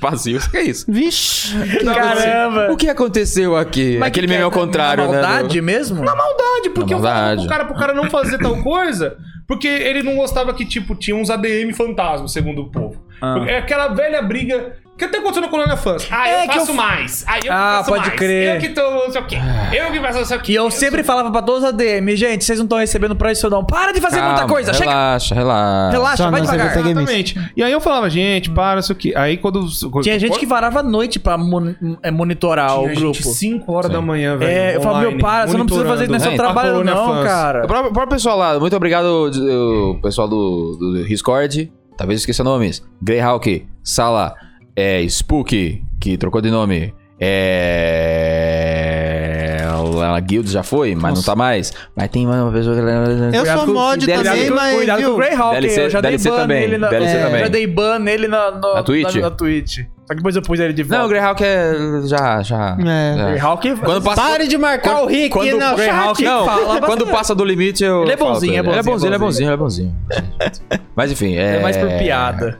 Speaker 1: Vazio. O que é isso?
Speaker 3: Vixe.
Speaker 2: Caramba.
Speaker 1: O que aconteceu aqui?
Speaker 2: Mas
Speaker 1: Aquele
Speaker 2: que
Speaker 1: meme ao
Speaker 2: que é?
Speaker 1: contrário,
Speaker 2: Na
Speaker 1: né?
Speaker 2: maldade mesmo?
Speaker 4: Maldade, porque
Speaker 1: Na
Speaker 4: eu falava pro
Speaker 1: maldade.
Speaker 4: cara, pro cara não fazer tal coisa, porque ele não gostava que, tipo, tinha uns ADM fantasmas, segundo o povo.
Speaker 2: Ah.
Speaker 4: Porque É aquela velha briga que até aconteceu na Colônia Fãs. Ah,
Speaker 2: É
Speaker 4: eu
Speaker 2: que
Speaker 4: faço
Speaker 2: eu-
Speaker 4: mais. Ah, eu que
Speaker 2: Ah,
Speaker 4: faço
Speaker 2: pode
Speaker 4: mais.
Speaker 2: crer. Ah.
Speaker 4: Eu que tô não sei o quê. Eu que faço não sei o quê.
Speaker 2: E eu sempre falava pra todos os ADM, gente, vocês não estão recebendo pra isso não. Para de fazer muita
Speaker 1: Calma,
Speaker 2: coisa, chega,
Speaker 1: relaxa, relaxa.
Speaker 2: relaxa,
Speaker 3: Só
Speaker 2: vai
Speaker 3: não, você
Speaker 2: devagar.
Speaker 3: vai ter que-
Speaker 4: Exatamente. E aí eu falava, gente, para, não sei o quê. Aí quando...
Speaker 2: Tinha gente que varava a noite pra mon- é, monitorar o grupo.
Speaker 4: 5 horas da manhã, velho.
Speaker 2: é, eu falava, meu,
Speaker 4: online,
Speaker 2: para, você não precisa fazer isso, não é
Speaker 4: monitorando.
Speaker 2: seu
Speaker 1: É,
Speaker 2: trabalho
Speaker 4: Colônia
Speaker 2: não,
Speaker 1: O
Speaker 4: Fãs.
Speaker 2: cara.
Speaker 1: próprio, o próprio pessoal lá, muito obrigado, de- o pessoal do, do, do Discord. Talvez eu esqueça nomes. Greyhawk, Sala, é, Spook, que trocou de nome. É. A Guild já foi, mas não tá mais. Mas tem mais uma pessoa que.
Speaker 3: Eu
Speaker 2: Cuidado
Speaker 3: sou
Speaker 2: com-
Speaker 3: mod
Speaker 2: cuidado
Speaker 3: também,
Speaker 2: com-
Speaker 3: mas.
Speaker 2: Cuidado com o
Speaker 3: viu?
Speaker 2: Greyhawk,
Speaker 1: DLC
Speaker 2: eu já dei
Speaker 1: DLC
Speaker 2: ban
Speaker 1: também,
Speaker 2: nele na...
Speaker 1: DLC
Speaker 2: é,
Speaker 1: também.
Speaker 2: Já dei ban nele na... no-
Speaker 1: Na Twitch?
Speaker 2: Na, na Twitch. Só que depois eu pus ele de volta.
Speaker 1: Não, o Greyhawk é. Já, já.
Speaker 3: É.
Speaker 1: já.
Speaker 2: Greyhawk...
Speaker 1: Quando passa,
Speaker 3: Pare de marcar o Rick
Speaker 1: quando
Speaker 3: no
Speaker 1: o Greyhawk,
Speaker 3: chat.
Speaker 1: não, quando
Speaker 2: fala bastante.
Speaker 1: passa do limite eu
Speaker 2: Ele é
Speaker 1: falo
Speaker 2: bonzinho,
Speaker 1: pra
Speaker 2: é
Speaker 1: ele.
Speaker 2: bonzinho,
Speaker 1: ele é
Speaker 2: é
Speaker 1: bonzinho, ele é bonzinho, ele é bonzinho. Mas enfim, é
Speaker 2: É mais por piada.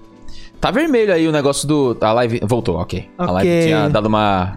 Speaker 1: Tá vermelho aí o negócio do a live voltou, OK. A live
Speaker 3: Ok.
Speaker 1: tinha dado uma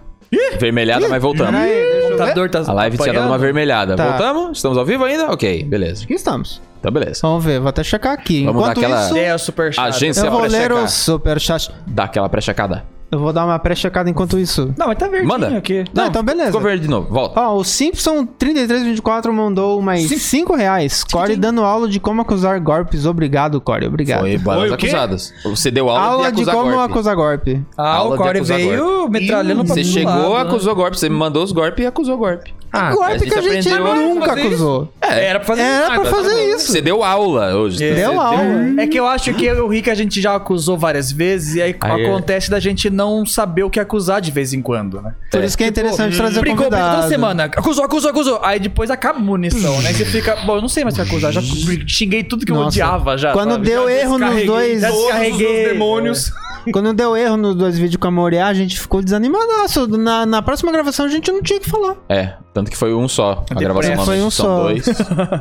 Speaker 1: vermelhada, mas voltamos.
Speaker 3: Peraí, deixa eu
Speaker 2: O
Speaker 3: ver.
Speaker 2: computador tá
Speaker 1: A live tinha dado
Speaker 2: apanhando.
Speaker 1: uma vermelhada.
Speaker 3: Tá.
Speaker 1: Voltamos? Estamos ao vivo ainda? OK, beleza.
Speaker 3: Aqui estamos.
Speaker 1: Então beleza.
Speaker 3: Vamos ver, vou até checar aqui.
Speaker 1: Vamos dar
Speaker 3: Enquanto
Speaker 1: aquela-
Speaker 3: isso,
Speaker 2: É, super chato.
Speaker 1: Agência
Speaker 3: eu vou
Speaker 1: pra
Speaker 3: ler
Speaker 1: checar.
Speaker 3: o superchat.
Speaker 1: Dá aquela pré-checada.
Speaker 3: Eu vou dar uma pré-checada enquanto isso.
Speaker 2: Não, mas tá verdinho
Speaker 1: Manda.
Speaker 2: aqui. é?
Speaker 3: Não, então beleza.
Speaker 1: Ficou verde de novo. Volta.
Speaker 3: Ó, o Simpson3324 mandou mais 5 reais. Corey dando aula de como acusar golpes. Obrigado, Corey. Obrigado.
Speaker 1: Foi
Speaker 4: Foi
Speaker 1: balas
Speaker 4: o quê?
Speaker 1: acusadas. Você deu aula,
Speaker 3: Aula de
Speaker 1: acusar
Speaker 3: como
Speaker 1: golpe.
Speaker 3: acusar golpe.
Speaker 2: Ah,
Speaker 1: Aula
Speaker 2: o
Speaker 1: de
Speaker 2: Corey
Speaker 1: acusar
Speaker 2: veio metralhando pra
Speaker 1: Você
Speaker 2: todo
Speaker 1: chegou,
Speaker 2: lado, né?
Speaker 1: acusou golpe. Você me mandou os golpes e acusou golpe. Ah,
Speaker 3: É golpe que a gente nunca acusou.
Speaker 1: É,
Speaker 2: É, Era pra fazer
Speaker 3: Era pra
Speaker 2: nada.
Speaker 3: fazer isso.
Speaker 1: Você deu aula hoje.
Speaker 2: É.
Speaker 1: Você
Speaker 3: Deu aula.
Speaker 2: É que eu acho que o Rick a gente já acusou várias vezes e aí,
Speaker 1: Aí é.
Speaker 2: acontece da gente não saber o que acusar de vez em quando, né?
Speaker 3: Por isso que é interessante trazer
Speaker 2: Brincou, brincou
Speaker 3: convidado.
Speaker 2: toda semana. Acusou, acusou, acusou. Aí depois acaba a munição, né? Que fica, bom, eu não sei mais o que acusar. Já xinguei tudo que eu
Speaker 3: Nossa.
Speaker 2: odiava já.
Speaker 3: Quando
Speaker 2: sabe?
Speaker 3: deu erro nos dois, É.
Speaker 2: já descarreguei.
Speaker 4: demônios.
Speaker 3: quando deu erro nos dois vídeos com a Moriá, a gente ficou desanimadaço. Na, na próxima gravação a gente não tinha o que falar.
Speaker 1: É, tanto que foi um só. A gravação
Speaker 3: É,
Speaker 1: não
Speaker 3: foi um
Speaker 1: são
Speaker 3: só.
Speaker 1: dois.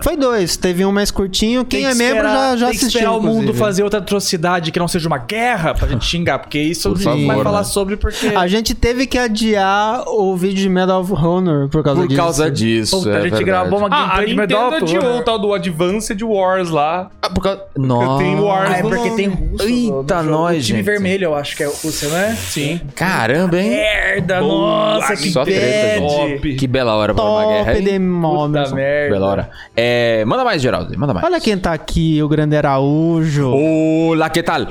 Speaker 3: Foi dois, teve um mais curtinho. Quem
Speaker 2: Tem
Speaker 3: é
Speaker 2: que
Speaker 3: membro
Speaker 2: esperar-
Speaker 3: já, já
Speaker 2: tem que
Speaker 3: assistiu.
Speaker 2: esperar o mundo
Speaker 3: inclusive.
Speaker 2: fazer outra atrocidade que não seja uma guerra pra gente xingar, porque isso
Speaker 1: Por
Speaker 2: a gente não vai
Speaker 1: favor,
Speaker 2: falar
Speaker 1: né?
Speaker 2: sobre porque.
Speaker 3: A gente teve que adiar o vídeo de Medal of Honor por causa
Speaker 1: Por
Speaker 3: disso.
Speaker 1: causa disso.
Speaker 2: Puta, a
Speaker 1: é
Speaker 2: gente
Speaker 1: verdade.
Speaker 2: gravou uma
Speaker 4: Ah, a
Speaker 2: gameplay de Medal
Speaker 4: Nintendo
Speaker 2: of
Speaker 4: adiou o
Speaker 2: Honor.
Speaker 4: tal do Advanced Wars lá.
Speaker 1: Ah, por causa. Nossa.
Speaker 4: Tem Wars
Speaker 2: Ah, é
Speaker 4: no
Speaker 2: porque
Speaker 4: nome.
Speaker 2: tem russo.
Speaker 1: Eita,
Speaker 2: no jogo.
Speaker 1: nós,
Speaker 2: O time
Speaker 1: gente.
Speaker 2: vermelho, eu acho que é o Rússia, né?
Speaker 4: Sim.
Speaker 1: Caramba, hein?
Speaker 2: Merda, nossa, que
Speaker 1: Só treta,
Speaker 2: bad.
Speaker 1: gente. Que bela hora pra uma guerra,
Speaker 3: Top
Speaker 1: hein?
Speaker 2: Puta
Speaker 3: demônio.
Speaker 2: merda.
Speaker 1: Bela hora. É, manda mais, Geraldo. Manda mais.
Speaker 3: Olha quem tá aqui, o grande Araújo.
Speaker 1: Olá, que tal?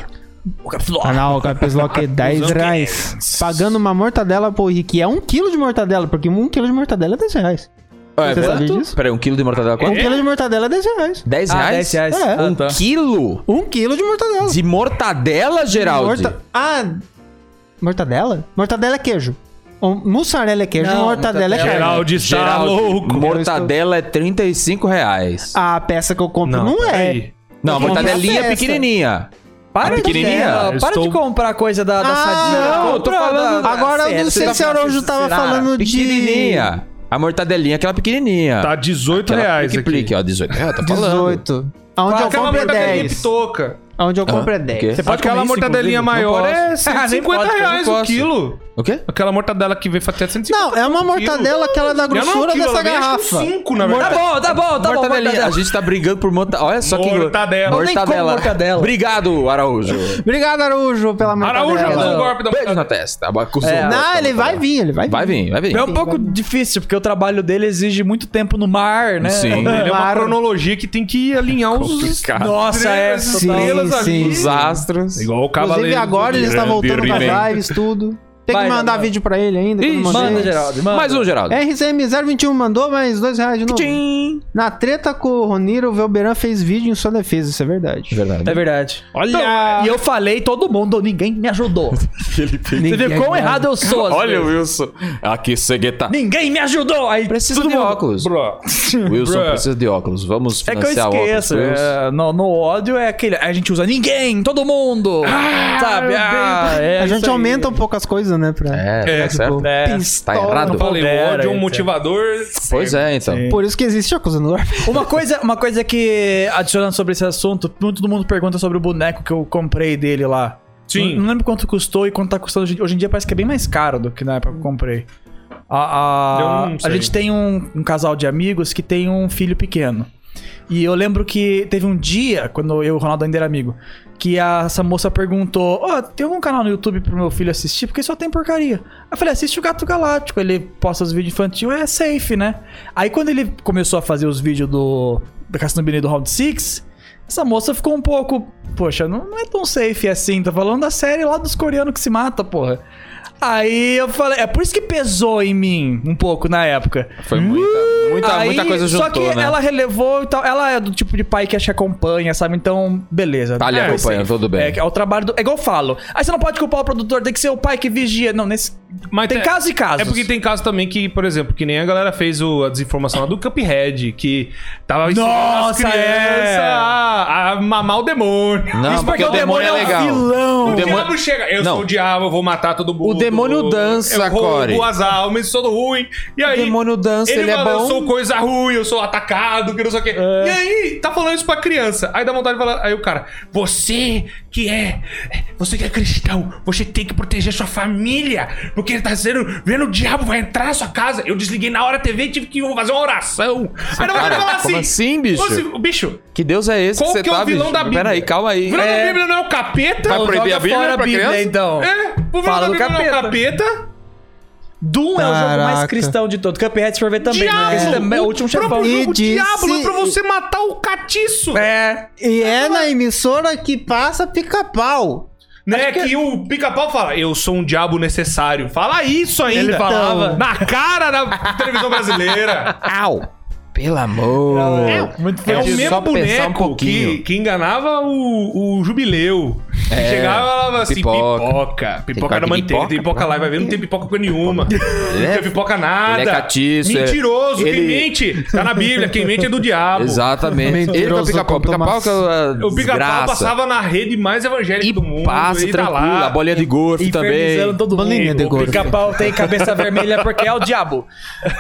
Speaker 3: Canal Capes Lock 10 reais. Pagando uma mortadela pro Henrique. É um quilo de mortadela, porque um quilo de mortadela é 10 reais.
Speaker 1: É,
Speaker 3: Você sabia
Speaker 1: quanto?
Speaker 3: disso?
Speaker 1: Peraí, um quilo de mortadela
Speaker 3: Um
Speaker 1: quanto?
Speaker 3: quilo de mortadela é 10 reais.
Speaker 1: 10
Speaker 2: Ah,
Speaker 1: reais?
Speaker 2: 10 reais.
Speaker 3: É.
Speaker 2: Ah, tá.
Speaker 1: Quilo?
Speaker 3: Um quilo de mortadela.
Speaker 1: De mortadela, Geraldo?
Speaker 3: Morta- Ah, mortadela? Mortadela é queijo. Um- Mussarela é queijo,
Speaker 2: Não,
Speaker 3: mortadela
Speaker 2: mortadela-
Speaker 3: é carne.
Speaker 4: Geraldo
Speaker 2: Tá
Speaker 4: está
Speaker 1: Geraldo,
Speaker 4: louco.
Speaker 1: mortadela é 35 reais.
Speaker 3: Ah, A peça que eu compro não, é.
Speaker 4: peraí.
Speaker 1: não, a
Speaker 3: não,
Speaker 1: mortadelinha
Speaker 3: não é essa.
Speaker 1: pequenininha.
Speaker 2: Para,
Speaker 1: A
Speaker 2: de,
Speaker 1: pequenininha?
Speaker 2: Ah,
Speaker 4: Eu
Speaker 2: para de
Speaker 4: estou-
Speaker 2: comprar coisa da,
Speaker 1: Tá
Speaker 2: da
Speaker 3: Ah,
Speaker 2: sadia.
Speaker 3: não,
Speaker 2: Compra
Speaker 3: eu tô falando- agora eu
Speaker 2: Sério,
Speaker 3: não
Speaker 2: você
Speaker 3: sei
Speaker 2: tá
Speaker 3: se a
Speaker 2: falando-
Speaker 3: Araújo tava
Speaker 2: Será?
Speaker 3: falando de...
Speaker 1: assim, Pequenininha. A mortadelinha, é aquela pequenininha.
Speaker 4: Tá 18
Speaker 1: aquela
Speaker 4: reais
Speaker 1: plique,
Speaker 4: aqui.
Speaker 1: plique, ó, 18 reais, eu tô falando.
Speaker 3: 18. Aonde eu
Speaker 4: Aquela
Speaker 3: compro é
Speaker 4: mortadelinha
Speaker 3: 10.
Speaker 4: pitoca.
Speaker 3: Aonde eu
Speaker 1: Ah,
Speaker 3: compro é
Speaker 1: o
Speaker 3: 10.
Speaker 1: quê?
Speaker 2: pode
Speaker 4: Aquela
Speaker 2: comer isso,
Speaker 4: mortadelinha
Speaker 2: inclusive? Não
Speaker 4: maior
Speaker 2: posso.
Speaker 4: é
Speaker 2: Ah, nem pode,
Speaker 4: 150
Speaker 2: porque eu não
Speaker 4: reais o
Speaker 2: posso.
Speaker 4: quilo.
Speaker 1: O quê?
Speaker 4: Aquela mortadela que veio até 150
Speaker 3: Não, é uma mortadela aquela da
Speaker 4: Ela não é um
Speaker 3: grossura
Speaker 4: quilo,
Speaker 3: dessa
Speaker 4: ela vem, acho que
Speaker 3: garrafa.
Speaker 4: uns cinco, na
Speaker 2: Tá
Speaker 4: verdade.
Speaker 2: bom, tá bom, tá bom.
Speaker 1: mortadelinha.
Speaker 2: mortadela.
Speaker 1: A gente tá brigando por mortadela. Olha só que...
Speaker 4: Mortadela.
Speaker 2: Eu nem como
Speaker 1: Mortadela.
Speaker 2: mortadela. É.
Speaker 1: Obrigado, Araújo.
Speaker 3: Obrigado, Araújo, pela mortadela.
Speaker 4: Araújo dá um golpe da
Speaker 1: Beijo
Speaker 4: mortadela.
Speaker 1: na testa. Acusou.
Speaker 2: É,
Speaker 3: Não, ele vai vir, ele vai vir.
Speaker 1: Vai vir, vai vir.
Speaker 2: É um pouco difícil, porque o trabalho dele exige muito tempo no mar, né?
Speaker 1: Sim.
Speaker 4: É uma
Speaker 3: Claro.
Speaker 4: cronologia que tem que alinhar os
Speaker 1: Complicado.
Speaker 2: Nossa, é.
Speaker 4: Sim,
Speaker 2: total.
Speaker 4: Estrelas ali.
Speaker 1: Os astros.
Speaker 4: Igual o
Speaker 3: Inclusive,
Speaker 4: cavaleiro.
Speaker 3: agora ele tá está voltando
Speaker 4: com
Speaker 3: com as lives, tudo. Tem
Speaker 2: Vai,
Speaker 3: que mandar
Speaker 2: Gabriel.
Speaker 3: vídeo pra ele ainda. que eu não mandei.
Speaker 2: Manda, Geraldo, manda.
Speaker 1: Mais um, Geraldo.
Speaker 2: É,
Speaker 3: RCM021 mandou mais dois reais de novo.
Speaker 1: Tchim.
Speaker 3: Na treta com o Roniro, o Velberan fez vídeo em sua defesa, isso é verdade.
Speaker 1: Verdade.
Speaker 2: É verdade. Então,
Speaker 3: Olha!
Speaker 2: e eu falei, todo mundo, ninguém me ajudou. Você
Speaker 3: Ninguém
Speaker 2: viu quão
Speaker 3: me
Speaker 2: errado eu sou. às
Speaker 1: Olha o
Speaker 2: vezes.
Speaker 1: Wilson. Aqui, cegueta.
Speaker 2: Ninguém me ajudou. Aí
Speaker 1: Precisa
Speaker 2: tudo
Speaker 1: de
Speaker 2: me-
Speaker 1: óculos. Wilson
Speaker 4: Bruh.
Speaker 1: precisa de óculos. Vamos
Speaker 2: É que eu
Speaker 1: financiar
Speaker 2: esqueço.
Speaker 1: óculos. Wilson.
Speaker 2: é, no, no ódio é aquele. A gente usa ninguém, todo mundo. sabe? Ah, é
Speaker 3: a
Speaker 2: isso
Speaker 3: gente
Speaker 2: aí.
Speaker 3: aumenta um pouco as coisas, né? Pra...
Speaker 1: É, tá
Speaker 4: É,
Speaker 1: certo.
Speaker 2: É.
Speaker 1: Tá
Speaker 3: Pistola.
Speaker 1: errado?
Speaker 4: Falei, o
Speaker 2: Pondera,
Speaker 4: ódio é um
Speaker 2: etc.
Speaker 4: motivador.
Speaker 1: Pois é, então.
Speaker 3: Por isso que existe acusador.
Speaker 2: Uma coisa, uma coisa que, adicionando sobre esse assunto, todo mundo pergunta sobre o boneco que eu comprei dele lá.
Speaker 4: Sim.
Speaker 2: Não, não lembro quanto custou e quanto tá custando hoje. em dia. Hoje em dia parece que é bem mais caro do que na época que eu comprei. A, a,
Speaker 4: Eu não
Speaker 2: a
Speaker 4: sei.
Speaker 2: gente tem um, um casal de amigos que tem um filho pequeno. E eu lembro que teve um dia, quando eu e o Ronaldo ainda era amigo, que a- essa moça perguntou: Ó, tem algum canal no YouTube pro meu filho assistir? Porque só tem porcaria. Aí eu falei: assiste o Gato Galáctico, ele posta os vídeos infantil, é safe, né? Aí quando ele começou a fazer os vídeos do. da Castanobini do Round 6, essa moça ficou um pouco. Poxa, não, não é tão safe assim, tá falando da série lá dos coreanos que se mata, porra. Aí eu falei, é por isso que pesou em mim um pouco na época.
Speaker 1: Foi muita, muita,
Speaker 2: Aí,
Speaker 1: muita coisa juntou,
Speaker 2: Só que
Speaker 1: né?
Speaker 2: ela relevou e tal. Ela é do tipo de pai que acha que acompanha, sabe? Então, beleza.
Speaker 1: Tá ali
Speaker 2: É,
Speaker 1: acompanhando,
Speaker 2: safe.
Speaker 1: tudo bem.
Speaker 2: É, que é o trabalho do. É igual eu falo. Aí você não pode culpar o produtor, tem que ser o pai que vigia. Não, nesse.
Speaker 4: Mas
Speaker 2: Tem
Speaker 4: é-
Speaker 2: casos e casos.
Speaker 4: É porque tem casos também que, por exemplo, que nem a galera fez o- a desinformação lá do Cuphead, que tava ensinando as
Speaker 2: Nossa,
Speaker 4: crianças
Speaker 2: é.
Speaker 4: a, a mamar o demônio.
Speaker 1: Não,
Speaker 4: Isso
Speaker 1: porque o demônio é
Speaker 2: um
Speaker 1: legal.
Speaker 4: vilão. é um O,
Speaker 1: O demônio-
Speaker 4: diabo chega, eu
Speaker 1: Não.
Speaker 4: sou o diabo, eu vou matar todo mundo.
Speaker 1: demônio dança,
Speaker 4: eu roubo
Speaker 1: Corey.
Speaker 4: as almas, sou do ruim. E aí...
Speaker 1: O demônio dança, ele,
Speaker 4: Ele,
Speaker 1: é
Speaker 4: fala, eu
Speaker 1: bom. É.
Speaker 4: sou coisa ruim, eu sou atacado, que não sei o quê. E aí, tá falando isso pra criança. Aí dá vontade de falar. Aí o cara, você que é. Você que é cristão, você tem que proteger sua família. Porque ele tá sendo. Vendo o diabo vai entrar na sua casa. Eu desliguei na hora a TV e tive que fazer uma oração. Aí dá vontade de
Speaker 1: Cara,
Speaker 4: falar assim.
Speaker 1: como assim, bicho?
Speaker 4: "Ô, bicho,
Speaker 1: Que Deus é esse
Speaker 4: qual
Speaker 1: que você
Speaker 4: que é
Speaker 1: tá,
Speaker 4: o vilão
Speaker 1: bicho?
Speaker 4: da Bíblia?
Speaker 1: Peraí, calma
Speaker 4: O
Speaker 1: aí.
Speaker 4: vilão da
Speaker 1: É,
Speaker 4: Bíblia não é o capeta?
Speaker 1: Vai proibir a Bíblia
Speaker 2: fora a
Speaker 1: pra
Speaker 2: Bíblia,
Speaker 1: criança?
Speaker 2: então.
Speaker 4: É, o vilão
Speaker 2: Fala
Speaker 4: da
Speaker 2: do
Speaker 4: Bíblia não é o capeta.
Speaker 2: Doom é o jogo mais
Speaker 3: Caraca.
Speaker 2: cristão de todos. Cuphead, se for ver também.
Speaker 4: diabo!
Speaker 2: Né? Esse também é o último chefão.
Speaker 4: próprio jogo
Speaker 3: E disse-
Speaker 4: diabo é pra você matar o catiço.
Speaker 2: É.
Speaker 3: E é na emissora que passa pica-pau.
Speaker 4: Né, que... o pica-pau fala, eu sou um diabo necessário. Fala isso ainda.
Speaker 2: Ele falava.
Speaker 4: Na cara da televisão brasileira.
Speaker 1: Pelo amor.
Speaker 2: Muito
Speaker 4: É,
Speaker 1: É
Speaker 4: o
Speaker 1: de
Speaker 4: mesmo
Speaker 1: só pensar
Speaker 4: boneco
Speaker 1: um
Speaker 4: que,
Speaker 1: pouquinho. É,
Speaker 4: que enganava o, o jubileu. que chegava e falava assim,
Speaker 1: pipoca.
Speaker 4: pipoca. Pipoca,
Speaker 1: Pipoca
Speaker 4: na
Speaker 1: de
Speaker 4: manteiga,
Speaker 1: pipoca?
Speaker 4: tem pipoca lá, vai ver, não tem pipoca com nenhuma. Não tem pipoca nada.
Speaker 1: Ele é catiço, é-
Speaker 4: Mentiroso, quem
Speaker 1: ele-
Speaker 4: mente. Tá na Bíblia, quem mente é do diabo.
Speaker 1: Exatamente. Ele com o
Speaker 3: Mentiroso
Speaker 1: pica-pau.
Speaker 3: como
Speaker 1: Pica-pau
Speaker 3: Tomás.
Speaker 1: que é
Speaker 4: O pica-pau
Speaker 1: desgraça.
Speaker 4: passava na rede mais evangélica
Speaker 1: E
Speaker 4: do mundo.
Speaker 1: passa
Speaker 4: e tá
Speaker 1: tranquilo.
Speaker 4: lá.
Speaker 1: A bolinha de golfe também.
Speaker 2: Infernizando todo
Speaker 3: Bolinha de
Speaker 2: mundo. O
Speaker 3: golfe.
Speaker 2: pica-pau tem cabeça vermelha porque é o diabo.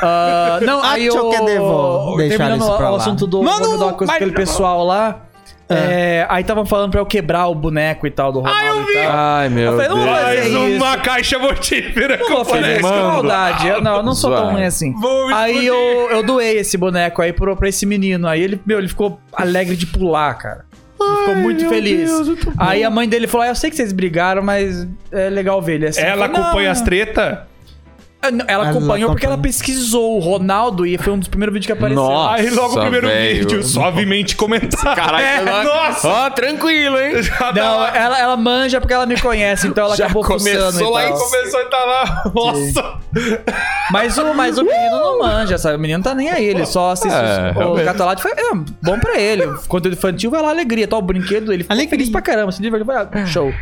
Speaker 2: Ah, não, aí
Speaker 3: Acho
Speaker 2: eu...
Speaker 3: que devo deixar
Speaker 2: terminando
Speaker 3: isso pra
Speaker 2: o
Speaker 3: lá.
Speaker 2: assunto do...
Speaker 3: Mano,
Speaker 2: vou ajudar uma coisa com aquele pessoal lá.
Speaker 3: Ah.
Speaker 2: É, aí estavam falando pra eu quebrar o boneco e tal do Ronaldo e
Speaker 4: eu
Speaker 2: tal.
Speaker 1: Ai, meu
Speaker 2: falei,
Speaker 1: Deus.
Speaker 2: não vou fazer
Speaker 4: Mais
Speaker 2: é isso.
Speaker 4: uma caixa mortífera
Speaker 2: Não vou fazer isso, que
Speaker 1: Mano.
Speaker 2: maldade. Eu, não, eu não sou tão
Speaker 1: Zoar.
Speaker 2: ruim assim.
Speaker 4: Vou me
Speaker 2: Aí
Speaker 4: explodir.
Speaker 2: eu, eu doei esse boneco aí pro, pra esse menino. Aí ele, meu, ele ficou alegre de pular, cara. Ele ficou muito feliz. Aí a mãe dele falou: ah, Eu sei que vocês brigaram, mas é legal ver ele assim.
Speaker 4: Ela
Speaker 2: Eu falei,
Speaker 4: acompanha as
Speaker 2: "Não."
Speaker 4: treta?
Speaker 2: Ah, não, Ela acompanhou porque ela
Speaker 3: acompanha.
Speaker 2: pesquisou o Ronaldo e foi um dos primeiros vídeos que apareceu.
Speaker 1: Nossa.
Speaker 4: Aí logo o primeiro
Speaker 1: velho.
Speaker 4: vídeo, suavemente comentar.
Speaker 5: Caralho,
Speaker 4: é,
Speaker 5: agora-
Speaker 4: nossa!
Speaker 5: Ó, tranquilo, hein?
Speaker 4: Já tá
Speaker 2: Não, é-
Speaker 4: lá.
Speaker 2: ela, ela manja porque ela me conhece, então ela
Speaker 5: Já
Speaker 2: acabou fuçando
Speaker 5: começou
Speaker 2: e
Speaker 5: lá
Speaker 2: tal.
Speaker 5: em
Speaker 4: Começou a tá lá. Nossa!
Speaker 2: Mas o, mas o menino não manja, sabe? O menino tá nem aí, ele só assiste
Speaker 1: É,
Speaker 2: os- o Catolate. Foi é, bom pra ele. Conteúdo infantil vai lá, alegria. Tá o brinquedo, ele ficou
Speaker 3: Alegria.
Speaker 2: feliz pra caramba. Se divertiu, vai lá, show.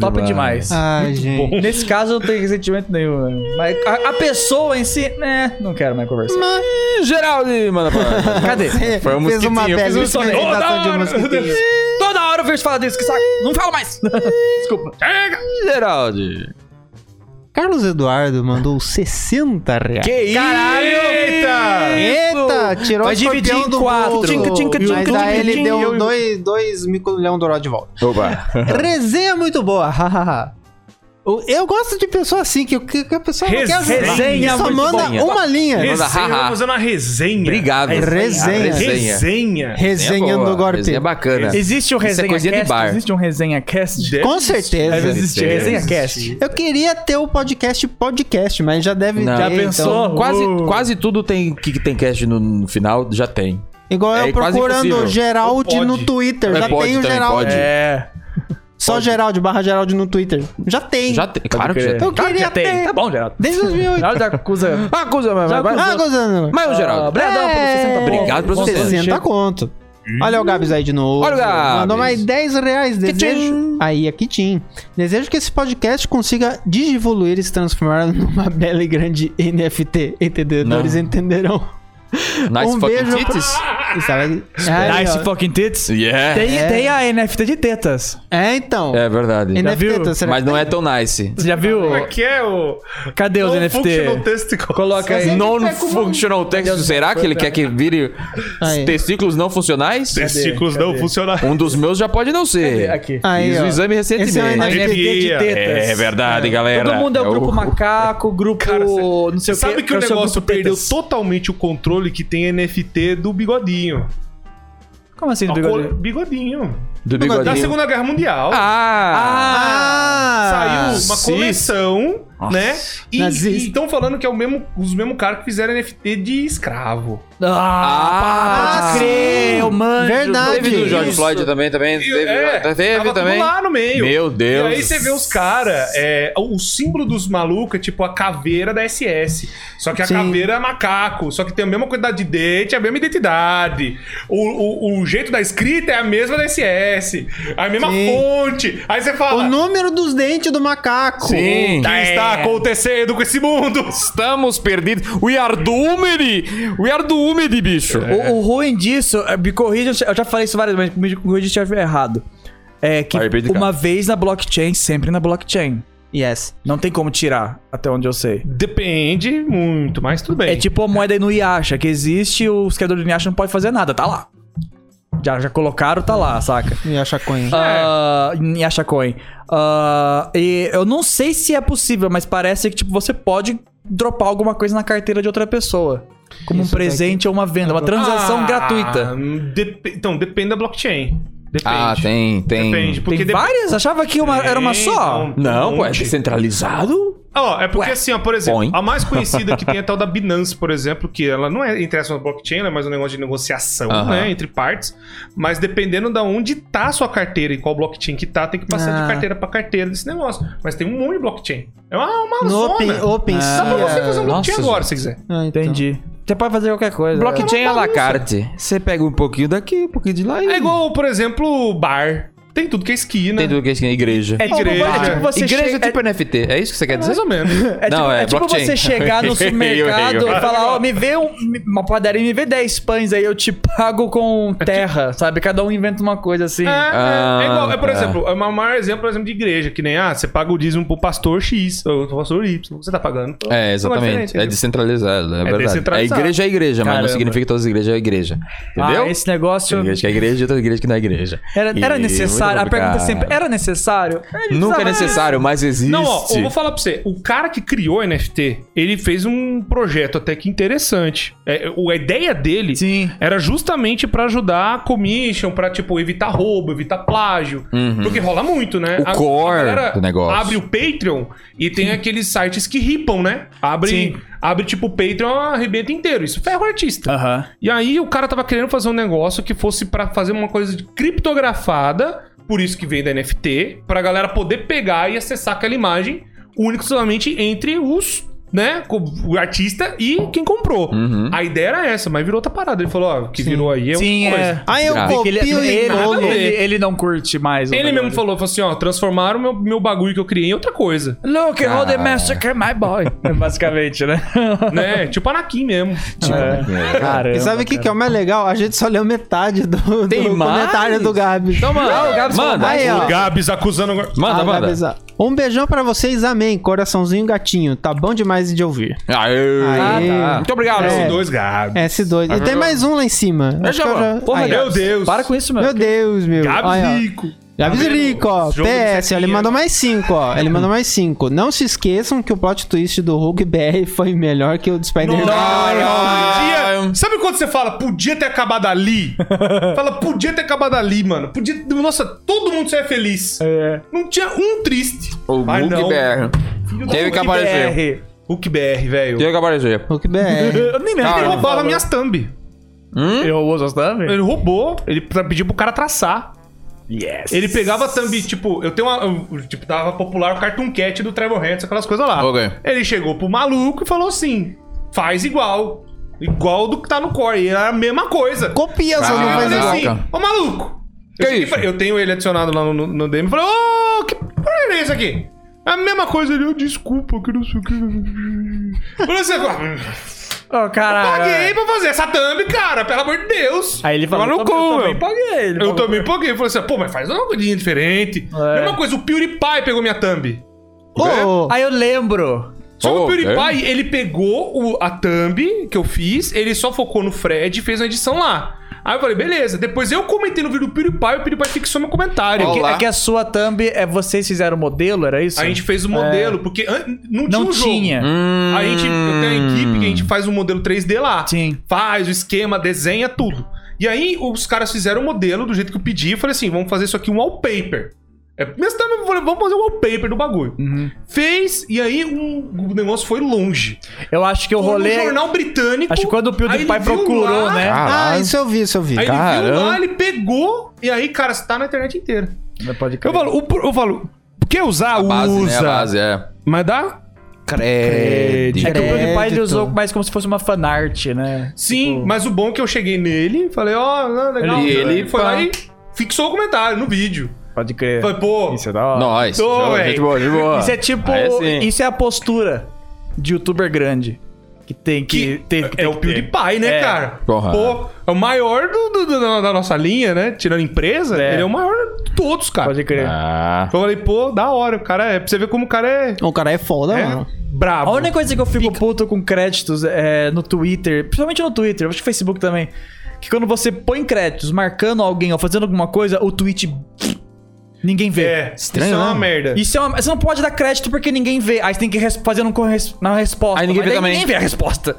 Speaker 2: Top demais.
Speaker 3: Ai, gente.
Speaker 2: Nesse caso, eu não tenho ressentimento nenhum. né? Mas a, a pessoa em si, né? Não quero mais conversar.
Speaker 1: Geraldi, manda pra
Speaker 2: Cadê?
Speaker 1: Foi um
Speaker 3: Fez uma
Speaker 1: mosquitinho,
Speaker 3: bela
Speaker 1: fiz um soneto.
Speaker 3: representação de mosquitinho.
Speaker 2: Toda hora eu vejo falar desse que saco. Não falo mais. Desculpa.
Speaker 1: Geraldi.
Speaker 3: Carlos Eduardo mandou 60 reais.
Speaker 1: Que isso?
Speaker 4: Eita!
Speaker 3: Eita, tirou
Speaker 2: Vai
Speaker 3: o escorpião
Speaker 2: dividir em
Speaker 3: do
Speaker 2: quatro.
Speaker 3: bolso.
Speaker 2: Tchinca, tchinca,
Speaker 3: Mas
Speaker 2: tchinca,
Speaker 3: aí ele
Speaker 2: tchinca,
Speaker 3: deu dois, dois micolhão dourado de volta.
Speaker 1: Opa.
Speaker 3: Resenha muito boa, hahaha. Eu- Eu gosto de pessoa assim, que, que que a pessoa não quer ajudar.
Speaker 2: Resenha
Speaker 3: Só
Speaker 2: muito
Speaker 3: manda
Speaker 1: boa.
Speaker 3: uma linha.
Speaker 1: Manda
Speaker 4: Resenha,
Speaker 1: haha.
Speaker 4: vamos fazer uma resenha.
Speaker 1: Obrigado.
Speaker 3: É Resenha.
Speaker 1: Resenha.
Speaker 4: Resenha.
Speaker 3: Resenhando
Speaker 1: boa,
Speaker 3: o golpe.
Speaker 1: Resenha é bacana.
Speaker 2: Existe o
Speaker 1: Isso é
Speaker 2: resenha
Speaker 1: coisinha de
Speaker 2: cast?
Speaker 1: bar.
Speaker 2: Existe um resenha cast? é
Speaker 3: Com certeza.
Speaker 1: Deve
Speaker 2: Existe
Speaker 1: existir.
Speaker 2: resenha cast.
Speaker 3: Eu queria ter o podcast podcast, mas já deve
Speaker 1: Não.
Speaker 3: ter. então.
Speaker 1: Já
Speaker 2: pensou?
Speaker 1: Quase,
Speaker 2: Uh.
Speaker 1: quase tudo tem que que tem cast no, no final, já tem.
Speaker 3: Igual
Speaker 1: É
Speaker 3: eu
Speaker 1: quase
Speaker 3: procurando
Speaker 1: impossível.
Speaker 3: Geraldi
Speaker 4: Ou pode.
Speaker 3: no Twitter.
Speaker 1: É,
Speaker 3: Já
Speaker 1: pode
Speaker 3: tem o
Speaker 1: também,
Speaker 3: Geraldi.
Speaker 1: pode.
Speaker 2: É.
Speaker 3: Só Geraldi, barra Geraldi no Twitter. Já tem.
Speaker 1: Já tem. Claro que já
Speaker 2: crer.
Speaker 1: tem.
Speaker 3: Eu queria ter.
Speaker 2: Tá bom, Geraldo.
Speaker 3: Desde 2008.
Speaker 2: Geraldo acusa.
Speaker 1: Ah, coisa, mas, mas,
Speaker 3: ah, gozando.
Speaker 1: mas o Geraldo.
Speaker 2: Obrigadão pelos 60
Speaker 3: É.
Speaker 1: Obrigado pelos
Speaker 3: 60 conto. Olha o Gabs aí de novo.
Speaker 1: Olha o Gabs.
Speaker 3: Mandou mais 10 reais. Desejo... Aí, aqui Kitim. Desejo que esse podcast consiga digivoluir e se transformar numa bela e grande NFT. Entendedores entenderão.
Speaker 1: Nice
Speaker 3: um
Speaker 1: fucking
Speaker 3: beijo.
Speaker 1: tits.
Speaker 3: Estava... Aí,
Speaker 2: Nice
Speaker 3: é ó.
Speaker 2: fucking tits.
Speaker 5: É.
Speaker 1: Yeah.
Speaker 2: Tem, tem a NFT de tetas.
Speaker 3: É, então.
Speaker 1: É verdade.
Speaker 3: NFT,
Speaker 2: viu?
Speaker 3: será
Speaker 1: Mas
Speaker 3: que
Speaker 1: não é tão nice.
Speaker 2: Você já viu?
Speaker 4: Como é que é o...
Speaker 2: Cadê os
Speaker 4: Functional
Speaker 2: NFT?
Speaker 4: testicle.
Speaker 2: Coloca aí.
Speaker 1: Non-functional text. Será que ele quer que vire
Speaker 3: Aí.
Speaker 1: testículos não funcionais?
Speaker 4: Testículos não funcionais.
Speaker 1: Um dos meus já pode não ser.
Speaker 2: Aqui.
Speaker 3: é? Aí,
Speaker 1: Fiz
Speaker 3: ó.
Speaker 1: o exame né?
Speaker 3: Esse é o
Speaker 1: recentemente.
Speaker 3: NFT.
Speaker 2: NFT de
Speaker 4: É,
Speaker 2: tetas.
Speaker 1: É verdade, galera.
Speaker 2: Todo mundo é o grupo macaco, grupo
Speaker 4: Cara, cê-
Speaker 2: não sei o
Speaker 4: Sabe que o
Speaker 2: eu sou
Speaker 4: negócio
Speaker 2: grupo
Speaker 4: perdeu
Speaker 2: tetas.
Speaker 4: totalmente o controle que tem NFT do bigodinho.
Speaker 2: Como assim, do
Speaker 4: Ó,
Speaker 2: bigode?
Speaker 4: bigodinho.
Speaker 1: do
Speaker 4: Da
Speaker 1: bigodinho.
Speaker 4: Segunda Guerra Mundial.
Speaker 1: Ah!
Speaker 3: Ah!
Speaker 4: Saiu uma
Speaker 1: sim.
Speaker 4: coleção,
Speaker 1: Nossa.
Speaker 4: né? E
Speaker 3: Nazista.
Speaker 4: estão falando que é o mesmo, os mesmos caras que fizeram NFT de escravo.
Speaker 1: Ah,
Speaker 2: Ah,
Speaker 1: sim.
Speaker 2: pode crer, eu manjo.
Speaker 3: Verdade.
Speaker 1: Teve do George
Speaker 3: Isso.
Speaker 1: Floyd também, também.
Speaker 4: E,
Speaker 1: Teve,
Speaker 4: é,
Speaker 1: teve
Speaker 4: tava
Speaker 1: Tá também.
Speaker 4: Tudo lá no meio.
Speaker 1: Meu Deus.
Speaker 4: E aí você vê os caras, o símbolo dos malucos é tipo a caveira da SS. Só que a
Speaker 3: Sim.
Speaker 4: caveira é macaco. Só que tem a mesma quantidade de dente, a mesma identidade. O, o- o jeito da escrita é a mesma da SS. A mesma
Speaker 3: Sim.
Speaker 4: fonte. Aí você
Speaker 3: O
Speaker 4: fala.
Speaker 3: número dos dentes do macaco.
Speaker 1: Sim.
Speaker 4: O que
Speaker 1: É.
Speaker 4: está acontecendo com esse mundo?
Speaker 1: Estamos perdidos. We are doomed. We are doomed, bicho.
Speaker 2: O, o ruim disso, é, me corrija, eu já falei isso várias vezes, mas me corrija se eu estiver errado. É que
Speaker 1: Vai, perdi,
Speaker 2: uma vez na blockchain, sempre na blockchain.
Speaker 3: Yes.
Speaker 2: Não tem como tirar, até onde eu sei.
Speaker 4: Depende muito, mas tudo bem.
Speaker 2: É tipo a moeda no Yasha, que existe, os criadores do Yasha não podem fazer nada, tá lá. Já, já colocaram, tá lá, saca?
Speaker 3: E a chaconha.
Speaker 2: Ah, em Yasha Coin. Ah, e eu não sei se é possível, mas parece que tipo, você pode dropar alguma coisa na carteira de outra pessoa. Como um
Speaker 3: Isso daqui. é
Speaker 2: presente ou uma venda, uma transação
Speaker 4: Ah,
Speaker 2: gratuita.
Speaker 4: dep- então, depende da blockchain. Depende.
Speaker 1: Ah, tem, tem.
Speaker 4: Depende, porque
Speaker 2: Tem
Speaker 4: dep-
Speaker 2: várias? Achava que uma, era uma só?
Speaker 4: Tem,
Speaker 1: Não,
Speaker 4: um
Speaker 1: pô, é
Speaker 4: monte.
Speaker 1: descentralizado?
Speaker 4: Ó, é porque
Speaker 1: Ué,
Speaker 4: assim, ó, por exemplo,
Speaker 1: põe.
Speaker 4: a mais conhecida que tem é a tal da Binance, por exemplo, que ela não é interessa na blockchain, ela é mais um negócio de negociação,
Speaker 1: Aham.
Speaker 4: né, entre partes, mas dependendo da onde tá a sua carteira e qual blockchain que tá, tem que passar
Speaker 3: Ah.
Speaker 4: de carteira pra carteira desse negócio. Mas tem um monte de blockchain. É uma,
Speaker 1: tá
Speaker 4: uma
Speaker 3: No
Speaker 4: zona.
Speaker 3: open,
Speaker 1: Ah.
Speaker 3: open
Speaker 4: Dá pra você fazer um
Speaker 1: Nossa,
Speaker 4: blockchain agora, se quiser.
Speaker 3: Ah, então.
Speaker 2: Entendi. Você pode fazer qualquer coisa.
Speaker 1: Blockchain à la carte. Você pega um pouquinho daqui, um pouquinho de lá e.
Speaker 4: É igual, por exemplo, bar. Tem tudo que é esquina.
Speaker 1: Tem tudo que é esquina, igreja.
Speaker 2: É tipo,
Speaker 4: Igreja.
Speaker 2: é tipo você
Speaker 1: igreja
Speaker 2: che-
Speaker 1: é tipo NFT. É isso que você quer dizer?
Speaker 4: Mais ou menos.
Speaker 2: É tipo,
Speaker 1: Não, é
Speaker 2: é tipo
Speaker 1: blockchain.
Speaker 2: você chegar no
Speaker 1: Eu
Speaker 2: supermercado
Speaker 1: errei, eu
Speaker 2: e falar, ó, me vê um, me- uma padaria, me vê 10 pães aí, eu te pago com
Speaker 1: É
Speaker 2: terra,
Speaker 1: tipo-
Speaker 2: sabe? Cada um inventa uma coisa assim.
Speaker 4: É,
Speaker 1: Ah,
Speaker 4: é, é igual, é, por
Speaker 1: tá.
Speaker 4: exemplo, é o maior exemplo, por exemplo, de igreja, que nem, ah, você paga o dízimo pro pastor X, ou pro pastor Y, você tá pagando.
Speaker 1: É,
Speaker 4: Não é
Speaker 1: exatamente. É
Speaker 4: diferente,
Speaker 1: descentralizado, é, verdade.
Speaker 4: descentralizado.
Speaker 1: É igreja é igreja, mas
Speaker 2: Caramba.
Speaker 1: não significa que todas as igrejas é igreja. Entendeu?
Speaker 2: Ah, esse negócio
Speaker 1: Tem igreja que é igreja e tem igreja que não é igreja.
Speaker 2: era, era
Speaker 1: E
Speaker 2: necessário? A pergunta é sempre, era necessário? Ele
Speaker 1: Nunca é
Speaker 2: precisava-
Speaker 1: necessário, mas existe.
Speaker 4: Não, ó, eu vou falar pra você. O cara que criou o NFT, ele fez um projeto até que interessante. É, o- a ideia dele
Speaker 2: Sim.
Speaker 4: era justamente pra ajudar a commission, pra, tipo, evitar roubo, evitar plágio. Porque rola muito, né?
Speaker 1: Uhum. O core
Speaker 4: galera
Speaker 1: do negócio.
Speaker 4: Abre o Patreon e tem aqueles sites que ripam, né? Abre,
Speaker 2: Sim.
Speaker 4: abre tipo, o Patreon arrebenta inteiro. Isso ferra o artista.
Speaker 2: Aham.
Speaker 4: E aí o cara tava querendo fazer um negócio que fosse pra fazer uma coisa de criptografada, por isso que veio da NFT, pra galera poder pegar e acessar aquela imagem única e somente entre os, né, co- o artista e quem comprou.
Speaker 3: Uhum.
Speaker 4: A ideia era essa, mas virou outra parada. Ele falou, ó, o que virou aí é
Speaker 2: Sim,
Speaker 4: outra coisa.
Speaker 2: é.
Speaker 3: Aí eu
Speaker 1: Ah,
Speaker 2: Que
Speaker 3: copio
Speaker 2: Ele,
Speaker 3: e
Speaker 2: ele,
Speaker 3: colo.
Speaker 4: a ver.
Speaker 2: ele- ele não curte mais. o
Speaker 4: Ele
Speaker 2: negócio.
Speaker 4: mesmo falou, falou assim, ó, transformaram meu, meu bagulho que eu criei em outra coisa,
Speaker 2: Look, how the massacre my boy. Basicamente, né?
Speaker 4: né? tipo Anakin mesmo.
Speaker 2: Caramba.
Speaker 3: E sabe o que, que é o mais legal? A gente só leu metade do, do
Speaker 1: Tem mais?
Speaker 3: comentário do Gabi.
Speaker 2: Então, mano, ah, o Gabs falou
Speaker 1: Manda.
Speaker 2: mais.
Speaker 3: Aí, ó.
Speaker 4: Gabs acusando...
Speaker 1: Manda,
Speaker 3: Ah,
Speaker 1: manda.
Speaker 3: Gabi, exa- Um beijão pra vocês, amém. Coraçãozinho gatinho. Tá bom demais de ouvir.
Speaker 1: Aê.
Speaker 3: Aê.
Speaker 1: Muito obrigado.
Speaker 3: É.
Speaker 4: Esses dois Gabs.
Speaker 3: S2. E tem mais um lá em cima. Acho que eu já-
Speaker 2: Porra,
Speaker 3: Aí, ó.
Speaker 4: Meu
Speaker 2: Gabs,
Speaker 4: Deus.
Speaker 2: Para com isso, mano.
Speaker 3: Meu Deus, meu.
Speaker 4: Gabs
Speaker 3: É. Aí, ó.
Speaker 4: rico.
Speaker 3: Gabs
Speaker 4: Tá vendo?
Speaker 3: Rico, ó.
Speaker 4: Jogo de
Speaker 3: PS, ele
Speaker 4: setinha.
Speaker 3: mandou mais 5, ó. Ele mandou mais 5. Não se esqueçam que o plot twist do Hulk BR foi melhor que o do Spider-Man.
Speaker 4: Não, podia- Sabe quando você fala, podia ter acabado ali? fala, podia ter acabado ali, mano. Podia... Nossa, todo mundo saiu feliz. Não tinha um triste.
Speaker 1: O
Speaker 4: Mas
Speaker 1: Hulk
Speaker 4: não.
Speaker 1: BR. Teve que aparecer.
Speaker 2: BR.
Speaker 4: Hulk BR, velho.
Speaker 1: Teve que aparecer.
Speaker 3: Hulk BR.
Speaker 2: Eu nem
Speaker 1: Cara,
Speaker 2: lembro.
Speaker 4: Ele
Speaker 2: quem
Speaker 4: roubava
Speaker 2: falou.
Speaker 4: minhas thumb.
Speaker 2: Eu uso as thumb?
Speaker 4: Ele roubou, ele pra- pediu pro cara traçar.
Speaker 2: Yes.
Speaker 4: Ele pegava a thumb, tipo, eu tenho uma. eu, tipo, tava popular o Cartoon Cat do Trevor Hands, aquelas coisas lá.
Speaker 1: Ok.
Speaker 4: Ele chegou pro maluco e falou assim: faz igual. Igual do que tá no core. E era a mesma coisa.
Speaker 3: Copia, só não
Speaker 4: Eu
Speaker 3: faz
Speaker 4: falei
Speaker 3: igual.
Speaker 4: assim,
Speaker 1: Ah, Caraca.
Speaker 4: ô maluco.
Speaker 1: Que
Speaker 4: eu, cheguei
Speaker 1: isso?
Speaker 4: pra- eu tenho ele adicionado lá no, no DM e falei, ô, que porra é isso aqui? É a mesma coisa ele, eu desculpa, que não sei o que. Por isso, eu
Speaker 2: Ô, caralho.
Speaker 4: paguei
Speaker 1: é.
Speaker 4: pra fazer essa thumb, cara, pelo amor de Deus.
Speaker 2: Aí ele falou,
Speaker 4: Toma no
Speaker 2: "Também-
Speaker 4: cu,
Speaker 2: também
Speaker 4: eu.
Speaker 2: paguei. Ele
Speaker 4: Eu
Speaker 2: falou,
Speaker 4: também paguei. Falei assim, pô, mas faz uma coisinha diferente.
Speaker 2: É.
Speaker 4: Mesma coisa, o PewDiePie pegou minha thumb.
Speaker 3: Ô, ô,
Speaker 2: Aí eu lembro.
Speaker 4: Só que
Speaker 1: Oh,
Speaker 4: o PewDiePie,
Speaker 1: é?
Speaker 4: ele pegou o- a thumb que eu fiz, ele só focou no Fred e fez uma edição lá. Aí eu falei, beleza. Depois eu comentei no vídeo do PewDiePie, o PewDiePie fixou meu comentário.
Speaker 2: Que-
Speaker 4: Que-
Speaker 2: É que a sua thumb é vocês fizeram o modelo, era isso?
Speaker 4: A gente fez o modelo, porque an- não tinha
Speaker 2: É. não
Speaker 4: o jogo.
Speaker 2: tinha.
Speaker 1: Hum.
Speaker 4: A gente eu tenho a
Speaker 5: Hum.
Speaker 4: equipe que a gente faz o modelo 3D lá.
Speaker 2: Sim.
Speaker 4: Faz o esquema, desenha tudo. E aí os caras fizeram o modelo do jeito que eu pedi e falei assim: vamos fazer isso aqui um wallpaper. É, mas também eu falei, vamos fazer um wallpaper do bagulho.
Speaker 2: Uhum.
Speaker 4: Fez, e aí um- o negócio foi longe.
Speaker 2: Eu acho que o
Speaker 4: Foi
Speaker 2: um rolê.
Speaker 4: no um jornal britânico.
Speaker 2: Acho que quando o
Speaker 4: aí ele
Speaker 2: PewDiePie
Speaker 4: viu
Speaker 2: procurou,
Speaker 4: lá,
Speaker 2: né?
Speaker 3: Ah,
Speaker 1: Caralho.
Speaker 3: isso eu vi, isso eu vi.
Speaker 4: Aí ele viu
Speaker 1: Caramba.
Speaker 4: lá, ele pegou, e aí, cara, você tá na internet inteira.
Speaker 2: Pode
Speaker 4: Eu falo, o- eu falo, quer usar,
Speaker 1: Base, né?
Speaker 4: usa.
Speaker 1: A base, é.
Speaker 4: Mas dá
Speaker 1: Credo.
Speaker 2: É que o PewDiePie ele
Speaker 3: Crédito.
Speaker 2: usou mais como se fosse uma fanart, né?
Speaker 4: Sim, mas o bom é que eu cheguei nele, falei, ó, ah, legal.
Speaker 1: Ele- ele
Speaker 4: foi
Speaker 1: pá.
Speaker 4: lá e fixou o comentário no vídeo.
Speaker 2: Pode crer.
Speaker 4: Falei, pô,
Speaker 2: é da
Speaker 1: Nós.
Speaker 4: Tô, véi.
Speaker 1: gente boa, gente boa.
Speaker 2: Isso é tipo.
Speaker 1: Aí sim.
Speaker 2: Isso é a postura de youtuber grande. Que tem que.
Speaker 4: Que-
Speaker 2: ter, que
Speaker 4: é
Speaker 2: tem
Speaker 4: o
Speaker 2: que ter.
Speaker 4: PewDiePie, né,
Speaker 2: É.
Speaker 4: cara?
Speaker 1: Porra.
Speaker 4: Pô, é o maior do- do- do- da- da nossa linha, né? Tirando empresa,
Speaker 2: É.
Speaker 4: ele é o maior de todos, cara.
Speaker 2: Pode crer.
Speaker 1: Ah.
Speaker 4: Eu falei, pô, da hora, o cara é. Pra você ver como o cara é,
Speaker 3: O cara é foda,
Speaker 4: é
Speaker 3: mano.
Speaker 4: brabo.
Speaker 2: A única coisa que eu fico puto com créditos é no Twitter, principalmente no Twitter, acho que no Facebook também, que quando você põe créditos marcando alguém ou fazendo alguma coisa, o tweet ninguém vê.
Speaker 4: É,
Speaker 3: Estranho,
Speaker 4: isso é uma
Speaker 3: né?
Speaker 4: merda.
Speaker 2: Isso é uma- você não pode dar crédito porque ninguém vê. Aí você tem que res- fazer um corres- na resposta.
Speaker 1: Aí ninguém
Speaker 2: Mas
Speaker 1: vê
Speaker 2: daí
Speaker 1: também.
Speaker 2: Ninguém vê a resposta.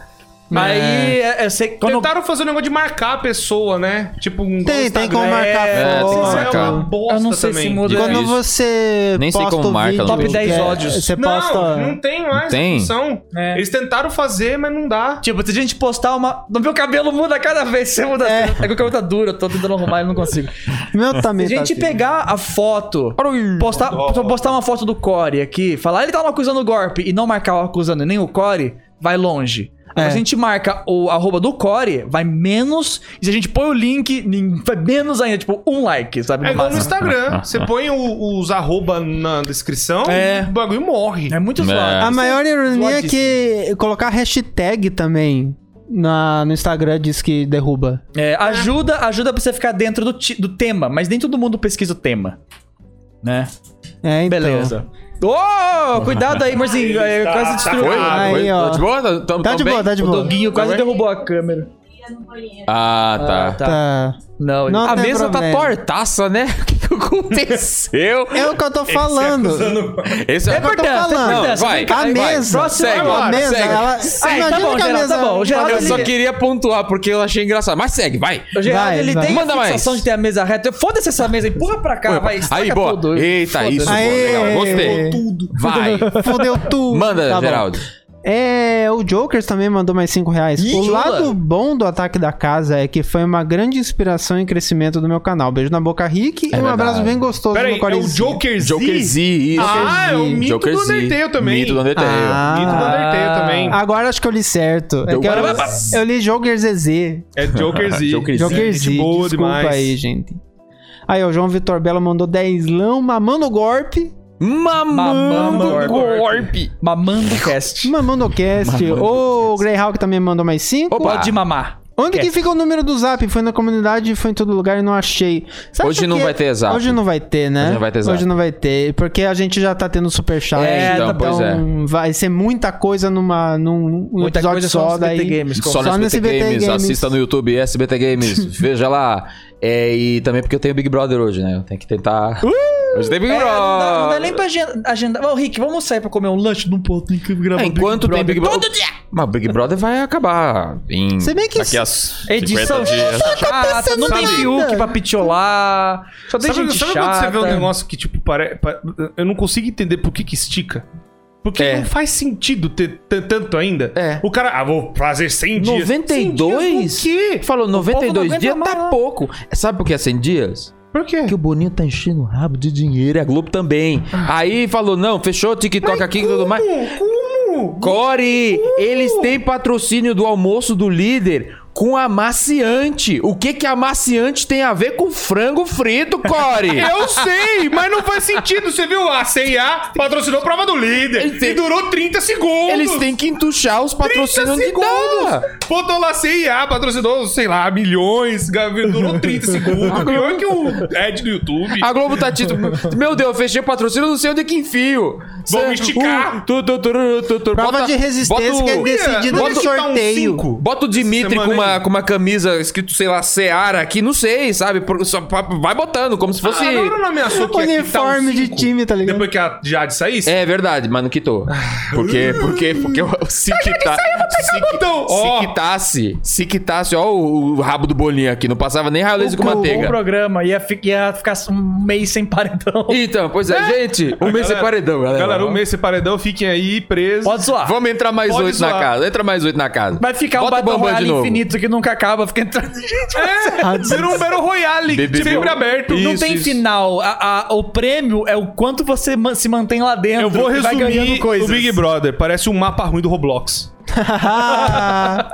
Speaker 2: Aí é, é, você- quando
Speaker 4: Tentaram fazer um negócio de marcar a pessoa, né? Tipo, um
Speaker 3: Tem, tem como
Speaker 4: Instagram.
Speaker 3: marcar
Speaker 2: É,
Speaker 1: tem como
Speaker 4: Isso é
Speaker 3: foto.
Speaker 1: marcar.
Speaker 4: uma bosta
Speaker 2: Eu não sei se
Speaker 4: também.
Speaker 2: muda-
Speaker 1: Digo
Speaker 3: Quando
Speaker 1: isso.
Speaker 3: você
Speaker 1: Nem sei
Speaker 3: posta
Speaker 1: como
Speaker 3: o
Speaker 1: marca,
Speaker 3: vídeo,
Speaker 1: Top
Speaker 3: que
Speaker 2: 10
Speaker 3: é-
Speaker 2: ódios.
Speaker 3: Você
Speaker 4: Não,
Speaker 3: posta...
Speaker 4: não tem mais
Speaker 1: Tem?
Speaker 4: opção.
Speaker 2: É.
Speaker 4: Eles tentaram fazer, mas não dá.
Speaker 2: Tipo, se a gente postar uma. No meu cabelo muda cada vez, você muda. É, que o cabelo tá duro, eu tô tentando arrumar e não consigo.
Speaker 3: Meu também
Speaker 2: Se a
Speaker 3: tá
Speaker 2: gente
Speaker 3: assim.
Speaker 2: pegar a foto, postar, se eu postar uma foto do Core aqui, falar ele tava acusando o golpe e não marcar o acusando nem o Core, vai longe. Agora,
Speaker 3: É.
Speaker 2: Se a gente marca o arroba do Core, vai menos. E se a gente põe o link, nin- vai menos ainda, tipo, um like, sabe?
Speaker 4: É
Speaker 2: no
Speaker 4: igual no
Speaker 2: máximo.
Speaker 4: Instagram.
Speaker 1: Ah,
Speaker 4: Você põe o- os arroba na descrição
Speaker 2: É.
Speaker 4: e o bagulho morre.
Speaker 2: É muito
Speaker 1: É.
Speaker 2: zoado.
Speaker 3: A maior ironia é
Speaker 2: zoadíssimo.
Speaker 3: que colocar hashtag também na, no Instagram diz que derruba.
Speaker 2: É, ajuda, ajuda pra você ficar dentro do, ti- do tema, mas nem todo mundo pesquisa o tema. Né?
Speaker 3: É, então.
Speaker 2: Beleza. Ô, cuidado aí, Marzinho. é, Quase destruiu.
Speaker 1: Foi?
Speaker 3: Aí,
Speaker 1: Foi?
Speaker 3: ó.
Speaker 1: Tá de boa? Tá,
Speaker 3: Tá de boa, tá de
Speaker 2: O
Speaker 3: boa.
Speaker 2: Doguinho quase
Speaker 1: Tá bem?
Speaker 2: derrubou a câmera.
Speaker 8: mesa no banheiro.
Speaker 1: Ah, tá.
Speaker 3: Tá.
Speaker 2: Não,
Speaker 3: Não
Speaker 1: A
Speaker 3: tem
Speaker 1: mesa tá
Speaker 3: problema.
Speaker 1: tortaça, né? O que, que aconteceu?
Speaker 3: É o que eu tô falando.
Speaker 1: Esse é,
Speaker 3: o que
Speaker 2: tá
Speaker 3: eu tô tá falando.
Speaker 1: Não, vai.
Speaker 3: A
Speaker 1: vai,
Speaker 3: mesa.
Speaker 1: Próximo,
Speaker 3: a
Speaker 1: agora,
Speaker 3: mesa,
Speaker 1: segue.
Speaker 3: ela.
Speaker 2: Ah,
Speaker 3: Imagina
Speaker 2: tá bom,
Speaker 3: que a
Speaker 2: Geraldo,
Speaker 3: mesa.
Speaker 2: tá bom. O Geraldo,
Speaker 1: Eu só
Speaker 2: ele-
Speaker 1: queria pontuar porque eu achei engraçado. Mas segue, vai.
Speaker 2: O Geraldo,
Speaker 3: Vai,
Speaker 2: ele
Speaker 3: vai.
Speaker 2: tem
Speaker 1: Manda
Speaker 2: a
Speaker 1: mais.
Speaker 2: sensação de ter a mesa reta. Foda-se essa mesa, empurra pra cá, vai.
Speaker 1: Aí,
Speaker 2: estraga
Speaker 1: boa.
Speaker 2: tudo.
Speaker 1: Eita,
Speaker 2: Foda-se.
Speaker 1: isso.
Speaker 3: Aê.
Speaker 1: pô, legal, gostei.
Speaker 4: Tudo.
Speaker 1: Vai.
Speaker 3: Fodeu tudo.
Speaker 1: Manda,
Speaker 3: Tá bom.
Speaker 1: Geraldo.
Speaker 3: É, o Jokers também mandou mais 5 reais.
Speaker 1: Ih,
Speaker 3: o
Speaker 1: chula.
Speaker 3: lado bom do Ataque da Casa é que foi uma grande inspiração e crescimento do meu canal. Beijo na boca, Rick, e um
Speaker 1: verdade.
Speaker 3: abraço bem gostoso
Speaker 4: Peraí,
Speaker 3: no
Speaker 4: é o
Speaker 3: corezinho.
Speaker 4: Joker Z?
Speaker 1: Joker Z, isso.
Speaker 4: Ah, é o mito
Speaker 1: Joker
Speaker 4: do
Speaker 1: Z.
Speaker 4: Undertale também.
Speaker 1: Mito do Undertale.
Speaker 3: Ah.
Speaker 4: Mito do Undertale também.
Speaker 3: Agora acho que eu li certo. É
Speaker 1: Deu
Speaker 3: que eu,
Speaker 1: barabá.
Speaker 3: eu li Joker ZZ.
Speaker 4: É Joker Z.
Speaker 1: Joker Z.
Speaker 3: Joker Z,
Speaker 4: gente
Speaker 3: desculpa
Speaker 4: boa demais.
Speaker 3: aí, gente. Aí, ó, o João Vitor Belo mandou 10 lão, mamando o golpe,
Speaker 1: Mamando
Speaker 2: Mamando
Speaker 1: um golpe.
Speaker 2: Mamando cast.
Speaker 3: mamando o cast. O Greyhawk também mandou mais 5.
Speaker 1: Opa.
Speaker 2: Pode mamar.
Speaker 3: Onde que
Speaker 2: Cast.
Speaker 3: fica o número do zap? Foi na comunidade, foi em todo lugar e não achei. Sabe
Speaker 1: Hoje
Speaker 3: por
Speaker 1: não
Speaker 3: quê?
Speaker 1: vai ter zap.
Speaker 3: Hoje não vai ter, né?
Speaker 1: Hoje não vai ter zap.
Speaker 3: Hoje não vai ter, porque a gente já tá tendo superchat.
Speaker 2: É, então,
Speaker 1: pois é.
Speaker 3: vai ser muita coisa numa, num, num
Speaker 2: Muita
Speaker 3: Um episódio
Speaker 2: coisa
Speaker 3: só,
Speaker 2: só
Speaker 3: daí.
Speaker 2: daí. Games.
Speaker 1: Só, no SBT, Games, assista no YouTube SBT Games, veja lá. É, e também porque eu tenho Big Brother hoje, né? Eu tenho que tentar. Hoje tem Big
Speaker 2: É, não,
Speaker 1: Brother.
Speaker 2: dá, não dá nem pra agen- agendar. Ô, Rick, vamos sair pra comer um lanche num ponto em que grava
Speaker 1: É, enquanto tem Big Brother.
Speaker 2: Todo dia.
Speaker 1: Mas o Big Brother vai acabar em
Speaker 3: Se bem que
Speaker 5: Daqui
Speaker 3: isso-
Speaker 5: a
Speaker 2: Edição
Speaker 5: 50 dias.
Speaker 1: tá
Speaker 2: chata, não tem
Speaker 3: nada.
Speaker 2: Fiuk tá pra pitiolar. Só tem
Speaker 4: Sabe,
Speaker 2: gente
Speaker 4: sabe
Speaker 2: chata.
Speaker 4: quando você vê um negócio que, tipo, parece. Eu não consigo entender por que que estica. Porque
Speaker 1: É.
Speaker 4: não faz sentido ter t- tanto ainda.
Speaker 1: É.
Speaker 4: O cara, ah, vou fazer 100 dias.
Speaker 1: 92?
Speaker 4: quê?
Speaker 1: Falou, 92
Speaker 2: aguenta
Speaker 1: dias
Speaker 2: mais,
Speaker 1: tá
Speaker 2: né?
Speaker 1: pouco. Sabe por que é 100 dias?
Speaker 4: Por quê?
Speaker 1: Porque o Boninho tá enchendo o rabo de dinheiro, e a Globo também. Aí falou, não, fechou o TikTok aqui e tudo mais.
Speaker 4: Como?
Speaker 1: Core, eles
Speaker 4: Uh!
Speaker 1: têm patrocínio do almoço do líder com amaciante. O que que amaciante tem a ver com frango frito, Core?
Speaker 4: Eu sei, mas não faz sentido. Você viu? A CIA patrocinou a prova do líder.
Speaker 1: Eles têm-
Speaker 4: E durou 30 segundos.
Speaker 1: Eles têm que entuchar os
Speaker 4: 30
Speaker 1: patrocínios de
Speaker 4: segundos!
Speaker 1: dá.
Speaker 4: Botou lá CIA, patrocinou, sei lá, milhões, ga- durou 30 segundos. Pior que o Ed do YouTube.
Speaker 1: A Globo tá tipo, meu Deus, eu fechei o patrocínio, não sei onde é que enfio.
Speaker 4: Vamos
Speaker 1: Cê-
Speaker 4: esticar.
Speaker 1: Uh, tu, tu, tu, tu, tu, tu.
Speaker 3: Prova
Speaker 1: Bota-
Speaker 3: de resistência
Speaker 1: bota o-
Speaker 3: que é decidida
Speaker 4: bota-
Speaker 3: no
Speaker 4: bota um
Speaker 3: sorteio.
Speaker 4: cinco.
Speaker 1: Bota o Dimitri
Speaker 4: Semana
Speaker 1: com uma,
Speaker 4: aí.
Speaker 1: com uma camisa escrito, sei lá, Seara aqui, não sei, sabe? Por- só pa- vai botando, como se fosse.
Speaker 4: Ah, agora não ameaçou que ia quitar um
Speaker 3: Uniforme de
Speaker 4: cinco
Speaker 3: time, tá ligado?
Speaker 4: Depois que a Jade saísse?
Speaker 1: É verdade, mas não quitou. Porque, porque, porque o- se quitasse. Se,
Speaker 4: o botão.
Speaker 1: qui-
Speaker 4: então, Ó.
Speaker 1: se quitasse, se quitasse, ó, o, o rabo do bolinho aqui, não passava nem raio laser com
Speaker 2: Um
Speaker 1: manteiga.
Speaker 2: programa, ia, fi- ia ficar um mês sem paredão.
Speaker 1: Então, pois é, gente, um mês sem paredão, galera.
Speaker 4: Galera, um mês sem paredão, fiquem aí presos.
Speaker 2: Pode zoar.
Speaker 1: Vamos entrar mais
Speaker 4: Pode
Speaker 1: oito na
Speaker 4: zoar.
Speaker 1: casa. Entra mais oito na casa.
Speaker 2: Vai ficar
Speaker 1: Bota
Speaker 2: um Battle
Speaker 1: o Bambam de
Speaker 2: Royale
Speaker 1: novo.
Speaker 2: infinito que nunca acaba, fica entrando gente.
Speaker 4: É, vira um Battle Royale,
Speaker 1: BBB.
Speaker 4: sempre aberto.
Speaker 1: Isso,
Speaker 2: Ah, não tem final. A- a- o prêmio é o quanto você man- se mantém lá dentro.
Speaker 4: Eu vou
Speaker 2: e vai ganhando
Speaker 4: resumir o
Speaker 2: coisas.
Speaker 4: Big Brother. Parece um mapa ruim do Roblox.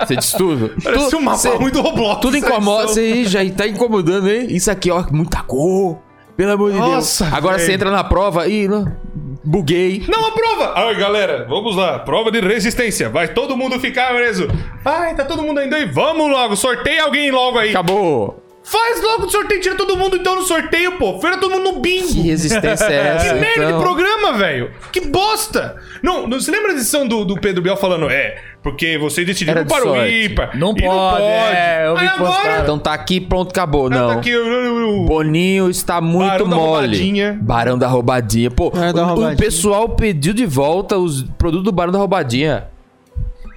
Speaker 1: Você diz tudo.
Speaker 4: Parece
Speaker 1: Tu-
Speaker 4: um mapa
Speaker 1: cê-
Speaker 4: ruim do Roblox.
Speaker 1: Tudo incomoda.
Speaker 4: Isso
Speaker 1: Você aí já tá incomodando, hein? Isso aqui, ó, muita cor. Pelo amor de
Speaker 4: Nossa,
Speaker 1: Deus. Agora
Speaker 4: velho.
Speaker 1: você entra na prova e. não, Buguei.
Speaker 4: Não aprova! Ai, galera, vamos lá. Prova de resistência. Vai todo mundo ficar preso. Ai, tá todo mundo ainda aí. Vamos logo, sorteia alguém logo aí.
Speaker 1: Acabou.
Speaker 4: Faz logo o sorteio, tira todo mundo então no sorteio, pô. Feira todo mundo no bingo.
Speaker 1: Que resistência é essa?
Speaker 4: Que merda
Speaker 1: então?
Speaker 4: de programa, velho! Que bosta! Não, não se lembra da edição do, do Pedro Biel falando, é, porque você decidiu
Speaker 1: Era
Speaker 4: para
Speaker 1: de
Speaker 4: o
Speaker 1: sorte.
Speaker 4: IPA.
Speaker 2: Não
Speaker 4: e
Speaker 2: pode, é, eu vi
Speaker 4: Aí
Speaker 2: que postaram.
Speaker 4: agora.
Speaker 1: Então tá aqui, pronto, acabou.
Speaker 4: Tá
Speaker 1: Não.
Speaker 4: aqui, o- o- o-
Speaker 1: Boninho está muito
Speaker 4: Barão da
Speaker 1: mole.
Speaker 4: Roubadinha.
Speaker 1: Barão da Roubadinha. Pô,
Speaker 2: É,
Speaker 3: Barão da
Speaker 1: o-
Speaker 3: Roubadinha.
Speaker 1: o pessoal pediu de volta os produtos do Barão da Roubadinha.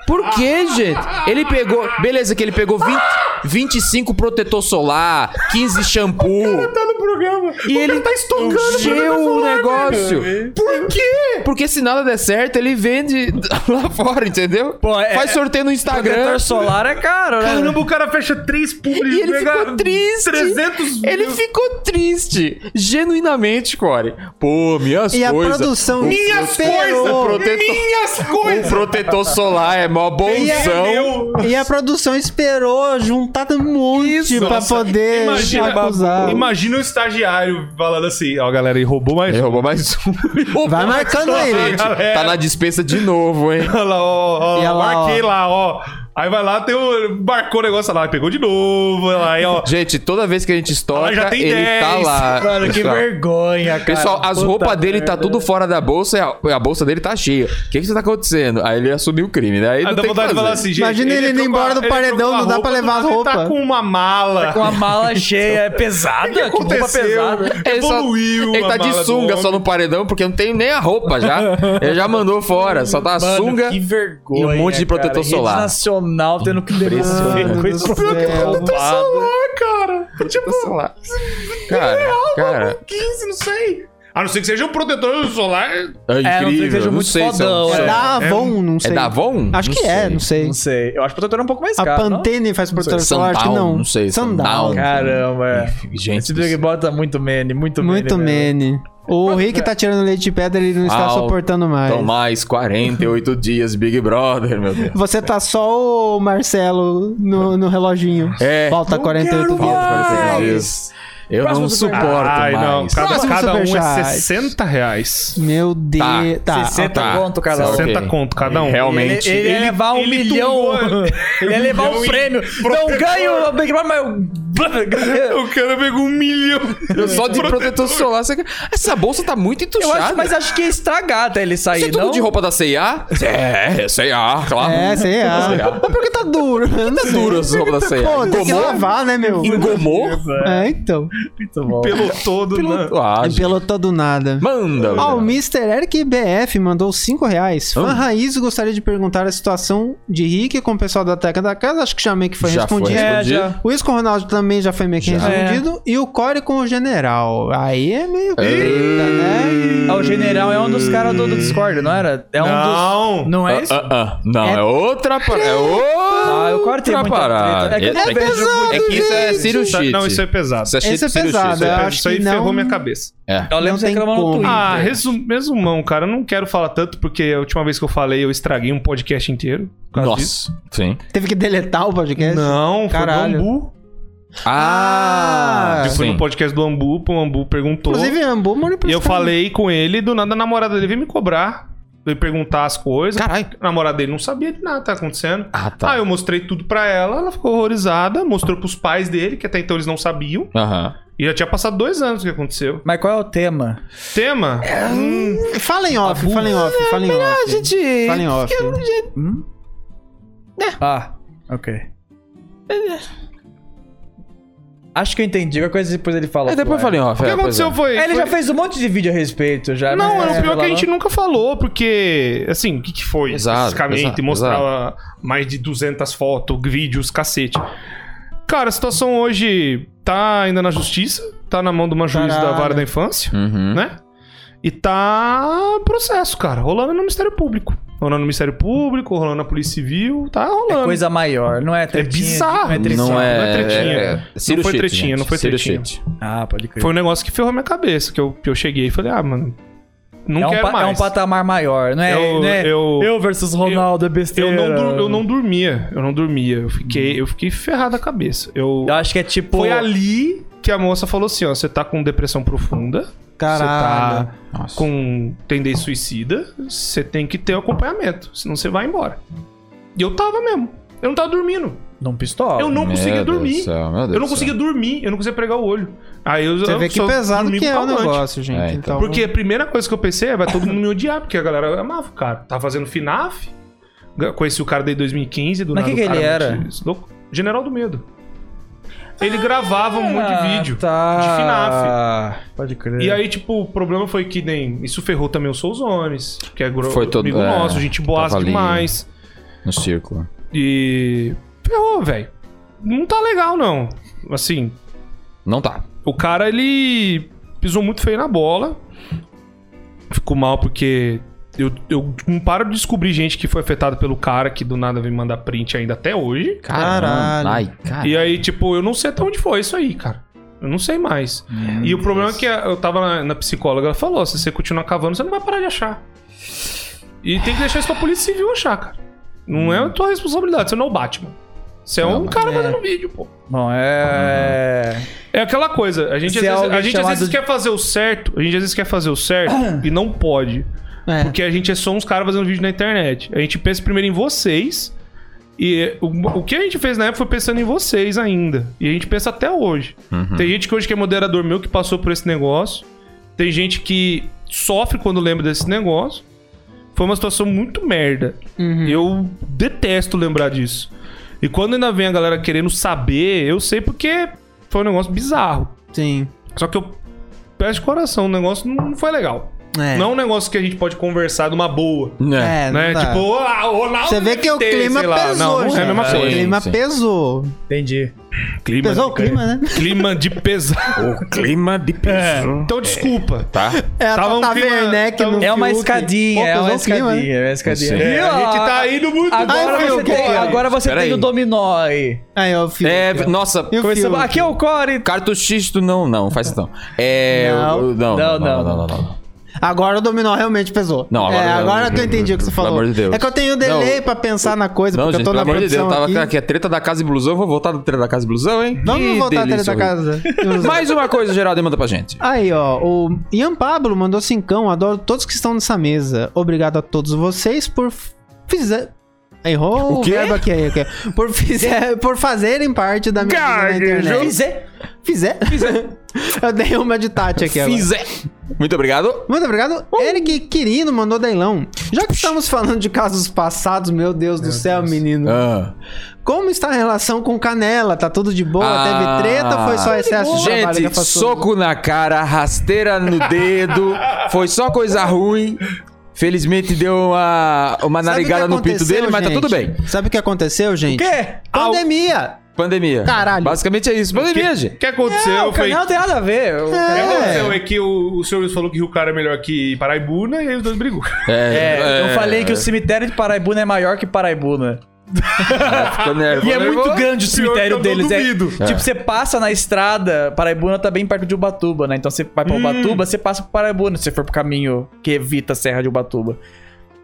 Speaker 1: Por quê,
Speaker 4: Ah.
Speaker 1: gente? Ele pegou. Beleza, que ele pegou 20, 25 protetor solar, 15 shampoo.
Speaker 4: tá no programa.
Speaker 1: E ele
Speaker 4: tá estocando o
Speaker 1: encheu
Speaker 4: programa
Speaker 1: o
Speaker 4: solar,
Speaker 1: negócio.
Speaker 4: velho. Por quê?
Speaker 1: Porque se nada der certo, ele vende lá fora, entendeu?
Speaker 2: Pô, é-
Speaker 1: Faz sorteio no Instagram.
Speaker 2: Protetor solar é caro, né?
Speaker 4: Caramba, o cara fecha três públicos.
Speaker 1: E ele ficou triste.
Speaker 4: 300
Speaker 1: Ele ficou triste. Genuinamente, Core. Pô, minhas
Speaker 3: E a
Speaker 1: coisas.
Speaker 3: produção
Speaker 4: Minhas
Speaker 3: superou.
Speaker 4: coisas!
Speaker 1: protetor.
Speaker 4: Minhas
Speaker 1: O
Speaker 4: coisas!
Speaker 1: protetor solar é mó bonzão.
Speaker 4: Meu.
Speaker 3: E a produção esperou juntar um monte
Speaker 1: Tipo,
Speaker 3: pra
Speaker 4: Nossa,
Speaker 3: poder acusar.
Speaker 4: imagina o estagiário falando assim, ó, galera, ele roubou mais. um."
Speaker 1: Ele roubou mais um.
Speaker 3: Vai marcando aí,
Speaker 1: Gente,
Speaker 4: É.
Speaker 3: gente.
Speaker 1: tá na dispensa de novo, hein?
Speaker 4: Olha lá, ó, ó,
Speaker 3: E olha lá,
Speaker 4: marquei lá, ó. Aí vai lá, tem o, marcou o negócio lá, pegou de novo. Aí, ó.
Speaker 1: Gente, toda vez que a gente estoca,
Speaker 4: Ah, já tem
Speaker 1: ele
Speaker 4: 10.
Speaker 1: tá lá.
Speaker 2: Mano, que
Speaker 1: pessoal.
Speaker 2: vergonha, cara.
Speaker 1: Pessoal, as
Speaker 2: Puta
Speaker 1: roupas dele tá
Speaker 2: merda.
Speaker 1: tudo fora da bolsa e a, a bolsa dele tá cheia. O que que tá acontecendo? Aí ele assumiu o crime, né? Aí
Speaker 4: Aí
Speaker 1: não
Speaker 4: dá
Speaker 1: tem o que
Speaker 4: vontade de falar
Speaker 1: fazer.
Speaker 4: assim, gente.
Speaker 3: Imagina ele indo
Speaker 4: entrou com a-
Speaker 3: embora do
Speaker 4: ele entrou
Speaker 3: paredão,
Speaker 4: com a
Speaker 3: não dá pra
Speaker 4: do
Speaker 3: levar
Speaker 4: nada
Speaker 3: as
Speaker 4: ele Tá
Speaker 3: roupas.
Speaker 4: com uma mala.
Speaker 1: tá
Speaker 2: Com a mala cheia, é pesada? Que, roupa
Speaker 4: aconteceu?
Speaker 2: pesada.
Speaker 1: Ele só-
Speaker 4: Evoluiu
Speaker 1: Ele
Speaker 4: a
Speaker 1: tá de
Speaker 4: mala do
Speaker 1: sunga só
Speaker 4: homem.
Speaker 1: no paredão, porque não tem nem a roupa já. Ele já mandou fora, só tá a
Speaker 2: Mano,
Speaker 1: sunga.
Speaker 2: que vergonha,
Speaker 1: e um monte de
Speaker 2: cara.
Speaker 1: protetor
Speaker 2: Rede
Speaker 1: solar.
Speaker 2: nacional tendo que devolver
Speaker 3: Mano
Speaker 2: coisa
Speaker 3: do céu.
Speaker 1: Tipo, lá. Cara, cara,
Speaker 4: 15, não sei. A não ser que seja um protetor solar.
Speaker 1: é
Speaker 2: não sei que
Speaker 1: incrível.
Speaker 2: seja
Speaker 1: não
Speaker 2: muito
Speaker 1: sei, se é um-
Speaker 2: fodão,
Speaker 1: se
Speaker 3: É
Speaker 1: é,
Speaker 3: da Avon, não
Speaker 1: é
Speaker 3: sei.
Speaker 1: da Avon?
Speaker 3: Acho que é, não sei.
Speaker 2: Não sei. Eu acho que o protetor é um pouco mais
Speaker 3: A
Speaker 2: caro. não?
Speaker 3: Pantene faz protetor solar, acho que
Speaker 1: Sundown,
Speaker 3: não.
Speaker 1: não sei,
Speaker 3: Sundown.
Speaker 1: Sundown.
Speaker 2: Caramba, é.
Speaker 1: Gente,
Speaker 2: Esse Big Brother tá muito mene, muito mene.
Speaker 3: Muito
Speaker 2: mesmo.
Speaker 3: mene. O Rick tá tirando leite de pedra, ele não está
Speaker 1: Ah, o-
Speaker 3: suportando mais.
Speaker 1: Então mais 48 dias Big Brother, meu Deus.
Speaker 3: Você tá só o Marcelo no, no reloginho.
Speaker 1: É.
Speaker 3: Falta 48
Speaker 2: quero
Speaker 3: dias.
Speaker 1: Falta
Speaker 2: mais.
Speaker 1: 48 dias. Eu não
Speaker 2: Próximo
Speaker 1: suporto
Speaker 4: Ai,
Speaker 1: mais.
Speaker 4: não. Cada,
Speaker 3: Próximo
Speaker 4: cada um é
Speaker 3: superchat.
Speaker 4: 60 reais.
Speaker 3: Meu Deus. Tá.
Speaker 2: 60
Speaker 1: Ah, tá.
Speaker 2: conto cada um.
Speaker 1: Ok.
Speaker 4: 60 conto cada um.
Speaker 1: Realmente.
Speaker 2: Ele, ele ia
Speaker 4: Ele-
Speaker 2: levar um
Speaker 4: ele
Speaker 2: milhão.
Speaker 4: tungou-
Speaker 2: Ele ia levar um
Speaker 4: milhão em
Speaker 2: prêmio. Não
Speaker 4: protetor.
Speaker 2: ganho o Big Brother, mas eu.
Speaker 4: O cara pegou um milhão.
Speaker 1: Eu só de protetor solar. você- Essa bolsa tá muito entuchada.
Speaker 2: Eu acho, mas acho que ia estragar até ele sair,
Speaker 1: Isso é tudo
Speaker 2: não?
Speaker 1: de roupa da C&A? É, C&A, claro.
Speaker 3: É, sei lá. Mas por que tá duro? Tá
Speaker 1: duro essa roupa da ceia.
Speaker 3: Pô, tem que
Speaker 1: Engomou?
Speaker 3: lavar, né, meu?
Speaker 1: Engomou?
Speaker 3: É, então.
Speaker 2: Muito bom.
Speaker 4: Pelo todo, né?
Speaker 1: Ah, gente.
Speaker 3: Pelotão do nada.
Speaker 1: Manda.
Speaker 3: Ó, o
Speaker 1: velho.
Speaker 3: Mr. Eric BF mandou 5 reais. Fã raiz gostaria de perguntar a situação de Rick com o pessoal da Teca da Casa. Acho que já meio que foi
Speaker 1: Já foi
Speaker 3: respondido.
Speaker 2: É,
Speaker 1: respondido.
Speaker 2: já.
Speaker 3: O Isco Ronaldo também já foi meio que respondido.
Speaker 4: É.
Speaker 3: E o Core com o General. Aí é meio. Eita, né?
Speaker 2: Ah, o general é um dos caras do, do Discord, não era? É um
Speaker 4: Não.
Speaker 2: dos. Não é isso?
Speaker 1: Ah, ah, ah. Não, é, outra parada. É outra
Speaker 2: Ah, eu cortei muita
Speaker 1: parada.
Speaker 2: treta. É que eu não vejo muito-
Speaker 1: é que isso é Ciro Cheat.
Speaker 4: Não, isso é pesado.
Speaker 1: Isso é,
Speaker 3: Esse é
Speaker 1: Ciro Cheat,
Speaker 3: pesado,
Speaker 1: isso
Speaker 3: eu
Speaker 1: é-
Speaker 3: acho
Speaker 4: Isso aí
Speaker 3: que não-
Speaker 4: ferrou minha cabeça.
Speaker 2: Eu lembro
Speaker 3: Não
Speaker 2: você
Speaker 3: tem
Speaker 2: reclamando no
Speaker 3: como.
Speaker 2: Twitter.
Speaker 4: Ah, resu- resumão, cara. Eu não quero falar tanto, porque a última vez que eu falei, eu estraguei um podcast inteiro. por causa disso.
Speaker 1: Nossa. Sim.
Speaker 3: Teve que deletar o podcast?
Speaker 4: Não,
Speaker 3: Caralho.
Speaker 4: foi do Ambu.
Speaker 1: Ah,
Speaker 4: eu fui
Speaker 1: sim.
Speaker 4: no podcast do Ambu, o Ambu perguntou.
Speaker 3: Inclusive, Ambu mora em
Speaker 4: e eu
Speaker 3: Piracicaba.
Speaker 4: falei com ele, do nada a namorada dele veio me cobrar, veio perguntar as coisas.
Speaker 1: Caralho.
Speaker 4: A namorada dele não sabia de nada que tá acontecendo.
Speaker 1: Ah, tá.
Speaker 4: Aí eu mostrei tudo pra ela, ela ficou horrorizada, mostrou pros pais dele, que até então eles não sabiam.
Speaker 1: Aham.
Speaker 4: E já tinha passado dois anos que aconteceu.
Speaker 2: Mas qual é o tema?
Speaker 4: Tema?
Speaker 3: Fala em off, fala em off,
Speaker 4: É,
Speaker 3: fala em off.
Speaker 2: Gente.
Speaker 3: Fala em off.
Speaker 2: Ah, ok. Acho que eu entendi. Qualquer coisa depois ele fala.
Speaker 1: É, depois eu falei, ó.
Speaker 4: o que aconteceu foi.
Speaker 2: Ele
Speaker 4: foi-
Speaker 2: já fez um monte de vídeo a né? respeito, já.
Speaker 4: Não,
Speaker 2: mas-
Speaker 4: é o pior que a
Speaker 2: não.
Speaker 4: gente nunca falou, porque, assim, o que, que foi
Speaker 1: Exato,
Speaker 4: especificamente?
Speaker 1: exato,
Speaker 4: mostrar mais de 200 fotos, vídeos, cacete. Cara, a situação hoje tá ainda na justiça, tá na mão de uma juiz da
Speaker 3: Caralho.
Speaker 4: vara da infância,
Speaker 1: Uhum.
Speaker 4: né? E tá processo, cara, rolando no Ministério Público. Rolando no Ministério Público, rolando na Polícia Civil, tá rolando.
Speaker 2: É coisa maior, não é tretinha.
Speaker 4: bizarro.
Speaker 2: Não é tretinha.
Speaker 1: Não é, é.
Speaker 4: não é tretinha.
Speaker 1: Ciro
Speaker 4: Não foi
Speaker 1: Cheat,
Speaker 4: tretinha,
Speaker 1: gente.
Speaker 4: não foi
Speaker 1: Ciro
Speaker 4: tretinha.
Speaker 1: Cheat.
Speaker 2: Ah, pode crer.
Speaker 4: Foi um negócio que ferrou minha cabeça, que eu, que eu cheguei e falei, ah, mano, não
Speaker 2: é, um
Speaker 4: quero
Speaker 2: pa-
Speaker 4: mais.
Speaker 2: é um patamar maior, não é?
Speaker 4: Eu-
Speaker 2: não é-
Speaker 4: eu-
Speaker 2: versus Ronaldo é
Speaker 4: Eu
Speaker 2: besteira.
Speaker 4: não, dur- eu não dormia, eu não dormia. Eu
Speaker 3: Uhum.
Speaker 4: fiquei, eu fiquei ferrado a cabeça. Eu,
Speaker 2: Eu acho que é tipo.
Speaker 4: foi ali que a moça falou assim, ó, você tá com depressão profunda, você
Speaker 3: Caralho.
Speaker 4: tá com tendência suicida, você tem que ter acompanhamento, senão você vai embora. E eu tava mesmo. Eu não tava dormindo.
Speaker 2: Não pistola.
Speaker 4: eu não
Speaker 1: Meu
Speaker 4: conseguia
Speaker 1: Deus
Speaker 4: dormir.
Speaker 1: do céu, meu Deus
Speaker 4: eu não
Speaker 1: do
Speaker 4: conseguia dormir, eu não conseguia pregar o olho. Aí eu,
Speaker 3: Você
Speaker 4: eu
Speaker 3: vê que
Speaker 4: só
Speaker 3: pesado
Speaker 4: dormi
Speaker 3: que é
Speaker 4: com
Speaker 3: o
Speaker 4: calmante.
Speaker 3: negócio, gente.
Speaker 1: É, então.
Speaker 3: então.
Speaker 4: Porque a primeira coisa que eu pensei é, vai todo mundo me odiar, porque a galera amava o cara. Tava fazendo FNAF, ga- conheci o cara desde 2015, do
Speaker 2: Mas
Speaker 4: nada
Speaker 2: que que
Speaker 4: o cara
Speaker 2: ele
Speaker 4: me
Speaker 2: era? Ah,
Speaker 4: disse, "Louco, General do Medo. Ele gravava um monte de vídeo.
Speaker 2: Tá.
Speaker 4: de FNAF.
Speaker 2: Pode crer.
Speaker 4: E aí, tipo, o problema foi que nem... Isso ferrou também os Souzones, que é gro...
Speaker 1: Foi todo-
Speaker 4: amigo
Speaker 1: é,
Speaker 4: nosso, gente boa
Speaker 1: tava ali.
Speaker 4: demais.
Speaker 1: No círculo.
Speaker 4: E... Ferrou, velho. Não tá legal, não. Assim,
Speaker 1: Não tá.
Speaker 4: o cara, ele pisou muito feio na bola. Ficou mal porque eu, eu não paro de descobrir gente que foi afetada pelo cara que do nada vem mandar print ainda até hoje.
Speaker 3: Caralho.
Speaker 1: Ai, cara.
Speaker 4: E aí, tipo, eu não sei até onde foi isso aí, cara. Eu não sei mais. e o problema é que eu tava na, na psicóloga, ela falou: se você continuar cavando, você não vai parar de achar. E tem que deixar isso pra polícia civil achar, cara. Não é a tua responsabilidade, você não é o Batman. Você é um cara fazendo vídeo, pô.
Speaker 2: Bom, é.
Speaker 4: É aquela coisa, a gente,
Speaker 2: Se
Speaker 4: às vezes,
Speaker 2: alguém
Speaker 4: a gente às
Speaker 2: é chamado
Speaker 4: vezes
Speaker 2: de- Ah.
Speaker 4: quer fazer o certo, a gente às vezes quer fazer o certo e não pode.
Speaker 3: É.
Speaker 4: Porque a gente é só uns caras fazendo vídeo na internet. A gente pensa primeiro em vocês E o, o que a gente fez na época foi pensando em vocês ainda. E a gente pensa até hoje. Tem gente que hoje que é moderador meu que passou por esse negócio. Tem gente que sofre quando lembra desse negócio. Foi uma situação muito merda. Eu detesto lembrar disso. E quando ainda vem a galera querendo saber, eu sei porque foi um negócio bizarro.
Speaker 3: Sim.
Speaker 4: Só que eu peço de coração, o negócio não foi legal.
Speaker 3: É.
Speaker 4: Não é um negócio que a gente pode conversar numa boa.
Speaker 1: É.
Speaker 3: É, não
Speaker 4: né?
Speaker 3: dá.
Speaker 4: Tipo, ah, o Ronaldo.
Speaker 3: Você vê
Speaker 4: deve
Speaker 3: que o
Speaker 4: ter,
Speaker 3: clima
Speaker 4: sei lá.
Speaker 3: pesou,
Speaker 4: Não, não é a
Speaker 3: gente.
Speaker 4: mesma
Speaker 3: O
Speaker 4: coisa.
Speaker 3: clima
Speaker 1: sim.
Speaker 3: pesou.
Speaker 2: Entendi.
Speaker 4: Clima
Speaker 3: Pesou o
Speaker 4: de-
Speaker 3: clima, né?
Speaker 4: Clima de pesar.
Speaker 1: O clima de piso.
Speaker 4: Então, desculpa.
Speaker 1: Tá?
Speaker 3: É a
Speaker 4: Tava um
Speaker 3: Tata
Speaker 4: clima-
Speaker 3: Werneck
Speaker 4: tava-
Speaker 3: no
Speaker 2: É uma
Speaker 3: Fiuk.
Speaker 2: escadinha,
Speaker 3: Pô,
Speaker 2: é uma
Speaker 3: pesou o clima, né?
Speaker 2: escadinha, é uma escadinha.
Speaker 1: Sim.
Speaker 2: E,
Speaker 4: É, a
Speaker 2: ó,
Speaker 4: gente tá indo muito.
Speaker 2: Agora
Speaker 3: Ai,
Speaker 2: você,
Speaker 3: Fiuk,
Speaker 2: tem,
Speaker 3: cara.
Speaker 2: agora você
Speaker 1: Pera
Speaker 2: tem
Speaker 1: aí.
Speaker 2: o dominó aí.
Speaker 3: Aí, ó, o Fiuk.
Speaker 1: É, nossa,
Speaker 3: E o
Speaker 2: Começamos-
Speaker 3: Fiuk?
Speaker 2: Aqui é o Core.
Speaker 1: cartuchisto não, não, faz então. É.
Speaker 3: Não.
Speaker 1: o- o- Não,
Speaker 2: Não,
Speaker 1: não, não,
Speaker 2: não.
Speaker 1: não, não, não.
Speaker 3: Agora o dominó realmente pesou.
Speaker 1: Não, agora-
Speaker 3: é, agora que eu entendi o que você
Speaker 1: Pelo
Speaker 3: falou.
Speaker 1: amor de Deus.
Speaker 3: É que eu tenho um delay pra pensar na coisa,
Speaker 1: Não,
Speaker 3: porque
Speaker 1: gente,
Speaker 3: eu tô
Speaker 1: pelo
Speaker 3: na
Speaker 1: amor de Deus,
Speaker 3: produção
Speaker 1: eu tava aqui.
Speaker 3: aqui.
Speaker 1: a treta da casa e blusão, eu vou voltar da treta da casa e blusão, hein?
Speaker 3: Vamos
Speaker 1: Que
Speaker 3: voltar à tela
Speaker 1: delícia
Speaker 3: da casa.
Speaker 1: horrível. Mais uma coisa, Geraldo, manda pra gente.
Speaker 3: Aí, ó, o Ian Pablo mandou cincão. Adoro todos que estão nessa mesa. Obrigado a todos vocês por fizer... Errou
Speaker 1: O
Speaker 3: o
Speaker 1: quê?
Speaker 3: verbo aqui, aí, aqui. Por, fizer, por fazerem parte da minha vida na internet.
Speaker 2: Fizer.
Speaker 3: Fizer? eu dei uma de Tati aqui agora.
Speaker 1: Fizer. Muito obrigado. Uh.
Speaker 3: Muito obrigado. Eric Quirino mandou Dailão. Já que estamos falando de casos passados, meu Deus do céu, menino.
Speaker 1: Ah.
Speaker 3: Como está a relação com Canela? Tá tudo de boa?
Speaker 1: Ah,
Speaker 3: Teve treta ou foi só excesso de trabalho que
Speaker 1: Gente,
Speaker 3: afastou?
Speaker 1: soco na cara, rasteira no dedo, foi só coisa ruim. Felizmente deu uma, uma
Speaker 3: Sabe o que
Speaker 1: narigada no pinto
Speaker 3: aconteceu,
Speaker 1: dele, mas tá
Speaker 3: gente?
Speaker 1: tudo bem.
Speaker 3: Sabe o que aconteceu, gente?
Speaker 2: Quê?
Speaker 3: Pandemia!
Speaker 1: Pandemia.
Speaker 3: Caralho.
Speaker 1: Basicamente é isso. Pandemia,
Speaker 4: O
Speaker 1: gente.
Speaker 4: que aconteceu
Speaker 2: Não, Ah, o
Speaker 4: foi.
Speaker 2: canal não tem nada a ver. O
Speaker 4: O que
Speaker 2: canal-
Speaker 4: aconteceu é que o, o senhor Luiz falou que Rio Claro é melhor que Paraibuna e aí os dois brigam.
Speaker 2: É, eu falei que o cemitério de Paraibuna é maior que Paraibuna.
Speaker 1: Ficou nervo-
Speaker 2: E é
Speaker 1: Ah, nervoso.
Speaker 2: muito grande o
Speaker 4: Pior que eu
Speaker 2: cemitério
Speaker 4: não
Speaker 2: deles. É,
Speaker 4: duvido.
Speaker 2: Tipo, você passa na estrada, Paraibuna tá bem perto de Ubatuba, né? Então você vai
Speaker 4: Hum.
Speaker 2: pra Ubatuba, você passa pro Paraibuna, se você for pro caminho que evita a Serra de Ubatuba.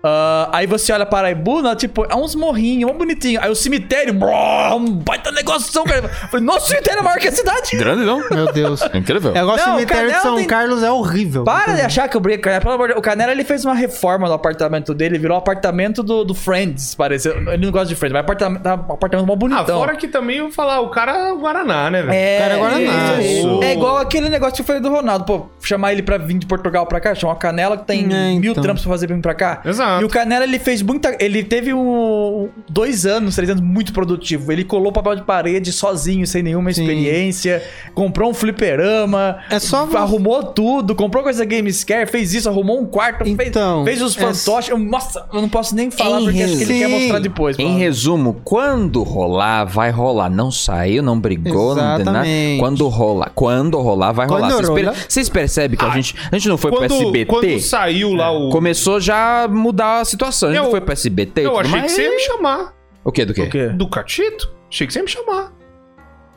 Speaker 2: Ah, aí você olha Paraibuna, tipo, é uns morrinhos, mó bonitinho. Aí o cemitério, brrr, um baita negócio. Cara. Eu Falei, nossa, o cemitério é maior que a cidade.
Speaker 1: Grande não?
Speaker 3: Meu Deus.
Speaker 1: Incrível.
Speaker 3: É igual o
Speaker 2: Não,
Speaker 3: cemitério de
Speaker 2: Canela
Speaker 3: São
Speaker 2: tem-
Speaker 3: Carlos é horrível.
Speaker 2: Para de achar que eu brinco, Canela. Pelo amor de Deus. O Canela, ele fez uma reforma no apartamento dele, virou o apartamento do, do Friends, parece. Ele não gosta de Friends, mas apartamento, tá um apartamento mó
Speaker 4: Ah,
Speaker 2: bonitão.
Speaker 4: fora que também eu vou falar, o cara é o Guaraná, né, velho?
Speaker 2: É,
Speaker 3: Cara, agora não.
Speaker 2: isso. É igual aquele negócio que eu falei do Ronaldo. Pô, chamar ele pra vir de Portugal pra cá, chamar o Canela, que tem
Speaker 3: É,
Speaker 2: mil
Speaker 3: então.
Speaker 2: trampos pra fazer pra vir pra cá.
Speaker 4: Exato.
Speaker 2: E o Canela, ele fez muita. Ele teve um, dois anos, três anos, muito produtivo. Ele colou papel de parede sozinho, sem nenhuma
Speaker 3: Sim.
Speaker 2: experiência. Comprou um fliperama.
Speaker 3: É só você-
Speaker 2: Arrumou tudo, comprou coisa Gamescare, fez isso, arrumou um quarto, fez-
Speaker 3: Então,
Speaker 2: fez, os
Speaker 3: é-
Speaker 2: fantoches. Nossa, eu não posso nem falar
Speaker 1: Em
Speaker 2: porque acho que ele
Speaker 3: resu-
Speaker 2: quer
Speaker 3: Sim.
Speaker 2: mostrar depois.
Speaker 1: É. Em
Speaker 2: mano.
Speaker 1: resumo, quando rolar, Ah, vai rolar. Não saiu, não brigou, não tem nada.
Speaker 3: Exatamente.
Speaker 1: Quando rolar, quando Ah, rolar, vai
Speaker 3: Quando
Speaker 1: rolar. Vocês
Speaker 3: rolar.
Speaker 1: per- Vocês percebem que a gente, a gente não foi pro
Speaker 4: Quando,
Speaker 1: SBT?
Speaker 4: quando saiu lá o.
Speaker 1: Começou já a mudar a situação. A gente
Speaker 4: Eu-
Speaker 1: foi pro SBT e
Speaker 4: Eu
Speaker 1: tudo
Speaker 4: achei que
Speaker 1: mais.
Speaker 4: você ia me chamar.
Speaker 1: O quê? Do quê?
Speaker 2: O quê?
Speaker 4: Do Catito? Achei que você ia me chamar.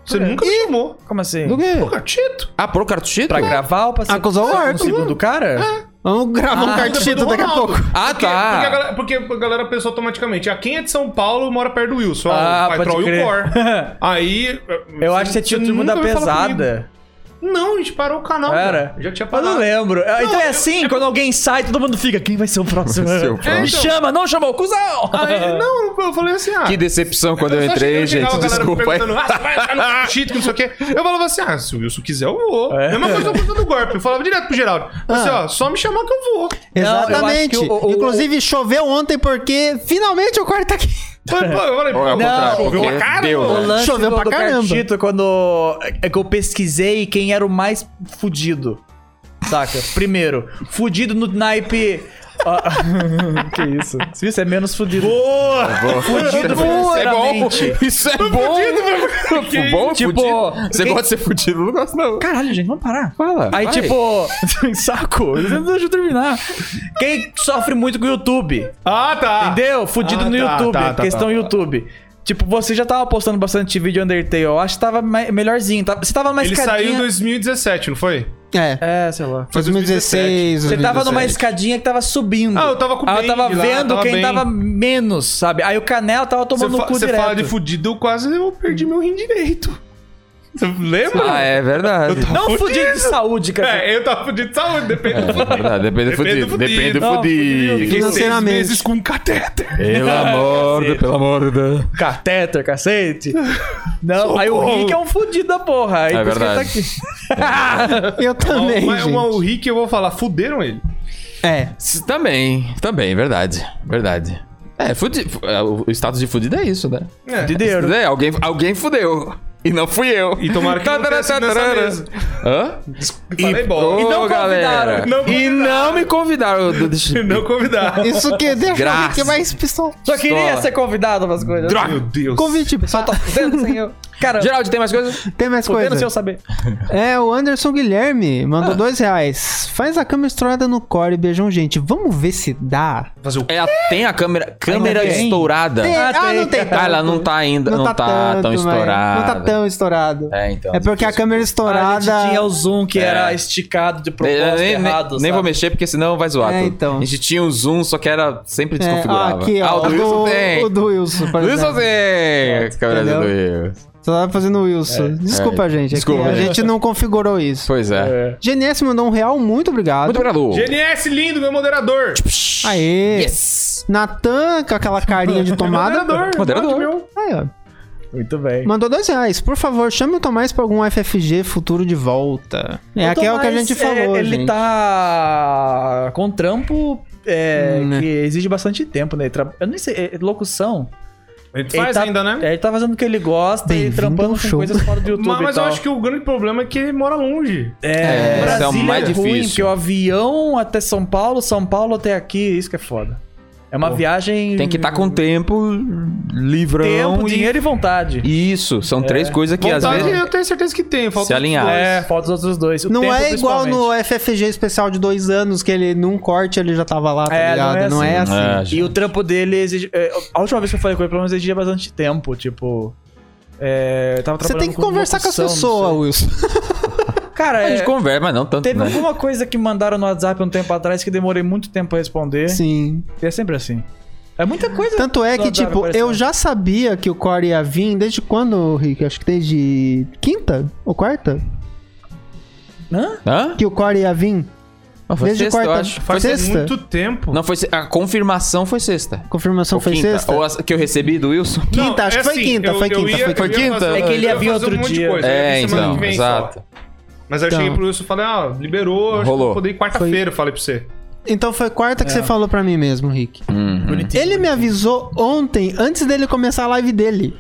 Speaker 4: Você nunca me chamou.
Speaker 2: Como assim?
Speaker 1: Do quê?
Speaker 4: Do Catito?
Speaker 1: Ah, pro cartuchito?
Speaker 2: Pra gravar ou pra ser
Speaker 3: Acusou o É.
Speaker 2: ser
Speaker 3: arco.
Speaker 2: segundo cara?
Speaker 3: Vamos gravar um
Speaker 4: Ah,
Speaker 3: cartito
Speaker 4: do
Speaker 3: daqui a
Speaker 4: Ronaldo.
Speaker 3: pouco.
Speaker 1: Ah,
Speaker 4: Porque-
Speaker 1: tá.
Speaker 4: Porque a, galera, porque a galera pensou automaticamente, ah, quem é de São Paulo mora perto do Wilson, ah,
Speaker 2: Ah,
Speaker 4: o Pai
Speaker 2: pode
Speaker 4: Troll e
Speaker 2: crer.
Speaker 4: o Cor. Aí... eh,
Speaker 2: Eu acho que você tinha o turma
Speaker 4: nunca
Speaker 2: da
Speaker 4: veio falar comigo.
Speaker 2: pesada.
Speaker 4: Não, a gente parou o canal.
Speaker 2: Era?
Speaker 4: cara. Já tinha
Speaker 2: Eu
Speaker 4: parado.
Speaker 2: não lembro. então é
Speaker 4: eu-
Speaker 2: assim, quando alguém sai, todo mundo fica. Quem vai ser o próximo?
Speaker 1: ser o próximo.
Speaker 2: Me chama, não chamou, cuzão!
Speaker 4: Aí, não, eu falei assim, ah...
Speaker 1: Que decepção quando eu
Speaker 4: só achei
Speaker 1: entrei,
Speaker 4: que chegava
Speaker 1: gente.
Speaker 4: a galera
Speaker 1: Desculpa é. aí.
Speaker 4: perguntando, Ah, você vai entrar no Catito, que não sei o quê. Eu falava assim, ah, se o Wilson quiser, eu vou. É. Mesma coisa eu do golpe. Eu falava direto pro Geraldo. Assim,
Speaker 2: Ah.
Speaker 4: ó, só me chamar que eu vou.
Speaker 3: Exatamente.
Speaker 2: eu acho que o- o-
Speaker 3: Inclusive, choveu ontem porque finalmente o quarto tá aqui.
Speaker 4: Eu falei, pô, eu falei,
Speaker 1: Ou é o contrário,
Speaker 4: pô, choveu
Speaker 1: porque
Speaker 4: pra caramba.
Speaker 1: deu,
Speaker 2: O
Speaker 1: né?
Speaker 2: lance
Speaker 3: Choveu
Speaker 2: do,
Speaker 3: pra
Speaker 2: do
Speaker 3: caramba.
Speaker 2: cartito, quando. É que eu pesquisei quem era o mais fudido. Saca? Primeiro, fudido no naipe. Ah, que isso? Se isso é menos fudido. Boa! Fudido
Speaker 1: Isso é bom.
Speaker 2: puramente.
Speaker 1: Isso é bom. Fudido, bom,
Speaker 2: Tipo,
Speaker 1: fudido. Você
Speaker 2: quem-
Speaker 1: gosta de ser fudido? Eu Não gosto, não.
Speaker 2: Caralho, gente, vamos parar.
Speaker 1: Fala.
Speaker 2: Aí,
Speaker 1: vai.
Speaker 2: tipo, saco, deixa eu terminar. Quem sofre muito com o YouTube,
Speaker 4: Ah, tá.
Speaker 2: entendeu? Fudido
Speaker 4: Ah,
Speaker 2: no
Speaker 4: tá,
Speaker 2: YouTube,
Speaker 4: tá, tá,
Speaker 2: questão
Speaker 4: tá.
Speaker 2: YouTube. Tipo, você já tava postando bastante vídeo Undertale, eu acho que tava me- melhorzinho. tava- Você tava numa
Speaker 4: Ele
Speaker 2: escadinha...
Speaker 4: saiu em 2017, não foi?
Speaker 3: É.
Speaker 2: É, sei lá.
Speaker 3: Foi 2016.
Speaker 2: Você tava numa
Speaker 3: 2017.
Speaker 2: escadinha que tava subindo.
Speaker 4: Ah, eu tava com o
Speaker 2: Aí eu tava
Speaker 4: Bang lá,
Speaker 2: vendo
Speaker 4: tava
Speaker 2: quem
Speaker 4: bem.
Speaker 2: tava menos, sabe? Aí o Canela tava tomando no
Speaker 4: Você fa-
Speaker 2: cu
Speaker 4: você
Speaker 2: direto.
Speaker 4: fala de fudido, eu quase eu perdi meu rim direito. Você lembra?
Speaker 1: Ah, é verdade.
Speaker 2: Não fudido de saúde, cara.
Speaker 4: É, eu tava fudido de saúde, depende do
Speaker 1: É
Speaker 4: fudido.
Speaker 1: verdade, Depende do fudido. Depende do
Speaker 2: Não,
Speaker 1: fudido.
Speaker 4: Fiquei seis
Speaker 3: Financeiramente.
Speaker 4: meses com um cateter.
Speaker 1: Pelo
Speaker 2: Ah,
Speaker 1: amor, de- pelo amor de...
Speaker 2: Catéter, cacete. Não, aí o Rick é um fudido da porra. Aí
Speaker 1: É
Speaker 2: por isso que ele tá
Speaker 1: verdade.
Speaker 3: Eu também,
Speaker 4: Mas
Speaker 3: gente.
Speaker 4: o Rick, eu vou falar, fuderam ele.
Speaker 3: É.
Speaker 1: S- Também, também, verdade. Verdade. É, fudi... fu- é, o o status de fudido é isso, né?
Speaker 2: tá aqui. Fudideiro.
Speaker 1: É, alguém, alguém fudeu. E não fui eu.
Speaker 4: E tomara
Speaker 1: Tá,
Speaker 4: que não tenha sido nessa mesa.
Speaker 1: Hã?
Speaker 4: Falei bola.
Speaker 1: Ô,
Speaker 2: não convidaram.
Speaker 1: galera.
Speaker 4: Não
Speaker 1: E não me convidaram. Eu- deixa-
Speaker 4: Não convidar.
Speaker 3: Isso que deixa
Speaker 1: Graças.
Speaker 3: que mais pistola.
Speaker 2: Só queria ser convidado umas coisas.
Speaker 4: Meu Deus.
Speaker 3: Convite, pessoal.
Speaker 2: Tá fudendo sem eu. Cara,
Speaker 1: Geraldo, tem mais coisa?
Speaker 3: Tem mais
Speaker 2: fudendo sem
Speaker 3: coisa?
Speaker 2: eu saber.
Speaker 3: É, o Anderson Guilherme mandou
Speaker 1: Ah.
Speaker 3: dois reais. Faz a cama estourada no core, beijão, gente. Vamos ver se dá.
Speaker 1: É a- tem a câmera, câmera
Speaker 2: tem.
Speaker 1: estourada.
Speaker 3: Tem-
Speaker 2: Ah,
Speaker 3: ah, não
Speaker 2: tem,
Speaker 3: tem
Speaker 1: Ah,
Speaker 3: tanto.
Speaker 1: ela não tá ainda, não, tá, tão
Speaker 3: tanto, mas-
Speaker 1: estourada.
Speaker 3: Não tá tão estourado.
Speaker 1: É, então.
Speaker 3: É porque a câmera
Speaker 2: A gente
Speaker 3: estourada.
Speaker 2: tinha o zoom que
Speaker 1: É.
Speaker 2: era esticado de
Speaker 1: Eu
Speaker 2: propósito
Speaker 1: É, nem, nem-
Speaker 2: errado,
Speaker 1: nem
Speaker 2: sabe?
Speaker 1: vou mexer porque senão vai zoar.
Speaker 3: É,
Speaker 1: tudo.
Speaker 3: então.
Speaker 1: A gente tinha o zoom, só que era sempre
Speaker 3: É,
Speaker 1: desconfigurava.
Speaker 3: aqui, ó,
Speaker 1: ah, o do Wilson
Speaker 3: o
Speaker 1: tem.
Speaker 3: do Wilson, por
Speaker 1: Wilson
Speaker 3: exemplo.
Speaker 1: tem. A câmera do Wilson.
Speaker 3: Só tava fazendo o Wilson. Desculpa,
Speaker 1: é.
Speaker 3: gente. é que
Speaker 1: Desculpa,
Speaker 3: a
Speaker 1: gente.
Speaker 3: gente não configurou isso.
Speaker 1: Pois é.
Speaker 3: GNS mandou um real, muito obrigado.
Speaker 1: Muito obrigado.
Speaker 4: GNS lindo, meu moderador.
Speaker 3: Aê!
Speaker 1: Yes!
Speaker 3: Natan, com aquela carinha de tomada.
Speaker 1: Moderador.
Speaker 3: Aí, ó.
Speaker 2: Muito bem.
Speaker 3: Mandou dois reais. Por favor, chame o Tomás pra algum FFG futuro de volta. É, aqui é o que a
Speaker 2: Tomás,
Speaker 3: gente
Speaker 2: é,
Speaker 3: falou,
Speaker 2: Ele
Speaker 3: gente.
Speaker 2: tá com trampo é,
Speaker 3: Hum, né.
Speaker 2: que exige bastante tempo, né? Ele tra- Eu nem sei, é, locução.
Speaker 4: A gente
Speaker 2: ele
Speaker 4: faz
Speaker 2: tá,
Speaker 4: ainda, né?
Speaker 2: é, ele tá fazendo o que ele gosta
Speaker 3: Bem-vindo
Speaker 2: e trampando
Speaker 3: ao
Speaker 2: com
Speaker 3: show.
Speaker 2: coisas fora do YouTube.
Speaker 4: Mas,
Speaker 2: e
Speaker 4: mas eu
Speaker 2: tal.
Speaker 4: acho que o grande problema é que ele mora longe.
Speaker 1: É, esse é o
Speaker 2: Brasília
Speaker 1: mais
Speaker 2: ruim,
Speaker 1: difícil.
Speaker 2: Porque o avião até São Paulo, São Paulo até aqui, isso que é foda. É uma viagem.
Speaker 1: Tem que estar com tempo, livrão
Speaker 2: tempo,
Speaker 1: e-
Speaker 2: dinheiro e vontade.
Speaker 1: Isso, são três coisas que às
Speaker 4: Vontade,
Speaker 1: vezes
Speaker 4: eu tenho certeza que tem. Falta
Speaker 1: se alinhar.
Speaker 2: É, falta os outros dois. O
Speaker 3: Não
Speaker 2: tempo,
Speaker 3: é igual no
Speaker 2: principalmente.
Speaker 3: FFG especial de dois anos, que ele num corte ele já tava lá, tá
Speaker 2: É, não
Speaker 3: ligado?
Speaker 2: é
Speaker 3: Não é assim.
Speaker 1: É, gente.
Speaker 2: E o trampo dele exige. é, A última vez que eu falei com ele, pelo menos exigia bastante tempo. Tipo. É, eu tava
Speaker 3: Você tem
Speaker 2: trabalhando
Speaker 3: que conversar com as
Speaker 2: locução,
Speaker 3: pessoas,
Speaker 2: não
Speaker 3: Wilson.
Speaker 2: sei. Cara,
Speaker 1: A gente
Speaker 2: é,
Speaker 1: conversa, mas não tanto,
Speaker 2: teve um-
Speaker 1: né?
Speaker 2: alguma coisa que mandaram no WhatsApp um tempo atrás que demorei muito tempo pra responder.
Speaker 3: Sim.
Speaker 2: E é sempre assim. É muita coisa.
Speaker 3: Tanto é que,
Speaker 2: Adoro
Speaker 3: tipo,
Speaker 2: aparecer.
Speaker 3: eu já sabia que o Core ia vir desde quando, Rick? Acho que desde quinta ou quarta?
Speaker 2: Hã?
Speaker 1: Hã?
Speaker 3: Que o Core ia vir.
Speaker 1: Ah, foi
Speaker 3: desde
Speaker 1: sexta, eu
Speaker 3: quarta.
Speaker 1: acho.
Speaker 3: Foi
Speaker 4: Faz
Speaker 3: sexta?
Speaker 4: muito tempo.
Speaker 1: Não, foi se- a confirmação foi sexta.
Speaker 3: Confirmação
Speaker 1: Ou
Speaker 3: foi
Speaker 1: quinta.
Speaker 3: sexta?
Speaker 1: Ou as que eu recebi do Wilson.
Speaker 3: Quinta,
Speaker 4: Não,
Speaker 3: acho
Speaker 4: é
Speaker 3: que foi
Speaker 4: assim,
Speaker 3: quinta,
Speaker 4: eu-
Speaker 3: foi
Speaker 4: eu
Speaker 3: quinta,
Speaker 4: ia-
Speaker 3: foi
Speaker 4: eu ia
Speaker 1: quinta?
Speaker 4: fazer-
Speaker 2: É que ele
Speaker 4: eu ia
Speaker 2: ia vir
Speaker 4: fazer
Speaker 2: outro
Speaker 4: um monte de
Speaker 2: dia.
Speaker 4: coisa, eu ia
Speaker 1: É,
Speaker 4: vir semana que
Speaker 1: então,
Speaker 4: vem só.
Speaker 1: exato.
Speaker 4: Mas eu
Speaker 3: Então.
Speaker 4: cheguei pro Wilson e falei, ah, liberou, acho
Speaker 1: Rolou.
Speaker 4: que eu dei quarta-feira, eu falei pra você.
Speaker 3: Então foi quarta que você falou pra mim mesmo, Rick.
Speaker 1: Uhum.
Speaker 2: Bonitinho.
Speaker 3: Ele me avisou ontem, antes dele começar a live dele.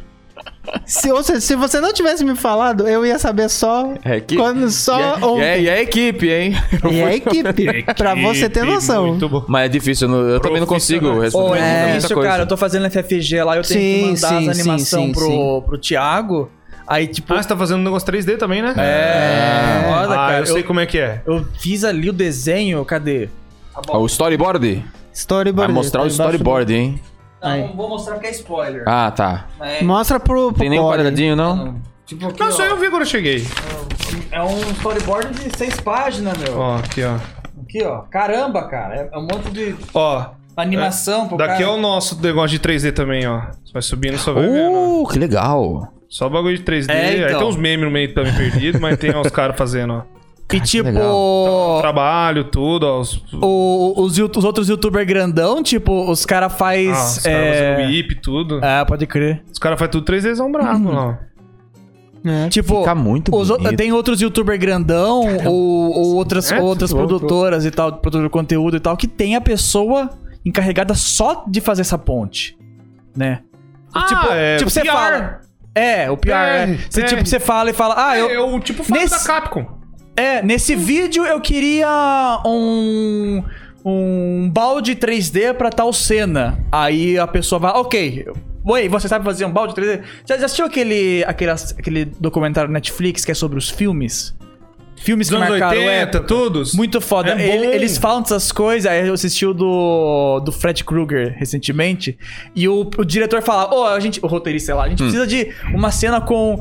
Speaker 3: Se, ou seja, se você não tivesse me falado, eu ia saber só
Speaker 1: É que-
Speaker 3: quando
Speaker 1: E
Speaker 3: só
Speaker 1: é- e é,
Speaker 3: ontem.
Speaker 1: e é equipe, hein?
Speaker 3: E é equipe, pra você ter noção.
Speaker 4: Muito bom.
Speaker 1: Mas é difícil, eu, não- eu também não consigo responder
Speaker 2: Pô,
Speaker 1: muita
Speaker 2: é difícil,
Speaker 1: coisa.
Speaker 2: cara. Eu tô fazendo FFG lá, eu tenho
Speaker 3: Sim,
Speaker 2: que mandar
Speaker 3: sim,
Speaker 2: as
Speaker 3: sim,
Speaker 2: animação
Speaker 3: sim,
Speaker 2: pro,
Speaker 3: sim.
Speaker 2: pro Thiago. Aí, tipo,
Speaker 4: Ah, você tá fazendo um negócio 3D também, né?
Speaker 2: é,
Speaker 4: Ah,
Speaker 2: foda, cara.
Speaker 4: eu sei como é que é.
Speaker 2: Eu fiz ali o desenho, cadê?
Speaker 1: Ó, O storyboard? Vai
Speaker 3: Storyboard.
Speaker 1: mostrar o
Speaker 3: tá embaixo do-
Speaker 1: storyboard, hein?
Speaker 3: Aí.
Speaker 2: vou mostrar que é spoiler. É,
Speaker 1: Ah, tá.
Speaker 3: Mostra pro, pro
Speaker 1: Tem nem um
Speaker 3: Core.
Speaker 1: quadradinho, não?
Speaker 2: Tipo, aqui,
Speaker 4: Não, só eu vi quando eu cheguei.
Speaker 2: é um storyboard de seis páginas, meu.
Speaker 4: Ó, aqui, ó.
Speaker 2: Aqui, ó. Caramba, cara. É um monte de
Speaker 4: Ó,
Speaker 2: animação pro
Speaker 4: daqui é
Speaker 2: cara.
Speaker 4: o nosso negócio de 3D também, ó. Você vai subindo, só vai vendo. ó.
Speaker 1: Uh, que legal.
Speaker 4: Só bagulho de 3D.
Speaker 2: É, então.
Speaker 4: Aí tem uns memes no meio também perdido, mas tem ó, os caras fazendo, ó.
Speaker 2: E tipo,
Speaker 1: legal.
Speaker 2: o-
Speaker 4: Trabalho, tudo, ó. Os, ah,
Speaker 2: o- os, yout- os outros youtubers grandão, tipo, os caras
Speaker 4: ah, os um
Speaker 2: faz.
Speaker 4: caras fazendo
Speaker 2: é...
Speaker 4: whip, tudo.
Speaker 2: é, pode crer.
Speaker 4: Os caras fazem tudo 3D, são brabo,
Speaker 2: Uhum.
Speaker 4: ó.
Speaker 3: É.
Speaker 2: Tipo,
Speaker 1: Fica muito
Speaker 2: os o-
Speaker 1: bonito.
Speaker 2: tem outros youtuber grandão ou, ou outras,
Speaker 4: É,
Speaker 2: ou outras
Speaker 4: tudo bom,
Speaker 2: produtoras e tal, produtor de conteúdo e tal, que tem a pessoa encarregada só de fazer essa ponte, né?
Speaker 4: Ah,
Speaker 2: tipo,
Speaker 4: é,
Speaker 2: tipo
Speaker 4: o
Speaker 2: você
Speaker 4: PR.
Speaker 2: fala. É, o PR, é.
Speaker 4: PR.
Speaker 2: Você, tipo, você fala e fala, ah,
Speaker 4: É,
Speaker 2: eu,
Speaker 4: é o tipo fato
Speaker 2: Nesse-
Speaker 4: da Capcom.
Speaker 2: é, nesse vídeo eu queria um. Um balde 3D pra tal cena. Aí a pessoa vai, ok. Oi, você sabe fazer um balde 3D? Já, já assistiu aquele, aquele, aquele documentário Netflix que é sobre os filmes? Filmes
Speaker 4: Os
Speaker 2: que
Speaker 4: anos
Speaker 2: marcaram
Speaker 4: 80,
Speaker 2: época.
Speaker 4: todos.
Speaker 2: é, tá, Muito foda.
Speaker 4: É
Speaker 2: Ele-
Speaker 4: bom.
Speaker 2: eles falam dessas coisas. Aí eu assisti o do, do Fred Krueger recentemente. E o, o diretor fala: Ô, a gente. O roteirista, sei lá, a gente precisa de uma cena com.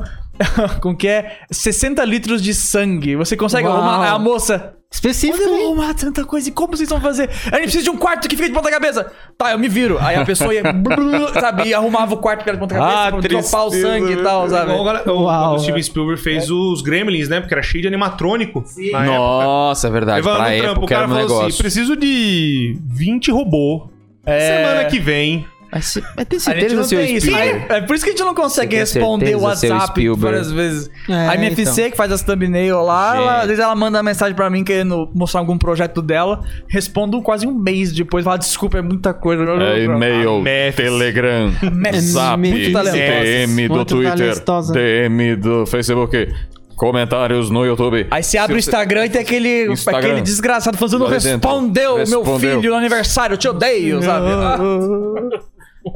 Speaker 2: com que é 60 litros de sangue. Você consegue.
Speaker 1: Uau.
Speaker 2: Uma, a moça.
Speaker 3: Específico.
Speaker 2: Onde eu vou arrumar tanta coisa? E como vocês vão fazer? A gente precisa de um quarto que fica de ponta cabeça. Tá, eu me viro. Aí a pessoa ia, sabe, e arrumava o quarto que era de ponta cabeça, pra dropar o sangue e tal, sabe?
Speaker 4: Igual agora, o-
Speaker 3: Uau.
Speaker 4: quando o
Speaker 2: é.
Speaker 4: Steven Spielberg fez os Gremlins, né? Porque era cheio de animatrônico. na época.
Speaker 1: Nossa, é verdade.
Speaker 4: Levando
Speaker 1: Pra
Speaker 4: um trampo, o
Speaker 1: época
Speaker 4: cara
Speaker 1: era um
Speaker 4: falou assim:
Speaker 1: negócio.
Speaker 4: preciso de 20 robô.
Speaker 2: É.
Speaker 4: Semana que vem.
Speaker 1: Mas, se- mas tem
Speaker 2: A gente
Speaker 1: certeza,
Speaker 2: não
Speaker 1: seu
Speaker 2: tem isso.
Speaker 1: Spielberg?
Speaker 2: É por isso que a gente não consegue
Speaker 1: Tem
Speaker 2: responder o
Speaker 1: certeza, seu
Speaker 2: WhatsApp
Speaker 1: Spielberg?
Speaker 2: várias vezes.
Speaker 3: É,
Speaker 2: a MFC que faz as thumbnail lá, ela- às vezes ela manda mensagem pra mim querendo mostrar algum projeto dela. Respondo quase um mês depois. Fala, desculpa, é muita coisa.
Speaker 5: É
Speaker 2: Ah,
Speaker 5: e-mail,
Speaker 4: Mefes.
Speaker 5: Telegram,
Speaker 2: Mefes.
Speaker 5: Zap,
Speaker 3: Muito talentosos.
Speaker 5: DM do
Speaker 3: Muito
Speaker 5: Twitter,
Speaker 3: talentosa.
Speaker 5: DM do Facebook, comentários no YouTube.
Speaker 2: Aí você abre o Instagram e tem aquele,
Speaker 5: Instagram.
Speaker 2: aquele desgraçado falando, você não
Speaker 5: Lá dentro.
Speaker 2: respondeu, meu
Speaker 5: Respondeu.
Speaker 2: filho no aniversário, eu te odeio, sabe? Ah,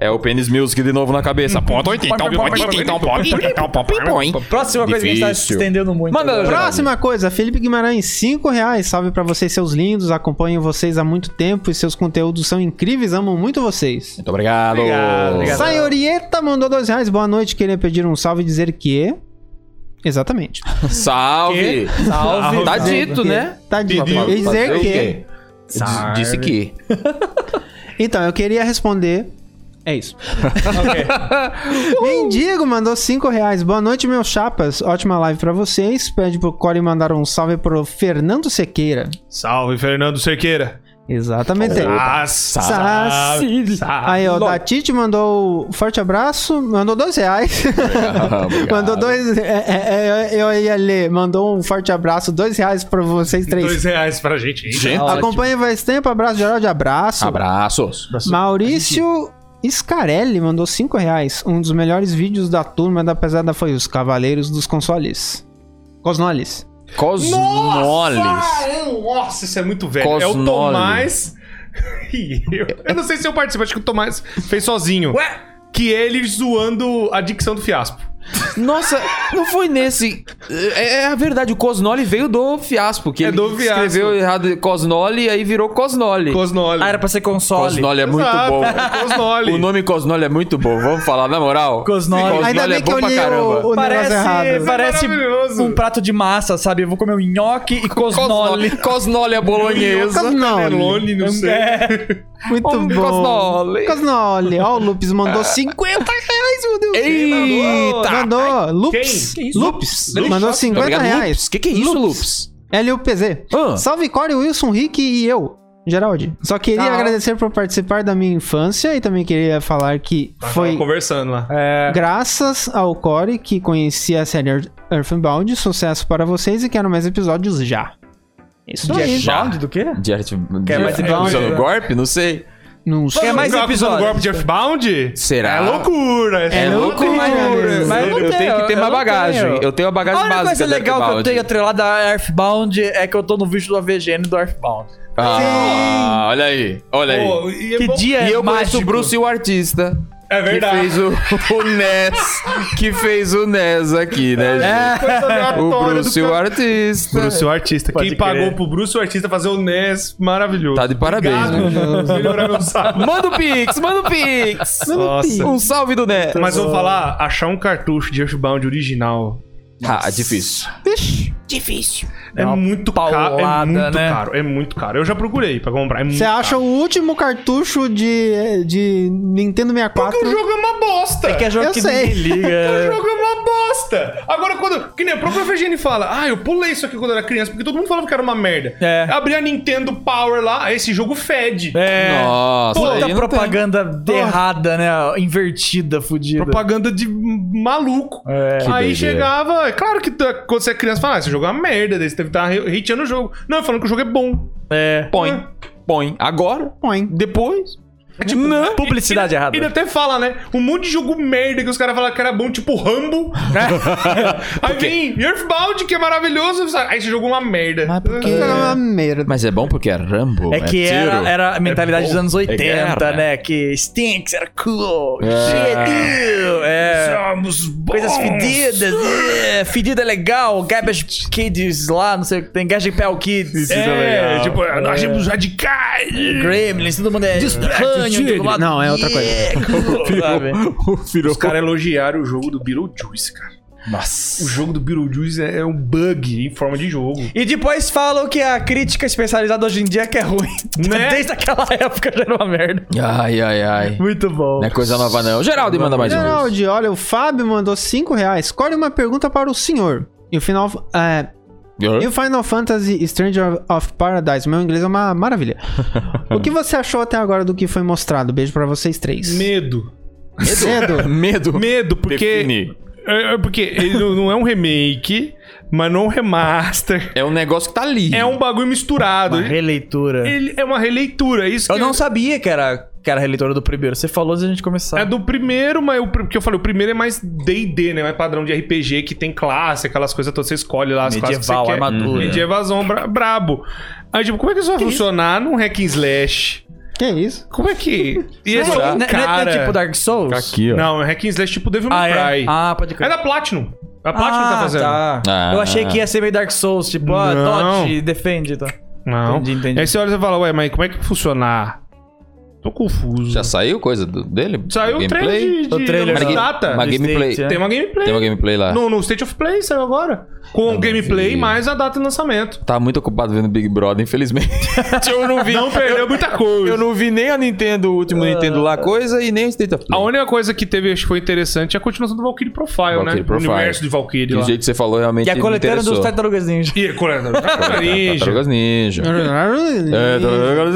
Speaker 5: É o Penis Music de novo na cabeça. Ponto então, ponto então, ponto então, ponto
Speaker 2: Próxima coisa que a gente tá se
Speaker 5: Difícil.
Speaker 2: estendendo muito.
Speaker 1: Manda,
Speaker 2: agora.
Speaker 3: Próxima coisa, Felipe Guimarães, 5 reais. Salve pra vocês, seus lindos. Acompanho vocês há muito tempo e seus conteúdos são incríveis. Amo muito vocês.
Speaker 1: Muito obrigado.
Speaker 4: obrigado.
Speaker 3: Sayorieta mandou 2 reais. Boa noite. Queria pedir um salve e dizer que. Exatamente.
Speaker 1: Salve.
Speaker 2: Salve.
Speaker 1: Tá dito, né?
Speaker 3: Tá de
Speaker 4: Pediu.
Speaker 3: E dizer
Speaker 1: Fazer o
Speaker 3: que.
Speaker 1: quê? Diz- Disse que.
Speaker 3: Então, eu queria responder. É isso.
Speaker 2: Ok.
Speaker 3: Mendigo mandou 5 reais. Boa noite, meus chapas. Ótima live pra vocês. Pede pro Core mandar um salve pro Fernando Sequeira.
Speaker 4: Salve, Fernando Cerqueira.
Speaker 3: Exatamente.
Speaker 4: Ah, Nossa.
Speaker 3: Aí, ó, da Tite mandou um forte abraço, mandou dois reais. mandou dois. é, é, é, eu ia ler, mandou um forte abraço, dois reais pra vocês três.
Speaker 4: Dois reais pra gente. hein?
Speaker 5: Gente,
Speaker 3: Acompanha faz tempo, abraço geral de abraço.
Speaker 1: Abraços.
Speaker 3: Maurício Scarelli mandou cinco reais. Um dos melhores vídeos da turma da pesada foi Os Cavaleiros dos Consoles. Cosnoles.
Speaker 1: Cosnoles.
Speaker 4: Nossa, isso é muito velho. É o
Speaker 1: Cosnoles.
Speaker 4: Tomás e eu. Eu não sei se eu participo, acho que o Tomás fez sozinho.
Speaker 2: Ué?
Speaker 4: Que ele zoando a dicção do fiasco.
Speaker 1: Nossa, não foi nesse. É, é a verdade, o Cosnoli veio do fiasco. Que
Speaker 4: É
Speaker 1: ele
Speaker 4: do fiasco.
Speaker 1: escreveu errado Cosnoli e aí virou Cosnoli.
Speaker 4: Cosnoli.
Speaker 2: Ah, era pra ser console.
Speaker 1: Cosnoli é muito
Speaker 4: Exato,
Speaker 1: bom.
Speaker 4: é Cosnoli.
Speaker 1: O nome Cosnoli é muito bom, vamos falar, na moral.
Speaker 2: Cosnoli.
Speaker 3: Ainda bem
Speaker 1: é
Speaker 3: que
Speaker 1: bom
Speaker 3: eu
Speaker 1: pra
Speaker 3: li
Speaker 1: caramba.
Speaker 3: o, o negócio
Speaker 2: Parece,
Speaker 3: errado.
Speaker 2: parece
Speaker 4: É maravilhoso.
Speaker 2: um prato de massa, sabe? Eu vou comer um nhoque e cosnole.
Speaker 1: Cosnoli. Cosnoli é bolonhesa.
Speaker 3: Cosnoli.
Speaker 4: Melone, não sei.
Speaker 3: Muito
Speaker 1: Homem,
Speaker 3: bom.
Speaker 1: Cosnoli.
Speaker 3: Cosnoli. Ó, o Lupes mandou 50 reais, meu Deus.
Speaker 1: Eita!
Speaker 3: Mandou Lupes.
Speaker 2: Que isso?
Speaker 3: Lupes.
Speaker 2: Lupes.
Speaker 3: Mandou 50
Speaker 1: Obrigado,
Speaker 3: reais.
Speaker 1: Lupes. Que que é isso, Lupes?
Speaker 3: LUPZ.
Speaker 1: Ah.
Speaker 3: Salve Corey, Wilson, Rick e eu. Geraldi. Só queria
Speaker 2: Tchau.
Speaker 3: agradecer por participar da minha infância e também queria falar que
Speaker 4: Tava
Speaker 3: foi
Speaker 4: conversando lá.
Speaker 3: graças ao Corey que conheci a série Earth- Earthbound. Sucesso para vocês e quero mais episódios já. Isso aí.
Speaker 2: Bound do quê?
Speaker 1: Jared.
Speaker 2: Quer mais
Speaker 1: Jared-
Speaker 4: É,
Speaker 2: episódio?
Speaker 1: usando golpe? Não sei.
Speaker 3: Não sei.
Speaker 2: Quer mais
Speaker 4: Joga usando
Speaker 2: episódios?
Speaker 4: golpe de Earthbound?
Speaker 1: Será?
Speaker 4: É loucura.
Speaker 3: É loucura.
Speaker 2: Mas eu não
Speaker 1: eu
Speaker 2: tenho,
Speaker 1: tenho que ter mais
Speaker 2: eu não
Speaker 1: bagagem.
Speaker 2: tenho.
Speaker 1: Eu tenho a
Speaker 2: A
Speaker 1: bagagem
Speaker 2: única
Speaker 1: básica.
Speaker 2: coisa
Speaker 1: do
Speaker 2: legal que eu
Speaker 1: Arquibaldi.
Speaker 2: tenho atrelada a Earthbound é que eu tô no vídeo do AVGN do Earthbound.
Speaker 1: Ah, olha aí. Olha aí.
Speaker 4: Pô, e é
Speaker 2: Que
Speaker 4: bom-
Speaker 2: dia
Speaker 1: E eu conheço
Speaker 2: mágico.
Speaker 1: o Bruce e o artista.
Speaker 4: É
Speaker 1: Que
Speaker 4: verdade.
Speaker 1: fez o, o Ness. que fez o Ness aqui,
Speaker 2: É.
Speaker 1: né, gente?
Speaker 4: Coisa
Speaker 1: O
Speaker 4: aleatória
Speaker 1: Bruce e
Speaker 4: do
Speaker 1: o
Speaker 4: cara.
Speaker 1: artista.
Speaker 4: Bruce, o artista. Quem pagou pro Bruce, o artista, fazer o NES maravilhoso.
Speaker 1: Tá de parabéns,
Speaker 4: Obrigado,
Speaker 1: né?
Speaker 4: Bruce. Melhorar meu sábado.
Speaker 1: Manda o Pix, manda o Pix.
Speaker 4: Nossa.
Speaker 1: Um salve do Ness.
Speaker 4: Mas vou falar, achar um cartucho de Earthbound original
Speaker 1: Ah, difícil.
Speaker 4: é,
Speaker 2: uma
Speaker 4: muito caro. É
Speaker 2: paulada,
Speaker 4: muito
Speaker 2: né?
Speaker 4: caro. É muito caro. Eu já procurei pra comprar. É muito
Speaker 3: Você acha
Speaker 4: caro.
Speaker 3: o último cartucho de, de Nintendo 64?
Speaker 4: Porque o jogo é uma bosta.
Speaker 2: Que é jogo
Speaker 3: Eu
Speaker 2: que
Speaker 3: sei.
Speaker 2: ninguém
Speaker 4: O
Speaker 2: liga.
Speaker 4: jogo é uma bosta. Agora, quando. Que nem a própria Virginia fala. Ah, eu pulei isso aqui quando era criança, porque todo mundo falava que era uma merda.
Speaker 2: É.
Speaker 4: Abri a Nintendo Power lá, "Ah, esse jogo fede.
Speaker 2: É.
Speaker 1: Nossa, aí
Speaker 2: Puta
Speaker 1: não
Speaker 2: propaganda errada, né? Invertida, fudida.
Speaker 4: Propaganda de maluco.
Speaker 2: É.
Speaker 1: Que
Speaker 4: Aí
Speaker 1: doideira.
Speaker 4: chegava. é Claro que tu- quando você é criança, fala, ah, esse jogo é uma merda. Daí você deve estar hateando o jogo. Não, falando que o jogo é bom.
Speaker 2: É.
Speaker 1: Põe, põe. Agora,
Speaker 3: Põe.
Speaker 1: depois.
Speaker 4: É tipo,
Speaker 1: Não.
Speaker 2: Publicidade
Speaker 4: ele,
Speaker 2: errada.
Speaker 4: Ele até fala, né? Um monte de jogo merda que os caras falaram que era bom, tipo Rambo. Aí vem Earthbound, que é maravilhoso. sabe? Aí esse jogo é uma merda. Ah, Mas
Speaker 3: Que é uma merda.
Speaker 1: Mas é bom porque é Rambo.
Speaker 2: É que
Speaker 1: tiro. É
Speaker 2: era, era a mentalidade dos anos 80,
Speaker 1: guerra. É.
Speaker 2: né? Que Stinks era cool, fedido, é. coisas fedidas, é, fedida é legal, Garbage Kids lá, não sei o que tem, Garbage Pell Kids,
Speaker 4: É, tipo, nós temos radicais.
Speaker 2: Gremlins, todo mundo é estranho, todo lado,
Speaker 3: Não, é outra coisa.
Speaker 2: yeah, cool, sabe?
Speaker 4: Os caras elogiaram o jogo do Beetlejuice, cara.
Speaker 1: Nossa.
Speaker 4: O jogo do Beetlejuice é é um bug em forma de jogo.
Speaker 2: E depois falam que a crítica especializada hoje em dia é que é ruim.
Speaker 4: Né?
Speaker 2: Desde aquela época já era uma merda.
Speaker 1: Ai, ai, ai.
Speaker 2: Muito bom.
Speaker 1: Não
Speaker 4: Né?
Speaker 1: é coisa nova, não. Geraldo, manda mais um.
Speaker 3: Geraldi, olha, o Fábio mandou 5 reais. Escolhe uma pergunta para o senhor. E o final. É, e o Final Fantasy Stranger of Paradise? Meu inglês é uma maravilha. O que você achou até agora do que foi mostrado? Beijo pra vocês três.
Speaker 4: Medo.
Speaker 3: Medo.
Speaker 1: Medo.
Speaker 4: Medo, porque.
Speaker 5: Define.
Speaker 4: É, é porque ele não não é um remake, mas não é um remaster.
Speaker 1: É um negócio que tá ali.
Speaker 4: É um bagulho misturado.
Speaker 2: Releitura.
Speaker 4: Ele é uma releitura, é isso
Speaker 2: Eu
Speaker 4: que
Speaker 2: não sabia que era, que era releitura do primeiro. Você falou antes da gente começar.
Speaker 4: É do primeiro, mas o, porque eu falei, o primeiro é mais D&D, né? Mais padrão de RPG que tem classe, aquelas coisas todas, você escolhe lá as classes que você
Speaker 2: Medieval,
Speaker 4: quer.
Speaker 2: armadura.
Speaker 4: Medievazão, bra- brabo. Aí, tipo, como é que isso vai funcionar num hack and slash?
Speaker 3: Que isso?
Speaker 4: Como é que... E esse
Speaker 2: Não,
Speaker 4: é
Speaker 2: não é- não
Speaker 4: o
Speaker 2: é- não
Speaker 4: cara...
Speaker 2: é tipo Dark Souls?
Speaker 5: Aqui, ó.
Speaker 4: Não, é um hack and slash tipo Devil
Speaker 2: Ah,
Speaker 4: May
Speaker 2: é?
Speaker 4: Cry.
Speaker 2: Ah, pode crer.
Speaker 4: É da Platinum. A Platinum tá fazendo.
Speaker 2: tá.
Speaker 1: Ah.
Speaker 2: Eu achei que ia ser meio Dark Souls, tipo, ó,
Speaker 4: Não.
Speaker 2: Dodge, defende. Tá.
Speaker 4: Não. É
Speaker 2: Entendi, entendi.
Speaker 4: Aí você olha e você fala, ué, mas como é que vai funcionar? Tô confuso.
Speaker 1: Já saiu coisa do- dele?
Speaker 4: Saiu o
Speaker 1: Gameplay?
Speaker 4: trailer de, de
Speaker 2: O trailer
Speaker 4: Last
Speaker 1: da-
Speaker 4: data.
Speaker 1: Uma
Speaker 2: Do
Speaker 1: gameplay.
Speaker 2: State, né?
Speaker 4: Tem uma gameplay.
Speaker 1: Tem uma gameplay lá.
Speaker 4: No, no State of Play saiu agora. Com o gameplay
Speaker 1: Tá. vi.
Speaker 4: mais a data de lançamento.
Speaker 1: Tá muito ocupado vendo Big Brother, infelizmente. eu não vi.
Speaker 4: Não perdeu muita coisa.
Speaker 1: Eu não vi nem a Nintendo, o último Nintendo lá coisa e nem o State of
Speaker 4: A
Speaker 1: Play.
Speaker 4: única coisa que teve, acho que foi interessante, é a continuação do Valkyrie Profile,
Speaker 1: Valkyrie
Speaker 4: né?
Speaker 1: Profile.
Speaker 4: O universo de Valkyrie
Speaker 1: Do
Speaker 4: lá.
Speaker 1: jeito que você falou, realmente
Speaker 2: E a
Speaker 1: me
Speaker 2: coletânea dos
Speaker 1: interessou.
Speaker 2: Tartarugas Ninja.
Speaker 4: E coleta. Ninja.
Speaker 1: tá Tartarugas Ninja. É, Tartarugas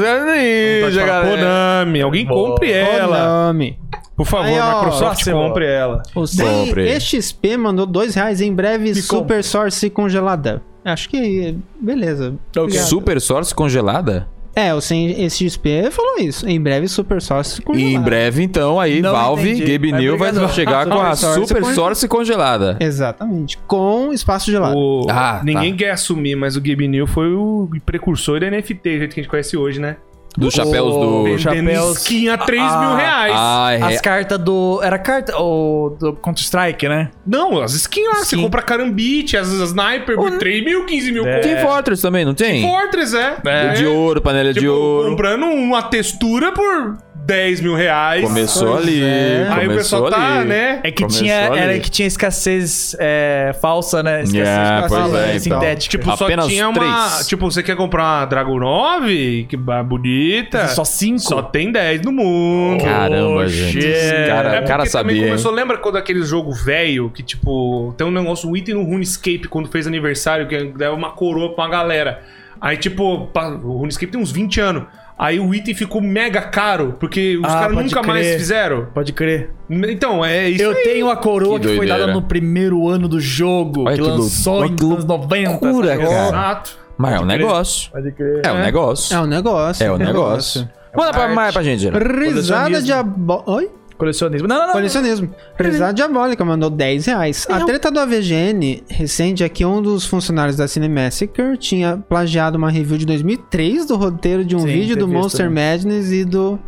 Speaker 1: Ninja, galera.
Speaker 4: Konami, alguém compre ela.
Speaker 3: Konami.
Speaker 4: Por favor,
Speaker 3: Aí, ó,
Speaker 4: Microsoft,
Speaker 2: próximo.
Speaker 4: compre ela.
Speaker 1: Compre.
Speaker 3: XP mandou 2 reais em breve. Super Source congelada. Acho que.
Speaker 1: É
Speaker 3: Beleza. Obrigado.
Speaker 1: Super Source congelada?
Speaker 3: É, o sem esse XP falou isso. Em breve, Super Source
Speaker 1: E
Speaker 3: congelada.
Speaker 1: em breve, então, aí
Speaker 2: Não
Speaker 1: Valve,
Speaker 2: entendi.
Speaker 1: Gabe
Speaker 2: Mas
Speaker 1: New vai
Speaker 2: obrigado.
Speaker 1: chegar com a
Speaker 3: Super
Speaker 1: Super
Speaker 3: Source congelada.
Speaker 1: Source congelada.
Speaker 3: Exatamente. Com espaço gelado.
Speaker 4: O-
Speaker 1: Ah,
Speaker 4: ninguém quer assumir, mas o Gabe New foi o precursor da NFT, do jeito que a gente conhece hoje, né?
Speaker 1: Dos chapéus
Speaker 2: O
Speaker 1: do.
Speaker 4: Vendendo
Speaker 2: chapéus-
Speaker 4: skin a 3
Speaker 2: Ah,
Speaker 4: mil reais.
Speaker 1: Ah, é.
Speaker 2: As cartas do. Era carta. Ou do Counter-Strike, né?
Speaker 4: Não, as skins lá. Você
Speaker 2: Skin.
Speaker 4: compra carambite, as, as sniper, 3 mil, 15 mil.
Speaker 2: É.
Speaker 1: Team Fortress também, não tem?
Speaker 4: Fortress, é.
Speaker 1: O De ouro, panela de
Speaker 4: Tipo,
Speaker 1: ouro.
Speaker 4: comprando uma textura por 10 mil reais.
Speaker 1: Começou
Speaker 3: Pois
Speaker 1: ali.
Speaker 3: é.
Speaker 4: Aí o
Speaker 1: começou
Speaker 4: pessoal tá,
Speaker 1: ali.
Speaker 4: né?
Speaker 2: É que
Speaker 1: Começou
Speaker 2: tinha.
Speaker 1: ali.
Speaker 2: Era que tinha escassez é, falsa, né? Escassez
Speaker 1: Yeah,
Speaker 2: falsa,
Speaker 1: pois é, então.
Speaker 2: sintética.
Speaker 4: Tipo, só
Speaker 1: Apenas
Speaker 4: tinha uma.
Speaker 1: três.
Speaker 4: Tipo, você quer comprar uma Dragon 9? Que ba- bonita.
Speaker 1: é
Speaker 2: Tipo, Só cinco?
Speaker 4: Só tem 10 no mundo.
Speaker 1: Caramba, gente. Esse cara, o
Speaker 4: É porque
Speaker 1: cara
Speaker 4: também
Speaker 1: sabia. hein?
Speaker 4: começou, lembra quando aquele jogo velho que, tipo, tem um negócio, um item no RuneScape quando fez aniversário, que dava uma coroa pra uma galera. Aí, tipo, pa- o RuneScape tem uns 20 anos. Aí o item ficou mega caro, porque os
Speaker 2: Ah,
Speaker 4: caras
Speaker 2: pode
Speaker 4: nunca
Speaker 2: crer.
Speaker 4: mais fizeram.
Speaker 2: Pode crer.
Speaker 4: Então, é isso.
Speaker 2: Eu
Speaker 4: aí.
Speaker 2: tenho a coroa
Speaker 1: Que
Speaker 2: que, foi dada
Speaker 1: doideira.
Speaker 2: no primeiro ano do jogo.
Speaker 1: Olha
Speaker 2: que
Speaker 1: que lou-
Speaker 2: lançou
Speaker 1: olha
Speaker 2: em
Speaker 1: que
Speaker 2: anos 90.
Speaker 1: loucura,
Speaker 2: sabe?
Speaker 1: cara.
Speaker 4: Exato.
Speaker 1: Mas é um negócio.
Speaker 2: Pode crer.
Speaker 1: É um
Speaker 3: É
Speaker 1: negócio.
Speaker 3: um negócio.
Speaker 1: É um negócio. É. Manda pra, mais pra gente, Geraldo.
Speaker 3: Risada
Speaker 2: Colecionismo. Ah.
Speaker 3: diabólica. Oi?
Speaker 2: Colecionismo. Não, não, não.
Speaker 3: Colecionismo. Risada diabólica mandou 10 reais. A treta do AVGN recente é que um dos funcionários da Cinemassacre tinha plagiado uma review de 2003 do roteiro de um
Speaker 2: Sim, né?
Speaker 3: vídeo do
Speaker 2: teve isso
Speaker 3: Monster Madness e do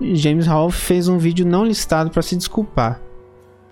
Speaker 3: James Ralph fez um vídeo não listado pra se desculpar.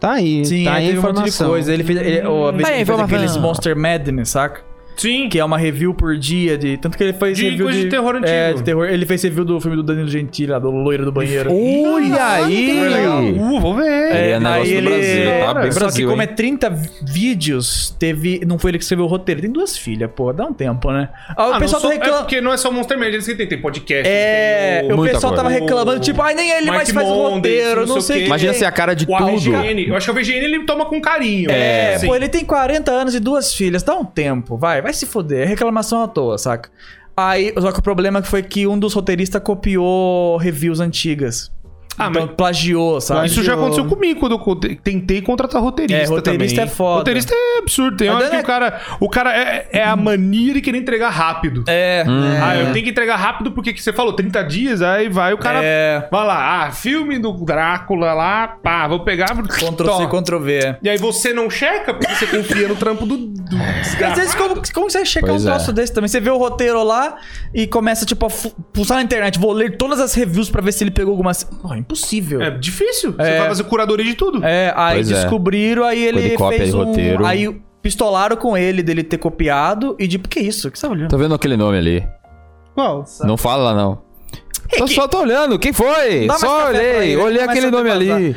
Speaker 3: Tá aí,
Speaker 2: Sim,
Speaker 3: tá
Speaker 1: é
Speaker 3: aí a
Speaker 2: teve um monte de
Speaker 3: informação.
Speaker 2: coisa. Ele fez, ele, o, ele
Speaker 1: Aí,
Speaker 2: fez
Speaker 1: informação.
Speaker 2: aqueles Monster Madness, saca?
Speaker 4: Sim.
Speaker 2: Que é uma review por dia de. Tanto que ele fez
Speaker 4: De
Speaker 2: review
Speaker 4: coisa de terror antigo.
Speaker 2: É, de terror. Ele fez review do filme do Danilo Gentili, lá, do Loira do Banheiro.
Speaker 1: Olha
Speaker 4: Foi legal.
Speaker 1: aí!
Speaker 4: Uh, vou ver.
Speaker 1: Ele é negócio do Brasil, tá? Bem
Speaker 2: Só
Speaker 1: Brasil,
Speaker 2: que como
Speaker 1: hein?
Speaker 2: é 30 vi- vídeos, teve. Não foi ele que escreveu o roteiro. Tem duas filhas, pô. Dá um tempo, né? Ah,
Speaker 4: Ah,
Speaker 2: o
Speaker 4: não
Speaker 2: pessoal
Speaker 4: sou-
Speaker 2: tá
Speaker 4: É
Speaker 2: reclamando.
Speaker 4: porque não é só Monster Man, eles que tem, tem podcast.
Speaker 2: É,
Speaker 4: tem
Speaker 2: o
Speaker 1: Muita
Speaker 2: pessoal
Speaker 1: coisa.
Speaker 2: tava reclamando, tipo, ai, nem ele
Speaker 4: Mike
Speaker 2: mais faz o
Speaker 4: Mondays,
Speaker 2: roteiro, não sei o que.
Speaker 1: Imagina se a cara de
Speaker 4: O
Speaker 1: tudo.
Speaker 4: AVGN. Eu acho que o VGN ele toma com carinho.
Speaker 2: É,
Speaker 4: Assim.
Speaker 2: pô, ele tem 40 anos e duas filhas. Dá um tempo, vai, vai se foder. É reclamação à toa, saca? Aí, só que o problema foi que um dos roteiristas copiou reviews antigas.
Speaker 4: Ah,
Speaker 2: então
Speaker 4: mas-
Speaker 2: plagiou, sabe?
Speaker 4: Isso já aconteceu comigo quando eu conte- tentei contratar roteirista.
Speaker 2: É, roteirista
Speaker 4: também.
Speaker 2: é foda.
Speaker 4: Roteirista é absurdo. Tem
Speaker 2: Mas
Speaker 4: hora
Speaker 2: daí
Speaker 4: que
Speaker 2: é-
Speaker 4: o cara. O cara é, é a mania de querer entregar rápido.
Speaker 2: É.
Speaker 4: Ah, eu tenho que entregar rápido porque que você falou 30 dias, aí vai o cara.
Speaker 2: É.
Speaker 4: Vai lá, ah, filme do Drácula lá, pá, vou pegar.
Speaker 2: Ctrl-C,
Speaker 4: Toma.
Speaker 2: Ctrl-V.
Speaker 4: E aí você não checa porque você confia no trampo do, do desgraçado.
Speaker 2: Às vezes, como, como você checa
Speaker 1: Pois
Speaker 2: um
Speaker 1: é.
Speaker 2: troço desse também? Você vê o roteiro lá e começa, tipo, a fu- pulsar na internet. Vou ler todas as reviews pra ver se ele pegou alguma... Pô, é impossível.
Speaker 4: É
Speaker 2: É.
Speaker 4: difícil. Você
Speaker 2: É.
Speaker 4: vai fazer curadoria de tudo.
Speaker 2: aí
Speaker 1: Pois é.
Speaker 2: descobriram, aí ele
Speaker 1: de cópia
Speaker 2: fez
Speaker 1: e
Speaker 2: um...
Speaker 1: roteiro.
Speaker 2: Aí pistolaram com ele dele ter copiado e tipo, que isso? O que você tá olhando?
Speaker 1: Tô vendo aquele nome ali.
Speaker 3: Qual?
Speaker 1: Não É fala lá, não. Tô só tô olhando. Quem foi?
Speaker 2: Dá mais
Speaker 1: só
Speaker 2: café pra
Speaker 1: olhei.
Speaker 2: ele,
Speaker 1: Olhei
Speaker 2: começa
Speaker 1: aquele
Speaker 2: a
Speaker 1: nome
Speaker 2: debandar.
Speaker 1: ali.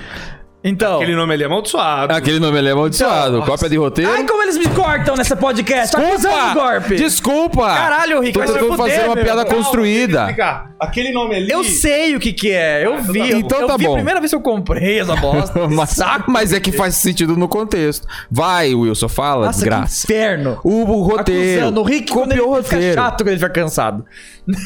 Speaker 2: Então.
Speaker 4: Aquele nome ali é amaldiçoado.
Speaker 1: Aquele nome ali é amaldiçoado. Cópia de roteiro.
Speaker 2: Ai, como eles me cortam nessa podcast. Tá acusando o golpe.
Speaker 1: Desculpa!
Speaker 2: Caralho, Rick,
Speaker 1: Tô
Speaker 2: vai se
Speaker 1: tentando
Speaker 2: fuder,
Speaker 1: fazer uma
Speaker 2: meu.
Speaker 1: piada
Speaker 2: Calma,
Speaker 1: construída.
Speaker 4: Explicar. Aquele nome ali.
Speaker 2: Eu sei o que que é. Eu vi.
Speaker 1: Então
Speaker 2: eu
Speaker 1: tá
Speaker 2: vi
Speaker 1: bom.
Speaker 2: a primeira vez que eu comprei essa bosta.
Speaker 1: Mas, mas é que faz sentido no contexto. Vai, Wilson, fala,
Speaker 2: Nossa,
Speaker 1: desgraça.
Speaker 2: que inferno.
Speaker 1: O, o roteiro.
Speaker 2: Acusando. O Rick, quando
Speaker 1: copiou o
Speaker 2: ele fica
Speaker 1: roteiro.
Speaker 2: chato quando ele fica cansado.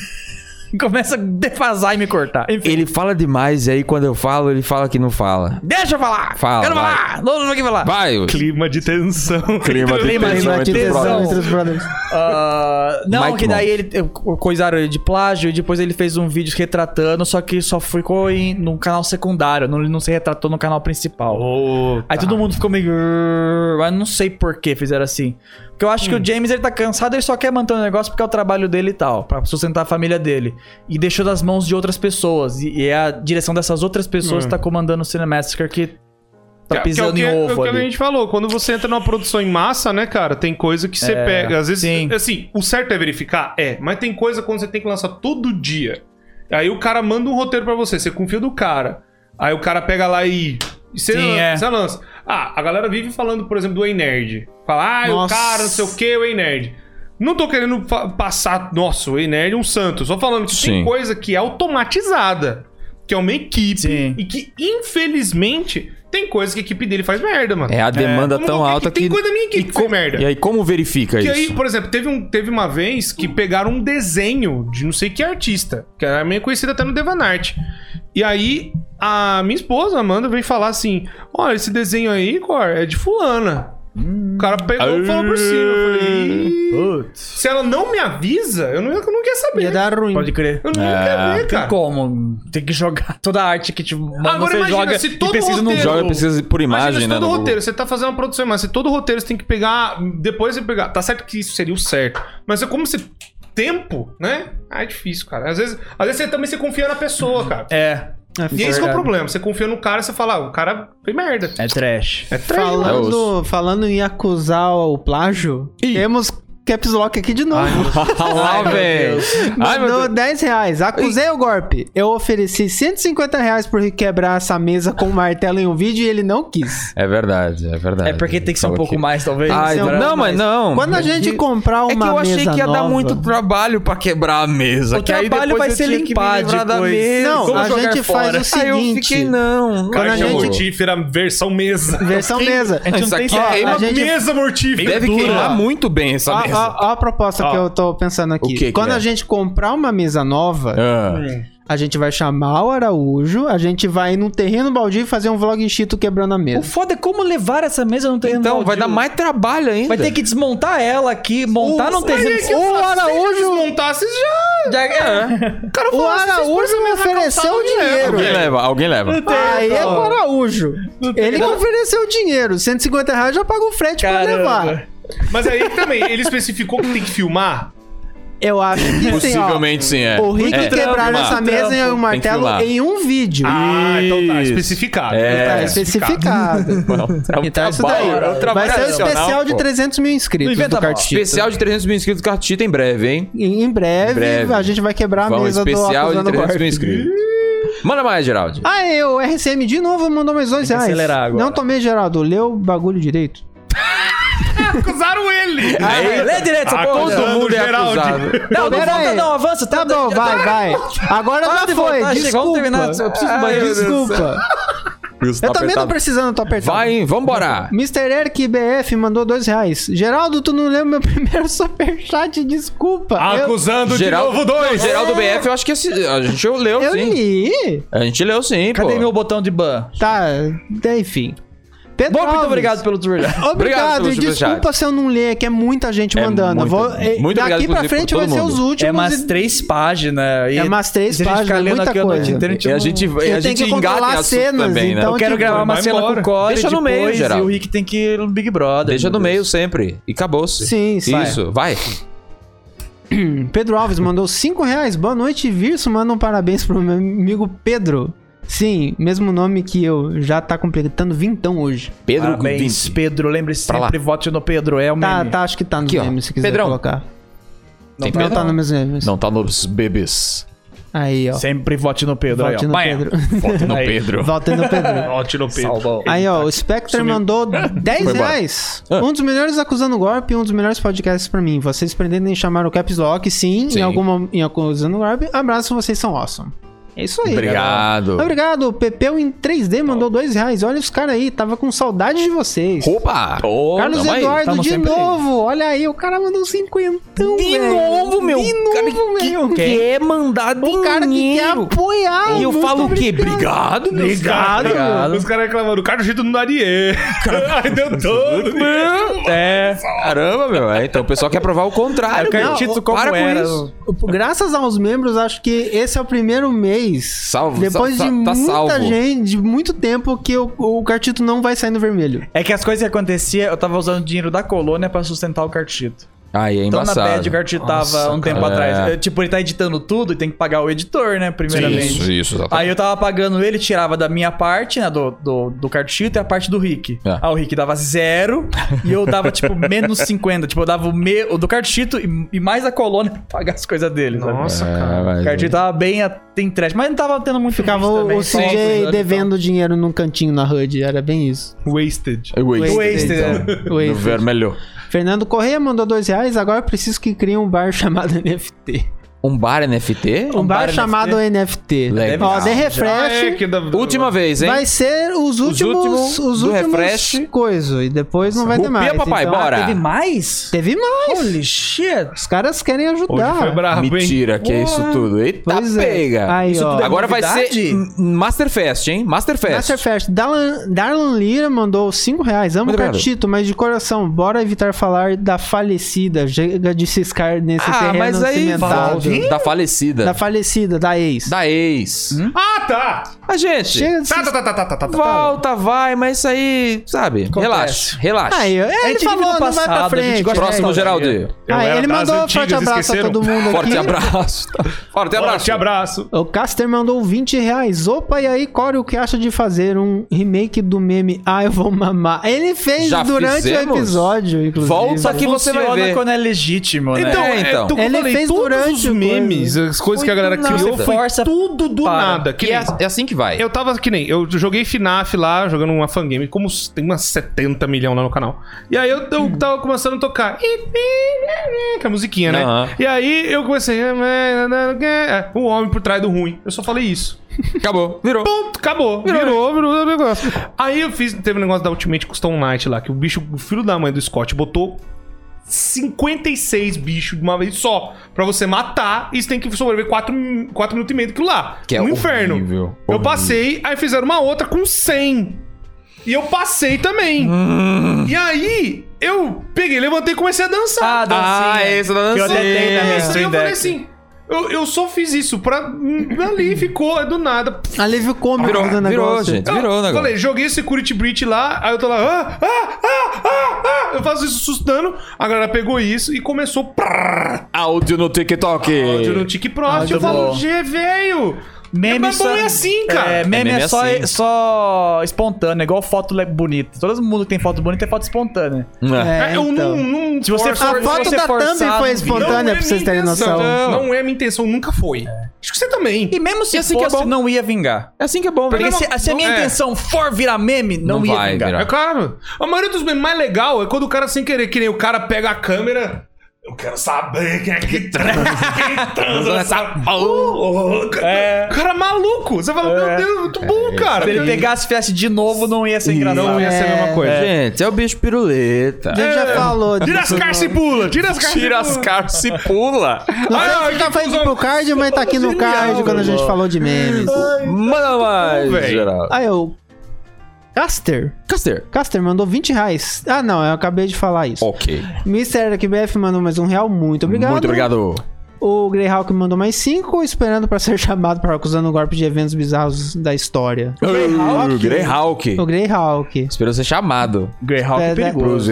Speaker 2: Começa a defasar e me cortar. Enfim,
Speaker 1: Ele fala demais, e aí quando eu falo, ele fala que não fala.
Speaker 2: deixa eu falar.
Speaker 1: Fala,
Speaker 2: Quero
Speaker 1: vai.
Speaker 2: falar. Não, não vou aqui falar.
Speaker 1: Vai, Wilson.
Speaker 4: Clima de tensão.
Speaker 1: Clima de
Speaker 2: Clima de
Speaker 1: tensão entre os
Speaker 2: tesão.
Speaker 1: brothers.
Speaker 3: é Entre os brothers.
Speaker 2: Ah, não,
Speaker 1: Mike
Speaker 2: que daí ele eu- coisaram ele de plágio e depois ele fez um vídeo retratando, só que só ficou em, num canal secundário, não, ele não se retratou no canal principal. Aí todo mundo ficou meio. Mas não sei por que fizeram assim. Porque eu acho
Speaker 4: Hum.
Speaker 2: que o James ele tá cansado, ele só quer manter o negócio porque é o trabalho dele e tal, pra sustentar a família dele. E deixou nas mãos de outras pessoas. E, e é a direção dessas outras pessoas que tá comandando o Cinemassacre que tá pisando
Speaker 4: é o Hum. que,
Speaker 2: em
Speaker 4: é o
Speaker 2: ovo
Speaker 4: que a
Speaker 2: ali.
Speaker 4: gente falou, quando você entra numa produção em massa, né, cara, tem coisa que você
Speaker 2: É,
Speaker 4: pega. Às vezes,
Speaker 2: sim.
Speaker 4: assim, o certo é verificar? É, mas tem coisa quando você tem que lançar todo dia. Aí o cara manda um roteiro pra você, você confia do cara. Aí o cara pega lá e. e você,
Speaker 2: Sim,
Speaker 4: lança,
Speaker 2: é.
Speaker 4: você lança. Ah, a galera vive falando, por exemplo, do Ei Nerd. Fala, ah, o
Speaker 3: Nossa.
Speaker 4: cara, não sei o que, o Ei Nerd. Não tô querendo fa- passar, nossa, o Ei Nerd é um santo. Só falando que
Speaker 1: Sim.
Speaker 4: tem coisa que é automatizada. Que é uma equipe.
Speaker 2: Sim.
Speaker 4: E que, infelizmente, tem coisa que a equipe dele faz merda, mano.
Speaker 1: É a demanda
Speaker 4: Como
Speaker 1: tão
Speaker 4: qualquer-
Speaker 1: alta que.
Speaker 4: Tem coisa da minha equipe
Speaker 1: e,
Speaker 4: que faz
Speaker 3: É.
Speaker 4: merda.
Speaker 1: e aí, como verifica
Speaker 4: Que
Speaker 1: isso?
Speaker 4: aí, por exemplo, teve, um, teve uma vez que pegaram um desenho de não sei que artista, que era meio conhecido até no Devanart. E aí, a minha esposa, Amanda, veio falar assim: Olha, esse desenho aí, Cor, é de fulana. O cara pegou e falou por cima. Eu falei, "Ih,
Speaker 2: Putz.
Speaker 4: se ela não me avisa, eu não, eu não quero saber.
Speaker 3: Ia dar ruim.
Speaker 2: Pode crer.
Speaker 4: Eu não
Speaker 1: É,
Speaker 4: quero ver,
Speaker 2: Tem
Speaker 4: cara.
Speaker 2: como? Tem que jogar toda a arte que te manda,
Speaker 4: Agora
Speaker 2: você
Speaker 4: imagina,
Speaker 2: joga
Speaker 4: se
Speaker 2: e um
Speaker 4: todo
Speaker 2: pesquisa no
Speaker 4: roteiro-
Speaker 1: Joga precisa por
Speaker 4: Imagina
Speaker 1: imagem,
Speaker 4: se
Speaker 1: né?
Speaker 4: todo
Speaker 1: no Google.
Speaker 4: roteiro, você tá fazendo uma produção, mas se todo roteiro você tem que pegar. Depois você pegar. Tá certo que isso seria o certo. Mas é como você. Tempo, né? Ah, é difícil, cara. Às vezes, às vezes você também você confia na pessoa, cara.
Speaker 2: É,
Speaker 4: e esse que é o
Speaker 2: verdade.
Speaker 4: problema. Você confia no cara e você fala, ah, o cara foi merda.
Speaker 2: é trash.
Speaker 4: É três, mano.
Speaker 3: Falando, falando em acusar o plágio, temos Caps Lock aqui de novo.
Speaker 1: Olha lá, Ah, velho. Ai, meu
Speaker 3: Mandou 10 reais. Acusei o golpe. Eu ofereci 150 reais por quebrar essa mesa com um martelo em um vídeo e ele não quis.
Speaker 1: É verdade, é verdade.
Speaker 2: É porque tem que ser um
Speaker 1: Fala
Speaker 2: pouco
Speaker 1: aqui.
Speaker 2: mais, talvez.
Speaker 1: Ai,
Speaker 2: Tem que ser
Speaker 1: não,
Speaker 2: um pouco mais.
Speaker 1: mas não.
Speaker 3: Quando a gente comprar uma
Speaker 1: É que
Speaker 3: mesa
Speaker 1: eu achei que ia dar
Speaker 3: nova-
Speaker 1: muito trabalho pra quebrar a mesa.
Speaker 2: O
Speaker 1: que aí
Speaker 2: trabalho
Speaker 1: depois
Speaker 2: vai
Speaker 1: eu
Speaker 2: ser
Speaker 1: tinha que me
Speaker 2: limpar
Speaker 1: livrar da
Speaker 2: depois.
Speaker 1: mesa.
Speaker 3: Não,
Speaker 2: Como
Speaker 3: a
Speaker 2: jogar
Speaker 3: gente
Speaker 2: fora?
Speaker 3: faz o
Speaker 1: Aí eu
Speaker 3: seguinte.
Speaker 1: fiquei, não.
Speaker 3: Quando a
Speaker 4: Caixa
Speaker 3: gente-
Speaker 4: mortífera, versão mesa.
Speaker 3: Versão mesa.
Speaker 2: A gente
Speaker 1: Isso
Speaker 2: não tem
Speaker 1: aqui é
Speaker 2: só-
Speaker 1: queima
Speaker 3: a gente-
Speaker 4: Mesa mortífera.
Speaker 1: Deve
Speaker 4: Dura.
Speaker 1: queimar muito bem essa
Speaker 3: Ó,
Speaker 1: mesa.
Speaker 3: ó, ó a proposta que eu tô pensando aqui.
Speaker 1: O que que
Speaker 3: Quando
Speaker 1: é?
Speaker 3: a gente comprar uma mesa nova,
Speaker 1: Ah.
Speaker 3: a gente vai chamar o Araújo, a gente vai num terreno baldio e fazer um vlog chito quebrando a
Speaker 2: O
Speaker 3: mesa.
Speaker 2: foda é como levar essa mesa num terreno
Speaker 1: Então, vai
Speaker 2: baldio.
Speaker 1: dar mais trabalho ainda.
Speaker 2: Vai ter que desmontar ela aqui, montar num terreno...
Speaker 3: é
Speaker 4: O Araújo montar, vocês já.
Speaker 2: É.
Speaker 3: O Araújo me ofereceu o dinheiro.
Speaker 1: Alguém leva, alguém leva.
Speaker 3: Aí é com o Araújo. Ele que ofereceu o dinheiro. 150 reais já paga o frete pra
Speaker 2: Caramba.
Speaker 3: levar.
Speaker 4: Mas aí também, ele especificou que tem que filmar.
Speaker 3: Eu acho que sim, ó.
Speaker 1: Possivelmente sim, é.
Speaker 3: O Rick
Speaker 1: é,
Speaker 3: quebraram essa
Speaker 2: Muito
Speaker 3: mesa e
Speaker 2: trampo.
Speaker 3: o
Speaker 1: que
Speaker 3: martelo
Speaker 1: filmar.
Speaker 3: em um vídeo.
Speaker 4: Ah, então tá,
Speaker 1: Isso.
Speaker 4: especificado.
Speaker 1: É.
Speaker 4: Então
Speaker 3: Tá
Speaker 4: tá
Speaker 3: especificado.
Speaker 1: É um
Speaker 3: Então é isso daí.
Speaker 1: trabalho, é um trabalho
Speaker 3: Vai ser o especial
Speaker 1: adicional,
Speaker 3: de
Speaker 1: pô.
Speaker 3: 300 mil inscritos
Speaker 2: Inventa
Speaker 3: do
Speaker 2: mal.
Speaker 3: Cartito.
Speaker 1: Especial é de 300 mil inscritos do Cartita em breve, hein?
Speaker 3: Em em breve,
Speaker 1: Em breve.
Speaker 3: a gente vai quebrar a
Speaker 1: Vai um
Speaker 3: mesa do
Speaker 1: especial de
Speaker 3: Acusando
Speaker 1: 300 mil
Speaker 3: Gorp.
Speaker 1: inscritos. Manda mais, Geraldo.
Speaker 3: Ah, é, o RCM de novo mandou mais
Speaker 2: Tem
Speaker 3: 2
Speaker 2: que
Speaker 3: reais.
Speaker 2: acelerar agora.
Speaker 3: Não tomei, Geraldo. Leu o bagulho direito.
Speaker 4: Acusaram É, ele.
Speaker 2: Aí, lê direito essa porra.
Speaker 1: Ah, Todo
Speaker 4: Geraldo,
Speaker 1: mundo é
Speaker 4: Geraldo.
Speaker 1: acusado.
Speaker 2: Não, não
Speaker 3: Pera
Speaker 2: volta
Speaker 3: aí.
Speaker 2: não, avança.
Speaker 3: Tá bom, vai, vai. Agora
Speaker 2: Para
Speaker 3: já
Speaker 2: de
Speaker 3: foi.
Speaker 2: voltar, chega,
Speaker 3: Desculpa.
Speaker 2: vamos terminar, eu preciso do
Speaker 3: Ai,
Speaker 2: banheiro.
Speaker 3: Desculpa. Eu também tô precisando, tô apertado.
Speaker 1: tá Vai, hein? Vambora.
Speaker 3: Mr. Eric BF mandou dois reais. Geraldo, tu não leu meu primeiro superchat, desculpa.
Speaker 2: Ah,
Speaker 4: Acusando de novo dois.
Speaker 1: Geraldo BF, eu acho que esse- a gente leu
Speaker 3: eu, eu
Speaker 1: sim.
Speaker 3: li.
Speaker 1: A gente leu sim, pô.
Speaker 2: Cadê meu botão de ban?
Speaker 3: Tá, daí, enfim. Pedro
Speaker 2: Bom, muito
Speaker 3: Alves.
Speaker 2: obrigado pelo superchat.
Speaker 1: Obrigado
Speaker 3: Obrigado,
Speaker 1: pelo
Speaker 3: e desculpa
Speaker 1: superchat.
Speaker 3: se eu não ler, é que é muita gente
Speaker 1: É
Speaker 3: mandando. Eu
Speaker 1: muita-
Speaker 3: Vou, é,
Speaker 1: muito obrigado,
Speaker 3: daqui pra
Speaker 1: inclusive,
Speaker 3: frente
Speaker 1: por
Speaker 3: vai
Speaker 1: todo
Speaker 3: ser
Speaker 1: mundo.
Speaker 3: os últimos.
Speaker 2: É umas três páginas. e-
Speaker 3: É umas três
Speaker 2: se a gente ficar
Speaker 3: páginas,
Speaker 2: lendo
Speaker 3: muita
Speaker 2: aqui a noite
Speaker 3: coisa.
Speaker 2: inteira, a gente
Speaker 1: E a
Speaker 2: não-
Speaker 1: gente, e a
Speaker 3: Eu tenho
Speaker 1: gente
Speaker 3: que
Speaker 1: engana
Speaker 3: controlar
Speaker 1: em
Speaker 3: as
Speaker 1: assunto
Speaker 3: cenas,
Speaker 1: também, né?
Speaker 3: então-
Speaker 2: Eu quero
Speaker 3: tipo,
Speaker 2: gravar uma
Speaker 4: vai
Speaker 2: cena
Speaker 4: embora.
Speaker 2: com o Core
Speaker 1: Deixa no
Speaker 2: depois,
Speaker 1: meio,
Speaker 2: e
Speaker 1: Geraldo.
Speaker 2: o Rick tem que ir no Big Brother.
Speaker 1: Deixa
Speaker 2: meu
Speaker 1: no
Speaker 2: Deus.
Speaker 1: meio sempre. E acabou-se.
Speaker 3: Sim, sai.
Speaker 1: Isso, vai.
Speaker 3: Pedro Alves mandou 5 reais. Boa noite, Virso. Manda um parabéns pro meu amigo Pedro. Sim, mesmo nome que eu. Já tá completando vintão
Speaker 2: Tá
Speaker 3: hoje.
Speaker 2: Ah,
Speaker 1: Pedro
Speaker 2: Parabéns,
Speaker 1: Gudin.
Speaker 2: Pedro. Lembre se
Speaker 1: Pra lá.
Speaker 2: sempre, vote no Pedro. É o
Speaker 3: Tá,
Speaker 2: meme.
Speaker 3: tá, acho que tá nos
Speaker 1: Aqui, ó.
Speaker 3: memes, se quiser
Speaker 1: Pedrão.
Speaker 3: colocar.
Speaker 1: Tem
Speaker 3: Não tá nos memes.
Speaker 1: Não tá nos bebês.
Speaker 3: Aí, ó.
Speaker 2: Sempre vote no
Speaker 1: é
Speaker 2: Pedro.
Speaker 3: Vote
Speaker 2: aí, ó.
Speaker 3: no
Speaker 2: Vai.
Speaker 3: Pedro.
Speaker 1: Vote Tá no
Speaker 2: Aí.
Speaker 1: Pedro.
Speaker 3: Vote no Pedro.
Speaker 4: Vote no Pedro.
Speaker 3: Aí, ó, o Spectre mandou 10
Speaker 1: Tá. embora. Ah.
Speaker 3: reais. Um dos melhores acusando golpe e um dos melhores podcasts pra mim. Vocês pretendem chamar o Caps Lock, sim,
Speaker 1: Sim.
Speaker 3: Em, alguma, em acusando golpe. Abraço, vocês são awesome. É isso aí. galera.
Speaker 1: Obrigado.
Speaker 3: Obrigado. O Pepeu em 3D mandou 2 reais. Olha os caras aí, tava com saudade de vocês.
Speaker 1: Opa! Ô,
Speaker 3: Carlos
Speaker 1: tamo aí.
Speaker 3: Eduardo,
Speaker 2: tamo
Speaker 3: de
Speaker 2: sempre aí.
Speaker 3: novo. Olha aí, o cara mandou 50.
Speaker 1: De novo, meu.
Speaker 3: De
Speaker 1: Cara,
Speaker 3: novo,
Speaker 1: que
Speaker 3: meu.
Speaker 2: é
Speaker 1: Quer mandar
Speaker 3: O
Speaker 1: dinheiro.
Speaker 3: cara que quer apoiar.
Speaker 1: E eu
Speaker 3: Muito
Speaker 1: falo o quê? Obrigado, meu.
Speaker 4: Obrigado, meu. Os caras reclamando. O cara do jeito não daria. Ai, deu todo.
Speaker 2: É.
Speaker 1: Caramba, meu. É, Então o pessoal quer provar o contrário.
Speaker 2: Eu quero
Speaker 1: meu.
Speaker 2: título como
Speaker 1: Para com
Speaker 2: era.
Speaker 1: isso.
Speaker 3: Tipo, Graças aos membros, acho que esse é o primeiro mês.
Speaker 1: Salvo,
Speaker 3: Depois
Speaker 1: sa-
Speaker 3: de
Speaker 1: sa- tá
Speaker 3: muita
Speaker 1: salvo.
Speaker 3: gente, de muito tempo, que o, o cartito não vai sair no vermelho.
Speaker 2: É que as coisas que aconteciam, eu tava usando dinheiro da colônia pra sustentar o cartito.
Speaker 1: Aí é
Speaker 2: Então
Speaker 1: embaçado.
Speaker 2: na bad o cartito tava
Speaker 1: Nossa,
Speaker 2: um tempo
Speaker 1: cara.
Speaker 2: atrás.
Speaker 1: É.
Speaker 2: Eu, tipo, ele tá editando tudo e tem que pagar o editor, né? Primeiramente.
Speaker 1: Isso, isso,
Speaker 2: Aí
Speaker 1: exatamente.
Speaker 2: eu tava pagando ele, tirava da minha parte, né? Do, do, do cartito e a parte do Rick.
Speaker 1: É.
Speaker 2: Aí o Rick dava zero e eu dava, tipo, menos 50. Tipo, eu dava o, me, o do cartito e, e mais a colônia pra pagar as coisas dele. sabe?
Speaker 4: Nossa, cara.
Speaker 1: É,
Speaker 2: O
Speaker 1: mas-
Speaker 2: cartito tava bem a- tem trash, mas não tava tendo muito
Speaker 3: Ficava
Speaker 2: bicho
Speaker 3: o,
Speaker 2: também,
Speaker 3: o
Speaker 2: só
Speaker 3: CJ
Speaker 2: episódio e
Speaker 3: devendo dinheiro num cantinho na HUD, era bem isso.
Speaker 4: Wasted.
Speaker 1: É Wasted.
Speaker 2: Wasted,
Speaker 1: então. No
Speaker 3: Wasted.
Speaker 1: vermelho.
Speaker 3: Fernando Correia mandou dois reais, agora eu preciso que crie um bar chamado NFT.
Speaker 1: Um bar NFT?
Speaker 3: Um, bar,
Speaker 2: bar
Speaker 3: chamado NFT.
Speaker 1: Legal.
Speaker 3: Ó, The
Speaker 4: Ah, é,
Speaker 3: Refresh
Speaker 4: que da-
Speaker 1: Última vez, hein?
Speaker 3: vai ser os
Speaker 1: últimos
Speaker 3: últimos... Os
Speaker 1: do
Speaker 3: últimos
Speaker 1: Refresh.
Speaker 3: coisa, e depois não vai ter
Speaker 1: Rupia,
Speaker 3: mais.
Speaker 1: papai,
Speaker 3: então-
Speaker 1: bora.
Speaker 2: tal. Teve mais?
Speaker 3: Teve mais.
Speaker 2: Holy shit!
Speaker 3: Os caras querem
Speaker 4: Hoje
Speaker 3: ajudar.
Speaker 4: foi brabo, hein?
Speaker 1: Ah, Mentira, que é isso tudo. Eita,
Speaker 3: Pois é.
Speaker 1: pega.
Speaker 3: Aí,
Speaker 2: Isso
Speaker 3: ó.
Speaker 2: tudo é
Speaker 1: Agora é vai
Speaker 2: novidade?
Speaker 1: ser hum, Masterfest, hein? Masterfest.
Speaker 3: Masterfest. Darlan, Darlan Lira mandou 5 reais. Amo
Speaker 1: Muito obrigado.
Speaker 3: Catito, mas de coração, bora evitar falar da falecida. Chega de ciscar nesse
Speaker 1: Ah,
Speaker 3: terreno
Speaker 1: mas aí...
Speaker 3: cimentado.
Speaker 1: volta. Da falecida.
Speaker 3: Da falecida, da ex.
Speaker 1: Da ex.
Speaker 4: Ah, tá.
Speaker 1: Ah, gente.
Speaker 3: Chega de
Speaker 4: Tá,
Speaker 3: ciscar.
Speaker 4: tá, tá, tá, tá, tá, tá.
Speaker 1: Volta, vai, mas isso aí, sabe? Relaxa, relaxa.
Speaker 3: Aí,
Speaker 2: A
Speaker 3: ele
Speaker 2: gente
Speaker 3: falou,
Speaker 2: vive no
Speaker 3: não vai pra
Speaker 2: passado, a gente
Speaker 3: frente. né?
Speaker 2: gosta-
Speaker 1: Próximo,
Speaker 2: É,
Speaker 1: Geraldo.
Speaker 4: Eu
Speaker 3: Ah,
Speaker 4: era
Speaker 3: ele
Speaker 4: das
Speaker 3: mandou um
Speaker 4: antigas,
Speaker 3: forte abraço
Speaker 4: esqueceram?
Speaker 3: a todo mundo aqui.
Speaker 1: Forte abraço. Forte abraço. Então.
Speaker 4: Forte abraço.
Speaker 3: O Caster mandou 20 reais. Opa, e aí, Core, o que acha de fazer um remake do meme Ah, eu vou mamar? Ele fez
Speaker 1: Já
Speaker 3: durante
Speaker 1: fizemos?
Speaker 3: o episódio, inclusive.
Speaker 1: Volta aqui. um que você vai
Speaker 2: Funciona
Speaker 1: ver.
Speaker 2: quando é legítimo, né?
Speaker 1: Então,
Speaker 4: é,
Speaker 1: então.
Speaker 4: do que eu
Speaker 3: Ele fez
Speaker 4: todos
Speaker 3: durante
Speaker 4: os
Speaker 3: o
Speaker 4: memes,
Speaker 3: coisa.
Speaker 4: as coisas
Speaker 2: Foi
Speaker 4: que a galera
Speaker 2: do nada.
Speaker 4: criou, foi
Speaker 2: Força
Speaker 4: tudo do
Speaker 2: para.
Speaker 4: nada. Que
Speaker 1: E
Speaker 4: nem-
Speaker 1: é, é assim que vai.
Speaker 4: Eu tava que nem, eu joguei FNAF lá, jogando uma fangame, como s- tem umas 70 milhões lá no canal. E aí eu, eu tava começando a tocar. Que é a musiquinha, né?
Speaker 1: Aham.
Speaker 4: E aí eu comecei. "Ah, é, O homem por trás do ruim. Eu só falei isso.
Speaker 1: Acabou. Virou.
Speaker 4: Pum, acabou. Virou, virou o negócio. Aí eu fiz, teve um negócio da Ultimate Custom Night lá, que o bicho, o filho da mãe do Scott, botou 56 bichos de uma vez só. Pra você matar, e você tem que sobreviver 4, minutos e meio daquilo lá.
Speaker 1: Que é
Speaker 4: um inferno.
Speaker 1: horrível,
Speaker 4: Eu
Speaker 1: horrível.
Speaker 4: passei, aí fizeram uma outra com 100. E eu passei também.
Speaker 1: Hum.
Speaker 4: E aí, eu peguei, levantei e comecei a dançar.
Speaker 2: Ah, dancinha.
Speaker 1: Ah, esse da
Speaker 2: Que eu até
Speaker 1: dancinha.
Speaker 2: tenho na minha
Speaker 4: Isso aí eu
Speaker 2: stream
Speaker 4: falei
Speaker 2: deck.
Speaker 4: assim. Eu, eu só fiz isso pra. Ali ficou, é do nada.
Speaker 3: Alívio cômico
Speaker 1: Virou,
Speaker 3: do um negócio.
Speaker 1: virou, gente.
Speaker 4: Eu
Speaker 1: Virou o negócio.
Speaker 4: Falei, joguei Security Breach lá, aí eu tô lá, ah, ah, ah, ah, ah, eu faço isso assustando, a galera pegou isso e começou prrr,
Speaker 1: Áudio no TikTok.
Speaker 4: áudio no
Speaker 3: Ah,
Speaker 4: TikTok,
Speaker 2: Áudio
Speaker 4: eu falo,
Speaker 2: bom.
Speaker 4: G, velho,
Speaker 2: Meme
Speaker 4: mas
Speaker 2: só-
Speaker 4: não é assim, cara.
Speaker 2: É, meme é,
Speaker 1: meme
Speaker 2: só,
Speaker 1: assim.
Speaker 2: só espontâneo, é igual foto le- bonita. Todo mundo que tem foto bonita é foto espontânea.
Speaker 1: É.
Speaker 3: É,
Speaker 4: eu não,
Speaker 3: então.
Speaker 4: não
Speaker 2: Se você
Speaker 4: forço-
Speaker 2: for-
Speaker 3: A foto
Speaker 2: você
Speaker 3: da
Speaker 2: forçar
Speaker 3: Thumb
Speaker 2: no
Speaker 3: foi
Speaker 2: vídeo.
Speaker 4: Não é
Speaker 3: espontânea, pra vocês
Speaker 4: minha
Speaker 3: terem
Speaker 4: intenção.
Speaker 3: noção. É.
Speaker 4: não é minha intenção, nunca foi. Acho que você também.
Speaker 2: E mesmo se
Speaker 1: assim que é
Speaker 2: fosse,
Speaker 1: bom.
Speaker 2: não ia vingar.
Speaker 1: assim que é bom,
Speaker 2: Porque
Speaker 1: velho.
Speaker 2: se, se a minha
Speaker 4: é.
Speaker 2: intenção for virar meme, não,
Speaker 1: Não
Speaker 2: ia
Speaker 1: vai
Speaker 2: vingar.
Speaker 1: virar.
Speaker 4: É claro. A maioria dos memes mais legal é quando o cara sem querer, que nem o cara pega a câmera. Eu quero saber quem é que transa, quem transa nessa porra.
Speaker 2: É.
Speaker 4: Cara maluco. Você fala, meu Deus, muito bom, cara.
Speaker 2: Se ele pegasse e fizesse de novo, não ia ser engraçado.
Speaker 4: Não ia ser a mesma coisa.
Speaker 1: Gente, é o bicho piruleta.
Speaker 3: A gente já falou.
Speaker 4: Tira É. as carças e pula. Tira as carças
Speaker 1: Tira as caras e pula.
Speaker 3: Não sei
Speaker 4: Ah,
Speaker 3: se tá
Speaker 4: que
Speaker 3: falando
Speaker 4: cuzão.
Speaker 3: pro card, mas tá aqui no card quando a gente falou de memes.
Speaker 1: Manda mais,
Speaker 4: velho.
Speaker 1: Geraldo.
Speaker 3: Aí eu. Caster.
Speaker 1: Caster.
Speaker 3: Caster mandou 20 reais. Ah, não, eu acabei de falar isso.
Speaker 1: Ok.
Speaker 3: Mr. ArcBF mandou mais um real. Muito obrigado.
Speaker 1: Muito obrigado.
Speaker 3: O Greyhawk mandou mais cinco, esperando pra ser chamado para acusando o golpe de eventos bizarros da história.
Speaker 1: Uh, Greyhawk.
Speaker 3: O Greyhawk.
Speaker 1: Esperou ser chamado.
Speaker 2: Greyhawk
Speaker 3: É,
Speaker 2: é perigoso.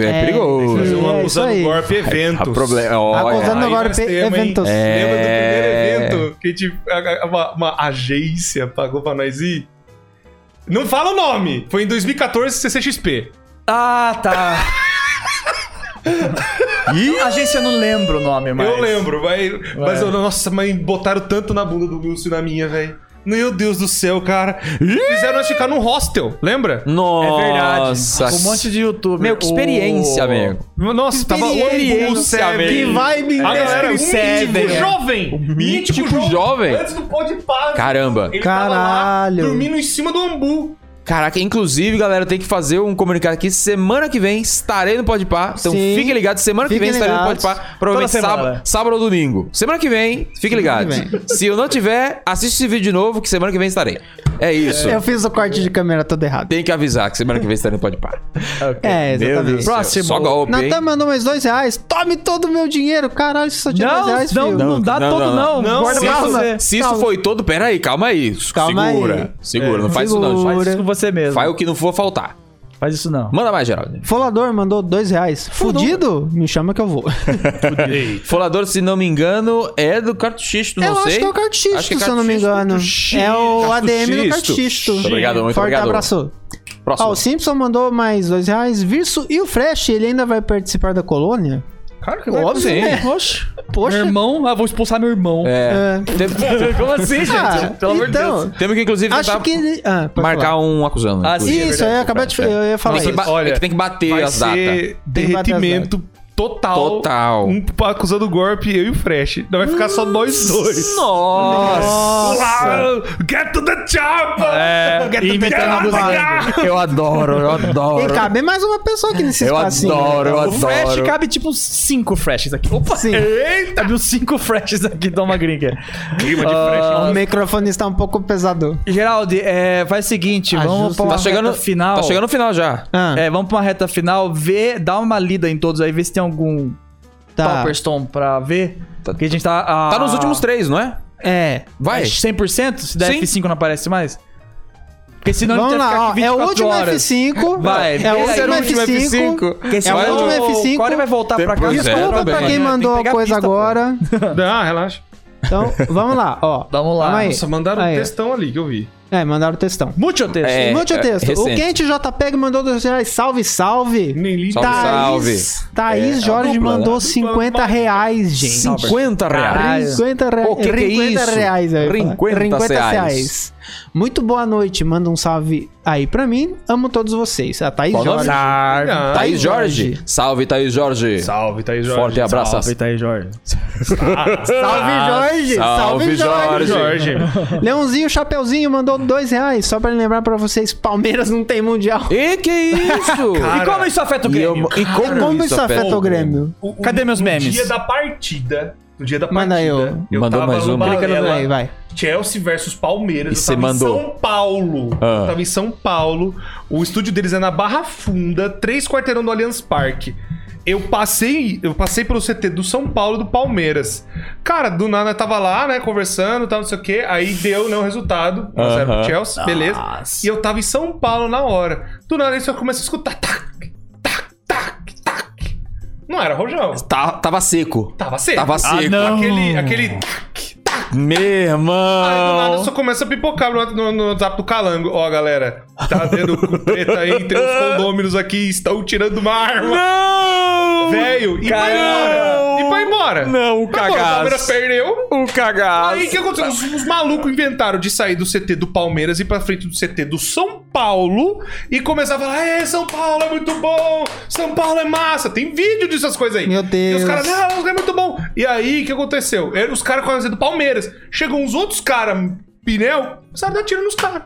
Speaker 1: Perigoso, é, perigoso.
Speaker 3: é isso
Speaker 4: Usando
Speaker 3: aí.
Speaker 4: o golpe
Speaker 1: Ah,
Speaker 4: eventos.
Speaker 1: problema.
Speaker 4: Tá
Speaker 1: Olha,
Speaker 3: Acusando
Speaker 1: aí.
Speaker 3: o golpe
Speaker 4: nós temos, hein?
Speaker 3: eventos.
Speaker 1: É.
Speaker 4: Lembra do primeiro evento que tipo, a- a- uma, uma agência pagou pra nós ir? Não fala o nome. Foi em 2014, CCXP.
Speaker 2: Ah, tá. Agência, eu não lembro o nome, mas.
Speaker 4: Eu lembro, mas, mas
Speaker 1: É.
Speaker 4: eu- nossa, mas botaram tanto na bunda do Wilson e na minha, velho. Meu Deus do céu, cara. Fizeram nós ficar num hostel, lembra?
Speaker 1: Nossa.
Speaker 2: É verdade. Com um monte de YouTube.
Speaker 1: Meu, que experiência, amigo.
Speaker 4: Nossa, tava o
Speaker 1: Que
Speaker 4: Seven.
Speaker 3: vibe
Speaker 4: A
Speaker 1: é.
Speaker 4: galera,
Speaker 1: Tipo
Speaker 4: um
Speaker 2: Seven.
Speaker 4: mítico jovem. Mítico
Speaker 1: né? Um Mítico jovem.
Speaker 4: Antes do pó de paz.
Speaker 1: Caramba.
Speaker 4: Ele tava lá,
Speaker 3: Caralho.
Speaker 4: dormindo em cima do ambu.
Speaker 1: Caraca, inclusive, galera, tem que fazer um comunicado aqui. Semana que vem estarei no Podpah. Então
Speaker 3: Sim.
Speaker 1: fiquem ligados. Semana que
Speaker 3: Fiquem
Speaker 1: vem estarei no
Speaker 3: ligados.
Speaker 1: Podpah. Provavelmente
Speaker 2: Toda
Speaker 1: sábado,
Speaker 2: semana.
Speaker 1: sábado ou domingo. Semana que vem, fiquem ligados.
Speaker 3: que
Speaker 1: Se eu não tiver, assiste esse vídeo de novo que semana que vem estarei. É isso.
Speaker 3: Eu fiz o corte de câmera todo errado.
Speaker 1: Tem que avisar que semana que vem estarei no Podpah.
Speaker 3: É, exatamente.
Speaker 1: Próximo. Só golpe, hein?
Speaker 3: Natan mandou mais dois reais. Tome todo o meu dinheiro. Caralho, você só tinha dois
Speaker 2: Não,
Speaker 3: reais,
Speaker 2: não,
Speaker 3: filho.
Speaker 2: não, dá
Speaker 1: Não,
Speaker 2: todo,
Speaker 1: não,
Speaker 2: não.
Speaker 1: não.
Speaker 2: Guarda
Speaker 1: se
Speaker 2: pra
Speaker 1: isso,
Speaker 2: você.
Speaker 1: se isso
Speaker 3: Calma.
Speaker 1: foi todo, pera aí, calma aí.
Speaker 3: Calma aí.
Speaker 1: segura, segura, não faz isso não. Faz,
Speaker 3: É. Segura.
Speaker 2: Faz com você mesmo.
Speaker 1: faz o que não for faltar.
Speaker 2: Faz isso não.
Speaker 1: Manda mais, Geraldo.
Speaker 3: Folador mandou dois reais. Fudido? Me chama que eu vou.
Speaker 1: Folador, se não me engano, é do cartuchisto, não
Speaker 3: eu
Speaker 1: sei.
Speaker 3: acho que é o cartisto,
Speaker 1: Acho que é
Speaker 3: se eu não me
Speaker 1: cartuchisto,
Speaker 3: engano.
Speaker 1: cartuchisto.
Speaker 3: É o ADM do
Speaker 1: Cartuchisto.
Speaker 3: cartisto.
Speaker 1: Muito obrigado, muito
Speaker 3: Forte
Speaker 1: obrigado.
Speaker 3: abraço.
Speaker 1: Próximo.
Speaker 3: Ó, o Simpson mandou mais dois reais. Virso e o Fresh, ele ainda vai participar da colônia?
Speaker 4: Cara, que
Speaker 1: Óbvio, hein?
Speaker 3: Poxa. Poxa.
Speaker 2: Meu irmão, ah, vou expulsar meu irmão.
Speaker 1: É.
Speaker 3: É.
Speaker 1: Tem-
Speaker 2: Como assim, gente?
Speaker 3: Ah,
Speaker 2: Pelo amor de
Speaker 3: então,
Speaker 2: Deus.
Speaker 1: Temos que, inclusive, tentar
Speaker 3: Acho que ele... Ah, pode
Speaker 1: marcar
Speaker 3: falar.
Speaker 1: um acusando.
Speaker 2: Ah,
Speaker 1: inclusive.
Speaker 2: sim.
Speaker 3: Isso, eu ia acabar de... Eu ia falar
Speaker 1: Tem que
Speaker 3: isso.
Speaker 1: ba-
Speaker 4: Olha,
Speaker 1: é que tem que bater
Speaker 4: vai
Speaker 1: as datas.
Speaker 4: ser derretimento total.
Speaker 1: Total.
Speaker 4: Um acusando o golpe, eu e o Fresh. Não vai ficar só nós dois.
Speaker 1: Nossa!
Speaker 4: Lá, Get to the chopper!
Speaker 2: É,
Speaker 4: Get
Speaker 2: imitando
Speaker 4: chopper!
Speaker 2: a
Speaker 1: Eu adoro, eu adoro.
Speaker 3: Tem que caber mais uma pessoa aqui nesse
Speaker 1: Eu
Speaker 3: espacinho. né?
Speaker 1: adoro, eu
Speaker 2: O fresh
Speaker 1: adoro.
Speaker 2: cabe tipo 5 freshes aqui. Opa!
Speaker 3: Sim.
Speaker 2: Eita! Cabe uns 5 freshes aqui, toma gringa.
Speaker 4: Clima de
Speaker 2: Ah,
Speaker 3: O microfone está um pouco pesado.
Speaker 2: Geraldi, é, faz o seguinte, vamos
Speaker 3: Ajusta.
Speaker 2: pra uma
Speaker 1: Tá chegando,
Speaker 2: reta final.
Speaker 1: tá chegando no final já.
Speaker 3: Ah,
Speaker 2: É, vamos pra uma reta final, ver, dá uma lida em todos aí, ver se tem algum
Speaker 3: tá.
Speaker 2: Pauperstone pra ver.
Speaker 1: Tá-
Speaker 2: Porque a gente tá. ah,
Speaker 1: Tá nos últimos três, não é?
Speaker 2: É.
Speaker 1: Vai.
Speaker 2: É 100%? Se der
Speaker 1: Sim.
Speaker 2: F5 não aparece mais? Porque senão
Speaker 3: Vamos
Speaker 2: a gente vai ficar
Speaker 3: lá, ó.
Speaker 2: aqui
Speaker 3: É o
Speaker 2: 24
Speaker 3: último
Speaker 2: horas.
Speaker 3: F5.
Speaker 2: Vai,
Speaker 3: é o
Speaker 2: esse era
Speaker 3: último
Speaker 1: último
Speaker 2: o
Speaker 3: F5.
Speaker 1: F5.
Speaker 3: É o
Speaker 1: Vai,
Speaker 3: último
Speaker 1: o-
Speaker 3: F5.
Speaker 2: Corey vai voltar pra cá.
Speaker 1: Depois
Speaker 2: Isso
Speaker 1: é,
Speaker 2: é
Speaker 3: Desculpa
Speaker 1: também.
Speaker 3: pra
Speaker 2: problema,
Speaker 3: quem
Speaker 2: né?
Speaker 3: mandou
Speaker 2: Tem
Speaker 3: a
Speaker 2: que pegar
Speaker 3: coisa
Speaker 2: pista, pô.
Speaker 3: agora.
Speaker 4: Ah, relaxa.
Speaker 3: Então, vamos lá, ó.
Speaker 2: Vamos lá.
Speaker 3: Calma aí.
Speaker 4: Nossa,
Speaker 2: Ah,
Speaker 4: mandaram
Speaker 2: é.
Speaker 3: Aí.
Speaker 4: um textão ali que eu vi.
Speaker 3: É, mandaram o textão.
Speaker 2: Mute o texto.
Speaker 1: É,
Speaker 3: É, Monte o texto. o
Speaker 1: recente.
Speaker 3: Quente JPEG mandou dois reais. Salve, salve.
Speaker 4: Nem li.
Speaker 1: Salve, salve.
Speaker 3: Thaís
Speaker 1: É,
Speaker 3: Jorge
Speaker 1: dupla,
Speaker 3: mandou
Speaker 1: né?
Speaker 3: 50 reais, gente.
Speaker 1: 50
Speaker 2: Caralho.
Speaker 1: reais.
Speaker 3: 50 reais.
Speaker 1: Pô, que que é isso?
Speaker 3: reais. eu ia falar.
Speaker 1: 50 reais.
Speaker 3: Muito boa noite. Manda um salve aí pra mim. Amo todos vocês. A Thaís
Speaker 1: Qual o nome?
Speaker 3: Jorge.
Speaker 4: Ah,
Speaker 1: Thaís Jorge. Salve, Thaís Jorge.
Speaker 4: Salve, Thaís Jorge.
Speaker 1: Forte abraço.
Speaker 2: tá aí, Jorge.
Speaker 3: Salve, Jorge.
Speaker 1: Salve, Jorge.
Speaker 4: Jorge.
Speaker 3: Leãozinho Chapeuzinho mandou dois reais. Só pra lembrar pra vocês, Palmeiras não tem mundial.
Speaker 1: E que isso?
Speaker 2: E como isso afeta o
Speaker 1: E, eu-
Speaker 2: Grêmio?
Speaker 1: e como,
Speaker 3: Como isso afeta o Grêmio?
Speaker 4: O- o-
Speaker 2: Cadê meus
Speaker 4: no
Speaker 2: memes?
Speaker 4: dia da partida. No dia da
Speaker 3: Manda
Speaker 4: partida.
Speaker 3: aí, ô.
Speaker 1: Mandou mais um.
Speaker 4: no
Speaker 1: uma?
Speaker 4: Balela,
Speaker 3: Clica no play, vai.
Speaker 4: Chelsea versus Palmeiras.
Speaker 1: E você
Speaker 4: eu tava
Speaker 1: mandou?
Speaker 4: em São Paulo.
Speaker 1: Ah.
Speaker 4: Eu tava em São Paulo. O estúdio deles é na Barra Funda, três quarteirão do Allianz Parque. Eu passei, eu passei pelo CT do São Paulo e do Palmeiras. Cara, do nada eu tava lá, né, conversando, tal, não sei o quê. Aí deu, né, o resultado. 1 a 0 pro
Speaker 1: Aham.
Speaker 4: Chelsea, beleza. E eu tava em São Paulo na hora. Do nada aí só começa a escutar tac, tac, tac, tac. Não era rojão.
Speaker 1: Tá- tava seco.
Speaker 4: Tava seco.
Speaker 1: Tava seco.
Speaker 2: Ah, não.
Speaker 4: Aquele, aquele tac,
Speaker 1: Meu
Speaker 4: Aí do nada
Speaker 1: irmão.
Speaker 4: só começa a pipocar no, no, no WhatsApp do Calango. Ó, galera, tá tendo com treta aí entre os condôminos aqui, estão tirando uma arma.
Speaker 1: Não!
Speaker 4: Velho, e vai
Speaker 1: Cara.
Speaker 4: embora. E vai embora.
Speaker 1: Não, o
Speaker 4: Vai embora, O
Speaker 1: cagaço.
Speaker 4: Palmeiras perdeu.
Speaker 1: O cagaço.
Speaker 4: Aí o que aconteceu? Os, os malucos inventaram de sair do CT do Palmeiras e ir pra frente do CT do São Paulo e começar a falar: é, São Paulo é muito bom, São Paulo é massa. Tem vídeo dessas coisas aí.
Speaker 3: Meu
Speaker 4: E
Speaker 3: Deus.
Speaker 4: os caras, não, isso é muito bom. E aí, o que aconteceu? Era Os caras com a camisa do Palmeiras. Chegam uns outros caras, pneu, começaram a dar tiro nos caras.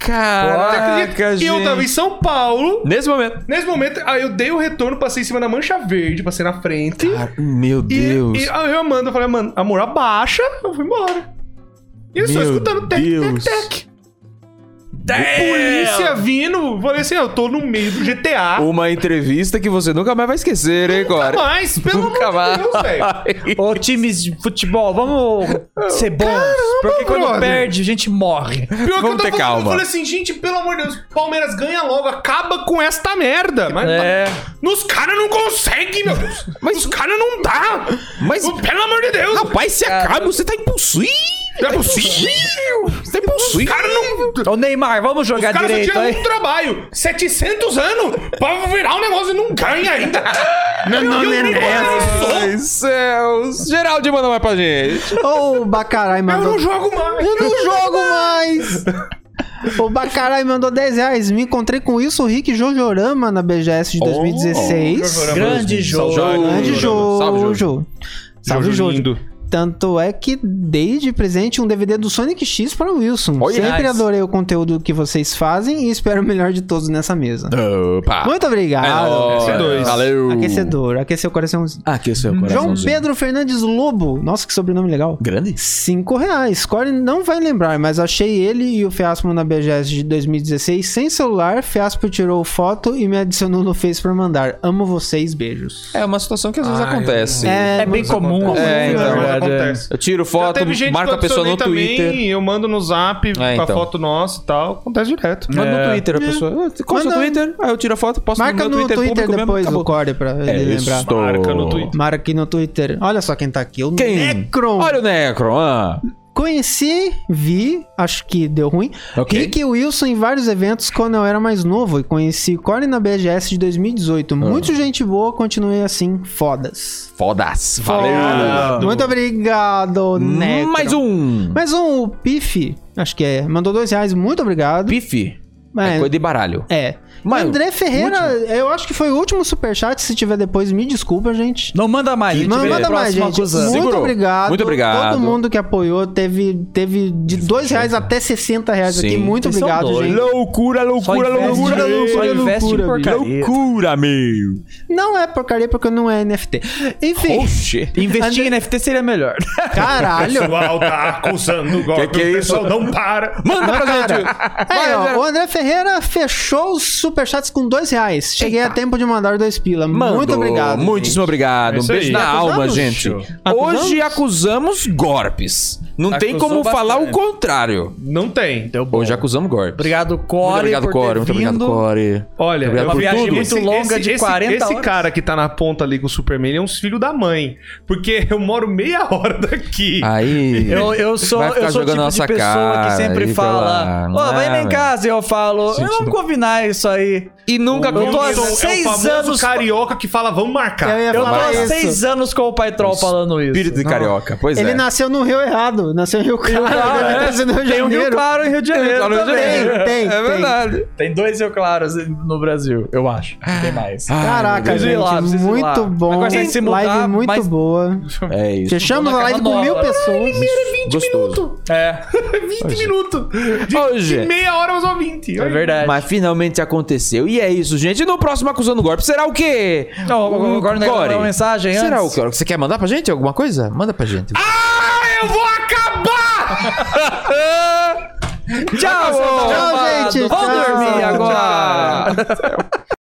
Speaker 1: Caraca,
Speaker 4: E eu tava em
Speaker 1: gente.
Speaker 4: São Paulo.
Speaker 1: Nesse momento.
Speaker 4: Nesse momento, aí eu dei o retorno, passei em cima da mancha verde, passei na frente.
Speaker 1: Cara, meu
Speaker 4: E,
Speaker 1: Deus.
Speaker 4: e aí eu mando, eu falei, mano, amor, abaixa, eu fui embora. E eles só
Speaker 1: Meu
Speaker 4: escutando tec,
Speaker 1: Deus.
Speaker 4: tec, tec. Polícia vindo, eu falei assim, eu tô no meio do GTA.
Speaker 1: Uma entrevista que você nunca mais vai esquecer, hein, Core?
Speaker 4: Mas, pelo
Speaker 1: Nunca
Speaker 4: amor
Speaker 1: mais.
Speaker 4: de Deus, velho.
Speaker 2: Ô, times de futebol, vamos ser bons. porque quando
Speaker 4: brother.
Speaker 2: perde, a gente morre.
Speaker 4: Pior
Speaker 1: Vamos
Speaker 4: que
Speaker 1: ter
Speaker 4: eu tava falando,
Speaker 1: calma.
Speaker 4: eu falei assim, gente, pelo amor de Deus, Palmeiras ganha logo, acaba com esta merda. Mas
Speaker 2: É.
Speaker 4: nos caras não conseguem, meu Deus. Mas os caras não dá.
Speaker 1: Mas-
Speaker 4: Pelo amor de Deus.
Speaker 1: Rapaz, se acaba, você tá impossível.
Speaker 4: Não é possível! Não é possível! Os caras não.
Speaker 2: Ô Neymar, vamos jogar
Speaker 4: Os caras só
Speaker 2: direito
Speaker 4: tinham
Speaker 2: aí.
Speaker 4: um trabalho, 700 anos, pra virar um negócio e não ganha ainda. Não, não,
Speaker 5: Ai, céus. Geraldi manda mais pra gente.
Speaker 3: Ô, o Bacarai
Speaker 4: Eu
Speaker 3: mandou.
Speaker 4: não jogo mais.
Speaker 3: Eu não jogo mais! O Bacarai mandou 10 reais. Me encontrei com isso, o Rick Jojorama na BGS de 2016.
Speaker 2: É Grande jogo.
Speaker 3: Grande
Speaker 5: Salve, Jojo.
Speaker 3: Jojo. Salve,
Speaker 4: Jojo
Speaker 3: Jojo.
Speaker 4: lindo.
Speaker 3: Tanto é que dei de presente um DVD do Sonic X para o Wilson.
Speaker 1: Olha,
Speaker 3: Sempre
Speaker 1: nice.
Speaker 3: adorei o conteúdo que vocês fazem e espero o melhor de todos nessa mesa.
Speaker 5: Ah.
Speaker 1: Opa.
Speaker 3: Muito
Speaker 5: É
Speaker 1: nóis.
Speaker 3: obrigado.
Speaker 1: Ah, Valeu.
Speaker 3: Aquecedor, aqueceu o coraçãozinho.
Speaker 1: Aqueceu é o
Speaker 3: João
Speaker 1: coraçãozinho.
Speaker 3: Pedro Fernandes Lobo. Nossa, que sobrenome legal.
Speaker 1: Grande?
Speaker 3: 5 reais. Corey não vai lembrar, mas achei ele e o Fiasmo na BGS de 2016 sem celular. Fiaspo tirou foto e me adicionou no Face pra mandar. Amo vocês, beijos.
Speaker 1: É uma situação que às vezes acontece.
Speaker 2: É bem comum.
Speaker 1: É, então.
Speaker 4: Mas
Speaker 2: verdade, é.
Speaker 4: acontece.
Speaker 1: Eu tiro
Speaker 4: Já
Speaker 1: foto,
Speaker 4: teve gente
Speaker 1: marco
Speaker 4: que
Speaker 1: a
Speaker 4: eu
Speaker 1: pessoa no
Speaker 4: adicionei
Speaker 1: Twitter.
Speaker 4: também, Eu mando no zap com a
Speaker 1: então. É.
Speaker 4: foto nossa e tal. Acontece direto.
Speaker 1: Manda no Twitter a pessoa. Qual é o seu
Speaker 3: Manda.
Speaker 1: Twitter? Aí eu tiro a foto, posto
Speaker 3: Marca
Speaker 1: no meu
Speaker 3: no
Speaker 1: Twitter,
Speaker 3: Twitter,
Speaker 1: público
Speaker 3: depois
Speaker 1: mesmo,
Speaker 3: do
Speaker 1: acabou.
Speaker 3: Corey pra
Speaker 1: É
Speaker 3: ele lembrar.
Speaker 1: isto.
Speaker 4: Marca no Twitter.
Speaker 3: Marca aqui no Twitter. Olha só quem tá aqui. O
Speaker 1: Quem?
Speaker 3: Necron.
Speaker 1: Olha o Necron. Ah.
Speaker 3: Conheci, vi, acho que deu ruim.
Speaker 1: Ok.
Speaker 3: Rick e Wilson em vários eventos quando eu era mais novo. E conheci Corey na BGS de 2018.
Speaker 1: Ah.
Speaker 3: Muito gente boa, continuei assim. Fodas.
Speaker 1: Foda-se. Valeu.
Speaker 3: Muito obrigado, Necro.
Speaker 1: Mais um.
Speaker 3: Mais um, o Pif, acho que é. Mandou dois reais, muito obrigado.
Speaker 1: Pife. É
Speaker 3: É.
Speaker 1: coisa de baralho.
Speaker 3: é.
Speaker 1: Mas
Speaker 3: André Ferreira, eu acho que foi o último superchat. Se tiver depois, me desculpa, gente.
Speaker 2: Não manda mais, gente.
Speaker 3: Não
Speaker 2: vê.
Speaker 3: manda mais,
Speaker 2: Próxima
Speaker 3: gente.
Speaker 2: acusa.
Speaker 3: Muito
Speaker 1: Segurou.
Speaker 3: obrigado.
Speaker 1: Muito obrigado.
Speaker 3: Todo mundo que apoiou teve, teve de dois reais até 60 reais aqui.
Speaker 1: Sim.
Speaker 3: Muito
Speaker 2: Vocês são
Speaker 3: obrigado,
Speaker 2: doidos.
Speaker 3: gente.
Speaker 1: Loucura,
Speaker 2: Só
Speaker 1: loucura,
Speaker 2: investe,
Speaker 1: loucura,
Speaker 2: em- só
Speaker 1: loucura,
Speaker 2: investe em
Speaker 1: loucura.
Speaker 2: porcaria.
Speaker 1: Loucura, meu.
Speaker 3: Não é porcaria porque não é NFT. Enfim,
Speaker 1: Oxê.
Speaker 2: Investir em NFT seria melhor. um
Speaker 3: caralho.
Speaker 4: pessoal tá acusando o golpe.
Speaker 1: Que que é
Speaker 4: o pessoal
Speaker 1: isso?
Speaker 4: não para.
Speaker 1: Manda pra gente.
Speaker 3: Aí, É,
Speaker 2: é-
Speaker 3: ó, o André Ferreira fechou os superchats com dois reais. Cheguei a tempo de mandar dois pila. Muito
Speaker 1: Mandou.
Speaker 3: obrigado.
Speaker 1: Muitíssimo obrigado.
Speaker 4: É
Speaker 1: um
Speaker 4: isso
Speaker 1: beijo
Speaker 4: aí.
Speaker 1: na
Speaker 4: Acusamos?
Speaker 1: alma, gente.
Speaker 2: Acusamos?
Speaker 1: Hoje acusamos golpes. Não tem
Speaker 2: Acusou
Speaker 1: como falar o
Speaker 2: bastante.
Speaker 1: contrário.
Speaker 4: Não tem.
Speaker 2: Deu bom.
Speaker 1: Hoje acusamos golpes.
Speaker 2: Obrigado, Core.
Speaker 1: Muito obrigado, Core. Muito obrigado, Core.
Speaker 4: Olha,
Speaker 1: Obrigado
Speaker 4: eu-
Speaker 1: por
Speaker 2: é viagem
Speaker 1: tudo.
Speaker 2: muito longa de 40
Speaker 4: esse
Speaker 2: horas.
Speaker 4: cara que tá na ponta ali com o Superman ele é um filho da mãe. Porque eu moro meia hora daqui.
Speaker 1: Ah, Aí.
Speaker 2: Eu, eu sou,
Speaker 1: Vai ficar
Speaker 2: eu sou o
Speaker 1: jogando
Speaker 2: tipo
Speaker 1: nossa
Speaker 2: de pessoa
Speaker 1: cara,
Speaker 2: que sempre
Speaker 1: fica lá.
Speaker 2: fala: Ó,
Speaker 1: Não
Speaker 2: vai
Speaker 1: é,
Speaker 2: lá em
Speaker 1: velho.
Speaker 2: casa. E eu falo: Eu não
Speaker 1: Sentido.
Speaker 2: vou combinar isso aí.
Speaker 1: E nunca
Speaker 2: Eu tô há
Speaker 4: Wilson
Speaker 2: seis
Speaker 4: é o famoso
Speaker 2: anos- É,
Speaker 4: carioca que fala, vamos marcar.
Speaker 3: Eu ia
Speaker 2: Eu tô
Speaker 3: falar
Speaker 2: há
Speaker 3: isso.
Speaker 2: seis anos com o Pai Troll falando isso.
Speaker 1: Espírito de carioca. Pois
Speaker 3: Ele
Speaker 1: é.
Speaker 3: nasceu no Rio errado. Nasceu em Rio Claro.
Speaker 2: Claro,
Speaker 3: deve ter
Speaker 2: é.
Speaker 3: sido no tá Rio de
Speaker 2: Tem um Rio
Speaker 3: Janeiro.
Speaker 2: Claro em Rio de Janeiro.
Speaker 1: Claro, Rio de
Speaker 2: também.
Speaker 1: Janeiro.
Speaker 3: Tem,
Speaker 1: É
Speaker 3: tem.
Speaker 1: verdade.
Speaker 2: Tem dois Rio Claros no Brasil, eu acho. Não tem mais.
Speaker 1: Ai, Ah, meu
Speaker 3: Caraca,
Speaker 1: Deus.
Speaker 2: Preciso ir
Speaker 3: gente.
Speaker 2: lá, preciso ir lá.
Speaker 3: muito bom.
Speaker 2: Agora tem que se mudar,
Speaker 3: live muito
Speaker 2: mas-
Speaker 3: boa.
Speaker 1: É isso.
Speaker 3: Fechamos a
Speaker 2: mudou na
Speaker 3: live
Speaker 2: cama
Speaker 3: com mil
Speaker 2: nova.
Speaker 3: pessoas.
Speaker 1: Gostoso.
Speaker 2: É,
Speaker 4: 20 minutos. De,
Speaker 1: Hoje.
Speaker 4: de meia hora aos 20.
Speaker 2: é verdade.
Speaker 1: Mas finalmente aconteceu. E é isso, gente. E no próximo Acusando Golpe será o quê?
Speaker 2: Não, agora o negócio
Speaker 1: Core,
Speaker 2: é uma mensagem
Speaker 1: Será o
Speaker 2: antes.
Speaker 1: que? Você quer mandar pra gente alguma coisa? Manda pra gente.
Speaker 4: Ah, eu vou acabar!
Speaker 2: Tchau,
Speaker 3: gente,
Speaker 2: Vamos
Speaker 3: tchau.
Speaker 2: dormir agora.